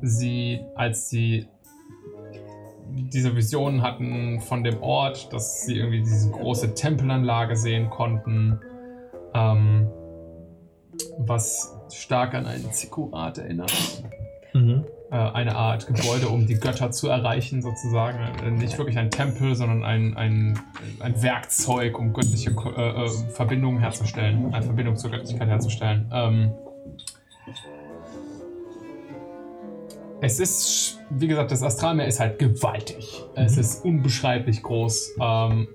S2: sie, als sie diese Visionen hatten von dem Ort, dass sie irgendwie diese große Tempelanlage sehen konnten, ähm, was stark an einen Zikurat erinnert.
S3: Mhm.
S2: äh, eine Art Gebäude, um die Götter zu erreichen, sozusagen. Äh, Nicht wirklich ein Tempel, sondern ein, ein, ein Werkzeug, um göttliche Ko- äh, äh, Verbindungen herzustellen, eine Verbindung zur Göttlichkeit herzustellen. Ähm, es ist, sch- wie gesagt, das Astralmeer ist halt gewaltig. Es ist unbeschreiblich groß. Ähm,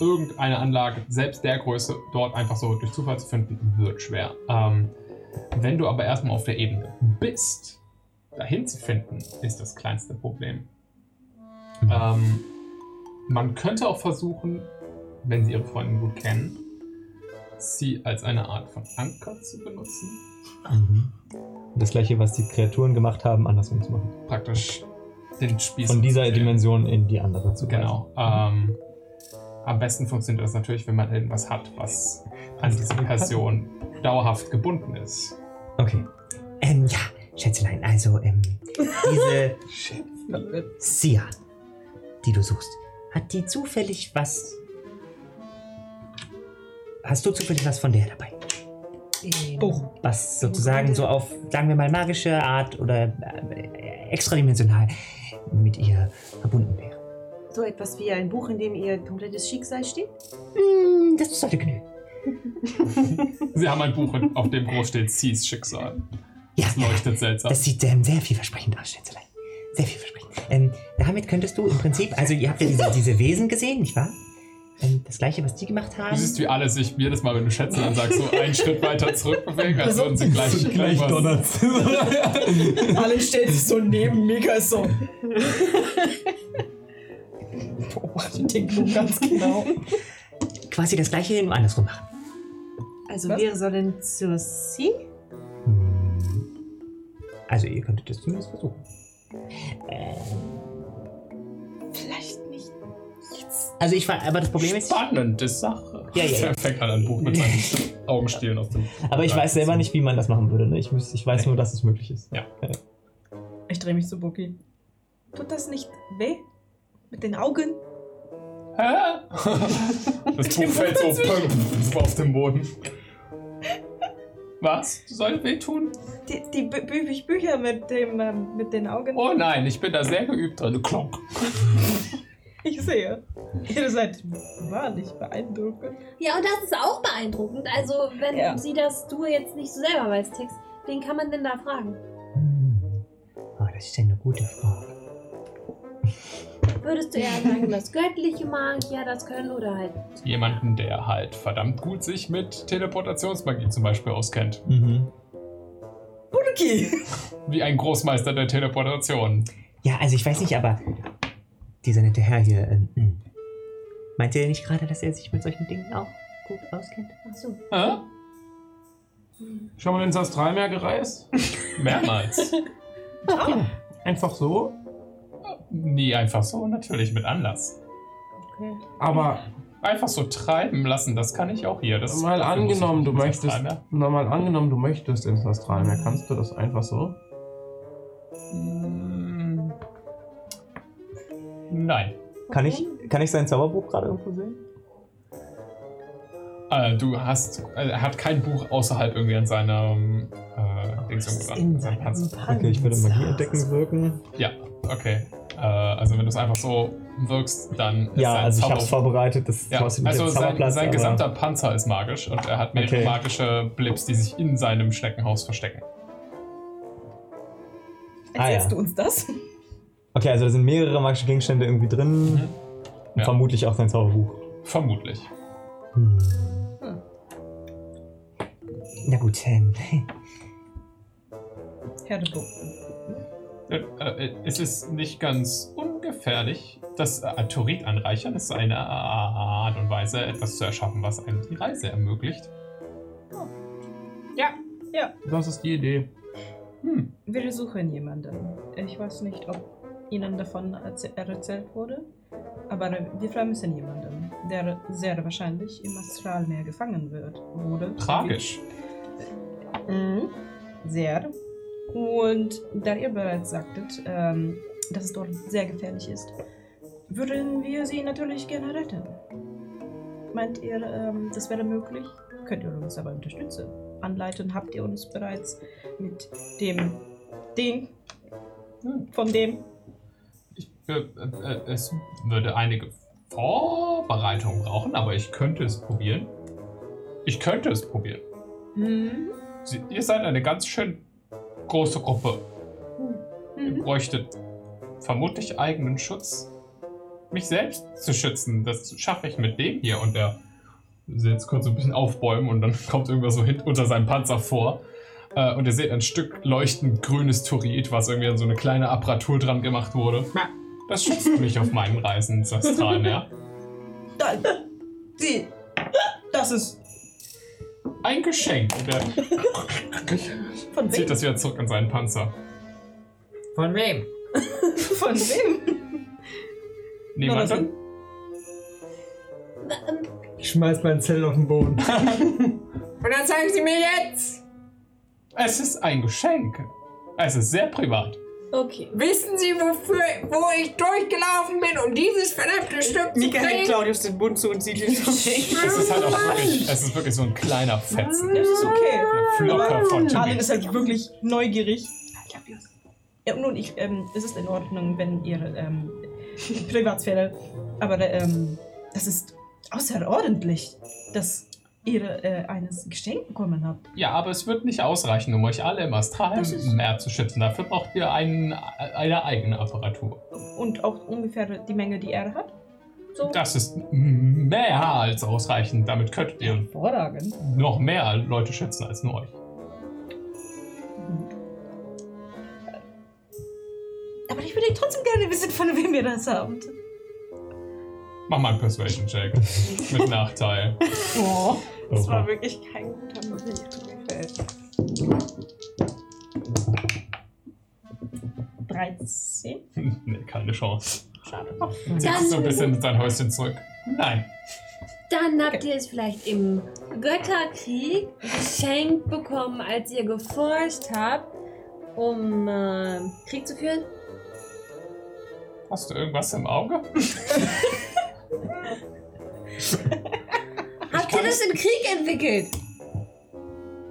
S2: irgendeine Anlage, selbst der Größe, dort einfach so durch Zufall zu finden, wird schwer. Ähm, wenn du aber erstmal auf der Ebene bist, dahin zu finden, ist das kleinste Problem.
S3: Mhm.
S2: Ähm, man könnte auch versuchen, wenn sie ihre Freundin gut kennen, sie als eine Art von Anker zu benutzen.
S3: Mhm. Das gleiche, was die Kreaturen gemacht haben, andersrum zu machen.
S2: Praktisch den Spieß.
S3: Von dieser
S2: umzudrehen.
S3: Dimension in die andere zu
S2: Genau. Ähm, am besten funktioniert das natürlich, wenn man irgendwas hat, was an
S3: Also,
S2: diese Person dauerhaft gebunden ist.
S8: Okay. Ähm, ja, Schätzelein, also, ähm, diese Sia, die du suchst, hat die zufällig was. Hast du zufällig was von der dabei? Oh,
S4: Buch.
S8: Was sozusagen so auf, sagen wir mal, magische Art oder äh, extradimensional mit ihr verbunden wäre.
S5: So etwas wie ein Buch, in dem ihr komplettes Schicksal steht?
S8: Hm, das sollte genügen.
S2: Sie haben ein Buch, auf dem groß steht Seas Schicksal.
S8: Ja,
S2: Das leuchtet seltsam.
S8: Das sieht ähm, sehr vielversprechend aus, Schätzelein. Sehr vielversprechend. Ähm, damit könntest du im Prinzip, also ihr habt ja diese, diese Wesen gesehen, nicht wahr? Ähm, das gleiche, was die gemacht haben.
S2: Du siehst, wie alle sich jedes Mal, wenn du schätzt, dann sagst so einen Schritt weiter zurückbewegen, als würden sie gleich,
S3: Gleich
S2: irgendwas-
S3: donnert
S4: Alle stellen sich so neben Mika ist so.
S18: Beobachtet den Clou ganz genau.
S8: Quasi das gleiche, nur andersrum machen.
S5: Also wir sollen zur See?
S8: Also ihr könntet das zumindest versuchen. Ähm,
S5: Vielleicht nicht.
S8: also ich war, aber das Problem ist,
S2: Spannende Sache.
S8: Ja, ja, ja.
S2: Er fängt an, ein Buch mit seinen Augenstielen aus dem.
S3: Aber ich weiß selber nicht, wie man das machen würde. Ne? Ich, müsste, ich weiß nur, dass es möglich ist.
S4: Ich drehe mich zu Bucky.
S5: Tut das nicht weh? Mit den Augen?
S2: Das Buch fällt so pöng auf den Boden. Was? Soll wehtun?
S5: Die, die Bü Bü Bücher mit, dem, ähm, mit den Augen?
S2: Oh nein, ich bin da sehr geübt drin. Klonk.
S4: Ich sehe. Ihr seid wahrlich beeindruckend.
S9: Ja, und das ist auch beeindruckend. Also, wenn
S4: Ja.
S9: sie das du jetzt nicht so selber weißt, Tex, wen kann man denn da fragen?
S8: oh, das ist eine gute Frage.
S9: Würdest du eher sagen, dass göttliche Magier das können oder halt.
S2: Jemanden, der halt verdammt gut sich mit Teleportationsmagie zum Beispiel auskennt.
S3: Mhm.
S4: Bucky!
S2: Wie ein Großmeister der Teleportation.
S8: Ja, also ich weiß nicht, aber dieser nette Herr hier, ähm, hm. meinte er nicht gerade, dass er sich mit solchen Dingen auch gut auskennt?
S9: Achso.
S2: Hä?
S19: Schon mal ins Astralmeer gereist?
S2: Mehrmals.
S19: Einfach so?
S2: Nie einfach so, natürlich mit Anlass.
S19: Aber
S2: Einfach so treiben lassen, das kann ich auch hier. Das
S19: mal
S2: dafür muss ich
S19: angenommen, du
S2: nicht ne?
S19: möchtest.
S2: bezahlen, ja?
S19: Na, mal angenommen, du möchtest ins Astralmeer. Kannst du das einfach so?
S2: Mm. Nein.
S3: Kann, ich, kann ich sein Zauberbuch gerade irgendwo sehen?
S2: Äh, du hast. Äh, er hat kein Buch außerhalb irgendwie an seinem. Äh, Dings irgendwo dran. an seinem Panzer.
S3: Okay, ich würde Magie entdecken wirken.
S2: Okay. Äh, also, wenn du es einfach so wirkst, dann. ist
S3: Ja,
S2: sein
S3: also ich
S2: Zauber-
S3: habe es vorbereitet. Das
S2: Ja,
S3: kostet mich
S2: also
S3: jetzt
S2: sein,
S3: Zauberplatz.
S2: sein
S3: aber-
S2: gesamter Panzer ist magisch und er hat mehrere
S3: Okay.
S2: magische Blips, die sich in seinem Schneckenhaus verstecken.
S3: Ah,
S4: Erzählst
S3: ja.
S4: du uns das?
S3: Okay, also da sind mehrere magische Gegenstände irgendwie drin.
S2: Mhm.
S3: Und
S2: Ja.
S3: vermutlich auch sein Zauberbuch.
S2: Vermutlich.
S8: Hm. Na gut, ähm,
S4: Herdebuck.
S2: Äh, äh, Es ist nicht ganz ungefährlich. Das äh, Atorit anreichern ist eine Art und Weise, etwas zu erschaffen, was einem die Reise ermöglicht.
S19: Das ist die Idee.
S2: Hm.
S4: Wir suchen jemanden. Ich weiß nicht, ob ihnen davon erz- erzählt wurde. Aber wir vermissen jemanden, der sehr wahrscheinlich im Astralmeer gefangen wird, wurde.
S2: Tragisch.
S4: Mhm. Sehr. Und da ihr bereits sagtet, ähm, dass es dort sehr gefährlich ist, würden wir sie natürlich gerne retten. Meint ihr, ähm, das wäre möglich? Könnt ihr uns aber unterstützen? Anleiten habt ihr uns bereits mit dem Ding von dem.
S2: Äh, äh, Es würde einige Vorbereitungen brauchen, aber ich könnte es probieren. Ich könnte es probieren.
S4: Hm.
S2: Sie, ihr seid eine ganz schön große Gruppe. Ihr bräuchtet vermutlich eigenen Schutz. Mich selbst zu schützen, das schaffe ich mit dem hier. Und er sie jetzt kurz so ein bisschen aufbäumen und dann kommt irgendwas so hin, unter seinem Panzer vor. Äh, und ihr seht ein Stück leuchtend grünes Turit, was irgendwie an so eine kleine Apparatur dran gemacht wurde. Das schützt mich auf meinen Reisen ins Astralmeer.
S4: Da, die, das ist
S2: Ein Geschenk. Und er
S4: von
S2: zieht
S4: wem?
S2: das wieder zurück an seinen Panzer.
S20: Von wem?
S4: Von wem?
S2: Niemanden?
S18: Ich schmeiß meinen Zettel auf den Boden.
S20: Und dann zeigen sie mir jetzt!
S2: Es ist ein Geschenk. Es ist sehr privat.
S9: Okay.
S20: Wissen Sie, wofür, wo ich durchgelaufen bin, um dieses verdammte Stück zu
S5: Mika hält
S20: kriegen?
S5: Claudius den Bund zu und sieht ihn so
S2: Es ist halt auch wirklich, es ist wirklich so ein kleiner Fetzen.
S4: Das ist okay.
S2: Flocker von
S4: Arlen
S2: Timmy.
S4: ist halt wirklich neugierig. Ja, nun, ich, ähm, es ist in Ordnung, wenn ihr ähm, Privatsphäre. Aber ähm, das ist außerordentlich, dass ihr äh, eines Geschenk bekommen habt.
S2: Ja, aber es wird nicht ausreichen, um euch alle im
S4: Das ist-
S2: Astralmeer zu schützen. Dafür braucht ihr einen, eine eigene Apparatur.
S4: Und auch ungefähr die Menge, die er hat.
S2: Das ist mehr als ausreichend. Damit könntet ihr
S4: Hervorragend.
S2: noch mehr Leute schützen als nur euch.
S4: Aber ich würde trotzdem gerne wissen, von wem ihr das habt.
S2: Mach mal einen Persuasion-Check. Mit Nachteil.
S5: Oh, das war
S2: Oha.
S5: wirklich kein guter Moment.
S4: 13.
S2: nee, keine Chance.
S4: Schade.
S2: Sie guckt so ein bisschen in sein Häuschen zurück. Nein.
S9: Dann habt ihr es vielleicht im Götterkrieg geschenkt bekommen, als ihr geforscht habt, um äh, Krieg zu führen.
S2: Hast du irgendwas im Auge?
S9: Habt ihr
S2: kann-
S9: das im Krieg entwickelt?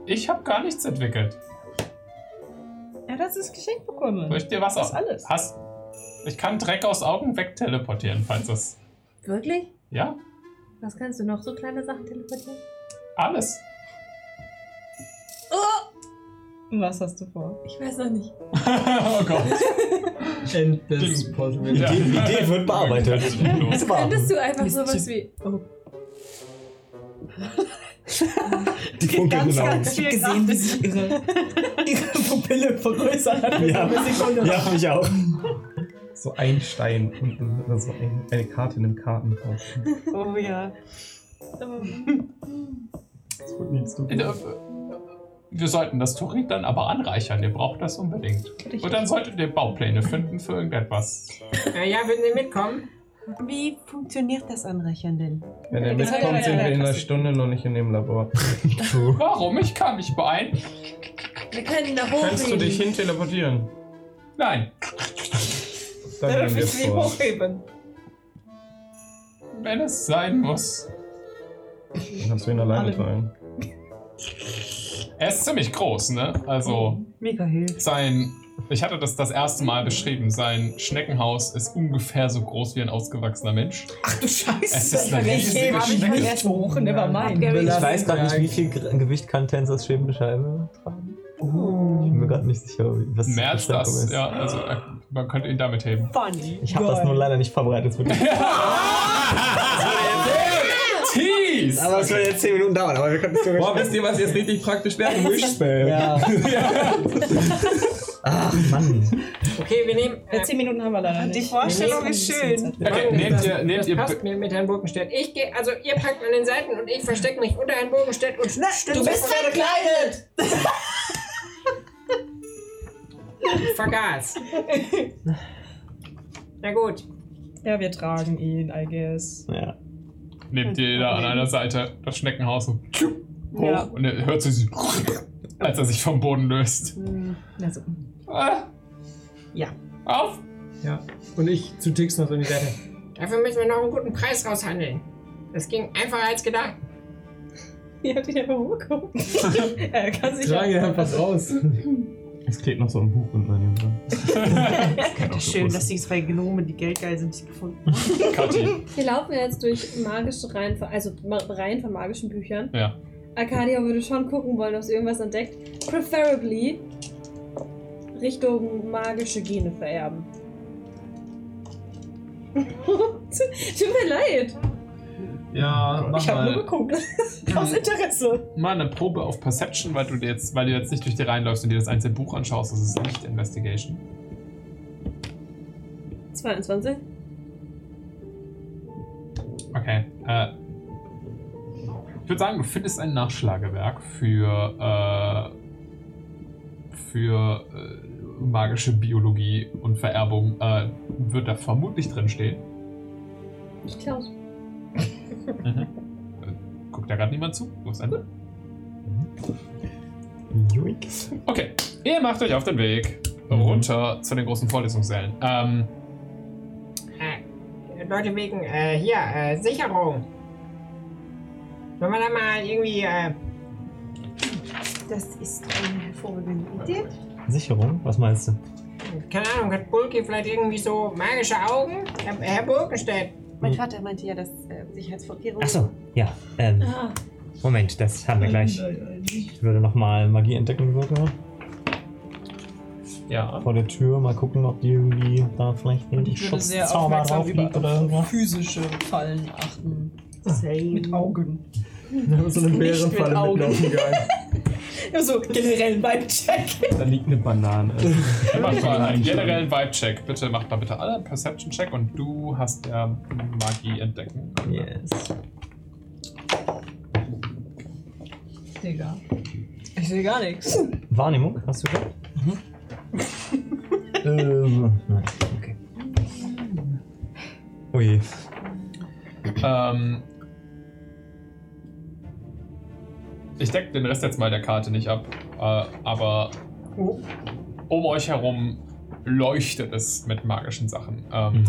S2: Ich habe gar nichts entwickelt.
S4: Er hat das Geschenk bekommen.
S2: Soll ich dir was aus?
S4: Das ist alles.
S2: Hast, ich kann Dreck aus Augen wegteleportieren, falls das.
S9: Wirklich?
S2: Ja,
S9: Was kannst du noch so kleine Sachen teleportieren?
S2: alles.
S4: Was hast du vor?
S9: Ich weiß noch nicht.
S2: oh Gott.
S18: And this possibility.
S2: Ja.
S3: Die Idee wird bearbeitet. Ist
S9: Könntest du einfach
S4: Ist
S9: sowas wie. Oh,
S3: Die genau. funkeln
S2: genau.
S3: in den Augen.
S4: Ich habe gesehen, wie sie ihre, ihre Pupille vergrößert hat. mit
S3: Ja.
S4: einer Sekunde.
S3: Ja, mich auch.
S7: So ein Stein unten oder so ein, eine Karte in einem Kartenhaus.
S5: Oh ja.
S20: Ähm,
S7: Das wird nichts zu
S2: Äh, äh, Wir sollten das Turit dann aber anreichern. Ihr braucht das unbedingt.
S4: Richtig.
S2: Und dann solltet ihr Baupläne finden für irgendetwas.
S20: Äh, ja, würden Sie mitkommen?
S5: Wie funktioniert das Anreichern denn?
S7: Wenn er
S4: Das hat
S7: mitkommt,
S4: er
S7: sind
S4: ja
S7: wir in einer
S4: erkannt.
S7: Stunde noch nicht in dem Labor.
S2: Warum? Ich kann mich beeilen.
S9: wir können ihn nach
S7: Kannst du
S9: oben
S7: dich
S9: heben.
S7: hin teleportieren?
S2: Nein.
S7: Dann
S4: Darf
S7: gehen wir
S4: ich sie
S7: vor.
S4: hochheben?
S2: Wenn es sein muss.
S7: Dann kannst du ihn alleine
S4: Alle.
S7: teilen.
S2: Er ist ziemlich groß, ne? Also
S5: Mega hilft.
S2: sein. Ich hatte das das erste Mal beschrieben. Sein Schneckenhaus ist ungefähr so groß wie ein ausgewachsener Mensch.
S4: Ach du Scheiße.
S2: Es ist eine riesige
S4: hab ich
S2: Schnecke.
S4: nicht erst hoch, never mind.
S3: Ich
S18: Belassen
S3: weiß gerade nicht,
S18: wir
S3: wie viel Gr- Gewicht kann Tensors schwebende Scheibe tragen. Ich bin mir gerade nicht sicher, wie- was die
S2: Mehr als
S3: Beschreibung
S2: das.
S3: ist.
S2: Ja, also äh, man könnte ihn damit heben.
S5: Funny.
S3: Ich habe das nur leider nicht vorbereitet. Das wird-
S2: Tease!
S8: Aber es wird jetzt 10 Minuten dauern, aber wir können es
S7: Boah, wisst ihr, was jetzt richtig praktisch wäre? Wish-Spell.
S8: Ja. Ach, Mann.
S20: Okay, wir nehmen.
S4: Ja,
S20: Äh,
S4: zehn Minuten haben wir leider nicht.
S5: Die Vorstellung ist schön.
S2: Okay, nehmt ihr, nehmt
S20: das
S2: ihr
S20: passt mir mit Herrn Burkenstedt. Ich gehe, also ihr packt an den Seiten und ich verstecke mich unter Herrn Burkenstedt und Na,
S5: Du bist halt verkleidet!
S20: vergaß. Na gut. Ja, wir tragen ihn, I guess.
S3: Ja.
S2: Nehmt jeder an einer Seite das Schneckenhaus so hoch
S20: Ja.
S2: und er hört sich als er sich vom Boden löst.
S20: Also.
S2: Ah,
S20: Ja.
S2: auf!
S18: Ja. Und ich zu Tix noch so in die Seite.
S20: Dafür müssen wir noch einen guten Preis raushandeln. Das ging einfacher als gedacht.
S6: Ihr habt ihn einfach hochgeguckt.
S20: Er kann sich
S18: Trage
S20: ja.
S18: einfach raus.
S7: Es klebt noch so ein Buch unten an ihm dran.
S5: Schön, dass die zwei Gnome, die geldgeil sind, nicht gefunden
S2: Kathi.
S6: Wir laufen ja jetzt durch magische Reihen, von- also Ma- Reihen von magischen Büchern.
S2: Ja.
S6: Arcadia würde schon gucken wollen, ob sie irgendwas entdeckt. Preferably Richtung magische Gene vererben. Tut mir leid.
S7: Ja, mach
S20: Ich habe nur
S7: mal.
S20: geguckt. Aus Interesse.
S2: Mal eine Probe auf Perception, weil du dir jetzt, weil du jetzt nicht durch die Reihen läufst und dir das einzelne Buch anschaust, das ist nicht Investigation.
S6: 22.
S2: Okay. Äh, ich würde sagen, du findest ein Nachschlagewerk für, äh, für äh, magische Biologie und Vererbung. Äh, wird da vermutlich drin stehen.
S6: Ich glaub's.
S2: Mhm. Äh, Guckt da gerade niemand zu? Wo ist ein? Okay, ihr macht euch auf den Weg runter zu den großen Vorlesungssälen. Ähm,
S20: Äh, Leute, wegen, äh, hier, äh, Sicherung. Wollen wir da mal irgendwie, äh,
S5: Das ist eine hervorragende Idee.
S8: Sicherung? Was meinst du?
S20: keine Ahnung, hat Bulki vielleicht irgendwie so magische Augen? Herr, Herr Birkenstedt.
S5: Mein Vater meinte ja, dass äh, Sicherheitsvorkehrungen.
S8: Achso, ja. Ähm,
S6: Ah,
S8: Moment, das haben wir gleich. Ich würde nochmal Magie entdecken würfeln.
S2: ja.
S8: Vor der Tür mal gucken, ob die irgendwie da vielleicht
S4: Und
S8: einen
S4: ich würde sehr
S8: Schutzzauber
S4: aufmerksam
S8: drauf
S4: über
S8: liegt oder irgendwas.
S4: physische Fallen achten. Mit Augen.
S18: Wir haben so eine Bärenfalle
S4: Augen.
S18: mitlaufen gegangen.
S4: Also generell beim Check.
S7: Da liegt eine Banane.
S19: äh,
S2: Macht mal einen generellen Vibe-Check. Bitte macht mal bitte alle einen Perception-Check und du hast ja Magie entdecken.
S8: Yes.
S4: Digga. Ich sehe gar nichts.
S8: Wahrnehmung, hast du gehört? ähm, nein, okay. Ui.
S2: Ähm, ich decke den Rest jetzt mal der Karte nicht ab, äh, aber um euch herum leuchtet es mit magischen Sachen. Ähm,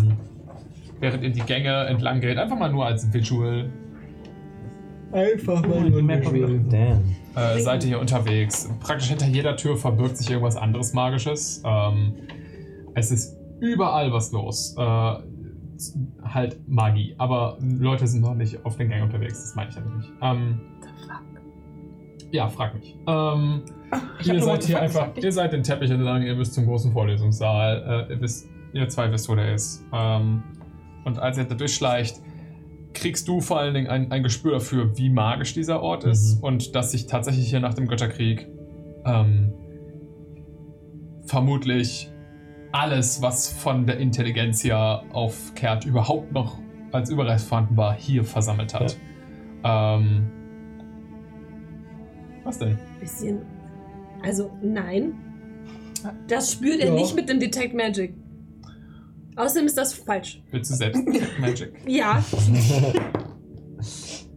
S2: Während ihr die Gänge entlang geht, einfach mal nur als Visual äh,
S18: Einfach mal nur ein Visual.
S8: Damn.
S2: äh, seid ihr hier unterwegs. Praktisch hinter jeder Tür verbirgt sich irgendwas anderes Magisches. Ähm, es ist überall was los. Äh, halt Magie. Aber Leute sind noch nicht auf den Gang unterwegs, das meine ich damit nicht. Ähm, ja, frag mich. Ähm, ihr seid hier einfach, ihr seid den Teppich entlang, ihr müsst zum großen Vorlesungssaal. Äh, ihr, wisst, ihr zwei wisst, wo der ist. Ähm, und als ihr da durchschleicht, kriegst du vor allen Dingen ein, ein Gespür dafür, wie magisch dieser Ort ist und dass sich tatsächlich hier nach dem Götterkrieg ähm, vermutlich alles, was von der Intelligenz ja auf Kehrt überhaupt noch als Überrest vorhanden war, hier versammelt hat. Ähm, was denn?
S6: bisschen. Also, nein. Das spürt er nicht mit dem Detect Magic. Außerdem ist das falsch.
S2: Willst du selbst Magic?
S6: Ja.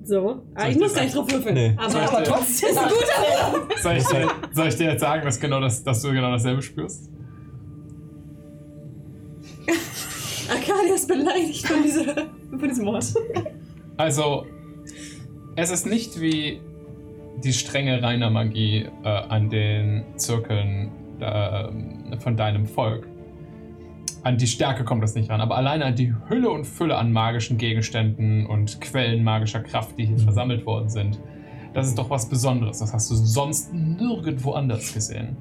S6: So. Ah,
S2: Soll
S6: ich
S2: ich
S6: muss
S2: das
S6: gleich drauf würfeln.
S8: Nee.
S6: Aber,
S2: Soll ich
S6: aber
S2: dir-
S6: trotzdem ist ein guter
S2: Soll ich dir, soll ich dir jetzt sagen, dass, genau das, dass du genau dasselbe spürst?
S6: Arcadia ist beleidigt von, dieser, von diesem Wort.
S2: Also, es ist nicht wie die strenge reiner Magie äh, an den Zirkeln äh, von deinem Volk. An die Stärke kommt das nicht ran, aber alleine an die Hülle und Fülle an magischen Gegenständen und Quellen magischer Kraft, die
S8: Mhm.
S2: hier versammelt worden sind, das ist doch was Besonderes. Das hast du sonst nirgendwo anders gesehen.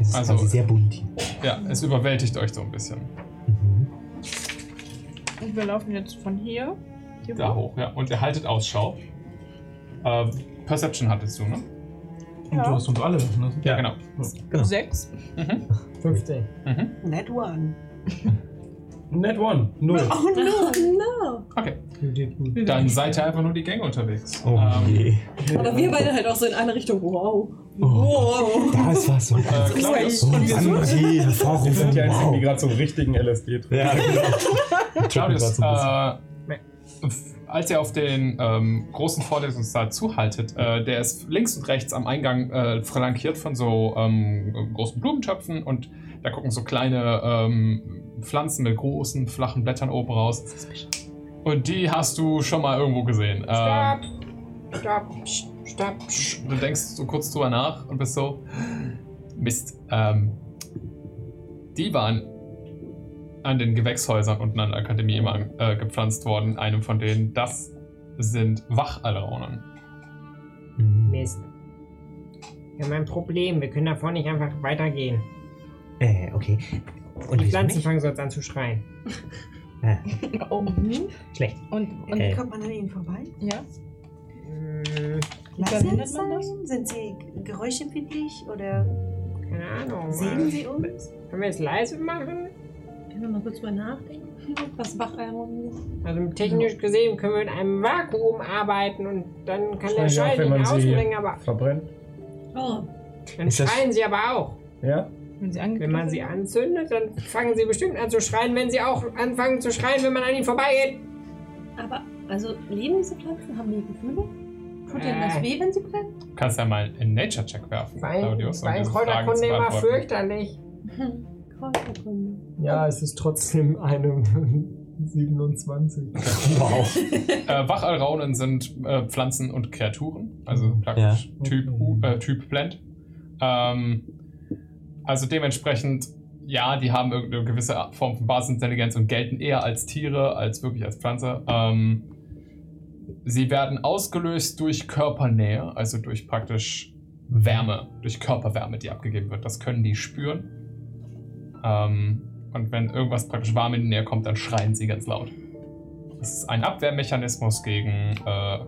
S8: Es ist
S2: Also-
S8: quasi sehr bunt hier.
S2: Ja, es überwältigt euch so ein bisschen.
S8: Mhm.
S5: Und wir laufen jetzt von hier. hier
S2: Da
S5: hoch.
S2: hoch, ja. Und ihr haltet Ausschau. Äh, Perception hattest du, ne?
S7: Und du hast uns alle, ne?
S2: Ja, genau.
S4: Sechs.
S18: 15.
S2: Mhm.
S5: Net one.
S18: Net One. Null.
S6: Oh no.
S2: Okay.
S18: You did good. Wir
S2: Dann
S18: werden
S2: seid ihr einfach nur die Gänge unterwegs.
S3: Oh
S2: Ähm,
S3: je.
S6: Aber wir beide halt auch so in eine Richtung, wow.
S3: Oh,
S6: Wow.
S3: das war so
S2: äh,
S3: krass.
S2: Claudius,
S3: Oh, Mann, die Frau
S7: Die sind
S3: rufen.
S7: die einzigen, die
S3: Wow.
S7: gerade so richtigen LSD trinken.
S3: Ja, genau.
S2: Claudius
S3: Trippen grad
S2: äh, f- als ihr auf den ähm, großen Vorlesungssaal zuhaltet, äh, der ist links und rechts am Eingang äh, flankiert von so ähm, großen Blumentöpfen und da gucken so kleine ähm, Pflanzen mit großen, flachen Blättern oben raus. Und die hast du schon mal irgendwo gesehen. Ähm,
S20: Stopp! Stopp! Psst, Stopp! Psst.
S2: Du denkst so kurz drüber nach und bist so, Mist, ähm, die waren an den Gewächshäusern unten an der Akademie immer äh, gepflanzt worden. Einem von denen, das sind Wachalraunen.
S20: Mist. Wir haben ein Problem. Wir können davor nicht einfach weitergehen.
S8: Äh, okay. Und
S20: die
S8: wieso
S20: Pflanzen
S8: nicht? Ah,
S20: fangen sonst an zu schreien.
S8: Schlecht.
S4: Und, und
S8: Äh,
S5: Kommt man an ihnen vorbei?
S4: ja,
S20: Hm,
S4: Wie
S5: Lassen
S4: verhindert
S5: sie
S4: man
S5: es sein? Sind sie g- geräuschempfindlich oder
S20: keine Ahnung.
S5: sehen sie uns?
S20: Können wir es leise machen?
S6: Können wir mal kurz drüber nachdenken, was Wachalraunen ist?
S20: Also technisch gesehen können wir in einem Vakuum arbeiten und dann kann der
S7: Schreien auch,
S20: Schall den
S7: wenn man sie-
S20: ausbringen, aber
S7: Verbrennt.
S6: Oh,
S20: dann
S8: Ist das-
S20: schreien sie aber auch.
S7: Ja?
S4: wenn sie
S20: Wenn man sie anzündet, dann fangen sie bestimmt an zu schreien, wenn sie auch anfangen zu schreien, wenn man an ihnen vorbeigeht.
S6: aber also leben diese Pflanzen? Haben die Gefühle? Tut denen das
S20: Äh.
S6: weh, wenn sie brennen?
S2: Du kannst ja mal einen Nature-Check werfen,
S20: Weil,
S2: Claudius. um
S20: weil ein
S2: diese Fragen
S20: Kräuterkunde
S2: zu
S20: immer
S2: beantworten.
S20: fürchterlich.
S6: Hm, Kräuterkunde.
S18: Ja, es ist trotzdem eine 27.
S3: Wow.
S2: Äh, Wachalraunen sind äh, Pflanzen und Kreaturen, also praktisch Typ, U, äh, typ Blend. Ähm, also dementsprechend, ja, die haben irgendeine gewisse Art- Form von Basisintelligenz und gelten eher als Tiere als wirklich als Pflanze. Ähm, sie werden ausgelöst durch Körpernähe, also durch praktisch Wärme, durch Körperwärme, die abgegeben wird. Das können die spüren. Ähm, und wenn irgendwas praktisch warm in die Nähe kommt, dann schreien sie ganz laut. Das ist ein Abwehrmechanismus gegen äh,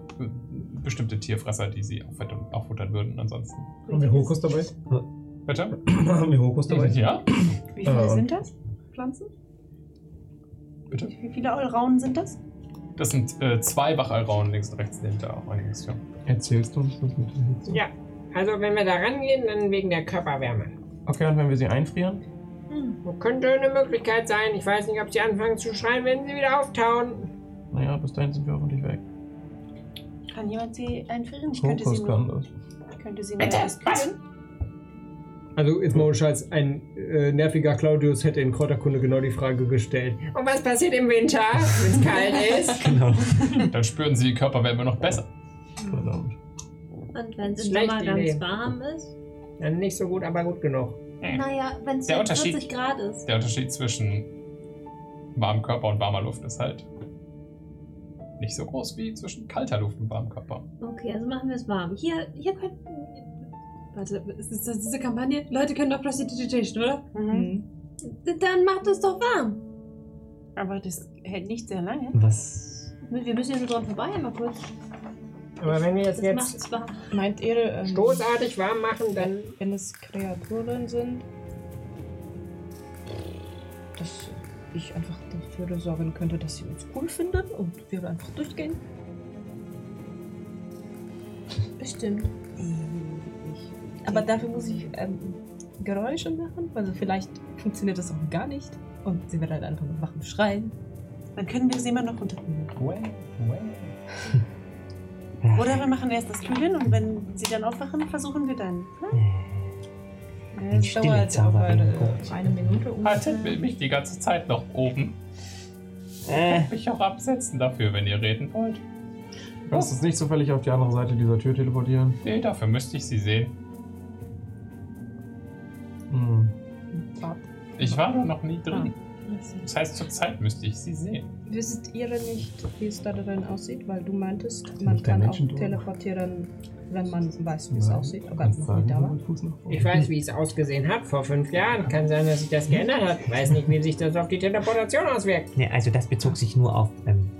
S2: bestimmte Tierfresser, die sie auffuttern, auffuttern würden ansonsten.
S7: Haben wir Hokus dabei?
S2: Bitte?
S7: Haben wir Hokus dabei?
S2: Ja?
S5: Wie viele
S7: Ähm.
S5: sind das? Pflanzen?
S2: Bitte?
S5: Wie viele Raunen sind das?
S2: Das sind äh, zwei Wachalraunen links und rechts dahinter auch allerdings, ja.
S7: Erzählst du uns das mit dem Hitze?
S20: Ja, also wenn wir da rangehen, dann wegen der Körperwärme.
S7: Okay, und wenn wir sie einfrieren?
S20: Das könnte eine Möglichkeit sein. Ich weiß nicht, ob sie anfangen zu schreien, wenn sie wieder auftauen.
S7: Naja, bis dahin sind wir hoffentlich weg.
S5: Kann jemand sie einfrieren? Ich könnte sie
S7: Hokus
S5: mir,
S7: kann das.
S5: ich könnte sie mir etwas kühlen.
S18: Also jetzt mal ohne Scheiß, ein äh, nerviger Claudius hätte in Kräuterkunde genau die Frage gestellt.
S20: Und was passiert im Winter, wenn es kalt ist?
S3: Genau.
S2: Dann spüren sie die Körperwärme noch besser.
S8: Hm.
S7: Verdammt.
S6: Und wenn es im
S20: Schlechte
S6: Sommer
S20: Idee.
S6: ganz warm ist?
S20: Ja, nicht so gut, aber gut genug.
S6: Naja, wenn es
S2: Der
S6: 40
S2: Unterschied.
S6: Grad ist.
S2: Der Unterschied zwischen warmem Körper und warmer Luft ist halt nicht so groß wie zwischen kalter Luft und warmem Körper.
S6: Okay, also machen wir es warm. Hier, hier könnten. Warte, ist das, das diese Kampagne? Leute können doch Prostitution, oder?
S4: Mhm.
S6: D- Dann macht es doch warm.
S5: Aber das hält nicht sehr lange.
S8: Was?
S6: Hm, Wir müssen ja nur dran vorbei, mal kurz.
S20: Aber wenn wir
S6: Das
S20: es
S6: macht
S20: jetzt
S6: es warm.
S4: Meint ihr, ähm,
S20: stoßartig warm machen, dann
S4: wenn es Kreaturen sind, dass ich einfach dafür sorgen könnte, dass sie uns cool finden und wir einfach durchgehen?
S6: Bestimmt.
S4: Aber dafür muss ich ähm, Geräusche machen. Also vielleicht funktioniert das auch gar nicht. Und sie wird halt einfach mit Wachen schreien.
S5: Dann können wir sie immer noch runterkühlen. Oder wir machen erst das Kühlen und wenn sie dann aufwachen, versuchen wir dann. ne?
S4: Ja, Es
S8: Stille
S6: halt,
S4: dauert
S8: Zauber
S4: aber eine,
S8: wegen Gott.
S4: eine Minute
S2: Haltet
S4: ungefähr.
S2: will mich die ganze Zeit noch oben.
S8: Äh,
S2: Mich auch absetzen dafür, wenn ihr reden wollt.
S7: Kannst du es nicht zufällig auf die andere Seite dieser Tür teleportieren?
S2: Nee, dafür müsste ich sie sehen.
S7: Hm.
S2: Ich war da noch nie drin.
S4: Also,
S2: Das heißt, zur Zeit müsste ich sie sehen.
S4: Wisst ihr nicht, wie es da drin aussieht? Weil du meintest, man
S7: nicht der
S4: kann auch
S7: Menschen, du.
S4: teleportieren, wenn man weiß, wie es aussieht. Aber es noch
S7: Fragen
S4: nicht da
S7: wir
S4: war.
S7: mit Fuß nach vorne.
S20: Ich weiß, wie es ausgesehen hat vor fünf Jahren. Kann sein, dass sich das geändert hat. Weiß nicht, wie sich das auf die Teleportation auswirkt.
S8: ne, also das bezog sich nur auf ähm,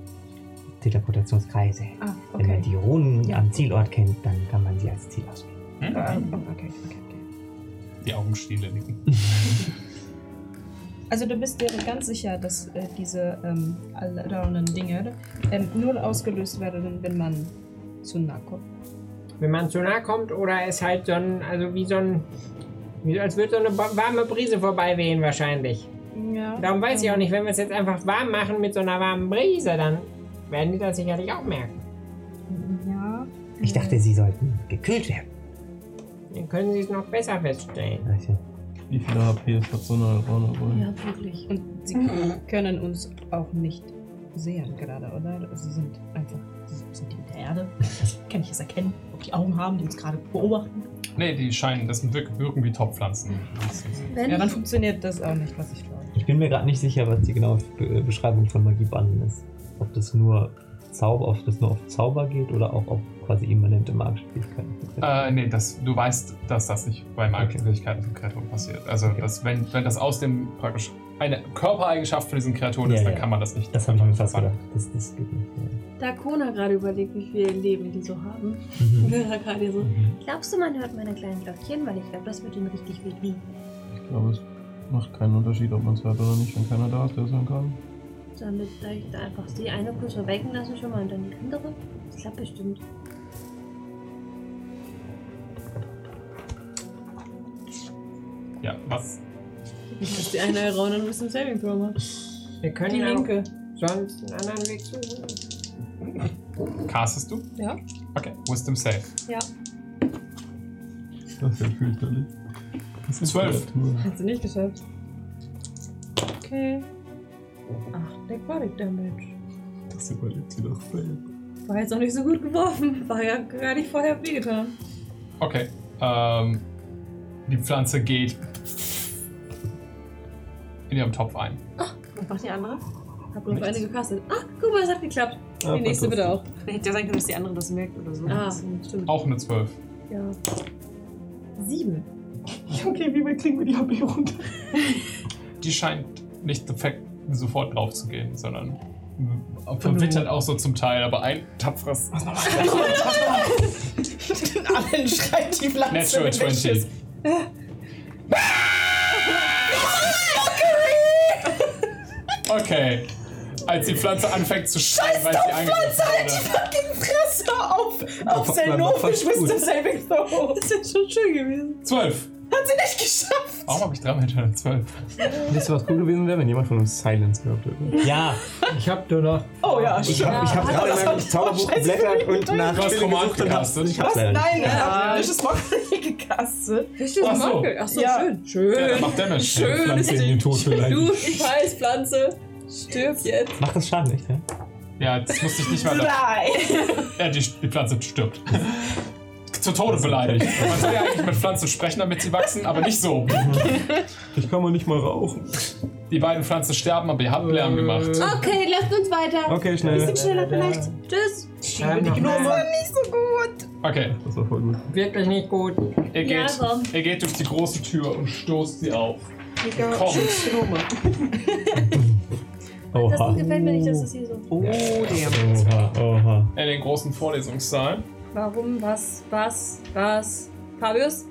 S8: Teleportationskreise.
S4: Ah,
S8: Wenn man
S4: okay.
S8: die Runen
S4: Ja.
S8: am Zielort kennt, dann kann man sie als Ziel auswählen.
S2: Hm?
S4: Oh, Ah, okay, okay, okay.
S2: Die Augenstiele nicken.
S4: Also du bist dir ganz sicher, dass äh, diese ähm, allroundenden Dinge ähm, nur ausgelöst werden, wenn man zu nah kommt.
S20: Wenn man zu nah kommt oder es halt so ein, also wie so ein, wie, als würde so eine ba- warme Brise vorbei wehen wahrscheinlich.
S4: Ja.
S20: Darum weiß ich auch nicht, wenn wir es jetzt einfach warm machen mit so einer warmen Brise, dann werden die das sicherlich auch merken.
S4: Ähm, Ja.
S8: Ich dachte, sie sollten gekühlt werden.
S20: Dann können sie es noch besser feststellen.
S8: Also,
S19: Wie viele HPs hat so eine Raune?
S4: äh, wirklich. Und sie können uns auch nicht sehen gerade, oder? Sie sind einfach, sie sind in der Erde. Kann ich es erkennen, ob die Augen haben, die uns gerade beobachten?
S2: Nee, die scheinen, das wirken, wirken wie Topfpflanzen.
S6: Wenn
S4: ja, dann funktioniert das auch nicht, was ich glaube.
S8: ich bin mir gerade nicht sicher, was die genaue Be- äh, Beschreibung von Magie bannen ist. Ob das nur Zauber, ob das nur auf Zauber geht oder auch auf quasi immanente magische Fähigkeiten.
S2: Äh, nee, das, du weißt, dass das nicht bei Magierfähigkeiten von Kreaturen passiert. Also, dass, wenn, wenn das aus dem praktisch eine Körpereigenschaft von diesen Kreaturen
S8: Ja,
S2: ist, dann
S8: ja.
S2: kann man das nicht.
S8: Das habe ich mir fast
S2: verbannen.
S8: gedacht. Das, das geht nicht. Ja.
S9: Da Kona gerade überlegt, wie viel Leben die so haben,
S8: Mhm.
S9: wäre gerade so.
S2: Mhm.
S9: Glaubst du, man hört meine kleinen Glöckchen? Weil ich glaube, das wird ihm richtig wehtun.
S19: Ich glaube, es macht keinen Unterschied, ob man es hört oder nicht, wenn keiner da ist, der es hören kann.
S9: Damit gleich da einfach die eine kurz verwecken lassen schon mal und dann die andere. Das klappt bestimmt.
S2: Ja, was?
S6: Ich muss die eine erraunen und muss ein Saving Throw machen.
S20: Wir können
S6: Die
S20: auch
S4: Genau.
S6: linke.
S20: sonst einen anderen Weg suchen.
S2: Castest du?
S6: Ja.
S2: Okay, Wisdom Save.
S6: Ja.
S19: Das ist ja fürchterlich. Das ist
S2: Zwölf.
S19: Kreatur.
S6: Hast du nicht geschafft. Okay. Ach, Necrotic Damage.
S19: Das überlebt sie doch safe.
S9: War jetzt auch nicht so gut geworfen. War ja gar nicht vorher wehgetan.
S2: Okay. Ähm, die Pflanze geht in ihrem Topf ein.
S9: Was macht die andere?
S6: Hab nur auf eine
S2: Nichts.
S6: gekastet. Ah, guck mal, es hat geklappt.
S19: Ah,
S6: die nächste bitte auch.
S5: Hätte ja sein können, dass die andere das merkt oder so.
S6: Ah, stimmt.
S2: Auch eine 12.
S6: Ja. Sieben.
S20: Okay, wie weit kriegen wir die HP runter?
S2: Die scheint nicht defekt sofort drauf zu gehen, sondern verwittert auch so zum Teil, aber ein tapferes
S4: Allen schreit die Pflanze.
S2: Natural 20. Okay. Als die Pflanze anfängt zu schreien, weil sie angegriffen wurde.
S4: fucking Fresse auf, auf
S19: war noch
S4: Selnovisch
S19: fast
S4: bis
S19: gut.
S4: zum Saving Throw.
S6: Das ist ja schon schön gewesen.
S2: 12.
S4: Hat sie nicht geschafft.
S2: Warum habe ich dreimal hintereinander 12?
S7: Wisst ihr, was cool gewesen wäre, wenn jemand von uns Silence gehabt hätte?
S8: ja,
S18: Ich hab nur noch.
S4: Oh ja,
S3: Ich habe ich hab gerade in meinem Zauberbuch geblättert und nach
S2: Du hast
S3: Stille
S2: Roman
S3: gesucht und hab-
S2: gecastet.
S3: ich hab's leider nicht.
S4: Nein, er hat Vicious Mockery gekastet.
S6: Richtig,
S2: Ach so.
S6: Marke. Ach so,
S4: Ja.
S6: schön.
S2: Ja, der
S6: Schön.
S2: macht Damage.
S6: Schön.
S19: Pflanze in den Tod
S6: Du
S19: beleidigt.
S6: scheiß Pflanze. Stirb jetzt.
S8: macht das Schaden nicht, ja?
S2: Ja, das musste ich nicht mal.
S4: Nein.
S2: Ja, die, die Pflanze stirbt. Zu Tode beleidigt. Man soll ja eigentlich mit Pflanzen sprechen, damit sie wachsen, aber nicht so.
S19: Ich kann mal nicht mal rauchen.
S2: Die beiden Pflanzen sterben, aber ihr habt Lärm gemacht.
S9: Okay, lasst uns weiter.
S19: Okay, schnell.
S9: Schneller vielleicht. Tschüss.
S20: Ähm, noch mal.
S2: Okay,
S19: Das war voll gut.
S20: Wirklich nicht gut.
S2: ihr
S9: Ja,
S2: geht,
S9: komm.
S2: ihr geht durch die große Tür und stoßt sie auf. Ihr kommt.
S9: Das
S19: Ah.
S8: Oha.
S9: gefällt mir nicht, dass das hier so.
S8: Oh, Oha, oha.
S2: In den großen Vorlesungssaal.
S9: Warum, was, was, was? Fabius,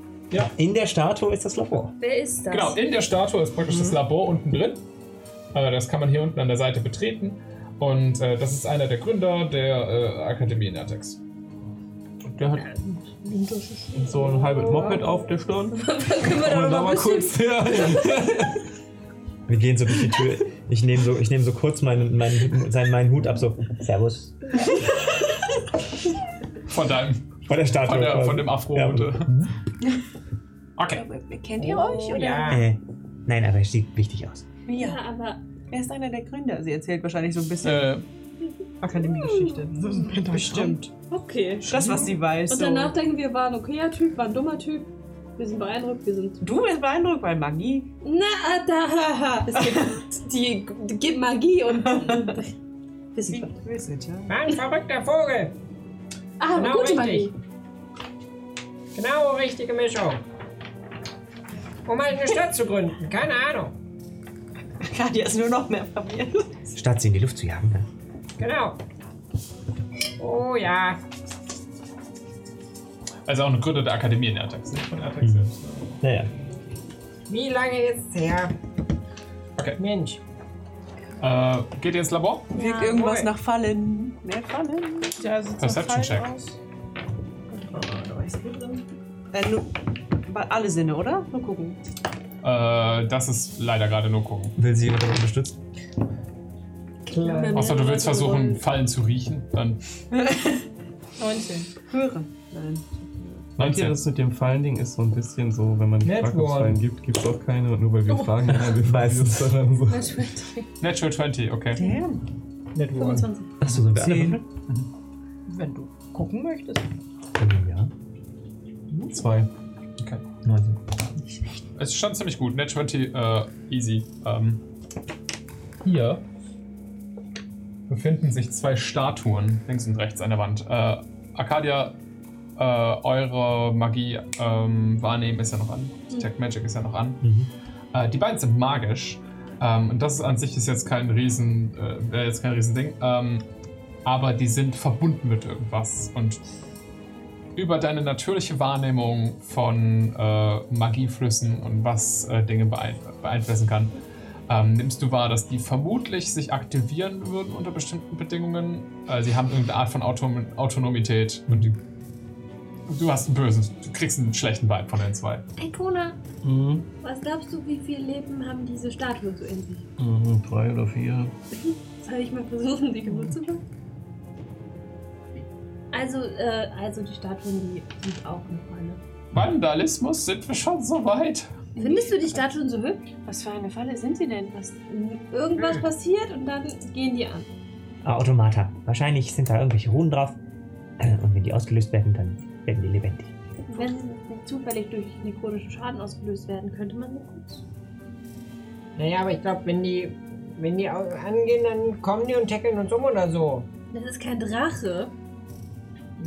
S8: In der Statue ist das Labor.
S9: wer ist das?
S2: Genau, in der Statue ist praktisch
S9: Mhm.
S2: das Labor unten drin. Äh, Das kann man hier unten an der Seite betreten. Und äh, das ist einer der Gründer der äh, Akademie Nertex.
S19: Der hat so ein halbes Moped auf der Stirn.
S9: Können wir da
S19: Und da
S9: noch
S19: mal
S9: ein bisschen
S19: kurz her.
S8: Wir gehen so durch die Tür. Ich nehme so, ich nehm so kurz meinen, meinen, seinen, meinen Hut ab, so Servus.
S2: Von deinem,
S8: Von der Statue.
S2: von, der,
S8: quasi.
S2: von dem Afro.
S8: Ja.
S2: bitte. Okay.
S5: Kennt ihr euch? Oder?
S20: Ja.
S8: Äh, nein, aber es sieht wichtig aus.
S5: Ja.
S9: Ja, aber
S5: Er ist einer der Gründer. Sie erzählt wahrscheinlich so ein bisschen
S2: Äh,
S5: Akademiegeschichte. Bestimmt.
S9: okay.
S5: Das, was sie weiß.
S9: Und danach denken wir, war ein okayer Typ, war ein dummer Typ. Wir sind beeindruckt, wir sind.
S5: so. Du bist beeindruckt, weil Magie.
S9: Na, da, ha, ha. Es gibt die, die gibt Magie und. Wissenschaft.
S5: Wissenschaft, ja.
S20: War ein verrückter Vogel.
S9: Ah,
S20: Genau
S9: gute
S20: richtig.
S9: Magie.
S20: Genau richtige Mischung. Um eine Stadt zu gründen. Keine Ahnung.
S5: Katja ist nur noch mehr verwirrt.
S8: Statt sie in die Luft zu jagen. Ne?
S20: Genau. Oh ja.
S2: also auch ein Gründer der Akademie Mhm. Nertex, nicht von Nertex selbst.
S8: Naja.
S20: Wie lange ist es her?
S2: Okay.
S20: Mensch.
S2: Äh, geht ihr ins Labor?
S5: Wirkt irgendwas
S20: okay.
S5: nach Fallen. Mehr Fallen?
S4: Ja, sieht
S2: Perception Check.
S5: Äh, nur, bei- alle Sinne, oder? Nur gucken.
S2: Äh, das ist leider gerade nur gucken.
S8: Will sie jemand damit unterstützen?
S6: Klar.
S2: Außer du willst versuchen, Fallen zu riechen, dann
S4: 19.
S5: Höre. Nein.
S7: Meint ihr,
S2: 19.
S7: das mit dem Fallending ist so ein bisschen so, wenn man nicht fragt, ob es Fallen gibt, gibt es auch keine und nur weil wir fragen, ja, wir meistens daran so.
S2: Natural 20, okay.
S5: Damn.
S8: Achso, sind wir alle würfeln?
S5: Zehn.
S4: Mhm. Wenn du gucken möchtest.
S8: Ja.
S2: Zwei. Okay.
S8: 19.
S2: Es stand ziemlich gut. Net 20, äh, easy. Ähm, hier befinden sich zwei Statuen links und rechts an der Wand. Äh, Arcadia, äh, eure Magie ähm, wahrnehmen ist ja noch an. Detect Magic ist ja noch an. Äh, die beiden sind magisch. Ähm, und das ist an sich ist jetzt kein Riesen, äh, wäre jetzt kein Riesending. Ähm, aber die sind verbunden mit irgendwas. Und über deine natürliche Wahrnehmung von äh, Magieflüssen und was äh, Dinge beein beeinflussen kann, ähm, nimmst du wahr, dass die vermutlich sich aktivieren würden unter bestimmten Bedingungen. Äh, sie haben irgendeine Art von Autom Autonomität und die, du hast einen bösen, du kriegst einen schlechten Vibe von den zwei.
S9: Eikona,
S19: Mhm.
S9: was glaubst du, wie viel Leben haben diese Statuen so in sich?
S19: Mhm, drei oder vier.
S9: Soll ich mal versuchen, die kaputt zu machen? Also, äh, also die Statuen, die sind auch ne? eine Falle.
S2: Vandalismus sind wir schon so weit.
S9: Findest du die Statuen so hübsch?
S5: Was für eine Falle sind sie denn? Was?
S20: Mhm.
S9: Irgendwas passiert und dann gehen die an.
S8: Ah, Automata. Wahrscheinlich sind da irgendwelche Runen drauf. Äh, Und wenn die ausgelöst werden, dann werden die lebendig.
S9: Wenn sie nicht zufällig durch nekronischen Schaden ausgelöst werden, könnte man sie kurz.
S20: Naja, aber ich glaube, wenn die, wenn die au- angehen, dann kommen die und tackeln uns um oder so.
S9: Das ist kein Drache.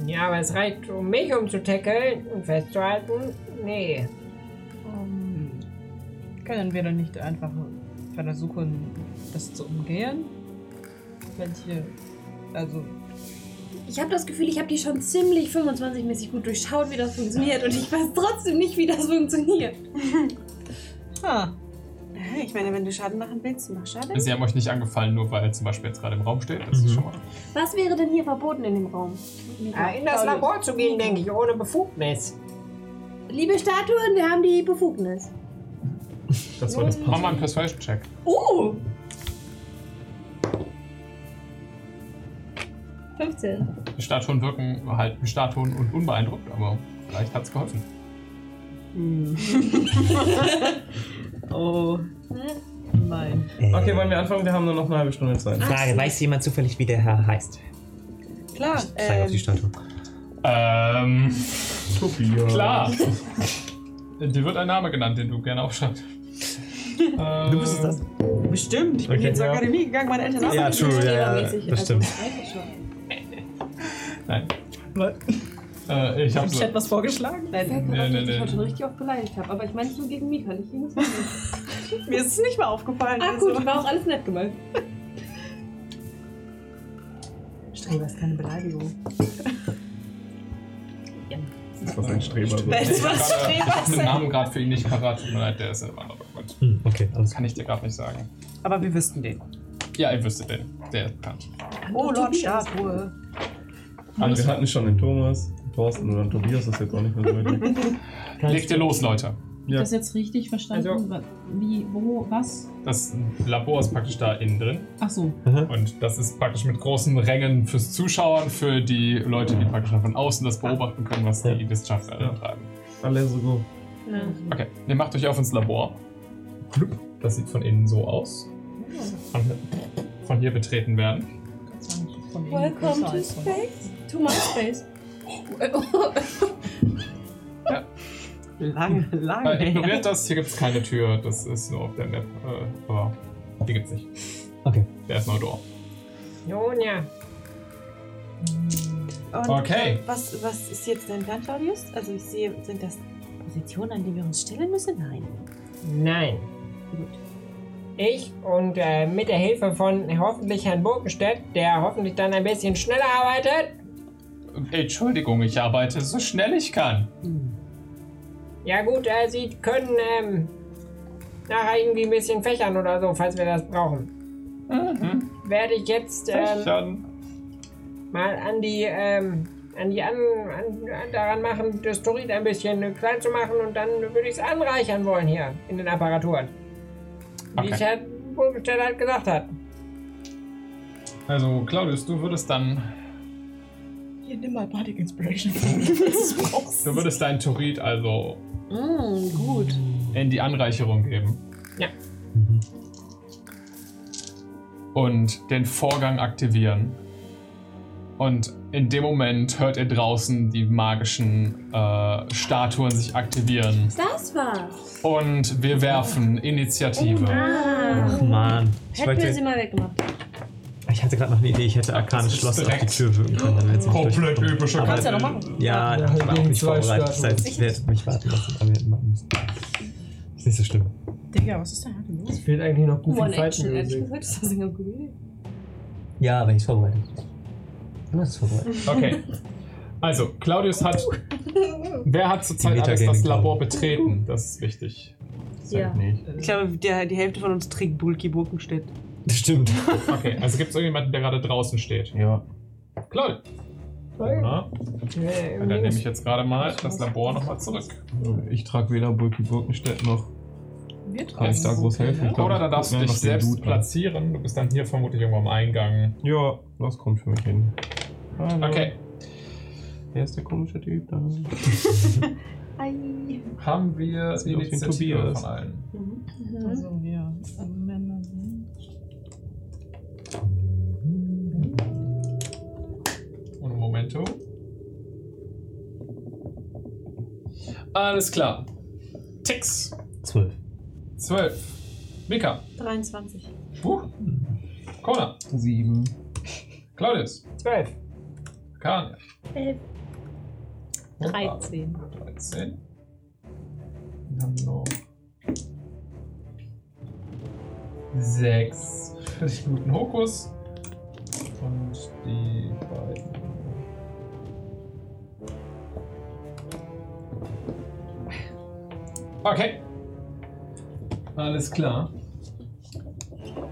S20: Ja, aber es reicht, um mich umzutackeln und festzuhalten. Nee.
S4: Ähm, können wir dann nicht einfach versuchen, das zu umgehen? Welche. Also,
S9: Ich habe das Gefühl, ich habe die schon ziemlich 25-mäßig gut durchschaut, wie das funktioniert. Und ich weiß trotzdem nicht, wie das funktioniert.
S4: ha.
S5: Hä, Ich meine, wenn du Schaden machen willst, mach Schaden.
S2: Sie haben euch nicht angefallen, nur weil er zum Beispiel jetzt gerade im Raum steht. Das ist schon mal.
S9: Was wäre denn hier verboten in dem Raum?
S20: Äh, in das Labor zu gehen, denke ich, ohne Befugnis.
S9: Liebe Statuen, wir haben die Befugnis.
S7: Das war das
S2: Mach mal
S7: Passwort.
S2: einen Persuasion-Check. Uh!
S9: Oh! 15.
S2: Die Statuen wirken halt wie Statuen und unbeeindruckt, aber vielleicht hat's geholfen.
S4: Oh,
S9: Ne?
S4: mein.
S8: Äh,
S7: Okay, wollen wir anfangen? Wir haben nur noch eine halbe Stunde Zeit.
S8: Frage, weiß jemand zufällig, wie der Herr heißt?
S5: Ah,
S4: Klar,
S8: Zeig
S5: ähm,
S8: auf die Statue.
S2: Ähm,
S7: Tobias.
S2: klar. Dir wird ein Name genannt, den du gerne aufschreibst. Du bist das.
S5: Bestimmt. Ich bin
S8: Okay.
S5: hier zur
S8: Ja.
S5: Akademie gegangen, meine Eltern haben
S8: Ja, true, ja, ja,
S9: also
S8: das stimmt.
S2: Nein. Äh, ich
S4: im
S2: hab's.
S4: Chat was vorgeschlagen?
S5: Nein,
S2: Nee, nee,
S9: Ich
S2: nee.
S9: mich heute schon richtig oft beleidigt habe. Aber ich meine nicht nur gegen Mika, nicht gegen das Mädchen.
S5: mir ist es nicht mal aufgefallen.
S9: Ah,
S5: also.
S9: gut, war auch alles nett gemeint.
S5: Streber ist keine Beleidigung.
S7: Das war ein Streber. so.
S5: Wenn
S2: Ich
S5: es
S2: hab
S5: was
S2: gerade- ich
S5: Streber
S2: hab den
S5: ist.
S2: Namen gerade für ihn nicht parat. Tut mir leid, der ist in einem anderen Grund.
S8: Hm, okay, alles klar.
S2: Kann ich dir gerade nicht sagen.
S5: Aber wir wüssten den.
S2: Ja, ihr wüsstet den. Der ist bekannt.
S5: Oh, Lord
S9: Tobias.
S5: Statue.
S7: Also wir hatten schon den Thomas, den Thorsten oder den Tobias, das ist jetzt auch nicht mehr so wichtig.
S2: Legt ihr los, Leute.
S7: Ja.
S4: Das jetzt richtig verstanden?
S20: Also-
S4: Wa- Wie, wo, was?
S2: Das Labor ist praktisch da innen drin.
S4: Ach so.
S2: Und das ist praktisch mit großen Rängen fürs Zuschauen, für die Leute, die praktisch von außen das beobachten können, was die Wissenschaftler da
S7: Ja.
S2: treiben.
S7: Alle so go.
S2: Okay, ihr macht euch auf ins Labor. Glüpp. Das sieht von innen so aus.
S4: Oh.
S2: Und von hier betreten werden.
S9: Welcome to space. To my space.
S5: Lange, lange.
S2: Äh,
S5: her.
S2: ignoriert das, hier gibt es keine Tür, das ist nur auf der Map. Äh, aber die gibt's nicht.
S8: Okay.
S2: Der ist nur Door.
S20: Nun ja.
S5: Und
S2: Okay.
S5: Was, was ist jetzt dein Plan, Claudius? Also ich sehe, sind das Positionen, an die wir uns stellen müssen? Nein.
S20: Nein. Ich und äh, mit der Hilfe von hoffentlich Herrn Burkenstedt, der hoffentlich dann ein bisschen schneller arbeitet.
S2: Äh, Entschuldigung, ich arbeite so schnell ich kann.
S20: Ja gut, äh, Sie können ähm, nach irgendwie ein bisschen Fächern oder so, falls wir das brauchen. Werde ich jetzt ähm, mal an die, ähm, an die an, an, an daran machen, das Turit ein bisschen klein zu machen und dann würde ich es anreichern wollen hier in den Apparaturen. Wie
S2: Okay.
S20: ich halt, Burgstelle halt gesagt hat.
S2: Also, Claudius, du würdest dann,
S4: Hier, nimm mal Bardic Inspiration. das brauchst
S2: du würdest deinen Turit also
S6: Mm, gut.
S2: in die Anreicherung geben. Mhm.
S20: Ja.
S2: Und den Vorgang aktivieren. Und in dem Moment hört ihr draußen die magischen äh, Statuen sich aktivieren.
S9: Das war's.
S2: Und wir werfen
S4: Oh
S2: Initiative.
S9: Ah.
S8: Ach man. Ich,
S9: Hätten wir sie
S8: wollte,
S9: mal weggemacht.
S8: ich hatte gerade noch eine Idee, ich hätte arkanes Schloss auf die
S2: direkt.
S8: Tür wirken können. Dann wär's nicht
S2: Komplett
S8: durchgekommen.
S2: epischer
S8: Aber-
S4: Kannst ja noch machen.
S8: Ja,
S18: Ja,
S8: ich war auch
S18: gegen
S8: nicht
S18: zwei
S8: vorbereitet. Das
S18: Staaten.
S8: heißt, ich werde mich warten lassen. Aber wir hätten warten müssen. Ist nicht so schlimm.
S4: Digga, was ist da heute los?
S18: Es fehlt eigentlich noch Goofy
S9: One Action,
S18: Fighting
S9: ehrlich
S18: Music.
S9: gesagt, ist das eine gute Idee.
S8: Ja, aber ich ist vorbereitet. Du hast es vorbereitet.
S2: Okay. Also, Claudius hat. Wer hat zurzeit
S8: Die
S2: alles das
S8: Metagame,
S2: Labor betreten? Das ist wichtig.
S9: Ja.
S5: Ich glaube, der, die Hälfte von uns trägt Bulky Burkenstedt.
S8: Das stimmt.
S2: Okay, also gibt es irgendjemanden, der gerade draußen steht?
S19: Ja.
S2: Claudius. Na,
S20: Äh,
S2: dann nehme ich jetzt gerade mal das Labor nochmal zurück.
S19: Ich trage weder Birken Birkenstedt noch
S4: Wir
S19: kann ich da groß helfen. Ich glaub,
S2: Oder
S19: ich
S2: da darfst du
S19: guck mir
S2: dich
S19: einfach den
S2: selbst
S19: Dude an.
S2: platzieren. Du bist dann hier vermutlich irgendwo am Eingang.
S19: Ja, das kommt für mich hin.
S7: Genau.
S19: Hallo.
S2: Okay.
S19: Wer ist der komische Typ da?
S9: Ei.
S2: Haben wir
S19: Das sieht aus wie ein
S2: Initiative
S19: Tobias.
S2: von allen?
S9: Mhm.
S4: Also, ja. Amanda-
S2: Ohne Momento. Alles klar. Tix.
S8: Zwölf.
S2: 12. Mika.
S9: 23.
S2: Buch. Kona.
S19: 7.
S2: Claudius.
S20: Zwölf.
S2: Kania.
S9: 11. 13.
S2: 13. Wir haben noch 6 für den guten Hokus. Und die beiden. Okay. Alles klar.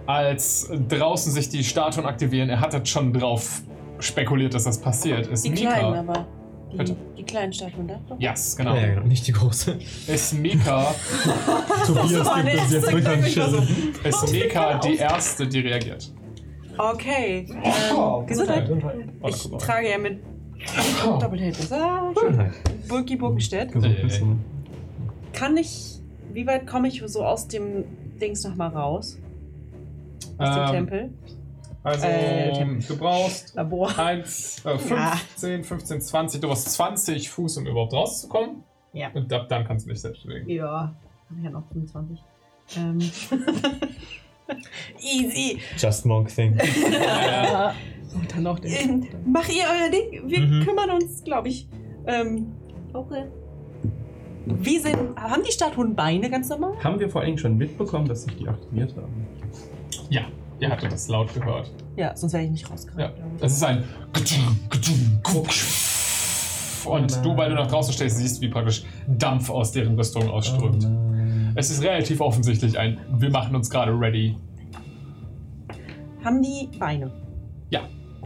S2: Als draußen sich die Statuen aktivieren, er hat jetzt schon drauf spekuliert, dass das passiert, ist
S5: Die
S2: Mika.
S5: kleinen aber. Die,
S2: Bitte.
S5: die kleinen Statuen da.
S2: Yes, genau.
S8: Ja, ja, genau. Nicht die große.
S2: Ist Mika,
S8: Tobias
S5: war der erste Gedanke, ich war so,
S2: ist Mika die erste, die reagiert.
S5: Okay. Ähm, Gesundheit. Ich trage ja mit Doppelhälfte. Ah,
S8: Schönheit.
S5: Burki Burkenstedt.
S2: Äh,
S5: Kann ich. Wie weit komme ich so aus dem Dings nochmal raus? Aus dem
S2: ähm,
S5: Tempel?
S2: also,
S5: Äh,
S2: du brauchst
S5: Labor.
S2: 1, äh, 15, 15, 20, du brauchst 20 Fuß, um überhaupt rauszukommen.
S5: Ja.
S2: Und ab dann kannst du dich selbst bewegen.
S5: Ja, habe ich ja noch 25. Ähm. Easy.
S8: Just Monk Thing.
S4: Und dann noch der.
S5: Ähm, Mach ihr euer Ding. Wir
S8: Mhm.
S5: kümmern uns, glaube ich. Ähm,
S9: Okay.
S5: wie sind. Haben die Statuen Beine ganz normal?
S19: Haben wir vor allen Dingen schon mitbekommen, dass sich die aktiviert haben?
S2: Ihr hattet das laut gehört.
S5: Ja, sonst wäre ich nicht rausgekommen.
S2: Ja. Es ist ein. Und du, weil du nach draußen stehst, siehst, wie praktisch Dampf aus deren Rüstung ausströmt. Es ist relativ offensichtlich ein. Wir machen uns gerade ready.
S5: Haben die Beine?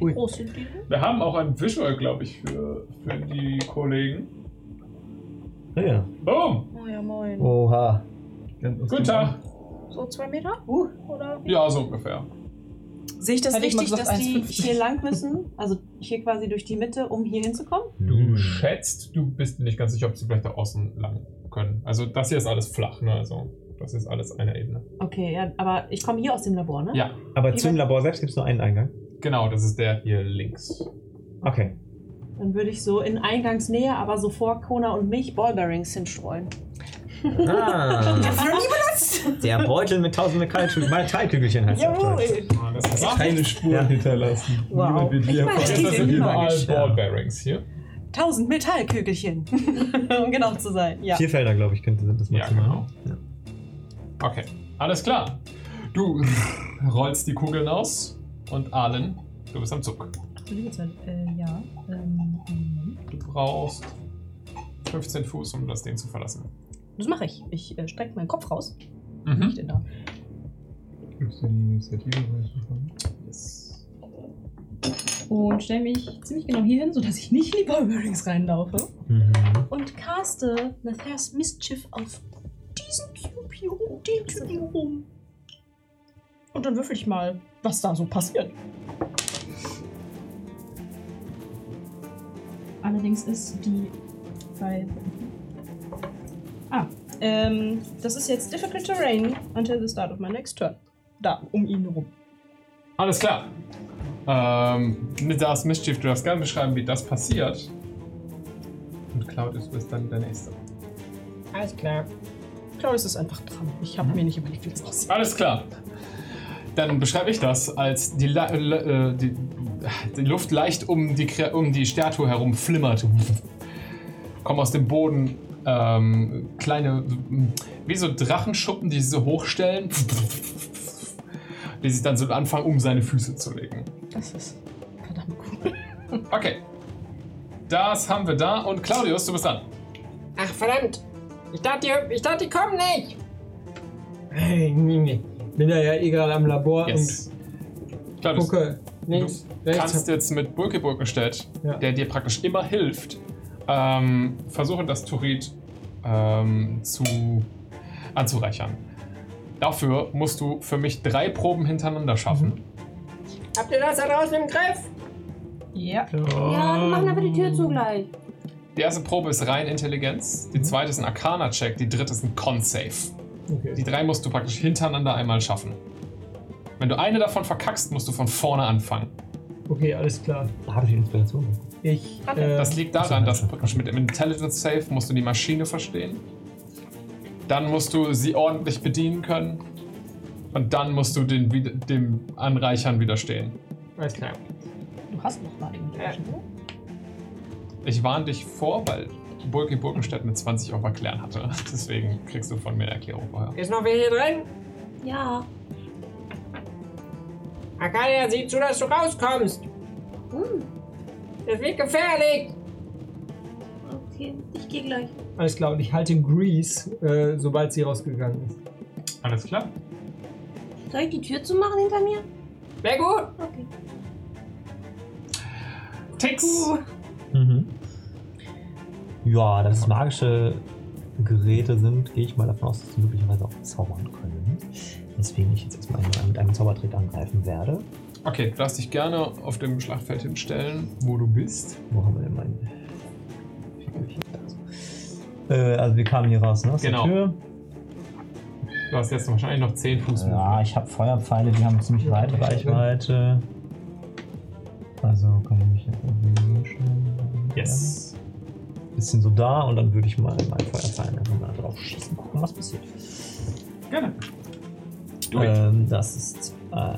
S9: Wie groß sind die?
S2: Wir haben auch ein Visual, glaube ich, für, für die Kollegen.
S8: Ah, ja.
S2: Boom!
S9: Oh ja, moin.
S8: Oha.
S2: Guten Tag!
S9: So zwei Meter?
S5: Uh.
S9: Oder wie?
S2: Ja, so ungefähr.
S5: Sehe ich das
S4: Hätte ich mal
S5: richtig,
S4: gesagt,
S5: dass die
S4: 1,50.
S5: hier lang müssen? Also hier quasi durch die Mitte, um hier hinzukommen?
S2: Du
S8: Hm.
S2: schätzt, du bist nicht ganz sicher, ob sie vielleicht da außen lang können. Also, das hier ist alles flach, ne? Also, das ist alles eine Ebene.
S5: Okay, ja, aber ich komme hier aus dem Labor, ne?
S2: Ja,
S8: Aber zum Labor selbst gibt es nur einen Eingang.
S2: genau, das ist der hier links.
S8: Okay.
S5: Dann würde ich so in Eingangsnähe, aber so vor Kona und mich Ballbearings hinstreuen.
S8: Ah, der Beutel mit tausend Metalltü- Metallkügelchen heißt er auf Deutsch.
S2: Ah, Das ist flach.
S19: Keine Spuren
S8: Ja.
S19: hinterlassen. Niemand wird hier
S5: meine,
S2: Das
S19: erfahren.
S2: sind
S5: die sind
S2: überall
S5: magisch,
S8: ja.
S2: Ballbearings hier.
S5: Tausend Metallkügelchen, um genau zu sein. Ja.
S8: Vier Felder, glaube ich, könnte sind das
S2: Ja, genau.
S8: maximal. Ja,
S2: Okay, alles klar. Du rollst die Kugeln aus und Allen, du bist am Zug.
S4: Liebe Zeit, äh, ja. Ähm, Moment.
S2: Du brauchst 15 Fuß, um das Ding zu verlassen.
S4: das mache ich. Ich äh, strecke meinen Kopf raus
S2: Mhm.
S4: Nicht in der
S19: Gibst du die Initiative?
S4: äh, und stelle mich ziemlich genau hier hin, sodass ich nicht in die Ballbearings reinlaufe.
S19: Mhm.
S4: Und caste Nathers Mischief auf diesen Cube hier rum, den Typen hier rum. Und dann würfel ich mal, was da so passiert. Allerdings ist die bei. Ah, ähm, das ist jetzt difficult terrain until the start of my next turn. Da, um ihn rum.
S2: Alles klar. Ähm, das Mischief, du darfst gerne beschreiben, wie das passiert. Und Claudius, du bist dann der Nächste.
S20: Alles klar.
S4: Claudius ist einfach dran. Ich habe mir nicht überlegt, wie das aussieht.
S2: Alles klar. Dann beschreibe ich das, als die, La äh, die, die Luft leicht um die, Kre- um die Statue herum flimmert. Kommen aus dem Boden ähm, kleine, wie so Drachenschuppen, die sie so hochstellen, die sich dann so anfangen, um seine Füße zu legen.
S4: Das ist verdammt cool.
S2: Okay. Das haben wir da. Und Claudius, du bist dran.
S20: Ach, verdammt. Ich dachte, die, ich dachte, die kommen nicht. Hey, nee, nee.
S18: Bin ja ja eh gerade am Labor
S2: Yes.
S18: und
S2: Claudius,
S18: gucke links,
S2: du
S18: rechts.
S2: kannst jetzt mit Burke Burkenstedt,
S18: Ja.
S2: der dir praktisch immer hilft, ähm, versuchen, das Turit ähm, zu, anzureichern. Dafür musst du für mich drei Proben hintereinander schaffen.
S20: Habt ihr das da draußen im Griff?
S4: Ja.
S9: Ja, wir machen aber die Tür zu gleich.
S2: Die erste Probe ist rein Intelligenz, die zweite ist ein Arcana-Check, die dritte ist ein Con-Save. Die drei musst du praktisch hintereinander einmal schaffen. Wenn du eine davon verkackst, musst du von vorne anfangen.
S18: Okay, alles klar.
S8: Da habe ich die Inspiration.
S18: Ich,
S4: Hat
S18: äh,
S2: Das liegt daran, dass praktisch mit dem Intelligence Safe musst du die Maschine verstehen. Dann musst du sie ordentlich bedienen können. Und dann musst du den, wieder- dem Anreichern widerstehen.
S18: alles klar.
S4: Du hast noch mal den gleichen, oder?
S2: Ich warne dich vor, weil Burki Burkenstedt mit 20 auch erklären hatte. Deswegen kriegst du von mir eine Erklärung vorher.
S20: Ist noch wer hier drin?
S9: Ja.
S20: Arcadia, sieh zu, dass du rauskommst. Das wird gefährlich.
S9: Okay, ich gehe gleich.
S18: Alles klar, und ich halte Grease, äh, sobald sie rausgegangen ist.
S2: Alles klar?
S9: Soll ich die Tür zumachen hinter mir?
S20: Sehr gut.
S9: Okay.
S2: Tix!
S8: Mhm. Ja, dass es magische Geräte sind, gehe ich mal davon aus, dass sie möglicherweise auch zaubern können. Deswegen ich jetzt erstmal mit einem Zaubertrick angreifen werde.
S2: Okay, du darfst dich gerne auf dem Schlachtfeld hinstellen, wo du bist.
S8: Wo haben wir denn meinen? Äh, also wir kamen hier raus, ne? Aus
S2: Genau.
S8: Der Tür.
S2: Du hast jetzt wahrscheinlich noch 10 Fuß.
S8: Ja, ich habe Feuerpfeile, die haben ziemlich weite Reichweite. Also kann ich mich jetzt irgendwie so stellen.
S2: Yes.
S8: Bisschen so da und dann würde ich mal meinen Feuerpfeilen einfach mal drauf schießen, gucken, was passiert.
S2: Gerne. Do it.
S8: Ähm, das ist. Äh,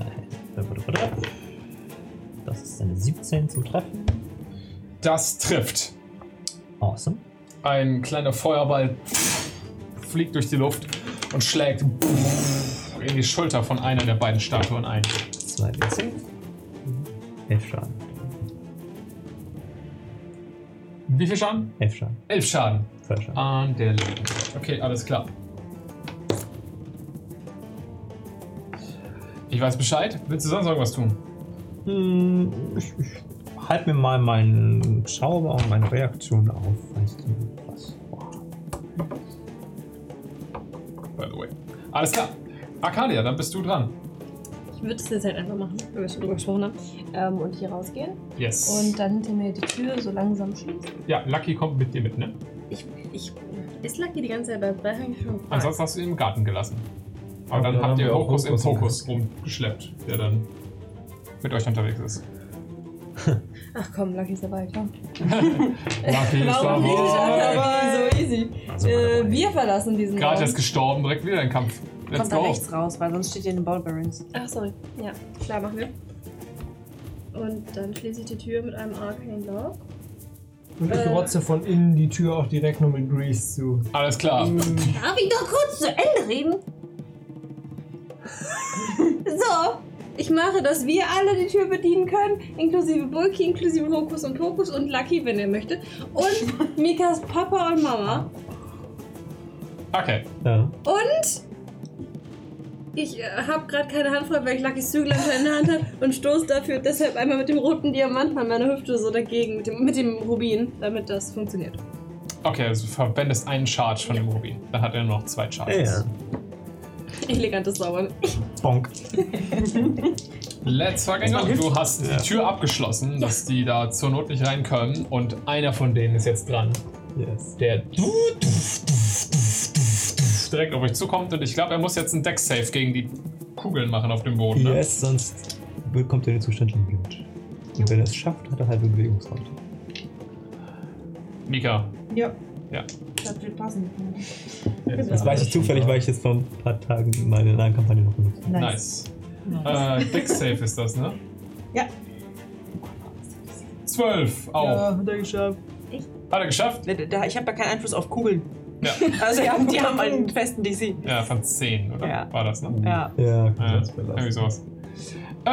S8: das ist eine 17 zum Treffen.
S2: Das trifft.
S8: Awesome.
S2: Ein kleiner Feuerball fliegt durch die Luft und schlägt in die Schulter von einer der beiden Statuen ein.
S8: 2 W10. 11 Schaden.
S2: Wie viel Schaden?
S8: 11 Schaden.
S2: Elf Schaden.
S8: Feuerschaden.
S2: An der linken Seite. Okay, alles klar. Ich weiß Bescheid. Willst du sonst irgendwas tun?
S8: Hm, ich, ich halte mir mal meinen Zauber und meine Reaktion auf. Weißt du was? Boah.
S2: By the way. Alles klar. Arcadia, dann bist du dran.
S6: Ich würde es jetzt halt einfach machen, weil wir schon drüber gesprochen haben. Ähm, und hier rausgehen.
S2: Yes.
S6: Und dann hinter mir die Tür so langsam schließen.
S2: ja, Lucky kommt mit dir mit, ne?
S6: Ich, ich, ist Lucky die ganze Zeit bei Brechung schon?
S2: Ansonsten hast du ihn im Garten gelassen. Aber
S7: Ja,
S2: dann
S7: dann
S2: habt
S7: haben
S2: ihr
S7: wir auch
S2: Hokus im
S7: Hokus ne? im
S2: Fokus rumgeschleppt, der dann mit euch unterwegs ist.
S6: Ach komm, Lucky ist dabei, komm.
S2: Lucky ist
S6: Warum bin ich auch
S2: dabei.
S6: dabei? So easy.
S8: Also,
S6: Äh, wir verlassen diesen
S2: Gerade
S6: Raum.
S2: ist gestorben, direkt wieder ein Kampf. Let's
S5: Kommt da
S2: go.
S5: rechts raus, weil sonst steht ihr in den Ballbearings.
S6: Ach, sorry. Ja, klar, machen wir.
S9: Und dann schließe ich die Tür mit einem Arcane Lock.
S18: Und ich
S9: Äh.
S18: rotze von innen die Tür auch direkt nur mit Grease zu.
S2: Alles klar.
S5: Mhm.
S9: Darf ich doch kurz zu Ende reden? so, ich mache, dass wir alle die Tür bedienen können, inklusive Bulky, inklusive Hokus und Pokus und Lucky, wenn ihr möchtet. Und Mikas Papa und Mama.
S2: Okay.
S8: Ja.
S9: Und Ich äh, habe gerade keine Hand frei, weil ich Lucky Zügel anscheinend in der Hand habe und stoße dafür deshalb einmal mit dem roten Diamanten an meiner Hüfte so dagegen, mit dem, mit dem Rubin, damit das funktioniert.
S2: Okay, also du verwendest einen Charge von dem Rubin. Dann hat er nur noch zwei Charges.
S9: Elegantes Sauber.
S3: Bonk.
S2: Let's fucking go. Du hast die Tür abgeschlossen, dass die da zur Not nicht rein können. Und einer von denen ist jetzt dran.
S3: Yes.
S2: Der du- direkt auf euch zukommt. Und ich glaube, er muss jetzt einen Deck-Safe gegen die Kugeln machen auf dem Boden. Ne?
S8: Yes, sonst bekommt er den Zustand Limit. Und wenn er es schafft, hat er halt halbe Bewegungsrate.
S2: Mika,
S4: Ja.
S2: Ja.
S4: Das wird passen.
S8: Das weiß ich zufällig, weil ich jetzt vor ein paar Tagen meine Lernkampagne noch benutzt habe.
S2: Nice. Äh, Deck Safe ist das, ne?
S4: Ja.
S2: Zwölf auch.
S4: hat er geschafft.
S2: Hat er geschafft?
S5: Ne, Da- Da, ich habe ja keinen Einfluss auf Kugeln.
S2: Ja.
S5: Also die haben, die haben einen festen DC.
S2: Ja, von zehn, oder?
S5: Ja.
S2: War das, ne?
S5: Ja.
S8: Ja, gut,
S2: Ja,
S8: das belassen.
S2: irgendwie sowas.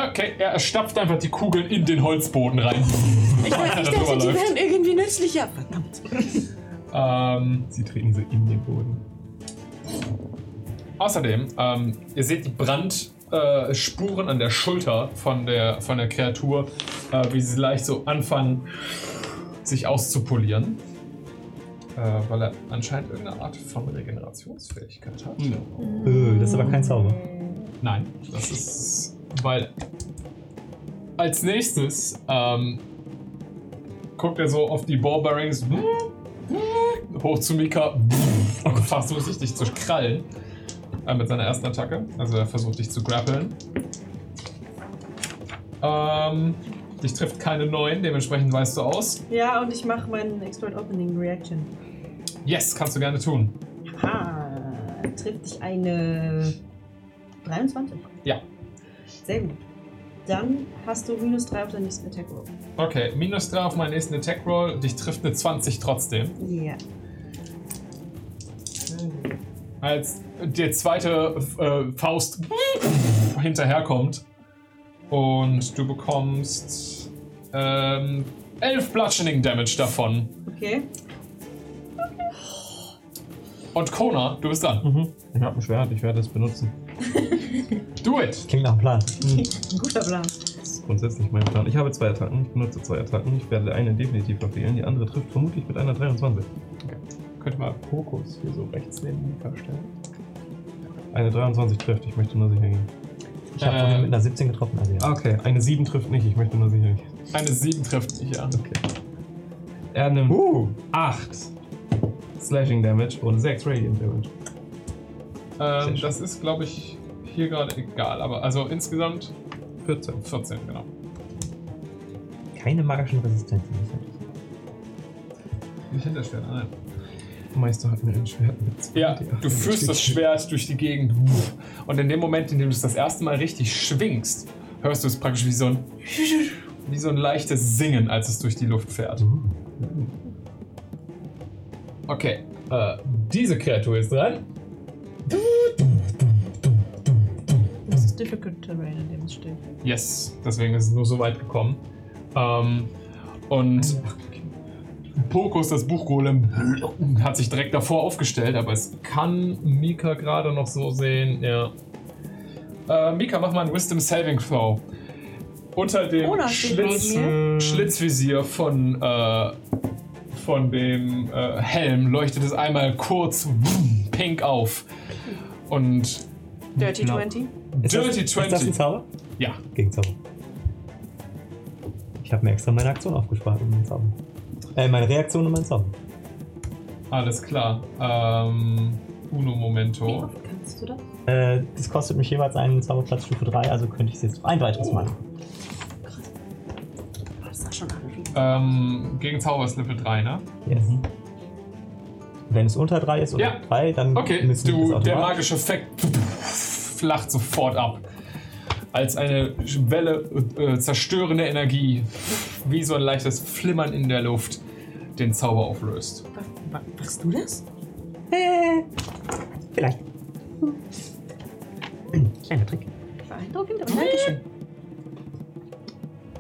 S2: Okay, er stapft einfach die Kugeln in den Holzboden rein.
S5: Ich, weiß, ich
S2: Das
S5: dachte, also, die
S2: Also überläuft.
S5: wären irgendwie nützlicher. Verdammt.
S2: Ähm, Sie treten so in den Boden. Außerdem, ähm, ihr seht die Brandspuren äh, Spuren an der Schulter von der, von der Kreatur, äh, wie sie leicht so anfangen, sich auszupolieren. Äh, weil er anscheinend irgendeine Art von Regenerationsfähigkeit hat.
S8: Öh, das ist aber kein Zauber.
S2: Nein, das ist. Weil. Als nächstes ähm, guckt er so auf die Ball Bearings hm, hoch zu Mika hm, und versucht sich dich zu krallen äh, mit seiner ersten Attacke. Also er versucht dich zu grappeln. Ähm, dich trifft keine 9, dementsprechend weißt du aus.
S5: Ja, und ich mache meinen Exploit Opening Reaction.
S2: Yes, kannst du gerne tun.
S5: Ha, trifft dich eine 23.
S2: Ja.
S5: Sehr gut. Dann hast du minus 3 auf deinen nächsten Attack Roll.
S2: Okay, minus 3 auf meinen nächsten Attack Roll. Dich trifft eine 20 trotzdem.
S5: Ja.
S2: als der zweite äh, Faust hinterherkommt. Und du bekommst ähm, elf Bludgeoning Damage davon.
S5: Okay.
S2: Und Kona, du bist dran.
S7: Ich habe ein Schwert, ich werde es benutzen.
S2: Do it!
S8: Klingt nach einem Plan.
S5: Ein guter Plan.
S7: Das ist grundsätzlich mein Plan. Ich habe zwei Attacken, ich benutze zwei Attacken. Ich werde eine definitiv verfehlen, die andere trifft vermutlich mit einer 23.
S2: Könnte mal Fokus hier so rechts neben Mika stellen.
S7: Eine 23 trifft, ich möchte nur sicher gehen.
S8: Ich habe
S2: Äh.
S8: vorhin mit einer 17 getroffen, also ja.
S7: Ah, okay, eine 7 trifft nicht, ich möchte nur sicher gehen.
S2: Eine 7 trifft nicht, ja.
S7: Er nimmt
S8: Uh,
S7: 8 Slashing Damage und 6 Radiant Damage.
S2: Ähm, das ist, glaube ich, hier gerade egal. Aber also insgesamt
S7: 14.
S2: 14, genau.
S8: keine magischen Resistenzen. das hab ich.
S2: Nicht hinterstellen, ah, nein.
S7: Meister hat mir ein Schwert mit zwei
S2: Ja,
S7: D8
S2: du führst das Schwert durch die Gegend und in dem Moment, in dem du es das erste Mal richtig schwingst, hörst du es praktisch wie so ein, wie so ein leichtes Singen, als es durch die Luft fährt. Okay, äh, diese Kreatur ist dran.
S4: Das ist difficult terrain, in dem es steht.
S2: Yes, deswegen ist es nur so weit gekommen. Ähm, und Pokus, das Buchgolem, hat sich direkt davor aufgestellt, aber es kann Mika gerade noch so sehen. Ja. Äh, Mika, mach mal einen Wisdom Saving Throw. Unter dem
S5: Ona Oh, steht neben
S2: Schlitz,
S5: mir.
S2: Schlitzvisier von, äh, von dem äh, Helm leuchtet es einmal kurz pink auf. Und
S5: Dirty
S2: Genau.
S8: Blau.
S5: 20.
S8: Ist
S2: Dirty
S8: das, Ist das
S2: 20.
S8: ein Zauber?
S2: ja,
S8: Gegen Zauber. Ich habe mir extra meine Aktion aufgespart um meinen Zauber. Äh, meine Reaktion um meinen Zauber.
S2: Alles klar. Ähm, Uno Momento.
S9: Oh, Kannst du das?
S8: Äh, das kostet mich jeweils einen Zauberplatz Stufe 3, also könnte ich es jetzt ein weiteres Mal.
S5: Das war schon angefangen.
S2: Ähm, gegen Zauber ist Level 3, ne?
S8: Yes. Wenn es unter 3 ist oder
S2: Ja.
S8: 3, dann
S2: Okay,
S8: müssen wir
S2: du,
S8: das
S2: der
S8: automatisch-
S2: magische Effekt flacht sofort ab. Als eine Welle äh, zerstörende Energie, wie so ein leichtes Flimmern in der Luft, den Zauber auflöst.
S5: Machst du das?
S8: Vielleicht. Kleiner Trick.
S5: Beeindruckend, aber Dankeschön.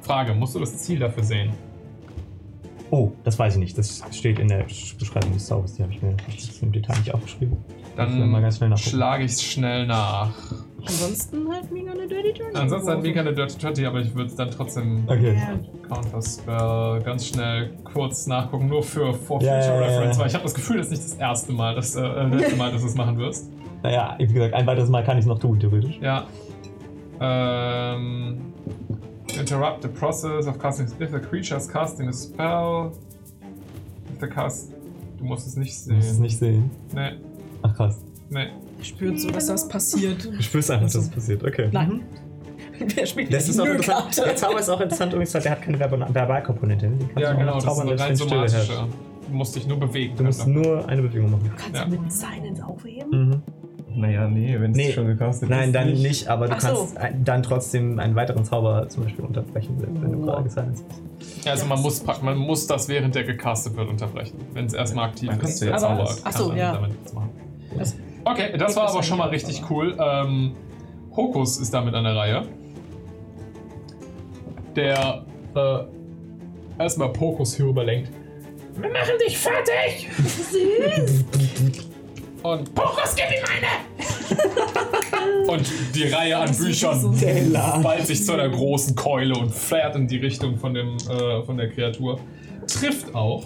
S2: Frage: Musst du das Ziel dafür sehen?
S8: Oh, das weiß ich nicht. Das steht in der Beschreibung des Zaubers. Die habe ich mir im Detail nicht aufgeschrieben.
S2: Dann
S8: Ich will mal ganz schnell nachgucken.
S2: schlage ich es schnell nach.
S4: Ansonsten halt mega eine Dirty Journey.
S2: Ansonsten hat Mika eine Dirty 20, aber ich würde dann trotzdem
S3: Okay.
S2: Counterspell ganz schnell kurz nachgucken, nur für for
S3: Ja,
S2: Future
S3: ja, ja,
S2: Reference,
S3: ja.
S2: weil ich habe das Gefühl, das ist nicht das erste Mal, dass, äh, äh, letzte Mal, dass du es machen wirst.
S3: Naja, wie gesagt, ein weiteres Mal kann ich es noch tun, theoretisch.
S2: Ja. Ähm, interrupt the process of casting. If a creature is casting a spell. If the cast. Du musst es nicht
S3: Du musst es
S2: sehen.
S3: nicht sehen.
S2: Nee,
S3: Ach krass.
S2: nee.
S4: Ich spüre so, dass das passiert.
S3: Du spürst einfach, dass es passiert. Okay.
S4: Nein. Wer spielt
S8: Das
S4: die
S8: ist auch interessant.
S4: Nö-Karte?
S8: Der Zauber ist auch interessant übrigens, weil der hat keine Verbal- Verbalkomponente. Den kannst
S2: Ja,
S8: du auch
S2: genau,
S8: noch
S2: das ist
S8: zaubern,
S2: ein
S8: wenn
S2: rein
S8: es Stille herrscht.
S2: somatischer. Du musst dich nur bewegen.
S8: Du musst
S2: können.
S8: nur eine Bewegung machen.
S4: Kannst
S2: Ja.
S4: du mit dem Seil ins Aufheben?
S8: Mhm.
S7: Naja, nee, wenn es
S8: Nee.
S7: schon gekostet
S8: Nein,
S7: ist.
S8: dann nicht, aber du
S4: Ach so.
S8: kannst ein- dann trotzdem einen weiteren Zauber zum Beispiel unterbrechen, wenn
S4: Oh.
S8: du gerade gesilenced bist.
S2: Ja, also man muss, pack- man muss das, während der gecastet wird, unterbrechen. Wenn es erstmal aktiv
S7: Dann
S2: ist, Also
S7: kannst du
S2: der
S7: jetzt
S2: Zauber
S7: alles.
S2: kann
S4: Ach so,
S2: dann
S4: ja.
S2: damit nichts machen.
S4: Das-
S2: Okay, das
S4: Ich
S2: war
S4: weiß
S2: aber schon
S4: nicht,
S2: mal richtig
S4: aber-
S2: cool. Ähm, Hokus ist damit an der Reihe. Der äh, erstmal Pokus hier überlenkt. Wir machen dich fertig! Und Pokus, gib ihm eine! und die Reihe an Büchern ballt sich zu einer großen Keule und fährt in die Richtung von, dem, äh, von der Kreatur. Trifft auch.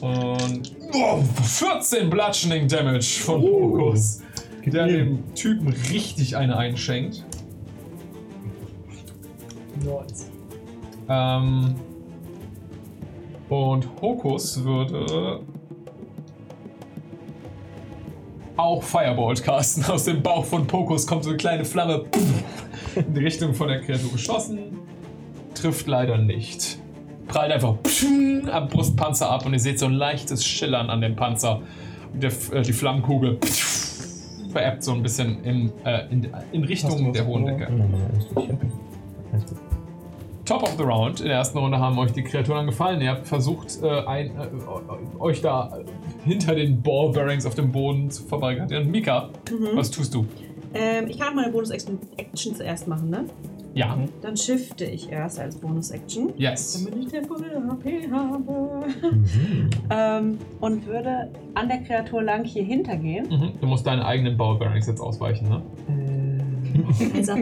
S2: Und oh, 14 Bludgeoning Damage von Pokus, der dem Typen richtig eine einschenkt. Ähm, und Hokus würde auch Firebolt casten. Aus dem Bauch von Pokus kommt so eine kleine Flamme pff, in die Richtung von der Kreatur geschossen. Trifft leider nicht. Prallt einfach pschung am Brustpanzer ab und ihr seht so ein leichtes Schillern an dem Panzer. Und der, äh, die Flammenkugel pff, veräppt so ein bisschen in, äh, in, in Richtung der hohen Decke.
S8: Nein, nein, alles gut. Okay. Alles gut.
S2: Top of the Round. In der ersten Runde haben euch die Kreaturen gefallen. Ihr habt versucht, äh, ein, äh, euch da hinter den Ball Bearings auf dem Boden zu verweigern. Und Mika,
S5: Mhm.
S2: was tust du?
S5: Ähm, ich kann meine Bonus-Action zuerst machen, ne?
S2: Ja,
S5: Dann shifte ich erst als Bonus-Action,
S2: yes.
S5: damit ich temporär HP habe. ähm, und würde an der Kreatur lang hier hintergehen.
S2: Mhm. Du musst deine eigenen Ball Bearings jetzt ausweichen, ne?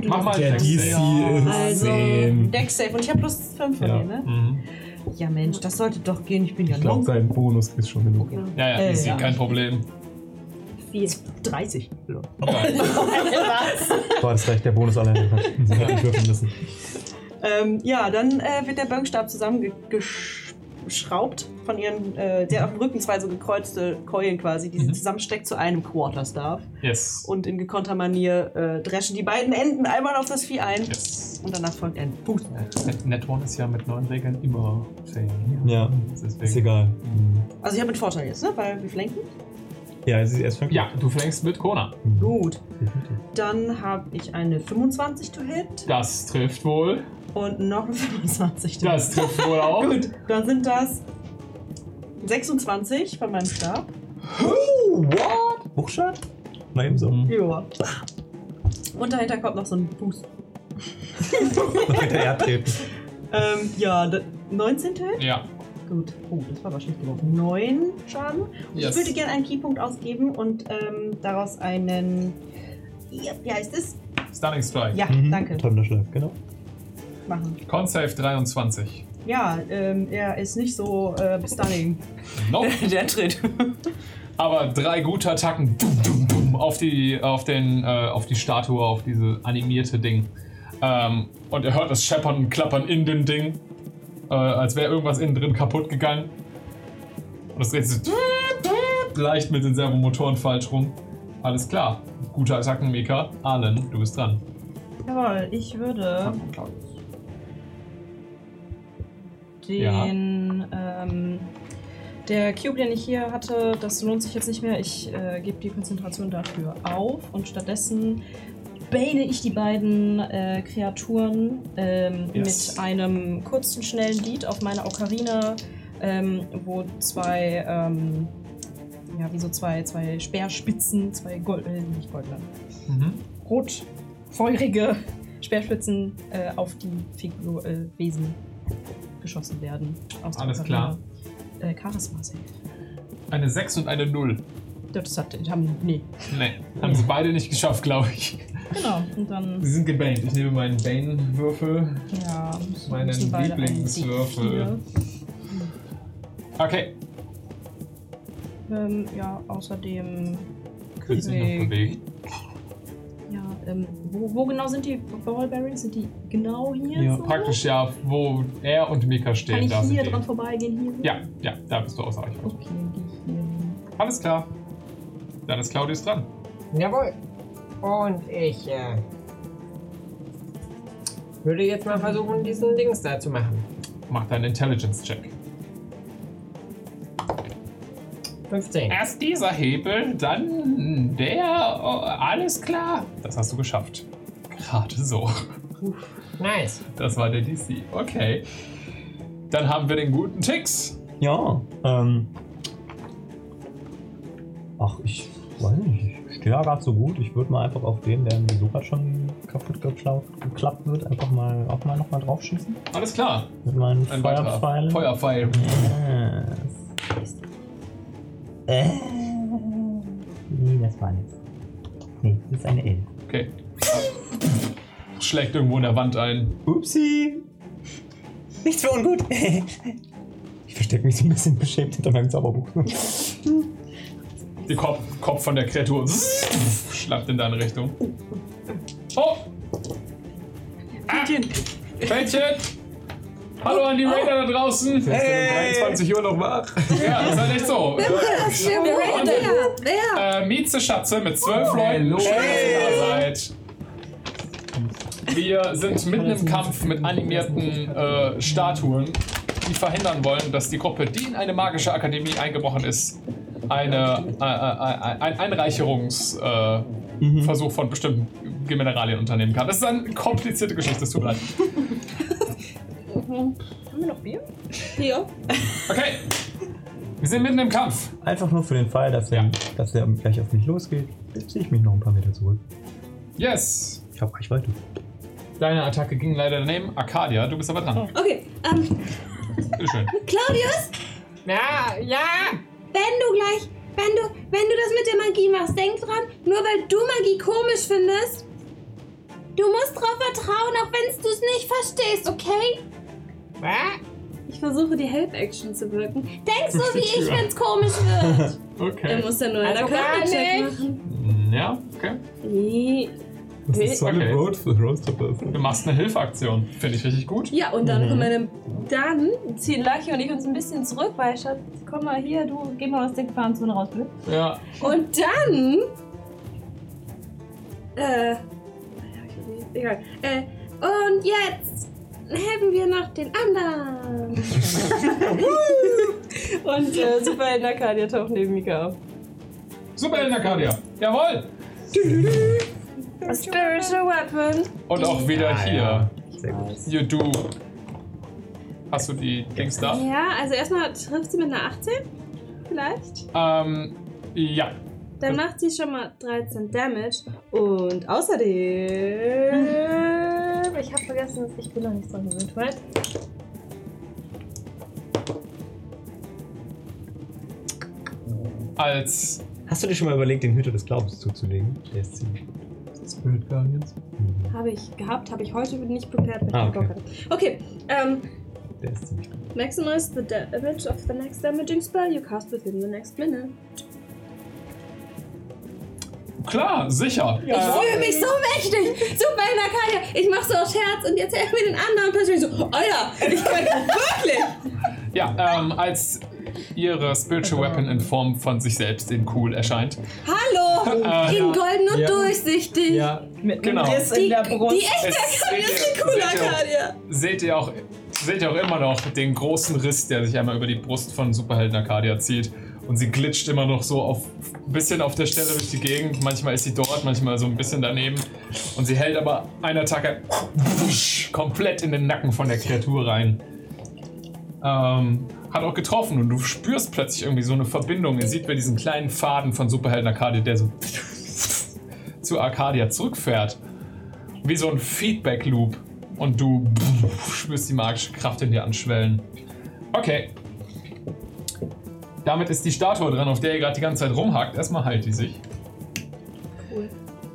S2: Mach mal
S3: Der
S2: einen Dex
S3: DC
S2: Save.
S3: ist
S5: Also,
S3: 10.
S5: Deck Save. Und ich habe plus 5 von
S7: Ja.
S5: dir, ne?
S2: Mhm.
S5: Ja, Mensch, das sollte doch gehen. Ich bin ja
S7: Ich glaube,
S5: noch
S7: sein Bonus ist schon genug.
S2: Ja, ja,
S5: Äh,
S2: easy,
S5: ja.
S2: kein Problem.
S5: 30.
S2: Okay.
S3: Du hattest recht, der Bonus alleine. Hätte ich würfeln müssen.
S5: Ähm, ja, dann äh, wird der Böckenstab zusammengeschraubt von ihren, äh, der auf dem Rücken zwei so gekreuzte Keulen quasi, die sie
S2: Mhm.
S5: zusammensteckt zu einem Quarterstaff.
S2: Yes.
S5: Und in gekonnter Manier äh, dreschen die beiden Enden einmal auf das Vieh ein.
S2: Yes.
S5: Und danach folgt ein Punkt.
S2: Net- Net One Äh, ist ja mit neuen Regeln immer fail.
S3: Ja, ist
S2: Deswegen.
S3: egal.
S5: Also ich habe einen Vorteil jetzt, ne? Weil wir flanken.
S3: Ja, es ist erst 5.
S2: Ja, du fängst mit Kona.
S8: Mhm.
S5: Gut. Dann habe ich eine 25 to hit
S2: Das trifft wohl.
S5: und noch eine 25 to
S2: Das trifft wohl auch.
S5: Gut, dann sind das 26 von meinem Stab.
S3: What? Buchschad? Mal eben so.
S7: Mhm.
S5: Joa. Und dahinter kommt noch so ein Boost.
S8: Noch hinterher treten.
S5: Ähm, ja, d- 19 Tilt?
S2: Ja.
S5: Gut. Oh, das war aber schlecht gelaufen. 9 Schaden. Ich würde gerne einen Keypunkt ausgeben und ähm, daraus einen. Ja, wie heißt es?
S2: Stunning Strike.
S5: Ja, danke.
S3: Thunderschlag, genau.
S5: Machen.
S2: Con Save 23.
S5: Ja, ähm, er ist nicht so äh, stunning.
S2: Nope.
S5: Der tritt.
S2: Aber drei gute Attacken dum, dum, dum, auf, die, auf, den, äh, auf die Statue, auf diese animierte Ding. Ähm, und er hört das Scheppern und Klappern in dem Ding, äh, als wäre irgendwas innen drin kaputt gegangen. Und es dreht sich leicht mit den Servomotoren falsch rum. Alles klar. Gute Attacken, Mika. Arlen, du bist dran.
S5: Jawohl, ich würde
S2: Ja.
S4: Den, ähm, der Cube, den ich hier hatte, das lohnt sich jetzt nicht mehr. Ich äh, gebe die Konzentration dafür auf und stattdessen bane ich die beiden äh, Kreaturen ähm,
S2: Yes.
S4: mit einem kurzen, schnellen Lied auf meine Ocarina, ähm, wo zwei, ähm, ja, wie so zwei, zwei Speerspitzen, zwei Gold, äh, nicht Goldland,
S2: Mhm.
S4: rot feurige Speerspitzen äh, auf die Figur, äh, Wesen geschossen werden. Aus der
S2: Alles
S4: Ocarina. Äh, Charisma Save.
S2: Eine 6 und eine 0.
S4: Das hat, haben, nee.
S2: Nee, haben sie beide nicht geschafft, glaube ich.
S4: Genau, und dann.
S2: Sie sind gebannt. Ich nehme meinen Bane-Würfel,
S4: Ja.
S2: meinen
S4: müssen beide einen
S2: Lieblingswürfel. Okay.
S4: D4. Ähm, ja, außerdem.
S2: Können Sie noch
S4: Krieg.
S2: bewegen?
S4: Ja, ähm, wo, wo genau sind die Ball Bearings? Sind die genau hier?
S2: Ja,
S4: so?
S2: praktisch ja, wo er und Mika
S4: Kann
S2: stehen.
S4: ich
S2: Da sind
S4: hier
S2: die.
S4: dran vorbeigehen? Hier? so?
S2: Ja, ja, da bist du ausreichend.
S4: Okay, gehe ich hier. hin.
S2: Alles klar. Dann ist Claudius dran.
S18: Jawohl. Und ich äh, würde jetzt mal versuchen, diesen Dings da zu machen.
S2: Macht einen Intelligence-Check.
S18: 15.
S2: Erst dieser Hebel, dann der. oh, Alles klar. Das hast du geschafft. Gerade so.
S18: Nice.
S2: Das war der DC. Okay. Dann haben wir den guten Tix.
S8: Ja, ähm. Ach, ich weiß nicht. Ich stehe ja gerade so gut. Ich würde mal einfach auf den, der sowieso gerade schon kaputt geklaut, geklappt wird, einfach mal auch mal nochmal drauf schießen.
S2: Alles klar.
S8: Mit meinen
S2: Ein weiterer
S8: Feuerpfeilen.
S2: Feuerpfeil.
S8: Yes. Ah. Äh. Nee, das war nichts. Nee, das ist eine L.
S2: Okay. Schlägt irgendwo in der Wand ein.
S8: Upsi. Nichts für ungut. ich verstecke mich so ein bisschen beschämt hinter meinem Zauberbuch.
S2: Der Kopf, Kopf von der Kreatur schlappt in deine Richtung. Oh! Ah! Fältchen! Hallo an die Raider da draußen!
S8: Hey.
S2: 23 Uhr noch wach. Ja, ist halt echt so.
S9: Der Raider! Wer?
S2: Äh, Mieze Schatze mit zwölf Leuten. Schön, dass ihr da seid. Wir sind mitten im Kampf mit animierten äh, Statuen, die verhindern wollen, dass die Gruppe, die in eine magische Akademie eingebrochen ist, eine, äh, äh, äh, ein Einreicherungsversuch äh, Versuch von bestimmten Generalien unternehmen kann. Das ist eine komplizierte Geschichte, es tut mir leid.
S4: Haben wir noch Bier?
S9: Hier.
S2: Okay, wir sind mitten im Kampf.
S8: Einfach nur für den Fall, dass er, dass er gleich auf mich losgeht, ziehe ich mich noch ein paar Meter zurück.
S2: Yes!
S8: Ich habe Reichweite.
S2: Deine Attacke ging leider daneben. Arcadia, du bist aber dran.
S9: Okay, ähm,
S2: Bitteschön.
S9: Claudius,
S18: Ja, ja!
S9: wenn du gleich, wenn du, wenn du das mit der Magie machst, denk dran, nur weil du Magie komisch findest, du musst drauf vertrauen, auch wenn du es nicht verstehst, okay?
S18: Was?
S9: Ich versuche, die Help-Action zu wirken. Denk so wie ich, wenn's komisch wird.
S2: Okay.
S9: Er muss dann nur
S18: Also
S9: einen
S18: gar
S9: Körpercheck
S18: nicht.
S9: machen.
S2: Ja, okay.
S9: Nee.
S2: Okay.
S8: Road für Roaster Person.
S2: Du machst eine Hilfeaktion. Finde ich richtig gut.
S9: Ja, und dann kommen wir dann- dann ziehen Lucky und ich uns ein bisschen zurück, weil Schatz, komm mal hier, du geh mal aus der Gefahrenzone raus, bitte.
S2: Ja.
S9: Und dann. Äh. ja, ich- Egal. Äh, und jetzt helfen wir noch den anderen.
S4: Und äh, Superhelden Arcadia taucht neben Mika auf.
S2: Superhelden Arcadia. Jawohl.
S9: Spiritual Weapon.
S2: Und auch wieder hier.
S8: Sehr gut.
S2: Hier, du. Hast du die Dings da?
S9: Ja, also erstmal trifft sie mit einer 18, vielleicht.
S2: Ähm, ja.
S9: Dann macht sie schon mal 13 Damage. Und außerdem. Ich habe vergessen, dass ich bin noch nicht so gewöhnt, right?
S2: Als.
S8: Hast du dir schon mal überlegt, den Hüter des Glaubens zuzulegen? Der ist ziemlich. Spirit Guardians?
S9: Habe ich gehabt, habe ich heute nicht prepared, weil ich
S8: Ah,
S9: keinen Bock
S8: okay.
S9: hatte. Okay, ähm,
S8: Der ist ziemlich.
S9: maximize the damage of the next damaging spell you cast within the next minute.
S2: Klar, sicher.
S9: Ich fühle mich so mächtig! Super, Nakalia! Ich mache so aus Scherz und jetzt helfen wir den anderen und plötzlich so, Alter, ich kann wirklich!
S2: Ja, ähm, als ihre Spiritual Weapon in Form von sich selbst in cool erscheint.
S9: Hallo!
S2: Äh,
S9: In golden und
S23: Ah, Ja.
S9: durchsichtig!
S23: Ja,
S4: Mit
S2: Genau.
S4: einem Riss in der Brust.
S9: Die echte
S2: Es-
S9: Arcadia ist die
S2: seht
S9: coole
S2: ihr-
S9: Arcadia!
S2: Seht ihr auch. Seht ihr auch immer noch den großen Riss, der sich einmal über die Brust von Superhelden Arcadia zieht. Und sie glitscht immer noch so auf, ein bisschen auf der Stelle durch die Gegend. Manchmal ist sie dort, manchmal so ein bisschen daneben. Und sie hält aber eine Attacke komplett in den Nacken von der Kreatur rein. Ähm, hat auch getroffen und du spürst plötzlich irgendwie so eine Verbindung. Ihr seht wieder diesen kleinen Faden von Superhelden Arcadia, der so zu Arcadia zurückfährt. Wie so ein Feedback-Loop. Und du spürst die magische Kraft in dir anschwellen. Okay. Damit ist die Statue dran, auf der ihr gerade die ganze Zeit rumhackt. Erstmal heilt die sich.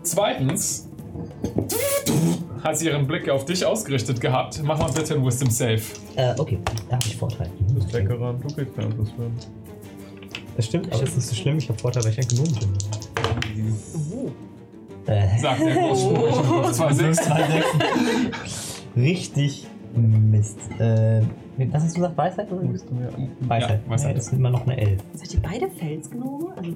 S2: Zweitens Hat sie ihren Blick auf dich ausgerichtet gehabt. Mach mal bitte ein Wisdom Save.
S8: Äh, okay, da habe ich Vorteil.
S7: Du bist leckerer, du kriegst keinen plus fünf.
S8: Das stimmt, aber das ist nicht so schlimm. Ich habe Vorteil, weil ich ein Gnom bin. Mhm. Äh,
S2: Sagt der Großsprung. Zwei Sechs.
S8: zwei Sechsen. Richtig Mist. Äh, was hast du gesagt? Weisheit oder Weisheit?
S2: Ja, Weisheit.
S8: halt. das sind immer noch eine Elf.
S5: Seid ihr beide Felsgnome? Also,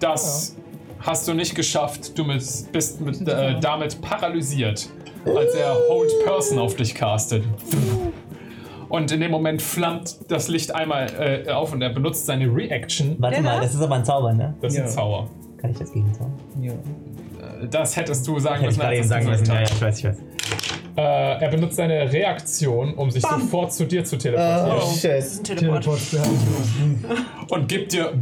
S2: Das hast du nicht geschafft. Du mit, bist mit, äh, damit paralysiert, als er Hold Person auf dich castet. Und in dem Moment flammt das Licht einmal äh, auf und er benutzt seine Reaction.
S8: Warte mal, das ist aber ein Zauber, ne?
S2: Das ist ein Zauber.
S8: Kann ich das gegen Zauber?
S2: Äh, Das hättest du sagen
S8: Hätte ich
S2: müssen.
S8: gerade
S2: als
S8: eben
S2: das gesagt
S8: sagen müssen. Ja, ja,
S2: hast.
S8: ich weiß, ich weiß.
S2: Äh, er benutzt seine Reaktion, um sich sofort zu dir zu
S7: Oh,
S2: teleportieren.
S8: shit.
S5: Teleport.
S8: Äh.
S2: Und gibt dir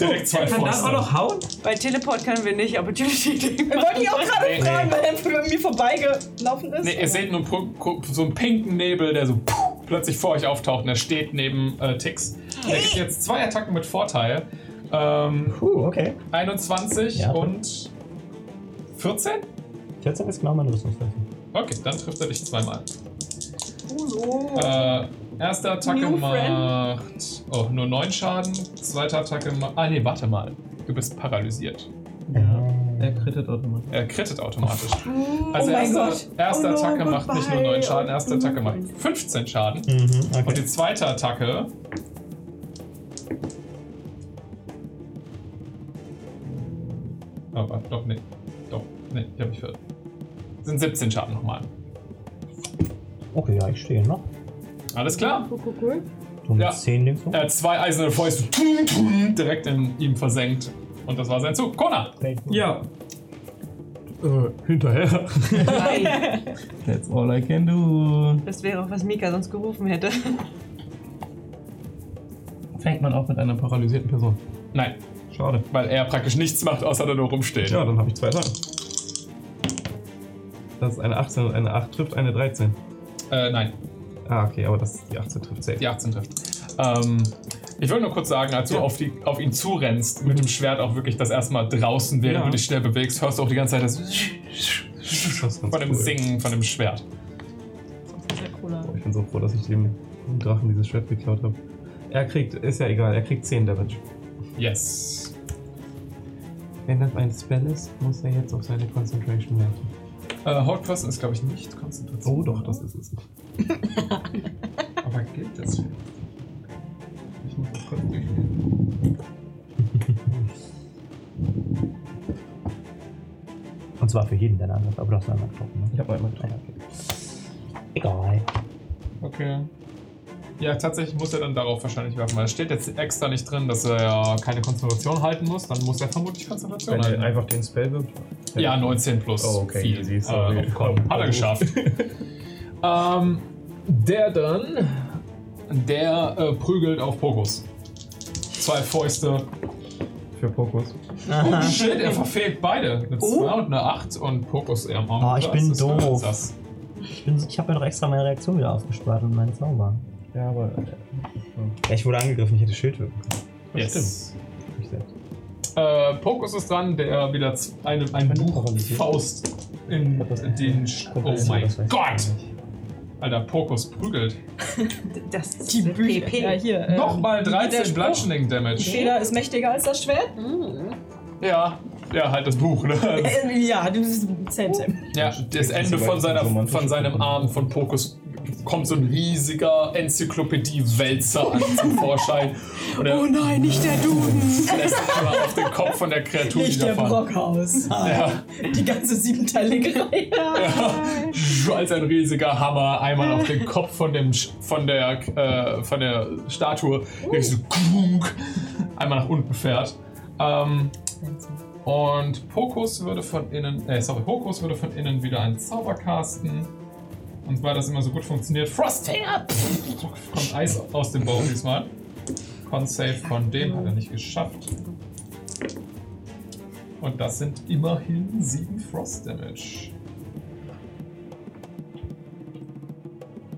S2: direkt
S19: Oh,
S2: zwei
S19: Kann das auch
S2: Fäuste.
S19: noch hauen?
S5: Bei Teleport können wir nicht, aber Teleport.
S4: Wollte ich auch gerade
S2: Nee,
S4: fragen, weil er für mir vorbeigelaufen ist.
S2: Nee, ihr seht nur pro- pro- so einen pinken Nebel, der so puh, plötzlich vor euch auftaucht und er steht neben äh, Tix. Er gibt jetzt zwei Attacken mit Vorteil. Ähm,
S8: Puh, okay.
S2: 21
S8: Ja.
S2: und 14?
S8: 14 ist genau meine Rüstungswaffe.
S2: Okay, dann trifft er dich zweimal.
S4: Oh,
S2: Äh, erste Attacke
S4: New
S2: macht oh, nur 9 Schaden. Zweite Attacke macht... Ah nee, warte mal. Du bist paralysiert.
S19: Er krittet automatisch.
S2: Er krittet automatisch. Also
S4: Oh mein
S2: erste,
S4: Gott.
S2: erste
S4: Oh no,
S2: Attacke macht nicht nur
S4: goodbye. Oh
S2: 9 Schaden, erste Attacke macht 15 Schaden.
S8: Mhm,
S2: Und
S8: okay.
S2: die zweite Attacke. Aber Oh, doch, nee. Doch, nee, ich hab mich verhört. Sind 17 Schaden nochmal.
S8: Okay, ja, ich stehe noch.
S2: Alles klar.
S8: Du mit
S2: Ja.
S8: 10 nimmst du?
S2: Er hat zwei eiserne Fäuste tum, tum, direkt in ihm versenkt. Und das war sein Zug. Kona!
S19: Ja. Äh, hinterher. That's all I can do.
S5: Das wäre auch, was Mika sonst gerufen hätte.
S19: Fängt man auch mit einer paralysierten Person.
S2: Nein,
S19: Schade.
S2: weil er praktisch nichts macht, außer da nur rumsteht.
S7: Ja, dann habe ich zwei Sachen. Das ist eine 18 und eine 8 trifft eine 13.
S2: Äh, nein,
S7: Ah, okay, aber das, die 18 trifft safe.
S2: die 18 trifft. Ähm, ich würde nur kurz sagen, als du auf, die, auf ihn zurennst, mit dem Schwert auch wirklich das erstmal draußen, während
S7: Ja.
S2: du dich schnell bewegst, hörst du auch die ganze Zeit das
S7: Das ist ganz
S2: von dem
S7: cool.
S2: Singen von dem Schwert.
S7: Boah, Ich bin so froh, dass ich dem Drachen dieses Schwert geklaut habe. Er kriegt, ist ja egal, er kriegt 10 Damage.
S2: Yes.
S7: Wenn das ein Spell ist, muss er jetzt auf seine Concentration werfen.
S2: Äh, Hold Person ist, glaube ich, nicht Konzentration.
S7: Oh doch, das ist es.
S2: Aber gilt das?
S7: Ich muss das kurz durchgehen.
S8: Und zwar für jeden deiner Angriff, aber du hast nur einmal getroffen, ne?
S7: Ich habe einmal getroffen.
S8: Egal.
S2: Okay. Ja, tatsächlich muss er dann darauf wahrscheinlich werfen, weil es steht jetzt extra nicht drin, dass er ja keine Konzentration halten muss. Dann muss er vermutlich Konzentration
S7: Wenn er
S2: halten.
S7: einfach den Spell wirft.
S2: Ja, 19 plus.
S7: Oh, okay,
S2: Viel.
S7: easy,
S2: Äh,
S7: sorry.
S2: auf Con. Hat er geschafft. ähm, der dann, der äh, prügelt auf Pokus. Zwei Fäuste.
S7: Für Fokus.
S2: Oh shit, er verfehlt beide. Eine 2 und eine 8 und Pokus er
S8: Oh, ich bin doof.
S2: Das.
S8: Ich, bin so- ich habe mir doch extra meine Reaktion wieder aufgespart und meinen Zauber.
S7: Ja, aber äh,
S8: Ja, ich wurde angegriffen, ich hätte Schild wirken können.
S2: Yes.
S8: Ich selbst.
S2: Äh, Pokus ist dran, der wieder z- eine, ein Buch Faust in den. Sch- Oh mein Gott! Alter, Pokus prügelt.
S5: Das ist die
S4: ja, hier.
S7: Ähm,
S4: äh,
S2: Nochmal
S4: der
S2: 13
S4: Spruch.
S2: Bludgeoning
S4: Die
S2: Damage.
S4: Feder ist mächtiger als das Schwert?
S2: Ja, ja, halt das Buch, ne?
S4: Äh, Ja, du bist same, same.
S2: Ja, das Ende von, seiner, von seinem Arm von Pokus kommt so ein riesiger Enzyklopädie-Wälzer an zum Vorschein. Und
S5: Oh
S2: er
S4: nein, nicht der Duden.
S2: lässt einmal auf den Kopf von der Kreatur
S4: Nicht der
S2: niederfallen.
S4: Brockhaus.
S2: Ja,
S4: Die ganze siebenteilige Reihe.
S2: ja. Als ein riesiger Hammer einmal auf den Kopf von, dem, Sch- von, der, äh, von der Statue. Wirklich so klunk, einmal nach unten fährt. Ähm, Und Pokus würde von innen, äh, sorry, Pokus würde von innen wieder einen Zauber casten. Und weil das immer so gut funktioniert, Frosthair! Pff, Kommt Eis aus dem Baum diesmal. Con-Save von dem hat er nicht geschafft. Und das sind immerhin 7 Frost Damage.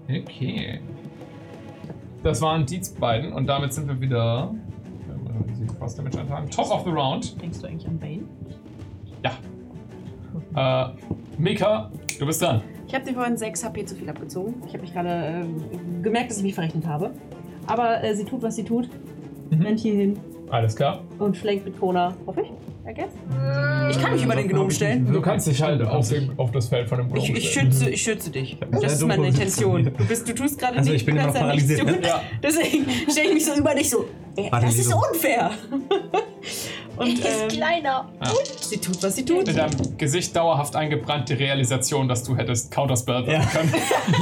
S2: Okay. Das waren die beiden und damit sind wir wieder. Sieben Frost Damage eintragen. Top of the Round.
S5: Denkst du eigentlich an Bane?
S2: Äh, Mika, du bist dran.
S5: Ich habe dir vorhin 6 HP zu viel abgezogen. Ich habe mich gerade ähm, gemerkt, dass ich mich verrechnet habe. Aber äh, sie tut, was sie tut.
S2: Mhm.
S5: Rennt hier hin
S2: Alles klar.
S5: und flankt mit Kona. Hoffe ich, I guess. Ich kann
S2: Äh,
S5: mich über den Gnom stellen.
S2: Du kannst dich halt auf, dem, auf das Feld von dem
S5: Ich,
S2: Gnomen
S5: ich,
S2: stellen.
S5: schütze, ich schütze dich.
S2: mich
S5: Das
S2: sehr
S5: ist
S2: dumm
S5: meine
S2: positioniert.
S5: Intention. Du, bist, du tust gerade
S2: Also,
S5: nichts.
S2: ich bin
S5: du
S2: immer
S5: kannst
S2: noch
S5: ja nichts
S2: paralysiert,
S5: tun.
S2: ne? Ja.
S5: Deswegen stelle ich mich so über dich so. äh, Das ist
S2: Paralysierung.
S5: unfair. Und, äh,
S6: Er
S9: Ähm,
S6: ist
S5: kleiner.
S2: Ja.
S5: Sie tut, was sie tut.
S2: In deinem Gesicht dauerhaft eingebrannt die Realisation, dass du hättest Counterspell ja. können.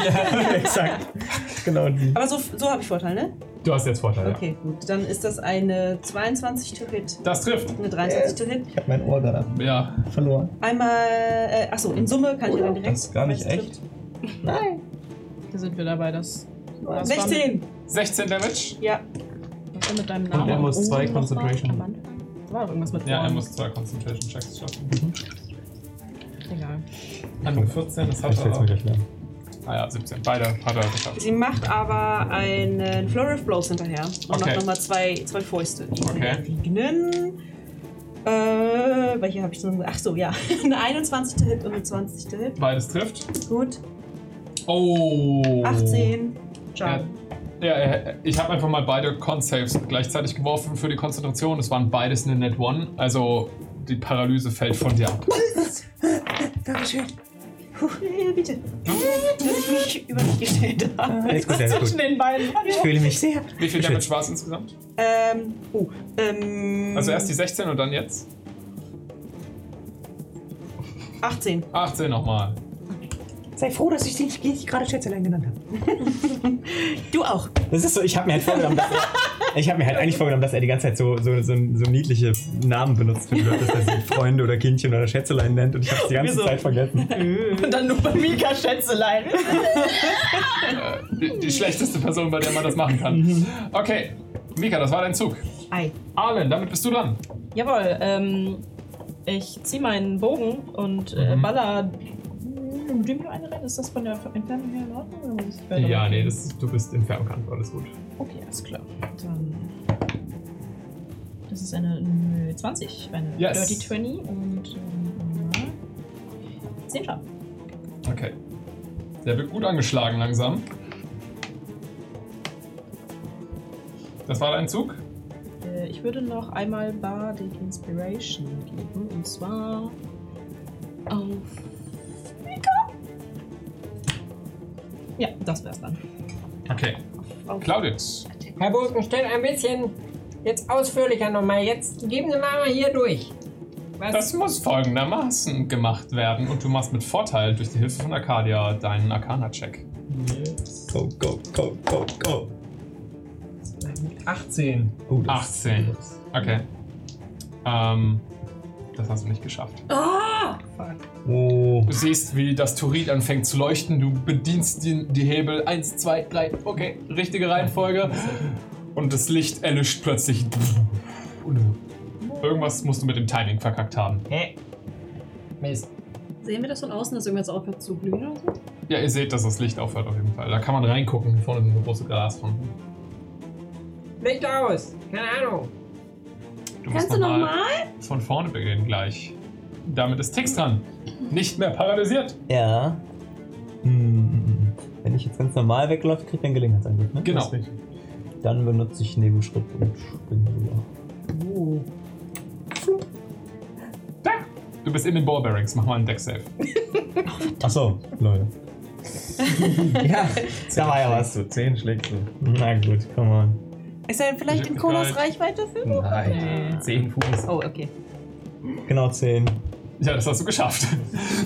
S5: Ja,
S2: exakt. Genau die.
S5: Aber so, so habe ich Vorteil, ne?
S2: Du hast jetzt Vorteile.
S5: Okay, gut. Dann ist das eine 22 to hit.
S2: Das trifft.
S5: Eine 23 to hit.
S8: Ich habe mein Ohr gerade
S2: ja.
S8: verloren.
S5: Einmal. Äh, achso, in Summe kann ich dann direkt.
S8: Oh Das ist gar nicht echt.
S5: Nein.
S4: Da sind wir dabei, das.
S8: Oh,
S4: das
S5: 16.
S2: 16 Damage?
S5: Ja.
S4: Was war mit deinem
S2: Und
S4: Namen?
S2: er muss zwei
S4: nochmal
S2: Concentration.
S4: am Anfang? Da war doch irgendwas mit
S2: Ja, er
S4: Namen.
S2: muss zwei Concentration Checks schaffen.
S4: Egal.
S2: An 14, das hat
S3: Ich will's
S2: er.
S3: mir
S2: Ah ja, 17. Beide hat er geschafft.
S5: Sie macht aber einen Flurry of Blows hinterher und
S2: Okay.
S5: macht nochmal zwei, zwei Fäuste.
S2: Okay.
S5: Liegenden. Äh, welche habe ich denn? Ach so, ja. eine 21. to Hit und eine 20. to Hit.
S2: Beides trifft.
S5: Gut.
S2: Oh.
S5: 18.
S2: Ja,
S5: Schaden.
S2: ja äh, ich habe einfach mal beide Con-Saves gleichzeitig geworfen für die Konzentration. Es waren beides eine Net One. Also die Paralyse fällt von dir ab.
S5: Dankeschön. Puh, ja, bitte. Dass ich mich über dich gestellt habe.
S2: Alles gut, alles gut.
S5: Zwischen den beiden.
S8: sehr.
S2: Wie viel Damage war es insgesamt?
S5: Ähm, oh, ähm.
S2: Also erst die 16 und dann jetzt?
S5: 18.
S2: 18 nochmal.
S8: Sei froh, dass ich dich dich gerade Schätzelein genannt habe.
S5: Du auch.
S3: Das ist so, ich habe mir halt vorgenommen, dass er, ich habe mir halt eigentlich vorgenommen, dass er die ganze Zeit so, so, so, so niedliche Namen benutzt für die Leute, dass er sie Freunde oder Kindchen oder Schätzelein nennt und ich habe die ganze
S5: Wieso?
S3: Zeit vergessen.
S5: Und dann nur bei Mika Schätzelein.
S2: Die, die schlechteste Person, bei der man das machen kann. Okay, Mika, das war dein Zug.
S5: Ei.
S2: Arlen, damit bist du dran.
S4: Jawohl, ähm, ich ziehe meinen Bogen und äh,
S2: Mhm.
S4: baller mit dem hier eine rein. Ist das von der Entfernung her in Ordnung? Oder muss ich weiter
S2: Äh, Ja,
S4: machen?
S2: nee, das, ist- du bist im Fernkampf, alles gut.
S4: Okay, alles klar. Dann. Das ist eine nö, 20, eine
S2: Yes.
S4: Dirty 20 und ähm, mal 10 Schaden.
S2: Okay. Der wird gut angeschlagen langsam. Das war dein Zug?
S4: Äh, ich würde noch einmal Bardic Inspiration geben und zwar auf. Mika. Ja, das wär's dann.
S2: Okay. Clauditz.
S20: Herr Bosenstein, ein bisschen jetzt ausführlicher nochmal. Jetzt geben Sie mal hier durch. Was?
S2: Das muss folgendermaßen gemacht werden und du machst mit Vorteil durch die Hilfe von Arcadia deinen Arcana-Check.
S3: Go, go, go, go, go.
S19: 18.
S3: Oh, das-
S2: 18. Okay. Ähm, das hast du nicht geschafft.
S3: Oh.
S2: Du siehst, wie das Turit anfängt zu leuchten. Du bedienst die, die Hebel. Eins, zwei, drei. Okay, richtige Reihenfolge. Und das Licht erlischt plötzlich. Und Irgendwas musst du mit dem Timing verkackt haben.
S20: Hä? Mist.
S9: Sehen wir das von außen, dass irgendwas aufhört zu glühen oder so?
S2: Ja, ihr seht, dass das Licht aufhört auf jeden Fall. Da kann man reingucken. Hier vorne sind so große Glasfronten.
S20: Licht aus. Keine Ahnung.
S2: Du
S6: Kannst
S2: musst
S6: du
S2: noch mal
S6: nochmal?
S2: von vorne beginnen gleich. Damit ist Tix dran. Nicht mehr paralysiert.
S8: Ja. Hm, Wenn ich jetzt ganz normal wegläufe, krieg ich einen Gelegenheitsangriff, ne?
S2: Genau.
S8: Dann benutze ich Nebenschritt und springe rüber.
S20: Oh.
S2: Du bist in den Ball Bearings. Mach mal einen Deck-Safe.
S8: Achso, Leute. ja, da war ja was.
S19: So 10 schlägst du.
S8: Na gut, come on.
S5: Ist er vielleicht in Konas Reichweite für?
S19: Nein. 10 Fuß.
S5: Oh, okay.
S8: Genau 10.
S2: Ja, das hast du geschafft.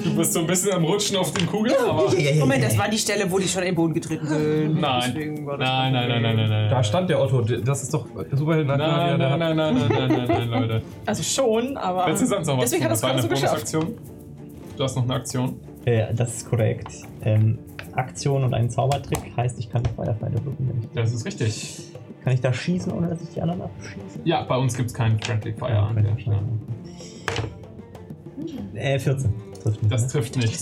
S2: Du bist so ein bisschen am Rutschen auf den Kugeln, aber.
S5: Moment, das war die Stelle, wo die schon in den Boden getreten sind.
S2: Nein.
S5: Deswegen war das
S2: Nein, nein, nein, nein, nein, nein.
S7: Da stand der Otto, das ist doch Superhelden.
S2: Nein, nein, nein, nein, nein, nein, nein, nein, Leute.
S4: Also schon, aber.
S2: Letzte sonst noch was.
S4: Deswegen
S2: tun.
S4: hat das
S2: war
S4: gerade
S2: eine
S4: so geschafft.
S2: Bonusaktion. Du hast noch eine Aktion.
S8: Ja, Äh, das ist korrekt. Ähm, Aktion und ein Zaubertrick heißt, ich kann die Feuerfeinde blocken. Wenn ich,
S2: Das ist richtig.
S8: kann ich da schießen, ohne dass ich die anderen abschieße?
S2: Ja, bei uns gibt's keinen Friendly Fire an der Stelle.
S8: Äh, 14. Trifft nicht,
S2: Das
S8: ne?
S2: trifft nicht.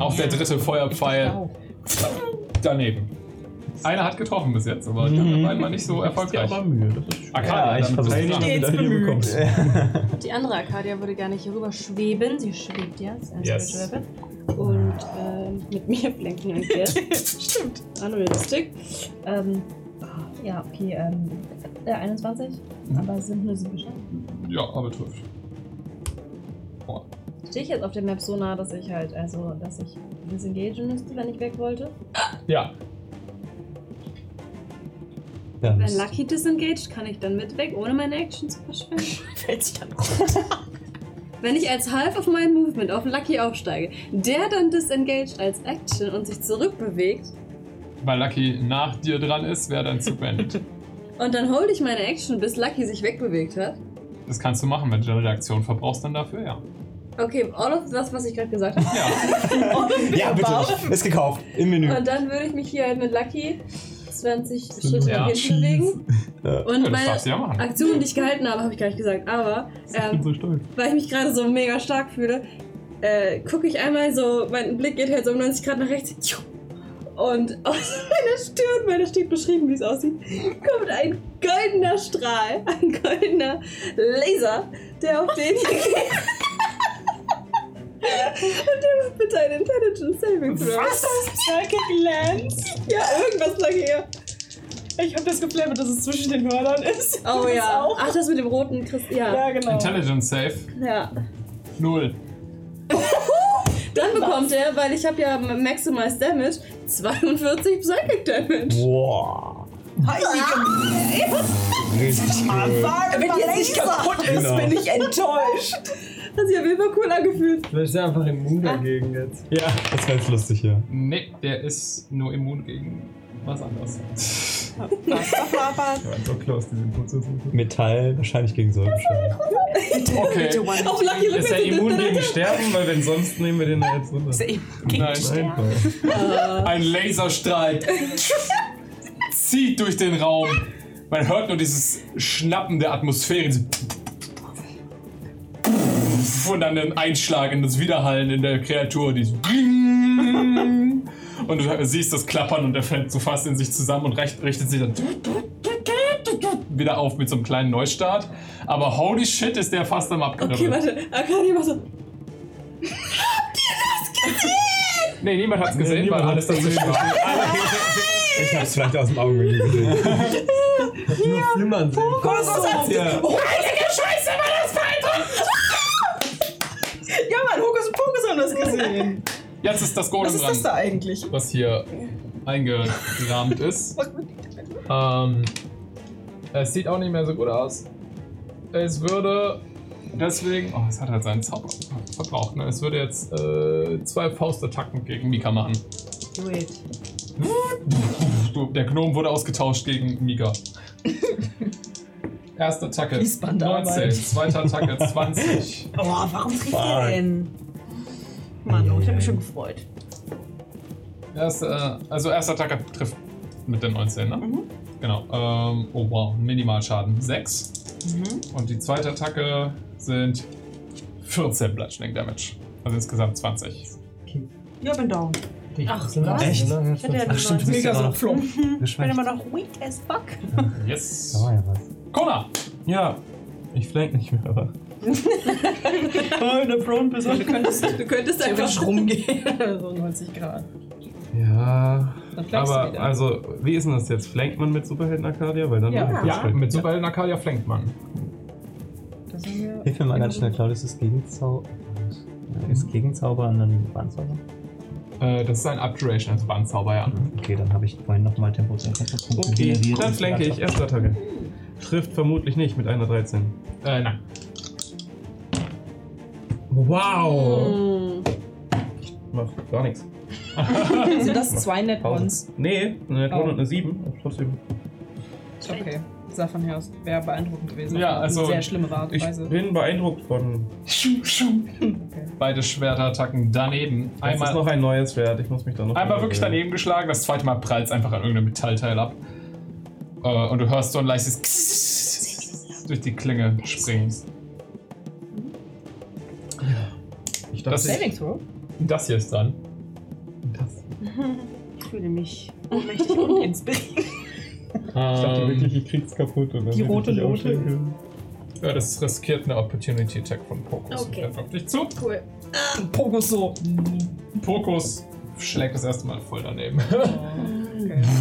S2: Auch der dritte Feuerpfeil daneben. Einer hat getroffen bis jetzt, aber die anderen beiden waren nicht so erfolgreich.
S19: Mühe, das ist schön.
S2: Arcadia,
S8: Ja, ich
S2: damit bist du
S8: versuche
S2: dran.
S8: wieder hier bekommst.
S9: Die andere Arcadia würde gar nicht hier rüber schweben. Sie schwebt ja. Das ist eine
S2: Yes.
S9: Spiritual Weapon. Ähm, mit mir blinken und Stimmt. Unrealistic. ah,
S4: Ähm, ja, okay, ähm, äh, 21, aber es sind nur sieben Stunden.
S2: Ja, aber trifft.
S9: Stehe ich jetzt auf der Map so nah, dass ich halt, also, dass ich disengagen müsste, wenn ich weg wollte?
S2: Ja.
S8: Ja,
S9: Wenn Lucky disengaged, kann ich dann mit weg, ohne meine Action zu verschwenden. Fällt sich dann Wenn ich als half auf meinen Movement auf Lucky aufsteige, der dann disengaged als Action und sich zurückbewegt,
S2: Weil Lucky nach dir dran ist, wäre dein Zug beendet.
S9: und dann hole ich meine Action, bis Lucky sich wegbewegt hat.
S2: Das kannst du machen, wenn du deine Reaktion verbrauchst, dann dafür, ja.
S9: Okay, all of das, was ich gerade gesagt habe.
S8: Ja, bitte. Ist gekauft. Im Menü.
S9: Und dann würde ich mich hier halt mit Lucky 20
S8: Stimmt,
S9: Schritte
S8: ja.
S9: nach hinten bewegen. Und
S8: das
S9: meine
S8: darfst du ja machen.
S9: Aktion, die ich gehalten habe, habe ich gar nicht gesagt. Aber ähm, weil ich mich gerade so mega stark fühle, äh, gucke ich einmal so, mein Blick geht halt so um 90 Grad nach rechts. Tschu. Und aus meiner Stirn, weil da steht beschrieben, wie es aussieht, kommt ein goldener Strahl, ein goldener Laser, der auf den hier geht. Und der macht bitte einen Intelligence Saving Throw.
S4: Was?
S9: Psychic Lens? Ja, irgendwas lag hier.
S4: Ich habe das geflammt, dass es zwischen den Hörnern ist.
S9: Oh
S4: Das
S9: ja.
S4: auch.
S9: Ach, das mit dem roten Christ. Ja.
S4: Ja, genau.
S2: Intelligence Safe,
S9: Ja.
S2: null.
S9: Dann bekommt er, weil ich habe ja Maximized Damage, 42 Psychic Damage.
S8: Boah. Richtig
S9: Wenn jetzt nicht kaputt
S18: ist, Genau. bin ich
S9: enttäuscht. Hat sich auf jeden Fall cool angefühlt.
S18: Vielleicht ist er einfach immun dagegen jetzt.
S2: Ja.
S8: Das war jetzt lustig hier.
S2: Nee, der ist nur immun gegen was anderes.
S8: Ja, so close, diese Metall wahrscheinlich gegen Säure.
S7: Okay.
S9: Auf Lucky
S7: Ist er immun gegen Sterben? Weil wenn sonst nehmen wir den da jetzt runter.
S9: Ist er
S7: gegen Nein, Sterben?
S2: Ein Laserstrahl zieht durch den Raum. Man hört nur dieses Schnappen der Atmosphäre. dieses Und dann den Einschlag und das Widerhallen in der Kreatur. Dieses und du siehst das Klappern und er fällt so fast in sich zusammen und recht- richtet sich dann wieder auf mit so einem kleinen Neustart. Aber holy shit, ist der fast am Abknüppeln.
S9: Okay, warte. Akani macht so.
S2: Nee, niemand hat's gesehen, weil alles dazwischen war.
S8: Ich hab's vielleicht aus dem Augenblick gesehen.
S18: Nur flimmern sehen.
S4: Fokus auf
S8: Ja.
S4: Oh, heilige Scheiße, war das Ja, Mann, Hokus und Pokus haben das gesehen.
S2: Jetzt ist das Golem
S4: Was ist
S2: dran.
S4: das da eigentlich?
S2: was hier eingerahmt ist. ähm, es sieht auch nicht mehr so gut aus. Es würde deswegen. Oh, es hat halt seinen Zauber verbraucht. Ne? Es würde jetzt äh, zwei Faustattacken gegen Mika machen.
S4: Do it.
S2: Du, der Gnom wurde ausgetauscht gegen Mika. Erste Attacke 19,
S4: Fließbandarbeit.
S2: zweite Attacke 20.
S5: Oh, warum trifft
S2: Fuck.
S5: der denn? Mann, oh, ich hab mich schon gefreut.
S2: Erste, äh, also erste Attacke trifft mit der 19, ne? Genau. Ähm, oh wow, Minimalschaden 6. Und die zweite Attacke sind 14 Bludgeoning Damage. Also insgesamt 20.
S5: Ja, bin down.
S18: Ach,
S5: was?
S8: Echt?
S5: Ich hätte ja
S8: Ach, stimmt, du bist ja
S5: mega
S8: auch
S5: so
S8: noch
S5: plump. Ich bin
S8: geschwächt.
S5: immer noch weak as fuck.
S2: Yes.
S8: Da war ja was.
S2: Kona!
S7: Ja. Ich flank nicht mehr, aber.
S4: Voll der Prone bist du. könntest,
S9: du könntest
S4: einfach rumgehen. so 90 Grad.
S7: Ja.
S4: Dann flankst du
S7: Aber
S4: wieder.
S7: also, wie ist denn das jetzt? Flankt man mit Superhelden Arcadia? Weil dann
S4: Ja.
S7: würde ich
S2: Ja,
S7: jetzt
S2: mit Superhelden Arcadia flankt man.
S4: Das haben wir-
S8: Hilf mir mal ganz schnell, Claudius ist Gegenzauber. Ist Gegenzauber und dann Bandzauber?
S2: Äh, das ist ein Abjuration, also Bandzauber, ja.
S8: Okay, dann habe ich vorhin nochmal Tempo zu
S7: Okay, dann flanke ich. Erste Attacke. Trifft vermutlich nicht mit einer 13.
S2: Äh, nein.
S7: Wow!
S9: Hm.
S7: Macht gar nichts.
S4: Sind Also das zwei Net Ones?
S7: Nee, eine
S4: Oh.
S7: 1 und eine 7. aber Trotzdem.
S4: Okay, sah von her aus, wäre beeindruckend gewesen.
S2: Ja,
S4: Auf
S2: also,
S4: Eine sehr schlimme Art und
S7: Ich
S4: Weise.
S7: bin beeindruckt von.
S2: Beide Schwerterattacken daneben.
S7: Das ist
S2: Einmal,
S7: noch ein neues Schwert. Ich muss mich da noch.
S2: einmal wirklich daneben geschlagen, das zweite Mal prallt es einfach an irgendeinem Metallteil ab. Äh, und du hörst so ein leichtes Kss durch die Klinge springen.
S7: Ich dachte,
S2: Das,
S4: Saving Throw?
S2: das hier ist dran.
S7: das,
S5: Ich fühle mich ohnmächtig und inspiriert.
S2: Ich
S7: ich dachte wirklich, ich krieg's kaputt. Und dann
S4: Die rote
S7: richtig
S4: Note.
S7: aufschlagen.
S2: Ja, das riskiert eine Opportunity Attack von Pokus.
S9: Okay.
S2: Der kommt nicht zu. Ah,
S9: Cool.
S4: Pokus so.
S2: Pokus schlägt das erste Mal voll daneben.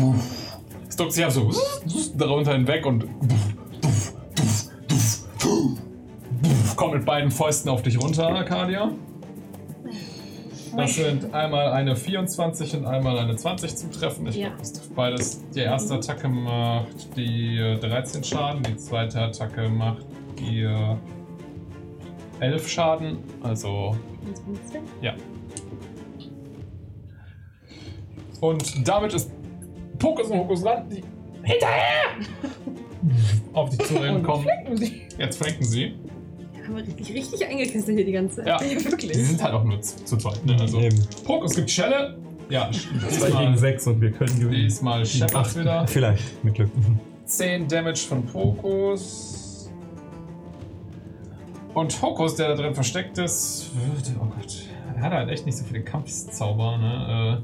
S9: Oh,
S2: Es duckt sich ab so darunter hinweg und kommt mit beiden Fäusten auf dich runter, Arcadia. Das sind einmal eine 24 und einmal eine 20 zum Treffen. Ich
S9: Ja.
S2: glaube, das trifft beides. Die erste Attacke macht die äh, 13 Schaden, die zweite Attacke macht die äh, 11 Schaden. Also ja. Und damit ist Pokus und Hokus dran, die hinterher auf dich zu rennen kommen. Jetzt flanken sie.
S9: Haben wir richtig, richtig eingekesselt hier die ganze Zeit.
S2: Ja, Die sind halt auch nur zu, zu zweit. Ne? Also, Pokus gibt Schelle. Ja,
S7: Zwei gegen sechs und wir können gewinnen.
S2: Diesmal Shepard wieder.
S8: Vielleicht, mit Glück.
S2: 10 Damage von Pokus. Und Hokus, der da drin versteckt ist, wird. Oh Gott. Er hat halt echt nicht so viele Kampfzauber, ne? Äh.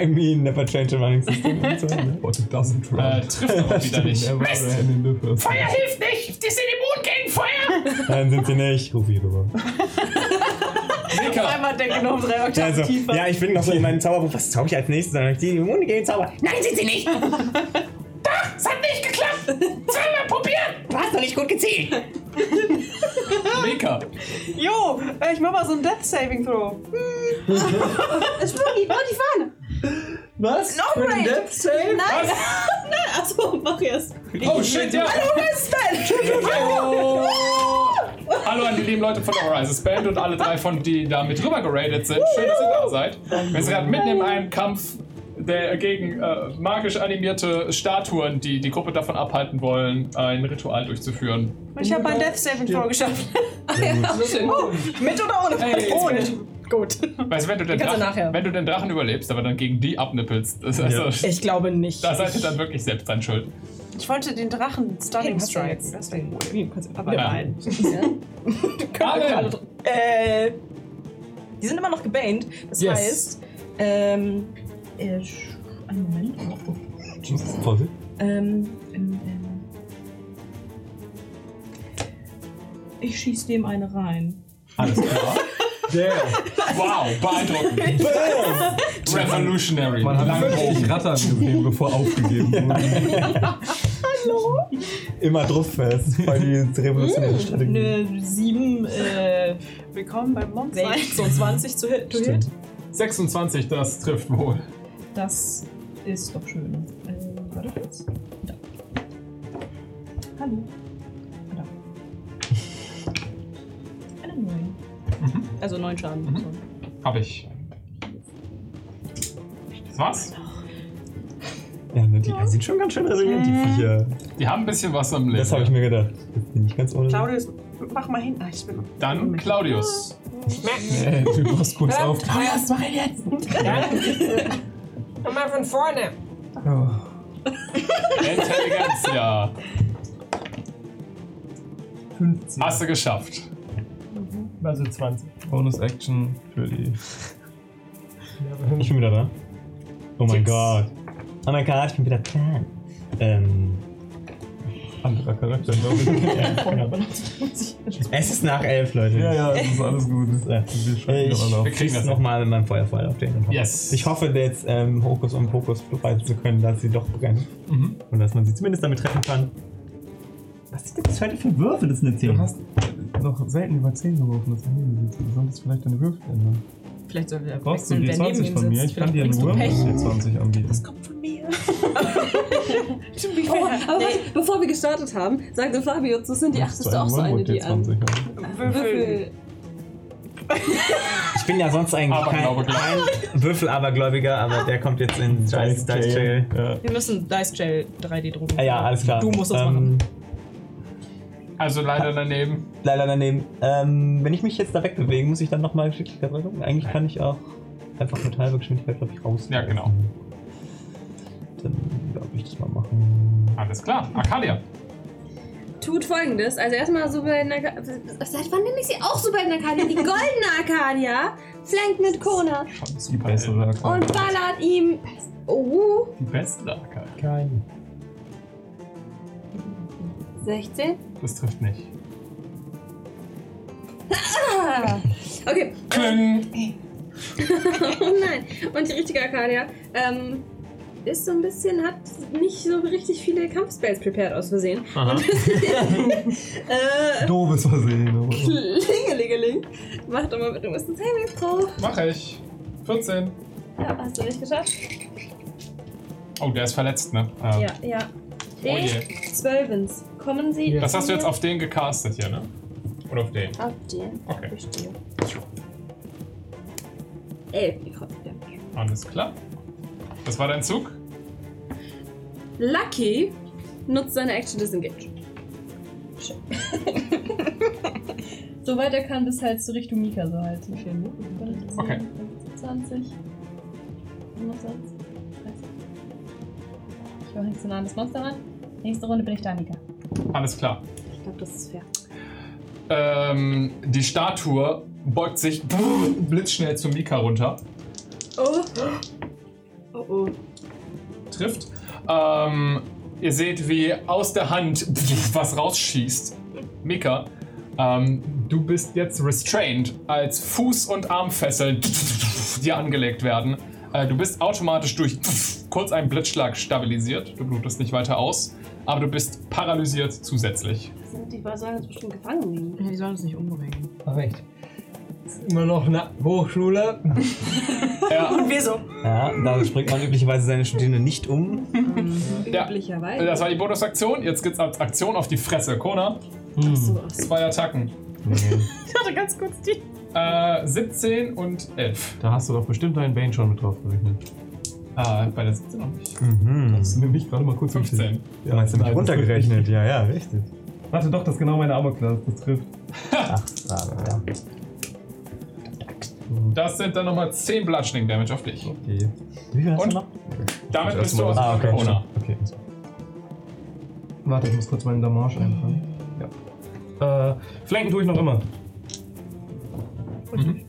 S8: I mean, never change a running system. ne? What it doesn't run.
S2: Äh, trifft aber wieder nicht. Mist!
S8: Feuer
S2: hilft nicht! Die sind immun gegen Feuer!
S8: Nein, sind sie nicht. Ruf ich rüber.
S2: Auf
S4: einmal der Genom drei Oktaven
S8: Also,
S4: tiefer.
S8: ja, ich bin noch so in meinem Zauberbuch. Was zauber ich als nächstes? Dann hab ich die Immune gegen Zauber.
S4: Nein, sind sie nicht! Doch, es hat nicht geklappt! Zweimal probieren! Du hast doch nicht gut gezielt!
S2: Mika!
S4: Jo, äh, ich mach mal so einen Death Saving Throw.
S24: Es Spooky, oh, die Fahne!
S25: Was?
S4: Noch
S25: Mit dem
S4: Rage.
S25: Death Save?
S4: Nein.
S25: Was?
S4: Nein, achso, mach erst.
S2: Oh, shit, ja.
S4: Hallo, was ist denn?
S2: Hallo. Hallo an die lieben Leute von der Horizons Band und alle drei von die da mit rüber geradet sind. Schön, dass ihr da seid. Wir sind gerade mitten in einem Kampf der, gegen äh, magisch animierte Statuen, die die Gruppe davon abhalten wollen, ein Ritual durchzuführen.
S4: Und ich habe mein Death Saving Throw geschafft. Oh, mit oder ohne?
S2: Hey, jetzt
S4: ohne.
S2: Gut. Weißt du, wenn du den,
S4: Kannst du nachher.
S2: Drachen, wenn du den Drachen überlebst, aber dann gegen die abnippelst, das ist also,
S4: Ich glaube nicht.
S2: da seid ihr dann wirklich selbst dran schuld.
S4: Ich wollte den Drachen Stunning Strikes. Deswegen. Aber
S2: Ja.
S4: nein. Alle. Äh, die sind immer noch gebannt. Das
S8: Yes.
S4: heißt, ähm, äh, sch- einen Moment.
S8: Vorsicht.
S4: Ähm, ähm, ähm. Ich schieß dem eine rein.
S8: Alles klar.
S2: Wow, beeindruckend. Revolutionary.
S7: Man hat
S2: Lange
S7: wirklich
S2: Bogen.
S7: Rattern gesehen, bevor aufgegeben wurde.
S4: Hallo?
S8: Immer drauf fest. Voll die revolutionäre Strategie.
S4: Eine 7, äh, willkommen beim Mob 26 zu hit, to hit.
S2: 26, das trifft wohl.
S4: Das ist doch schön. Äh, warte kurz. Da. Hallo. Da. Eine 9.
S8: Mhm.
S4: Also 9 Schaden.
S8: Äh,
S2: Hab ich. Das war's?
S8: Ja, ne, die sind schon ganz schön resilient, die Viecher.
S2: Die haben ein bisschen was am Leben.
S8: Das habe ich mir gedacht. Das bin ich ganz ohne.
S5: Claudius, mach mal hin. Ah, ich bin
S2: Dann Claudius.
S8: Äh, du brauchst kurz auf.
S26: was mach ich jetzt? Nochmal von vorne.
S2: Intelligenz, ja. Hast du geschafft.
S7: Also 20. Bonus Action für die.
S8: Ich bin wieder da. Oh mein
S7: Six.
S8: Gott. Oh mein Gott, ich bin wieder da. Ähm. Anderer Charakter, glaube ich. es ist nach elf, Leute.
S7: Ja, ja, das ist alles gut.
S8: Ja.
S7: schaffen das alle auf.
S8: Ich schieße nochmal mit meinem Feuerfall auf den.
S2: Yes.
S8: Ich hoffe, jetzt ähm, Hokus und Pokus beweisen zu können, dass sie doch brennen.
S7: Mhm.
S8: Und dass man sie zumindest damit treffen kann. Was sind denn das heute für Würfel? Das ist eine 10.
S7: Du hast noch selten über 10 geworfen, das Handy. Du solltest vielleicht deine Würfel ändern.
S4: Vielleicht sollten wir
S7: Brauchst du
S4: wechseln,
S7: die
S4: wer neben
S7: 20
S4: ihm
S7: von mir?
S4: sitzt.
S7: Ich kann dir
S4: Vielleicht
S7: nur
S4: bringst du
S7: die
S4: Pech.
S7: 20 anbieten.
S9: Oh, aber warte, bevor wir gestartet haben, sagte Fabio, das sind die achteste auch so eine, die an. Würfel.
S8: Ich bin ja sonst eigentlich kein,
S2: Aberglaube.
S8: kein Würfel-Abergläubiger, aber der kommt jetzt in Dice, Dice Jail.
S7: Ja.
S4: Wir müssen Dice Jail 3D drucken.
S8: Ah ja, alles klar.
S4: Du musst das machen.
S8: ähm,
S2: Also leider daneben.
S8: Leider daneben. Ähm, wenn ich mich jetzt da wegbewege, muss ich dann nochmal Geschicklichkeit drücken. Eigentlich kann ich auch einfach mit halber Geschwindigkeit, glaube ich, raus.
S2: Ja, genau.
S8: Dann glaube ich das mal machen.
S2: Alles klar. Arcadia.
S9: Tut folgendes. Also erstmal super in der
S24: Seit wann nenne ich sie auch Super in Arcadia? Die goldene Arcadia flankt mit Kona
S2: Die bessere
S24: und ballert ihm. Oh,
S2: Die beste Arcadia.
S8: Kein.
S24: 16.
S2: Das trifft nicht.
S27: Ah. Okay.
S2: Kling.
S27: oh nein. Und die richtige Arcadia ähm, ist so ein bisschen, hat nicht so richtig viele Kampfspells prepared aus Versehen.
S3: Aha.
S27: Äh,
S3: Doofes Versehen.
S27: Klingelingeling. Mach doch mal bitte ein Saving Throw.
S2: Mach ich. 14.
S27: Ja, hast du nicht geschafft.
S2: Oh, der ist verletzt, ne? Ähm,
S27: Ja, ja.
S2: Oh
S27: D12 Zwölfens. Kommen Sie.
S2: Das hast du jetzt
S27: auf.
S2: auf den gecastet hier, ne? Oder auf den?
S27: Auf den.
S2: Okay.
S27: Verstehe. Elf bekommt er.
S2: Alles klar. Das war dein Zug?
S27: Lucky nutzt seine Action Disengage. Shit.
S9: Soweit er kann, bis halt zur Richtung Mika so halt.
S2: Okay.
S9: 20. 25. 30. Ich mache nicht so nah an das Monster ran. Nächste Runde bin ich da, Mika.
S2: Alles klar.
S9: Ich glaube, das ist fair.
S2: Ähm, die Statue beugt sich blitzschnell zu Mika runter.
S27: Oh. Oh oh.
S2: Trifft. Ähm, ihr seht, wie aus der Hand was rausschießt. Mika, ähm, du bist jetzt restrained, als Fuß- und Armfesseln dir angelegt werden. Äh, du bist automatisch durch kurz einen Blitzschlag stabilisiert. Du blutest nicht weiter aus, aber du bist paralysiert zusätzlich.
S9: Sind die sollen uns bestimmt gefangen nehmen.
S4: Ja, die sollen uns nicht umbringen.
S18: Recht. Immer noch eine Hochschule.
S2: Und
S4: wir so.
S8: Ja, da springt man üblicherweise seine Studierende nicht um.
S27: Üblicherweise.
S2: Äh, Das war die Bonusaktion. Jetzt geht's als Aktion auf die Fresse. Kona. Zwei Attacken. Mhm.
S4: Ich hatte ganz kurz die.
S2: Äh, 17 und 11.
S7: Da hast du doch bestimmt deinen Bane schon mit drauf gerechnet.
S2: Ah, bei der 17 noch nicht.
S7: Mhm. Das ist nämlich gerade mal kurz
S2: 15.
S3: Ja, meinst du mich
S7: nein, das trifft
S3: runtergerechnet? Ja, ja, richtig.
S7: nicht. Warte doch, das ist genau meine Armor-Class. Das trifft.
S2: Das sind dann nochmal 10 Bludgeoning Damage auf dich.
S3: Okay. Wie viel hast
S2: Und
S3: du noch?
S2: damit
S3: Ich
S2: bist du
S3: erst
S2: aus
S3: mal-
S2: dem
S3: ah, okay,
S2: Corona.
S3: stimmt. Okay.
S7: Warte, ich muss kurz meinen Damage einfangen. Ja. Äh, flanken tue ich noch immer.
S2: Mhm.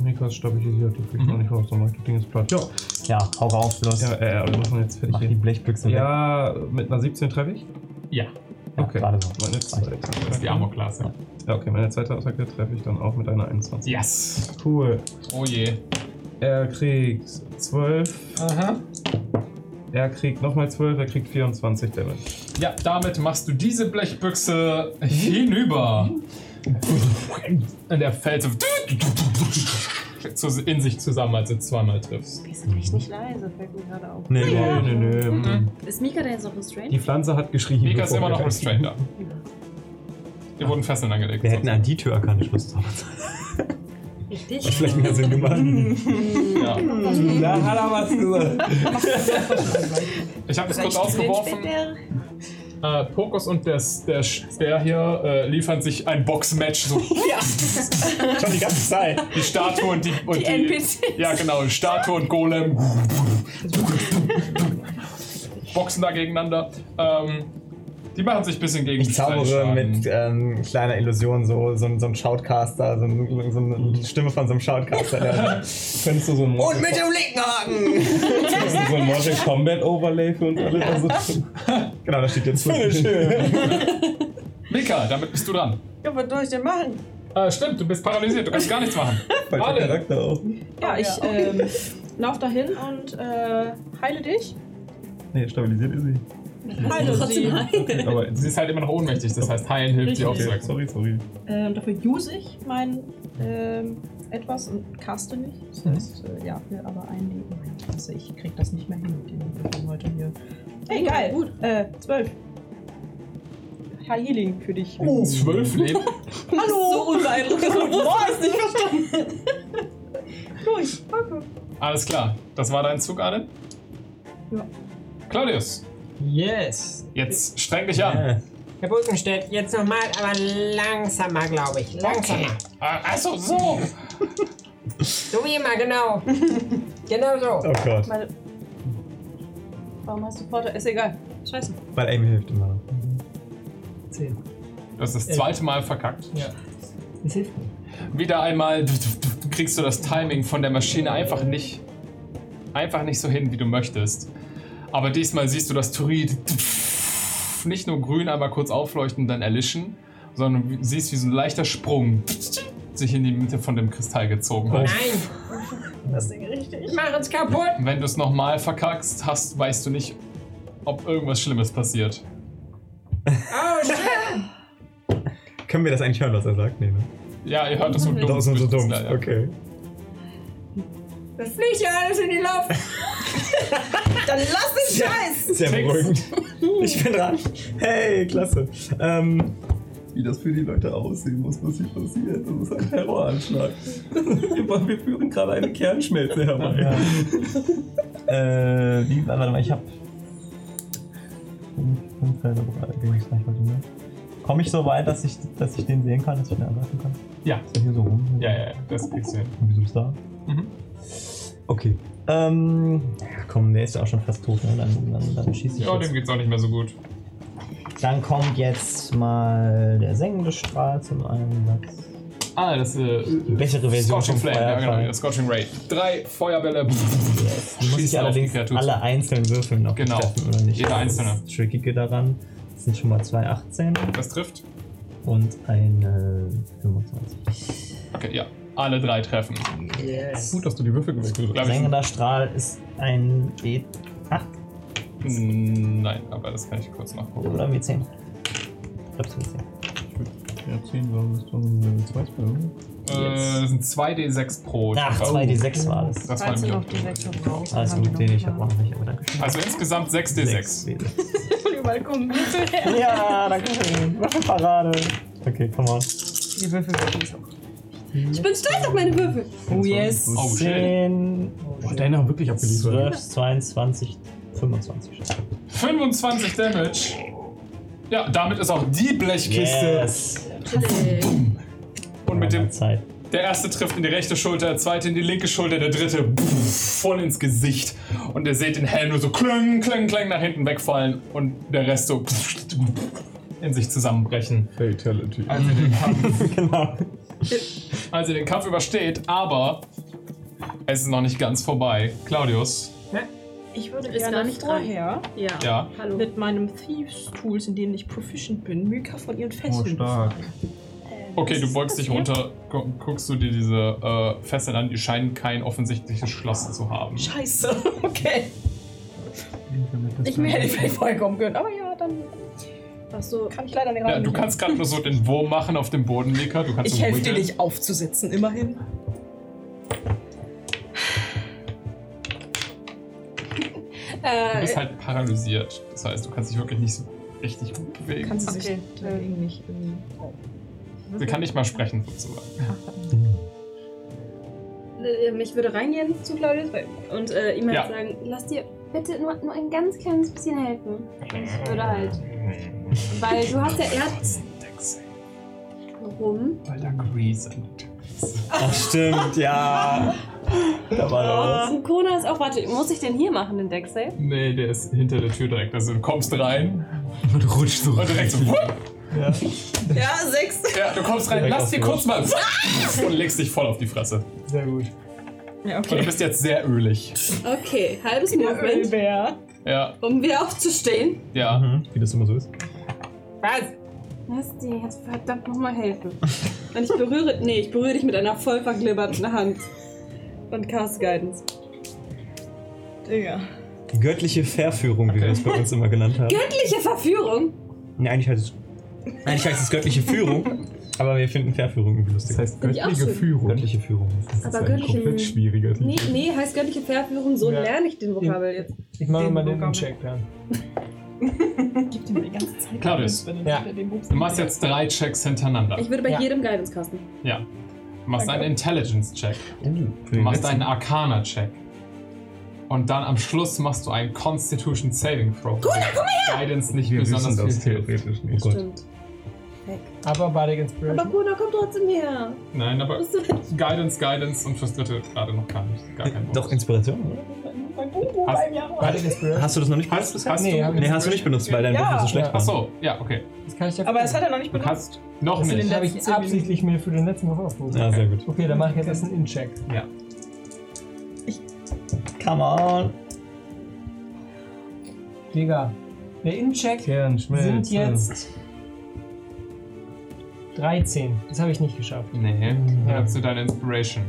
S7: Mika ist stabilisiert, die kriegt noch nicht raus, dann mach ich das Ding jetzt platt. Ja,
S3: Ja, hau raus, los.
S7: ja, äh, aber wir müssen jetzt fertig
S3: Mach die
S7: reden.
S3: Blechbüchse weg.
S7: Ja, mit einer 17 treffe ich?
S2: Ja.
S7: Okay.
S3: Gerade so.
S7: Meine zweite
S2: Das ist die
S7: Attacke.
S2: Armor-Class, ja.
S7: Ja, okay, meine zweite Attacke treffe ich dann auch mit einer 21.
S2: Yes.
S7: Cool.
S2: Oh je.
S7: Er kriegt 12,
S2: Aha.
S7: er kriegt nochmal 12, er kriegt 24 Damage.
S2: Ja, damit machst du diese Blechbüchse hinüber. Und der fällt so zu- in sich zusammen, als du zweimal triffst.
S5: Wir sind echt nicht leise, fällt mir gerade auf.
S7: Nee,
S27: Ja.
S7: nee, nee, nee.
S27: Mhm. Ist Mika denn jetzt noch restrained?
S7: Die Pflanze hat geschrien.
S2: Mika ist
S7: bevor
S2: immer
S7: wir
S2: noch
S7: rein-
S2: restrained da. Hier wurden Fesseln angelegt.
S3: Wir hätten an die Tür keine Schlusszauber.
S27: Richtig.
S3: Hat vielleicht mehr Sinn gemacht.
S2: ja.
S3: Da hat er was gesagt.
S2: Ich habe das kurz ausgeworfen. Äh, Pokus und der, der, der hier äh, liefern sich ein Boxmatch. So
S3: Schon die ganze Zeit.
S2: die Statue und die. Und die,
S9: NPCs.
S2: Ja, genau. Statue und Golem. Boxen da gegeneinander. Ähm, die machen sich ein bisschen gegen
S8: Ich zaubere
S2: Schaden.
S8: mit ähm, kleiner Illusion so, so, ein- so ein Shoutcaster, so, ein- so eine Stimme von so einem Shoutcaster. Der,
S7: Könntest du so ein Mortal,
S8: dem linken Haken!
S7: so ein Mortal Kombat Overlay für uns alle? Also,
S8: genau, da steht jetzt Finish. him.
S2: Mika, damit bist du dran.
S5: Ja, was soll ich denn machen?
S2: Äh, stimmt, du bist paralysiert, du kannst gar nichts machen. Alle.
S8: Charakter auch.
S5: Oh
S4: Ja, ich ähm, lauf dahin und äh, heile dich.
S7: nee, stabilisiert ist sie.
S4: Heile sie.
S7: Aber
S2: Sie ist halt immer noch ohnmächtig, das heißt, heilen hilft dir auch.
S7: okay, sorry, sorry.
S4: Ähm, dafür use ich mein ähm, etwas und caste nicht. Das
S7: Mhm.
S4: heißt, äh, ja, will aber ein Leben einlassen. Ich krieg das nicht mehr hin mit den Würfeln heute hier. Hey, geil. Gut. Äh, zwölf. High Healing für dich.
S2: Oh, Zwölf Leben.
S4: Hallo! Oh, So unbeeindruckt. Boah, ist nicht verstanden. Durch. Danke.
S2: Alles klar, das war dein Zug, Arne?
S4: Ja.
S2: Claudius,
S18: Yes.
S2: jetzt streng dich an.
S20: Herr Buckenstedt, jetzt nochmal, aber langsamer, glaube ich. Langsamer.
S2: Ah, Achso, so!
S20: So wie immer, genau. genau so.
S8: Oh Gott,
S4: Meine- Warum hast du Vorteil? Ist egal. Scheiße.
S8: weil Amy hilft immer noch.
S18: Zehn.
S2: Das ist
S28: Äh,
S2: das zweite Mal verkackt.
S18: Das hilft nicht.
S2: Wieder einmal kriegst du das Timing von der Maschine einfach nicht, einfach nicht so hin, wie du möchtest. Aber diesmal siehst du das Turid nicht nur grün einmal kurz aufleuchten und dann erlischen, sondern siehst, wie so ein leichter Sprung sich in die Mitte von dem Kristall gezogen hat.
S28: Nein! Das Ding richtig. Ich mache es kaputt!
S2: Wenn du es nochmal verkackst hast, weißt du nicht, ob irgendwas Schlimmes passiert.
S28: Oh, shit!
S8: Können wir das eigentlich hören, was er sagt? Nee, ne?
S2: Ja, ihr hört das so dumpf.
S8: Das ist so dumpf,
S2: Ja, ja.
S8: okay.
S28: Das fliegt ja alles in die Luft!
S4: Dann lass den Scheiß!
S8: Sehr beruhigend. Ich bin dran. Hey, klasse. Ähm,
S7: Wie das für die Leute aussehen muss, was hier passiert. Das ist ein Terroranschlag. wir führen gerade eine Kernschmelze herbei.
S8: äh, wie, warte mal, ich hab. Fünf, fünf Felder bereit, den ich gleich heute ne? Komme ich so weit, dass ich, dass ich den sehen kann, dass ich den angreifen kann?
S2: Ja.
S8: Ist er hier so rum?
S2: Ja, ja, ja, das kriegst du hin.
S8: Und wieso ist da?
S2: Mhm.
S8: Okay. Ähm, ja, komm, der ist ja auch schon fast tot, ne? Dann, dann, dann schieß ich.
S2: Ja,
S8: jetzt.
S2: dem geht's auch nicht mehr so gut.
S8: Dann kommt jetzt mal der sengende Strahl zum Einsatz.
S2: Ah, das ist äh,
S8: Die bessere Version
S2: Scorching
S8: vom
S2: Flame, ja genau,
S8: Feuerfall.
S2: ja, Scorching Ray. Drei Feuerbälle.
S8: Die muss ich
S2: Schießen auf die
S8: allerdings
S2: Kreatur.
S8: alle einzeln würfeln, ob die
S2: Genau.
S8: treffen oder nicht.
S2: Jeder
S8: Das ist
S2: einzelne.
S8: Das Trickige daran. Das sind schon mal zwei 18
S2: Das trifft.
S8: und eine 25.
S2: Okay, ja. Alle drei treffen.
S7: Gut, dass du die Würfel gewechselt
S2: Glaub ich,
S8: Sengender Strahl ist ein E D8
S2: Mm, nein, aber das kann ich kurz nachgucken.
S8: oder W10? Ich glaube, es ist W10.
S7: hast. Ja, 10 war das dann äh, zwei Spell, oder?
S2: Äh, das sind 2d6 pro.
S8: Ach,
S2: Treffer.
S8: 2D6 war das.
S2: Das war nämlich auch.
S4: die Wechsel brauchst.
S8: Alles gut, den ich habe auch noch nicht, aber danke schön.
S2: Also insgesamt 6d6.
S8: W6.
S4: Überall kommen.
S8: Ja, danke schön. Parade. Okay, come on.
S4: Die Würfel sind auch.
S9: Ich bin stolz auf meine Würfel.
S4: Oh yes.
S2: Oh, shit.
S8: 10,
S7: Boah, deine haben wirklich abgeliefert.
S8: 12, 22, 25.
S2: 25 Damage. Ja, damit ist auch die Blechkiste.
S8: Yes.
S2: Und mit dem.
S8: Zeit.
S2: Der erste trifft in die rechte Schulter, der zweite in die linke Schulter, der dritte pff, voll ins Gesicht. Und ihr seht den Helm nur so klöng, klöng, klöng nach hinten wegfallen und der Rest so pff, pff, in sich zusammenbrechen.
S7: Fatality.
S2: Als ihr den Kampf
S8: genau.
S2: als ihr den Kampf übersteht, aber es ist noch nicht ganz vorbei. Claudius,
S4: Ich würde
S9: Ist
S4: gerne
S9: gar nicht dran.
S4: vorher
S9: Ja.
S2: ja.
S9: Hallo.
S4: mit meinem Thieves Tools, in denen ich proficient bin, Mika von ihren
S7: Oh,
S4: Fesseln.
S7: stark.
S2: Okay, du beugst dich runter, gu- guckst du dir diese äh, Fesseln an, die scheinen kein offensichtliches Schloss zu haben.
S4: Scheiße. Okay.
S9: Ich
S4: Mir hätte
S9: merke.
S4: ich vielleicht vorher kommen können. Aber ja, dann
S9: Ach so.
S4: kann ich leider nicht
S2: Ja,
S4: ran.
S2: du kannst gerade nur so den Wurm machen auf dem Boden, Lika. Du kannst
S4: Ich
S2: so
S4: helfe dir
S2: wiggeln.
S4: nicht aufzusitzen, immerhin.
S2: Du
S9: Äh,
S2: bist halt paralysiert. Das heißt, du kannst dich wirklich nicht so richtig gut bewegen.
S4: Kann sie sich
S9: Okay.
S4: dagegen nicht irgendwie.
S2: Sie kann nicht mal sprechen, sozusagen.
S9: äh, ich würde reingehen zu Claudius weil- und äh, ihm halt
S2: Ja.
S9: sagen, lass dir bitte nur, nur ein ganz kleines bisschen helfen. Ich würde halt.
S2: Mhm.
S9: Weil du hast ja Erz rum.
S2: Weil da Grease an der Tür ist.
S8: Ach, stimmt, ja. Da war
S9: Und Oh, Kona ist auch, warte, muss ich denn hier machen, den Deck-Save?
S2: Nee, der ist hinter der Tür direkt. Also du kommst rein
S8: was. Und rutscht so.
S2: und direkt so. Wupp,
S4: Ja, sechs.
S2: Ja, du kommst rein,
S8: Direkt
S2: lass dir kurz mal und legst dich voll auf die Fresse.
S8: Sehr gut.
S4: Ja,
S2: Und du
S4: okay.
S2: bist jetzt sehr ölig.
S9: Okay, halbes
S4: Der
S9: Movement,
S4: Ölbär.
S2: Ja,
S9: um wieder aufzustehen.
S2: ja.
S8: Mhm. Wie das immer so ist.
S28: Was?
S9: Lass dir jetzt verdammt nochmal helfen. Und ich berühre, nee, ich berühre dich mit einer voll verglibberten Hand. Und Cast Guidance.
S4: Digga.
S8: Die göttliche Verführung, wie wir es bei uns immer genannt haben.
S9: Göttliche Verführung?
S8: Nee, eigentlich heißt es, eigentlich heißt es göttliche Führung, aber wir finden Verführung irgendwie lustig.
S7: Das heißt
S9: Find ich auch
S7: göttliche
S9: schön.
S7: Führung.
S8: göttliche Führung.
S7: Das
S9: Aber
S7: ist ein
S9: göttliche-
S7: komplett schwieriger Titel.
S9: Nee, nee, heißt göttliche Verführung, so
S18: Ja.
S9: lerne ich den Vokabel jetzt.
S18: Ich mache
S4: Den
S18: mal den
S4: Programm.
S18: Check dann.
S4: Gib ihm die ganze Zeit.
S2: Claudius.
S4: Wenn
S18: Ja.
S4: wenn den Bums-
S2: Du machst jetzt drei Checks hintereinander.
S9: Ich würde bei
S18: Ja.
S9: jedem Guidance casten.
S2: Ja. Du machst einen Intelligence-Check.
S8: Oh,
S2: Du
S8: den
S2: machst
S8: letzten.
S2: einen Arcana-Check. Und dann am Schluss machst du einen Constitution Saving Throw. Cool, komm her! Guidance nicht
S7: Wir wissen
S2: besonders
S7: das
S2: viel hilft.
S7: theoretisch nicht.
S8: Gut.
S9: Stimmt.
S18: Aber Bardic Inspiration.
S9: Aber Kona, komm trotzdem her.
S2: Nein, aber
S9: Bist du
S2: Guidance, Guidance und fürs dritte gerade noch gar nicht. Gar kein Bonus.
S8: Doch, Inspiration, oder?
S18: Bardic Inspiration.
S8: Hast du das noch nicht
S2: Hast, hast
S18: Nee,
S2: du?
S18: hab ich-
S8: Nee, hast du nicht benutzt, weil dein
S4: Ja.
S8: Würfel so schlecht war.
S2: Achso, ja, okay.
S18: Das kann ich ja
S4: Aber das hat er noch nicht
S2: Du
S4: benutzt.
S2: kannst noch
S4: Hast du
S2: nicht.
S4: den
S18: habe ich
S4: letzten
S18: absichtlich mir für den letzten noch aufgehoben.
S8: Ja, sehr gut.
S18: Okay, dann mache ich jetzt erst einen In-Check.
S8: Come on.
S18: Digga, der In-Check
S7: Kernschmelze.
S18: sind jetzt 13. Das habe ich nicht geschafft.
S2: Nee, dann hast du deine Inspiration.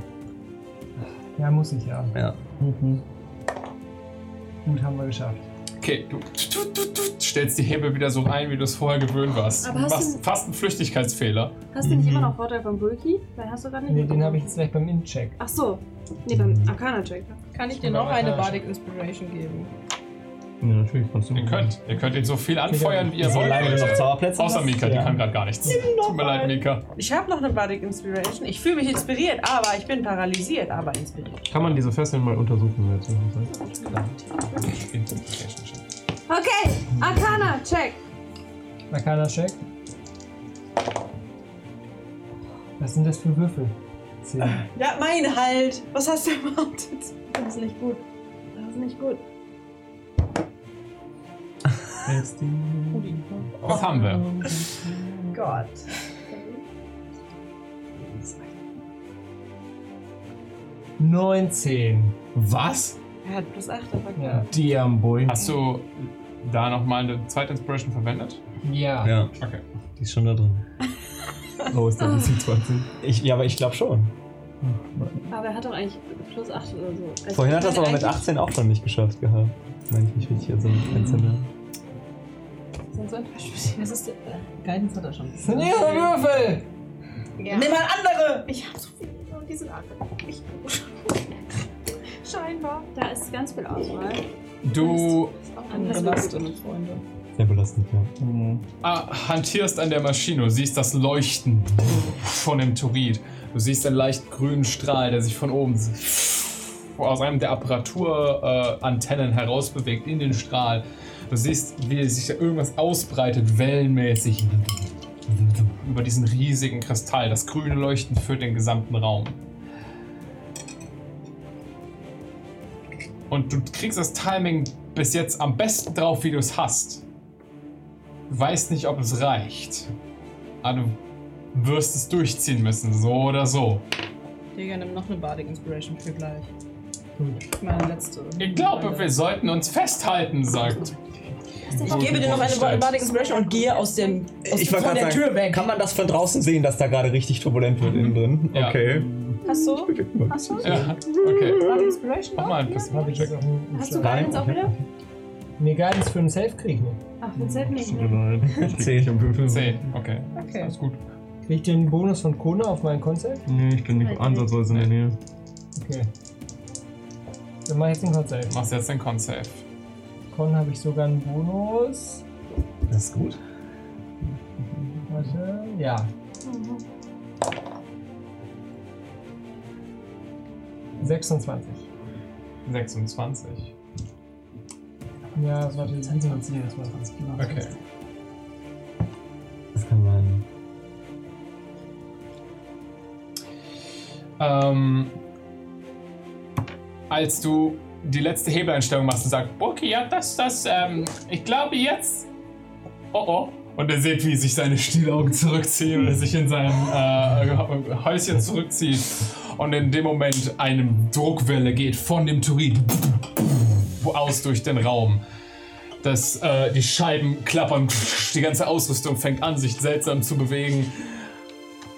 S18: Ja, muss ich ja. Mhm.
S29: Ja.
S18: Gut, haben wir geschafft.
S2: Okay, du tut, tut, tut, stellst die Hebel wieder so rein, wie du es vorher gewöhnt warst.
S9: Aber
S2: du
S9: hast
S2: machst
S9: du-
S2: fast einen Flüchtigkeitsfehler.
S9: Hast du nicht immer noch Vorteil beim Bulky? Weil hast du gar nicht.
S18: Mhm. Nee, den habe ich jetzt gleich beim Incheck.
S9: Ach so. Nee, beim Arcana-Check.
S4: Kann ich dir noch eine Bardic Inspiration geben?
S7: äh,
S8: Ja, natürlich kannst du.
S2: Ihr könnt. Ihr könnt ihn so viel anfeuern, wie ihr wollt.
S8: Solange du noch Zauberplätze
S2: Außer
S8: hast,
S2: Mika,
S8: ja.
S2: die kann gerade gar nichts. Tut mir leid, Mika.
S5: Ich habe noch eine Bardic Inspiration. Ich fühle mich inspiriert, aber ich bin paralysiert, aber inspiriert.
S7: Kann man diese Fesseln mal untersuchen jetzt?
S9: Okay, Arcana-Check.
S18: Arcana-Check. Was sind das für Würfel? Zehn.
S5: Ja, meine halt. Was hast du erwartet?
S9: Das ist nicht gut. Das ist nicht gut.
S2: Was haben wir?
S5: Gott.
S18: Neunzehn.
S2: Was?
S5: Er hat plus 8, aber
S18: Ja.
S7: Diamboy.
S2: Hast du da nochmal eine zweite Inspiration verwendet?
S18: Ja.
S29: Ja,
S2: Okay.
S29: die ist schon da drin.
S7: Oh, ist der DC 20.
S8: Ich, ja, aber ich glaube schon.
S9: Aber er hat doch eigentlich plus 8 oder so. Also
S8: Vorhin hat
S9: ich
S8: das aber mit
S9: meine,
S8: 18 auch dann nicht geschafft gehabt. Meine ich mich richtig also ein einzelner.
S4: Das ist. Äh, Guidance hat er schon.
S18: Das sind ihre Würfel!
S9: eigentlich- Ja.
S5: Nimm mal andere!
S9: Ich hab so viele und die sind alle nicht gut. Scheinbar. Da ist ganz viel Auswahl.
S2: Du
S9: Anders
S4: Freunde.
S8: Sehr belastend, ja.
S2: ah, hantierst an der Maschine und siehst das Leuchten von dem Turid. Du siehst einen leicht grünen Strahl, der sich von oben aus einem der Apparaturantennen herausbewegt in den Strahl. Du siehst, wie sich da irgendwas ausbreitet, wellenmäßig über diesen riesigen Kristall. Das grüne Leuchten füllt den gesamten Raum. Und du kriegst das Timing bis jetzt am besten drauf, wie du es hast. Du weißt nicht, ob es reicht. Aber du wirst es durchziehen müssen, so oder so.
S4: Digga, nimm noch eine Bardic Inspiration für gleich.
S18: Gut.
S4: Meine letzte.
S2: Ich glaube, wir sollten uns festhalten, sagt.
S4: Ich gebe dir noch eine Ba- Bardic Inspiration und gehe aus dem. Aus
S8: Ich
S4: von
S8: wollte
S4: der
S8: gerade sagen,
S4: Tür weg.
S8: kann man das von draußen sehen, dass da gerade richtig turbulent wird innen drin?
S2: Ja.
S8: Okay.
S9: Hast du?
S8: Hast du?
S2: Ja, okay.
S9: Bardic Inspiration?
S2: Mach mal ein
S18: Habe ich
S2: bisschen.
S18: jetzt auch einen
S9: Hast du
S18: Schlag.
S9: Guidance auch wieder?
S18: Nee, Guidance für einen Safe krieg ich nicht.
S9: Ach, mit Self nicht. ne?
S8: Zehn.
S7: am Würfel.
S2: 10, okay.
S4: Okay.
S2: Alles gut.
S18: Krieg ich den Bonus von Kona auf meinen Konzept?
S7: Nee, ich bin nicht ansatzweise in der Nähe.
S18: Okay. Dann mach ich jetzt den Konzept.
S2: Machst jetzt den Con-Save.
S18: Con habe ich sogar einen Bonus.
S8: Das ist gut.
S18: Warte, ja.
S9: Mhm.
S18: 26.
S2: 26.
S18: Ja, das war die 27. Das war 20, genau.
S2: Okay.
S8: Das kann man.
S2: Ähm, als du die letzte Hebeleinstellung machst und sagst, okay, ja, das, das, ähm, ich glaube jetzt. Oh oh. Und er seht, wie sich seine Stielaugen zurückziehen und er sich in sein äh, Häuschen zurückzieht. Und in dem Moment eine Druckwelle geht von dem Turid aus durch den Raum. Das, äh, die Scheiben klappern, die ganze Ausrüstung fängt an, sich seltsam zu bewegen.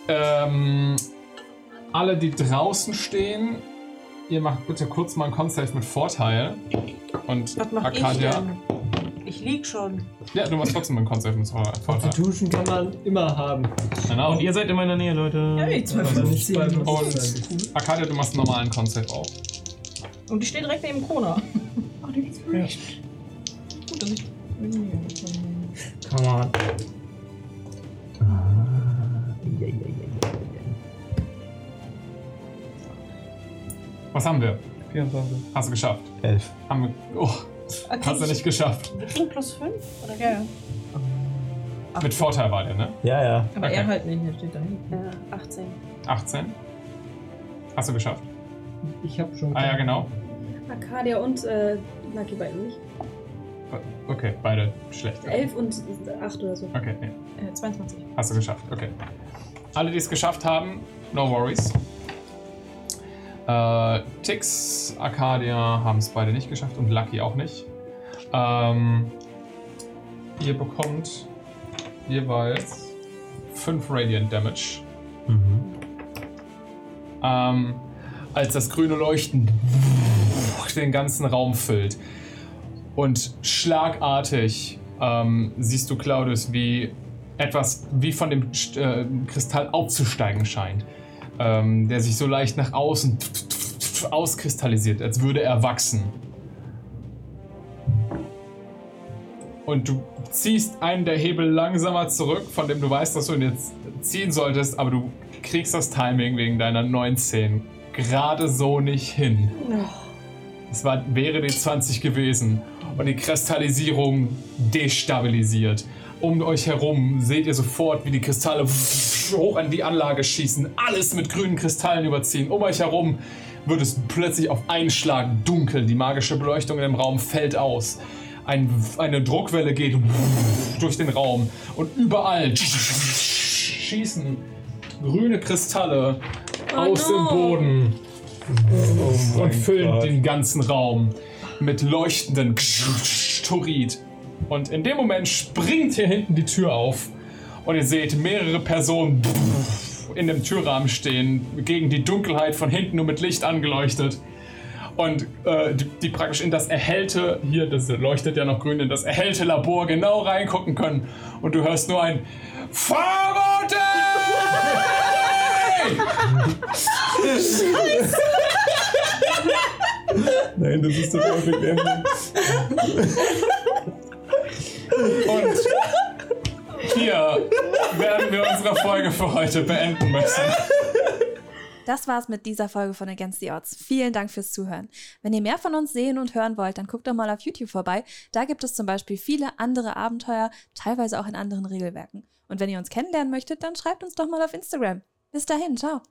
S2: Ähm, alle, die draußen stehen, ihr macht bitte kurz mal ein Concept mit Vorteil. Und
S5: Was mach
S2: Arcadia.
S5: ich denn? Ich lieg schon.
S2: Ja, du machst trotzdem ein Concept mit Vor- Vorteil.
S30: Constitution kann man immer haben.
S2: Genau.
S7: Und ihr seid in meiner Nähe, Leute.
S4: Ja, ich zwei
S7: Also nicht bei
S2: Und Arcadia, du machst einen normalen Concept auch.
S4: Und ich stehe direkt neben Kona. Bardic Inspiration. Gut, dass ich.
S29: Come on. Ah, ja, ja, ja,
S2: Was haben wir?
S7: 24.
S2: Hast du geschafft?
S8: Elf.
S2: Haben wir. Oh, hast du nicht geschafft.
S5: Wir kriegen plus 5? Oder
S4: Ja, ja.
S2: Mit Vorteil war der, ne?
S8: Ja, ja.
S4: Aber
S2: Okay.
S4: er halt nicht, er steht da hinten.
S5: Ja, 18.
S2: 18. Hast du geschafft?
S18: Ich habe schon.
S2: Ah ja, genau.
S9: Arcadia und äh, Lucky beide nicht.
S2: Okay, beide schlecht.
S9: 11 und 8 oder so.
S2: Okay, nee.
S4: Äh, 22.
S2: Hast du geschafft, okay. Alle, die es geschafft haben, no worries. Äh, Tix, Arcadia haben es beide nicht geschafft und Lucky auch nicht. Ähm, ihr bekommt jeweils 5 Radiant Damage. Ähm, als das grüne Leuchten den ganzen Raum füllt. Und schlagartig ähm, siehst du Claudius, wie etwas wie von dem äh, Kristall aufzusteigen scheint, ähm, der sich so leicht nach außen auskristallisiert, als würde er wachsen. Und du ziehst einen der Hebel langsamer zurück, von dem du weißt, dass du ihn jetzt ziehen solltest, aber du kriegst das Timing wegen deiner 19 gerade so nicht hin. Es war, wäre die 20 gewesen. Und die Kristallisierung destabilisiert. Um euch herum seht ihr sofort, wie die Kristalle hoch an die Anlage schießen, alles mit grünen Kristallen überziehen. Um euch herum wird es plötzlich auf einen Schlag dunkel. Die magische Beleuchtung in dem Raum fällt aus. Ein, eine Druckwelle geht durch den Raum. Und überall schießen grüne Kristalle aus dem Boden und füllen den ganzen Raum mit leuchtenden Turid. Und in dem Moment springt hier hinten die Tür auf und ihr seht mehrere Personen in dem Türrahmen stehen, gegen die Dunkelheit von hinten nur mit Licht angeleuchtet. Und äh, die, die praktisch in das erhellte, hier, das leuchtet ja noch grün, in das erhellte Labor genau reingucken können. Und du hörst nur ein Fahrrote!
S19: Scheiße!
S8: né?
S19: Nein, das ist der Perfect Ending.
S2: Und hier werden wir unsere Folge für heute beenden müssen.
S1: Das war's mit dieser Folge von Against the Odds. Vielen Dank fürs Zuhören. Wenn ihr mehr von uns sehen und hören wollt, dann guckt doch mal auf YouTube vorbei. Da gibt es zum Beispiel viele andere Abenteuer, teilweise auch in anderen Regelwerken. Und wenn ihr uns kennenlernen möchtet, dann schreibt uns doch mal auf Instagram. Bis dahin, ciao.